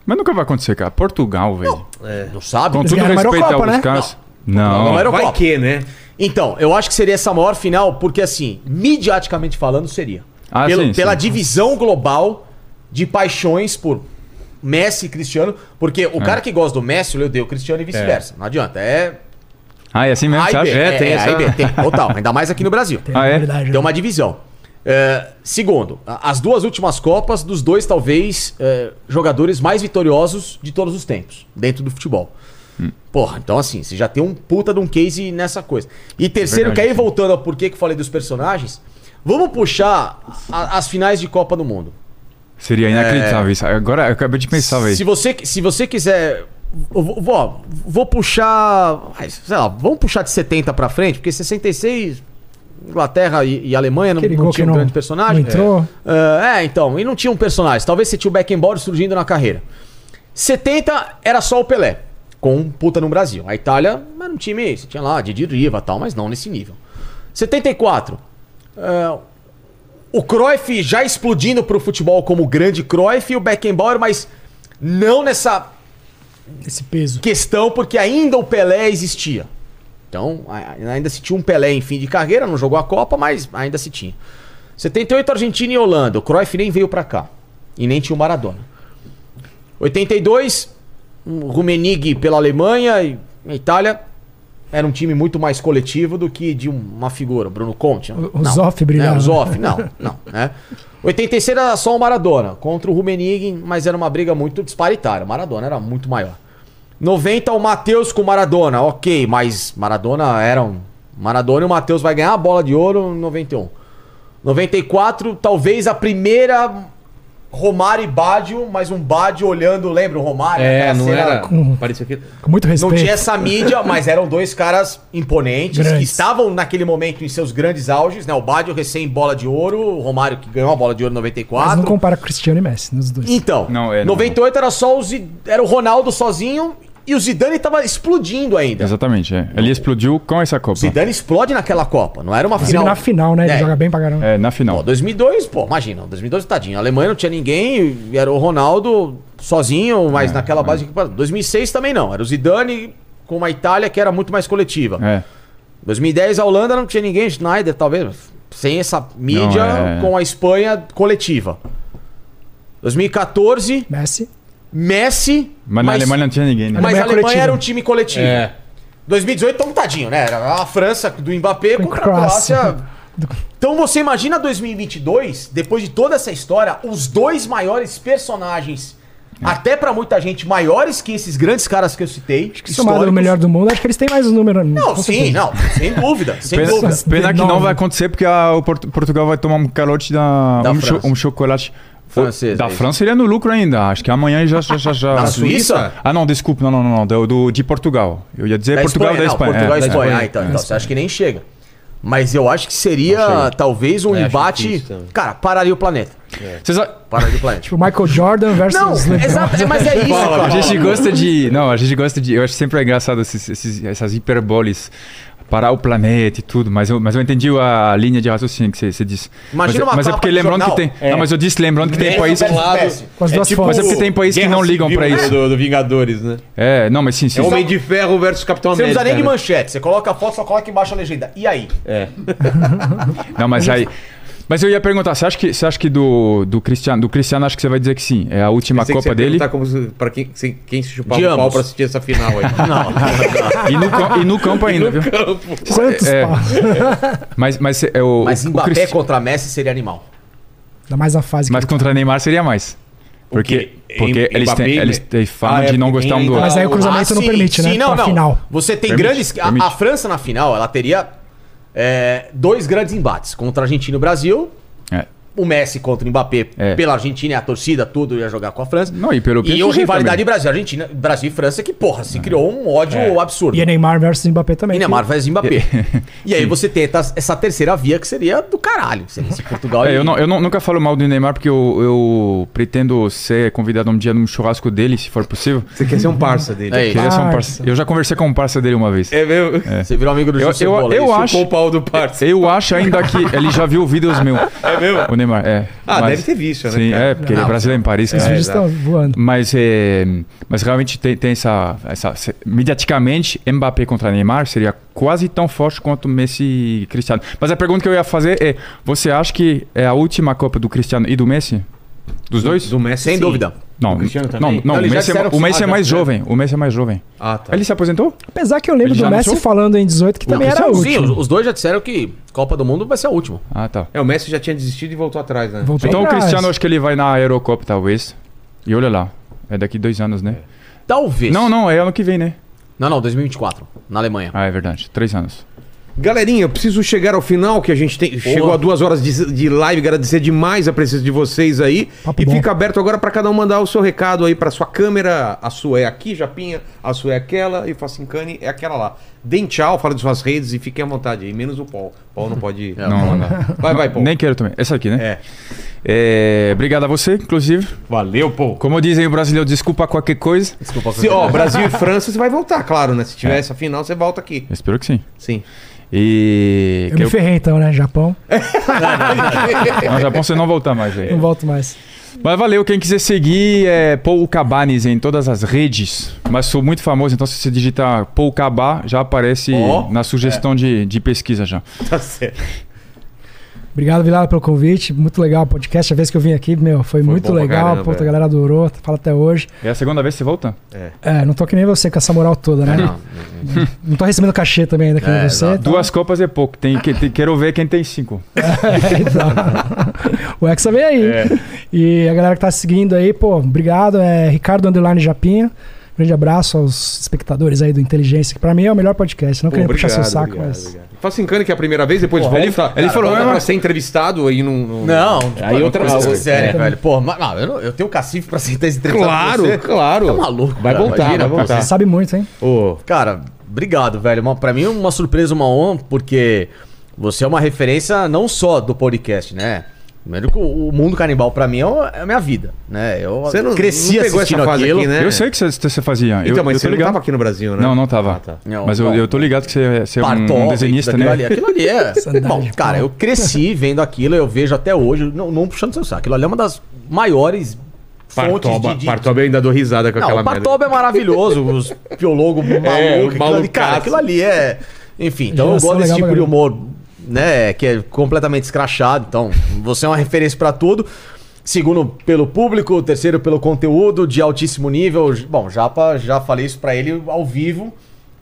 Speaker 4: Mas nunca vai acontecer, cara. Portugal, velho.
Speaker 6: Não sabe?
Speaker 4: Com
Speaker 3: Eles
Speaker 4: todo
Speaker 3: ganharam a
Speaker 4: respeito a
Speaker 3: Eurocopa,
Speaker 4: alguns
Speaker 3: né?
Speaker 4: caras. Não.
Speaker 6: Não era o
Speaker 7: Vai
Speaker 6: Copa.
Speaker 7: que, né?
Speaker 6: Então, eu acho que seria essa maior final, porque assim, midiaticamente falando, seria.
Speaker 4: Ah,
Speaker 6: Pelo-
Speaker 4: sim,
Speaker 6: pela
Speaker 4: sim.
Speaker 6: divisão global de paixões por Messi e Cristiano, porque
Speaker 4: É.
Speaker 6: o cara que gosta do Messi, ele odeia o Cristiano e vice-versa. Não adianta, é...
Speaker 4: Ah, é assim mesmo,
Speaker 6: A e
Speaker 4: sabe?
Speaker 6: B, é, é, A e B,
Speaker 4: essa-
Speaker 6: tem, total, ainda mais aqui no Brasil.
Speaker 4: Ah, é?
Speaker 3: verdade.
Speaker 6: Tem uma divisão. É, segundo, a- as duas últimas Copas dos dois, talvez, é, jogadores mais vitoriosos de todos os tempos, dentro do futebol. Porra, então assim, você já tem um puta de um case nessa coisa. E terceiro,
Speaker 4: Verdade,
Speaker 6: que aí
Speaker 4: sim.
Speaker 6: voltando ao porquê que eu falei dos personagens, vamos puxar a- as finais de Copa do Mundo.
Speaker 4: Seria inacreditável isso. Agora eu acabei de pensar,
Speaker 6: Se
Speaker 4: velho.
Speaker 6: você, se você quiser. eu Vou, vou, vou puxar. ai, Sei lá, vamos puxar de 70 pra frente, porque 66. Inglaterra e, e Alemanha não,
Speaker 3: Aquele
Speaker 6: não
Speaker 3: gol que
Speaker 6: tinham um
Speaker 3: não,
Speaker 6: grande personagem.
Speaker 3: não entrou.
Speaker 6: É. É, então. E não tinha um personagem. Talvez você tinha o Beckenbauer surgindo na carreira. 70 era só o Pelé. Com um puta no Brasil. A Itália era um time. Você tinha lá Didi Riva e tal, mas não nesse nível. 74. é, o Cruyff já explodindo pro futebol como o grande Cruyff e o Beckenbauer, mas não nessa
Speaker 3: né? Esse peso.
Speaker 6: questão, porque ainda o Pelé existia. Então, a- a- ainda se tinha um Pelé em fim de carreira, não jogou a Copa, mas ainda se tinha. 78, Argentina e Holanda. O Cruyff nem veio pra cá. E nem tinha o Maradona. 82, um Rumenig pela Alemanha e a Itália. Era um time muito mais coletivo do que de uma figura. Bruno Conte. né?
Speaker 3: O- o
Speaker 6: não.
Speaker 3: Zoff brilhava. né?
Speaker 6: É, o Zoff, não, não. Né? 86 era só o Maradona contra o Rumenig, mas era uma briga muito disparitária. O Maradona era muito maior. 90 o Matheus com o Maradona, ok, mas Maradona era um. Maradona e o Matheus vai ganhar a bola de ouro em 91. 94, talvez a primeira Romário e Bádio, mas um Bádio olhando, lembra o Romário?
Speaker 7: É,
Speaker 6: Aquela
Speaker 7: não
Speaker 6: cena-
Speaker 7: era.
Speaker 3: com-
Speaker 7: Parecia que.
Speaker 3: Com muito
Speaker 6: Não
Speaker 3: respeito.
Speaker 6: tinha essa mídia, mas eram dois caras imponentes que
Speaker 3: Grandes.
Speaker 6: estavam naquele momento em seus grandes auges, né? O Bádio recém bola de ouro, o Romário que ganhou a bola de ouro em
Speaker 3: Mas
Speaker 6: 94.
Speaker 3: não compara com Cristiano e Messi, nos dois.
Speaker 6: Então,
Speaker 4: Não, é, não.
Speaker 6: 98 era só os. Era o Ronaldo sozinho E o Zidane tava explodindo ainda.
Speaker 4: Exatamente, é. Ele explodiu com essa Copa.
Speaker 6: O Zidane explode naquela Copa. Não era uma
Speaker 3: Inclusive
Speaker 6: final.
Speaker 3: na final, né? Ele
Speaker 6: É.
Speaker 3: joga bem pra caramba.
Speaker 4: É, na final.
Speaker 6: Pô, 2002, pô, imagina, 2002, tadinho. A Alemanha não tinha ninguém, era o Ronaldo sozinho,
Speaker 4: É,
Speaker 6: mas naquela base. de equipa- 2006 também não, era o Zidane com uma Itália que era muito mais coletiva.
Speaker 4: É.
Speaker 6: 2010 a Holanda não tinha ninguém, Schneider talvez, sem essa mídia
Speaker 4: Não, é.
Speaker 6: com a Espanha coletiva. 2014,
Speaker 3: Messi.
Speaker 6: Messi,
Speaker 4: Mas, na Alemanha não tinha ninguém, né?
Speaker 6: mas a
Speaker 3: Alemanha
Speaker 6: Alemanha
Speaker 3: coletiva.
Speaker 6: era um time coletivo.
Speaker 7: É.
Speaker 6: 2018, tão tadinho, né? Era a França do Mbappé
Speaker 3: Com
Speaker 6: contra a
Speaker 3: Croácia.
Speaker 6: Croácia. Então você imagina 2022, depois de toda essa história, os dois maiores personagens,
Speaker 3: É.
Speaker 6: até pra muita gente, maiores que esses grandes caras que eu citei.
Speaker 3: Acho que somado o melhor do mundo, acho que eles têm mais um número.
Speaker 6: Não,
Speaker 3: com
Speaker 6: sim,
Speaker 3: certeza.
Speaker 6: não. Sem dúvida, sem
Speaker 4: Pena,
Speaker 6: dúvida.
Speaker 4: pena que não
Speaker 3: Nove.
Speaker 4: vai acontecer porque a, o Portu- Portugal vai tomar um calote da,
Speaker 6: Da
Speaker 4: um, cho-
Speaker 6: França.
Speaker 4: um chocolate
Speaker 6: Francês, é
Speaker 4: da
Speaker 6: isso.
Speaker 4: França. Ele é no lucro ainda. Acho que amanhã já já já. já.
Speaker 6: Na Suíça?
Speaker 4: Ah, não, desculpa, não, não, não, não, do, do- de Portugal. Eu ia dizer
Speaker 6: Da
Speaker 4: Portugal
Speaker 6: Espanha,
Speaker 4: da
Speaker 6: não,
Speaker 4: Espanha.
Speaker 6: Portugal
Speaker 4: é,
Speaker 6: e
Speaker 4: é.
Speaker 6: Espanha. Ah, então, então, você acha que nem chega. Mas eu acho que
Speaker 7: Não
Speaker 6: seria
Speaker 7: chega.
Speaker 6: talvez um
Speaker 7: É, acho
Speaker 6: embate.
Speaker 7: difícil também.
Speaker 6: Cara, pararia o planeta.
Speaker 4: Vocês a-
Speaker 6: Pararia o planeta.
Speaker 3: Tipo, Michael Jordan versus.
Speaker 6: Não,
Speaker 3: LeBron.
Speaker 6: exato, é- mas é isso. cara.
Speaker 4: a gente gosta de. Não, a gente gosta de. Eu acho sempre engraçado esses, esses- essas hiperboles. Parar o planeta e tudo, mas eu, mas eu entendi a linha de raciocínio que você- você disse.
Speaker 6: Imagina
Speaker 4: mas,
Speaker 6: uma
Speaker 4: mas é
Speaker 6: Copa
Speaker 4: porque
Speaker 6: de
Speaker 4: lembrando que
Speaker 6: jornal.
Speaker 4: tem. Não, mas eu disse lembrando que
Speaker 6: é
Speaker 4: tem
Speaker 7: Messi
Speaker 4: países.
Speaker 7: versus Messi.
Speaker 3: Com as duas
Speaker 6: tipo,
Speaker 4: Mas
Speaker 3: fontes.
Speaker 4: é porque tem países que
Speaker 7: Guerra
Speaker 4: não ligam
Speaker 7: Civil
Speaker 4: pra isso.
Speaker 7: Do, do Vingadores, né?
Speaker 4: É, não, mas sim, sim.
Speaker 7: É Homem de Ferro versus Capitão
Speaker 6: Você não
Speaker 7: América.
Speaker 6: precisa nem de
Speaker 7: né?
Speaker 6: manchete. Você coloca a foto, só coloca embaixo a legenda. E aí?
Speaker 7: É.
Speaker 4: Não, mas aí. Mas eu ia perguntar, você acha que, você acha que do, do Cristiano, do Cristiano acho que você vai dizer que sim, é a última
Speaker 7: Pensei que você
Speaker 4: Copa
Speaker 7: ia
Speaker 4: dele.
Speaker 7: perguntar como se- Pra quem, se- quem se chupava
Speaker 6: De
Speaker 7: o pau
Speaker 6: ambos.
Speaker 7: pra assistir essa final aí.
Speaker 6: Não,
Speaker 7: tá
Speaker 4: E no, cam- e no campo ainda, viu?
Speaker 3: Quantos
Speaker 4: É.
Speaker 3: pau?
Speaker 4: Mas, mas é o.
Speaker 6: Mas
Speaker 4: o
Speaker 6: Mbappé
Speaker 4: Cristi-
Speaker 6: contra Messi seria animal.
Speaker 3: Ainda mais na fase. que
Speaker 4: Mas
Speaker 3: ele tá.
Speaker 4: contra Neymar seria mais. Porque,
Speaker 7: quê?
Speaker 4: porque
Speaker 7: Em-
Speaker 4: eles,
Speaker 7: Mbappé,
Speaker 4: têm,
Speaker 7: né?
Speaker 4: eles têm fama
Speaker 7: Ah, é,
Speaker 4: de não gostar um do
Speaker 7: porque
Speaker 4: outro.
Speaker 3: Mas aí o cruzamento não permite, né?
Speaker 6: Ah, não,
Speaker 3: Pra
Speaker 6: não.
Speaker 3: final.
Speaker 6: Você tem
Speaker 4: Permite,
Speaker 6: grandes. a- A,
Speaker 4: permite.
Speaker 6: França na final, ela teria é, dois grandes embates contra a Argentina e o Brasil.
Speaker 4: É.
Speaker 6: O Messi contra o Mbappé
Speaker 4: É.
Speaker 6: pela Argentina e a torcida, tudo ia jogar com a França.
Speaker 4: Não, e pelo
Speaker 6: E
Speaker 4: PSG
Speaker 6: o rivalidade
Speaker 4: também. É.
Speaker 6: Brasil, Argentina, Brasil e França, que, porra, se criou um ódio absurdo.
Speaker 3: E é Neymar versus Mbappé também.
Speaker 6: E Neymar versus Mbappé. e aí você tem essa, essa terceira via que seria do caralho. Seria esse Portugal
Speaker 4: É,
Speaker 6: e-
Speaker 4: eu, não- eu não- nunca falo mal do Neymar porque eu, eu pretendo ser convidado um dia num churrasco dele, se for possível.
Speaker 7: Você quer ser um parça dele.
Speaker 6: É isso.
Speaker 4: Queria ser um
Speaker 3: Parça.
Speaker 4: parceiro. Eu já conversei com um parceiro dele uma vez.
Speaker 7: É mesmo?
Speaker 6: Você virou amigo do
Speaker 4: Eu-
Speaker 6: Gil
Speaker 4: eu-
Speaker 6: Cebola,
Speaker 4: eu
Speaker 6: isso?
Speaker 4: acho-
Speaker 7: Chupou o pau do parça.
Speaker 4: Eu acho ainda que ele já viu vídeos meus. É
Speaker 7: mesmo?
Speaker 4: O Neymar, é.
Speaker 7: Ah, deve ter visto, né,
Speaker 4: Sim,
Speaker 7: cara?
Speaker 4: é, porque ele é brasileiro em Paris. que
Speaker 3: Os
Speaker 4: se-
Speaker 3: vídeos estão voando.
Speaker 4: Mas, é, mas realmente tem, tem essa, essa. se- Mediaticamente, Mbappé contra Neymar seria quase tão forte quanto Messi e Cristiano. Mas a pergunta que eu ia fazer é: você acha que é a última Copa do Cristiano e do Messi? Dos dois?
Speaker 7: Do Messi,
Speaker 6: Sem
Speaker 7: sim.
Speaker 6: dúvida.
Speaker 4: Não,
Speaker 7: Cristiano
Speaker 4: não,
Speaker 7: também?
Speaker 4: não,
Speaker 6: Não,
Speaker 4: o
Speaker 6: eles já
Speaker 4: Messi, é,
Speaker 6: disseram que-
Speaker 4: o Messi
Speaker 6: ah,
Speaker 4: é mais
Speaker 6: já-
Speaker 4: jovem. O Messi é mais jovem.
Speaker 7: Ah, tá.
Speaker 4: Ele se aposentou?
Speaker 3: Apesar que eu lembro
Speaker 4: Ele
Speaker 3: do
Speaker 4: já
Speaker 3: Messi
Speaker 4: anunciou?
Speaker 3: falando em 18 que também era a
Speaker 6: é Sim, os,
Speaker 3: última.
Speaker 6: os dois já disseram que Copa do Mundo vai ser a última.
Speaker 4: Ah, tá.
Speaker 7: É, o Messi já tinha desistido e voltou atrás, né?
Speaker 3: Voltou
Speaker 4: Então o
Speaker 3: atrás.
Speaker 4: Cristiano, acho que ele vai na Eurocopa, talvez. E olha lá. É daqui dois anos, né?
Speaker 6: Talvez.
Speaker 4: Não, não, é ano que vem, né?
Speaker 6: Não, não, 2024, na Alemanha.
Speaker 4: Ah, é verdade. Três anos.
Speaker 7: Galerinha, eu preciso chegar ao final, que a gente tem- chegou a duas horas de, de live. Agradecer demais a presença de vocês aí.
Speaker 3: Papo
Speaker 7: e
Speaker 3: bom.
Speaker 7: fica aberto agora para cada um mandar o seu recado aí para sua câmera. A sua é aqui, Japinha. A sua é aquela. E o Facincani é aquela lá. Deem tchau, fala de suas redes e fiquem à vontade aí. Menos o Paul. Paul não pode ir.
Speaker 4: Não, não, não.
Speaker 7: Vai, vai, Paul.
Speaker 4: Nem quero também. Essa aqui, né?
Speaker 7: É.
Speaker 4: É, obrigado a você, inclusive.
Speaker 7: Valeu, Paul.
Speaker 4: Como dizem o brasileiro, desculpa qualquer coisa.
Speaker 6: Desculpa.
Speaker 7: Se, ó, Brasil e França, você vai voltar, claro, né? Se tiver essa final, você volta aqui.
Speaker 4: Eu espero que sim.
Speaker 7: Sim.
Speaker 4: E.
Speaker 3: Eu me ferrei então, né? Japão.
Speaker 4: Mas Japão você não voltar mais aí.
Speaker 3: Não volto mais.
Speaker 4: Mas valeu, quem quiser seguir é Paul Cabanes em todas as redes. Mas sou muito famoso, então se você digitar Paul Cabá, já aparece
Speaker 7: Ó, É.
Speaker 4: na sugestão de, de pesquisa já.
Speaker 7: Tá certo.
Speaker 3: Obrigado, Vilela, pelo convite. Muito legal o podcast. A vez que eu vim aqui, meu, foi, muito
Speaker 7: bom pra
Speaker 3: legal.
Speaker 7: caramba,
Speaker 3: Puta,
Speaker 7: é.
Speaker 3: a galera adorou. Fala até hoje.
Speaker 4: É a segunda vez que você volta?
Speaker 3: É, não tô que nem você com essa moral toda, né? Não, tô recebendo cachê também ainda que nem
Speaker 6: É,
Speaker 3: você.
Speaker 6: exato.
Speaker 3: então-
Speaker 4: Duas copas é pouco. Tem, que- tem- quero ver quem tem cinco.
Speaker 3: Tá? O Hexa vem aí. E a galera que tá seguindo aí, pô, obrigado. É Ricardo Underline Japinha. Grande abraço aos espectadores aí do Inteligência, que pra mim é o melhor podcast. Não
Speaker 7: Pô,
Speaker 3: queria puxar seu saco,
Speaker 7: obrigado,
Speaker 3: mas.
Speaker 7: obrigado. Facincani que é a primeira vez, depois
Speaker 4: Porra, ele-
Speaker 7: volta.
Speaker 4: ele falou,
Speaker 7: não é
Speaker 4: "Ah,
Speaker 7: pra ser entrevistado aí num... num-
Speaker 6: Não, tipo,
Speaker 7: Aí outra
Speaker 6: coisa
Speaker 7: coisa.
Speaker 6: séria,
Speaker 7: É.
Speaker 6: velho. Pô, mas, não, eu, não- eu tenho cacife pra sentar esse entrevistado
Speaker 7: Claro,
Speaker 6: com você.
Speaker 7: claro.
Speaker 6: Tá maluco.
Speaker 7: Vai
Speaker 6: cara,
Speaker 7: voltar,
Speaker 6: imagina,
Speaker 7: vai
Speaker 6: pô.
Speaker 7: voltar.
Speaker 3: Você sabe muito, hein?
Speaker 7: Ô,
Speaker 6: Cara, obrigado, velho. Uma, pra mim é uma surpresa, uma honra, porque você é uma referência não só do podcast, né? Primeiro que o o mundo canibal pra mim é o- é a minha vida, né? Eu
Speaker 7: Você não-
Speaker 6: cresci
Speaker 7: não pegou
Speaker 6: assistindo
Speaker 7: essa fase
Speaker 6: aquilo.
Speaker 7: aqui, né? É.
Speaker 4: Eu sei que você- você fazia. eu,
Speaker 7: Então, mas
Speaker 4: eu tô
Speaker 7: você não
Speaker 4: ligado.
Speaker 7: tava aqui no Brasil, né?
Speaker 4: Não, não tava.
Speaker 7: Ah, tá.
Speaker 6: Não,
Speaker 4: mas eu,
Speaker 6: não.
Speaker 4: eu tô ligado que você é, você é um- um
Speaker 6: Partof,
Speaker 4: desenhista,
Speaker 6: aquilo
Speaker 4: né?
Speaker 6: Ali, aquilo ali é.
Speaker 3: Sandália
Speaker 6: Bom,
Speaker 3: de
Speaker 6: cara,
Speaker 3: pau.
Speaker 6: eu cresci vendo aquilo, eu vejo até hoje, não, não puxando seu saco. Aquilo ali é uma das maiores fontes
Speaker 7: Partoba,
Speaker 6: de. de...
Speaker 7: Partoba eu ainda dou risada com
Speaker 6: Não,
Speaker 7: aquela É,
Speaker 6: o Partoba é maravilhoso, os biólogos malucos. aquilo ali, cara,
Speaker 7: malucaço.
Speaker 6: aquilo ali é. Enfim, então eu
Speaker 3: Geração
Speaker 6: gosto desse
Speaker 3: legal
Speaker 6: tipo
Speaker 3: pra
Speaker 6: de
Speaker 3: caramba.
Speaker 6: humor, né? Que é completamente escrachado. Então, você é uma referência pra tudo. Segundo, pelo público. Terceiro, pelo conteúdo de altíssimo nível. Bom, Japa, já falei isso pra ele ao vivo.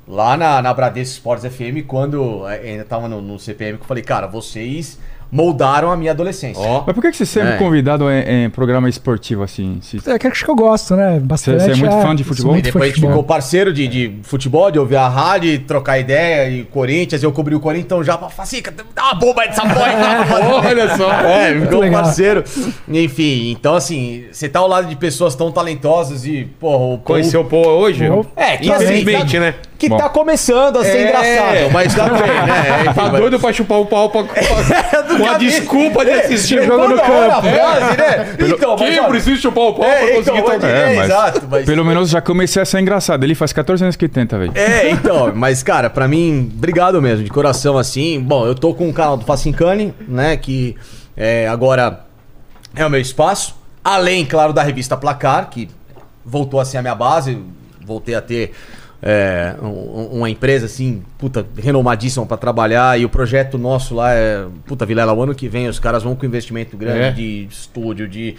Speaker 6: Lá na, na Bradesco Sports FM, quando eh, ainda tava no, no CPM, que eu falei, cara, vocês moldaram a minha adolescência.
Speaker 7: Ó,
Speaker 4: Mas por que que você é sempre
Speaker 6: É.
Speaker 4: convidado em, em programa esportivo assim? Se-
Speaker 3: É que acho que eu gosto, né? Bastante.
Speaker 4: Você- você é muito
Speaker 3: ah,
Speaker 4: fã de
Speaker 3: sou
Speaker 4: futebol?
Speaker 6: E
Speaker 3: muito fã
Speaker 6: depois a
Speaker 3: de
Speaker 6: gente
Speaker 3: futebol.
Speaker 6: ficou parceiro de, de futebol, de ouvir a rádio, e trocar ideia, e Corinthians, eu cobri o Corinthians, então já fala, "Sica, dá uma bomba aí dessa porra. aí."
Speaker 7: olha só.
Speaker 6: é, ficou
Speaker 3: legal.
Speaker 6: parceiro. Enfim, então assim, você tá ao lado de pessoas tão talentosas e, porra, o
Speaker 7: Conheceu o Paul hoje?
Speaker 3: Paul.
Speaker 6: É, que
Speaker 7: Infelizmente,
Speaker 6: assim,
Speaker 7: né?
Speaker 6: tá- que
Speaker 4: Bom.
Speaker 6: tá começando a ser
Speaker 7: É.
Speaker 6: engraçado, mas tá bem, né? Enfim,
Speaker 7: Tá
Speaker 6: mas-
Speaker 7: doido pra chupar o pau pra...
Speaker 6: do
Speaker 7: com a
Speaker 6: cabeça.
Speaker 7: desculpa de assistir o
Speaker 6: Toda
Speaker 7: jogo no
Speaker 6: hora
Speaker 7: campo.
Speaker 6: aparece, né? Então, mas,
Speaker 7: Quem
Speaker 6: ó,
Speaker 7: precisa chupar o pau
Speaker 6: É,
Speaker 7: pra conseguir
Speaker 6: então,
Speaker 7: tocar?
Speaker 6: é, exato, mas-
Speaker 4: Pelo menos já comecei a ser engraçado. Ele faz 14 anos que tenta, velho.
Speaker 6: É, então, mas cara, pra mim, obrigado mesmo, de coração assim. Bom, eu tô com o canal do Facincani, né, que é, agora é o meu espaço. Além, claro, da revista Placar, que voltou a ser a minha base, eu voltei a ter é, um- uma empresa assim, puta, renomadíssima pra trabalhar. E o projeto nosso lá é, puta, Vilela, o ano que vem os caras vão com investimento grande
Speaker 7: É?
Speaker 6: de estúdio, de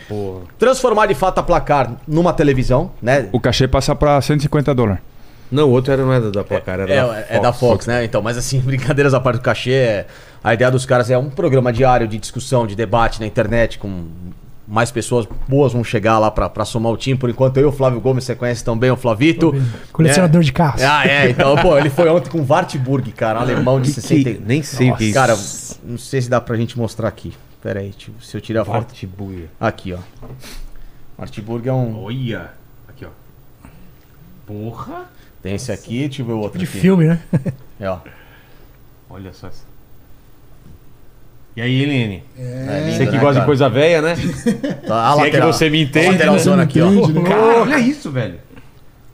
Speaker 6: transformar de fato a Placar numa televisão, né?
Speaker 4: O cachê passa pra 150 dólares.
Speaker 7: Não, o outro era, não era da placar, era
Speaker 6: É,
Speaker 7: da
Speaker 6: é da Fox, né? Então, mas assim, brincadeiras à parte do cachê, é- a ideia dos caras é um programa diário de discussão, de debate na internet, com mais pessoas boas vão chegar lá pra, pra somar o time. Por enquanto, eu, o Flávio Gomes, você conhece também, o Flavito.
Speaker 3: Colecionador de carros.
Speaker 6: Ah, é, então, pô, ele foi ontem com o Wartburg, cara, um alemão de
Speaker 7: Que-
Speaker 6: 60.
Speaker 7: que- nem sei o que é isso.
Speaker 6: Cara, não sei se dá pra gente mostrar aqui. Pera aí, tipo, se eu tirar a foto.
Speaker 7: Fortibuia.
Speaker 6: Aqui, ó. Wartburg é um.
Speaker 7: Olha. Aqui, ó. Porra.
Speaker 6: Tem esse aqui, deixa eu ver o outro
Speaker 3: De
Speaker 6: aqui.
Speaker 3: filme, né?
Speaker 6: É, ó.
Speaker 7: Olha só essa. E aí, Helene?
Speaker 6: É lindo,
Speaker 7: Você que
Speaker 6: né,
Speaker 7: gosta de
Speaker 6: cara?
Speaker 7: coisa velha, né?
Speaker 6: Tá, a
Speaker 7: Se é que
Speaker 6: lateral.
Speaker 7: você me
Speaker 6: A
Speaker 7: entende.
Speaker 6: lateralzona aqui, ó.
Speaker 2: Entende, é né?
Speaker 7: Caralho, olha isso, velho.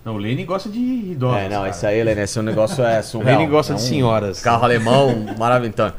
Speaker 7: Não, o Lene gosta de idosos.
Speaker 6: É, não,
Speaker 7: cara.
Speaker 6: isso aí, Lene, esse negócio é
Speaker 7: O
Speaker 6: surreal.
Speaker 7: Lene gosta
Speaker 6: É
Speaker 7: de
Speaker 6: um
Speaker 7: senhoras.
Speaker 6: Carro alemão, maravilhoso. Então,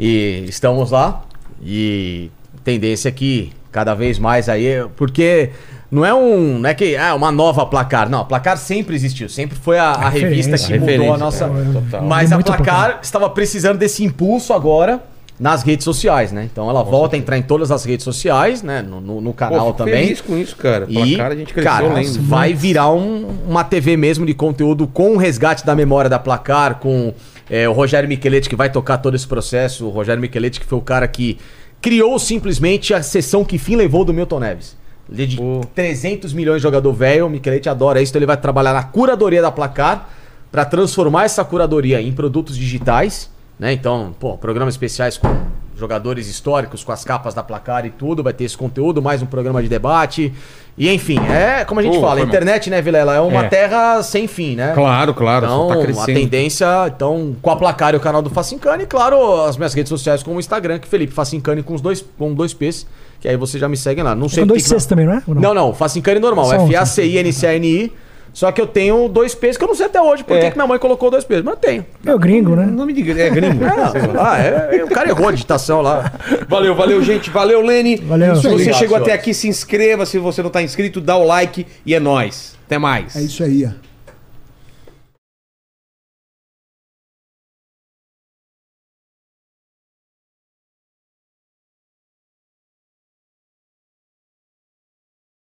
Speaker 6: E estamos lá, e tendência que cada vez mais aí, porque não é um, não é que é uma nova placar, não, a placar sempre existiu, sempre foi a, a
Speaker 3: Referência,
Speaker 6: revista que mudou um a
Speaker 7: referência,
Speaker 6: nossa.
Speaker 3: é, total.
Speaker 6: Mas a
Speaker 3: Muito
Speaker 6: placar,
Speaker 3: Placar.
Speaker 6: estava precisando desse impulso agora. Nas redes sociais, né? Então ela volta a entrar em todas as redes sociais, né? No, no- no
Speaker 7: Pô,
Speaker 6: canal
Speaker 7: fico
Speaker 6: também.
Speaker 7: feliz com isso, cara. Pela
Speaker 6: E,
Speaker 7: cara, a gente cresceu
Speaker 6: cara,
Speaker 7: lendo.
Speaker 6: vai virar um- uma TV mesmo de conteúdo com o resgate da memória da placar, com é, o Rogério Micheletti que vai tocar todo esse processo. O Rogério Micheletti que foi o cara que criou simplesmente a sessão que fim levou do Milton Neves. Ele de
Speaker 7: Pô.
Speaker 6: 300 milhões de jogador velho, o Micheletti adora isso, então ele vai trabalhar na curadoria da placar para transformar essa curadoria em produtos digitais, né? Então, pô, programas especiais com jogadores históricos, com as capas da placar e tudo, vai ter esse conteúdo, mais um programa de debate. E enfim, é como a gente
Speaker 4: Pô,
Speaker 6: fala, a
Speaker 4: foi mal.
Speaker 6: internet, né, Vilela, é uma
Speaker 7: É.
Speaker 6: terra sem fim, né?
Speaker 7: Claro, claro.
Speaker 6: Então,
Speaker 7: só tá
Speaker 6: a
Speaker 7: crescendo.
Speaker 6: tendência, então, com a placar e o canal do Facincani, e claro, as minhas redes sociais como o Instagram, que Felipe Facincani com os dois, com dois P's, que aí você já me segue lá. Não sei
Speaker 3: Com
Speaker 6: por
Speaker 3: dois
Speaker 6: que que não-
Speaker 3: Cs também, não é? Ou
Speaker 6: não, não, Facincani normal.
Speaker 3: Só um,
Speaker 6: F-A-C-I-N-C-A-N-I. Só que eu tenho dois P's que eu não sei até hoje por que
Speaker 7: É.
Speaker 6: que minha mãe colocou dois P's, mas eu tenho.
Speaker 3: É o gringo, né?
Speaker 7: Não me diga, é gringo. Sei lá.
Speaker 6: Ah, é, é, o cara errou a digitação lá.
Speaker 7: Valeu, valeu, gente. Valeu, Lene.
Speaker 3: Valeu.
Speaker 7: Se você
Speaker 6: Obrigado,
Speaker 7: chegou até
Speaker 6: senhores.
Speaker 7: aqui, se inscreva. Se você não tá inscrito, dá o like e é nóis. Até mais.
Speaker 2: É isso aí, ó.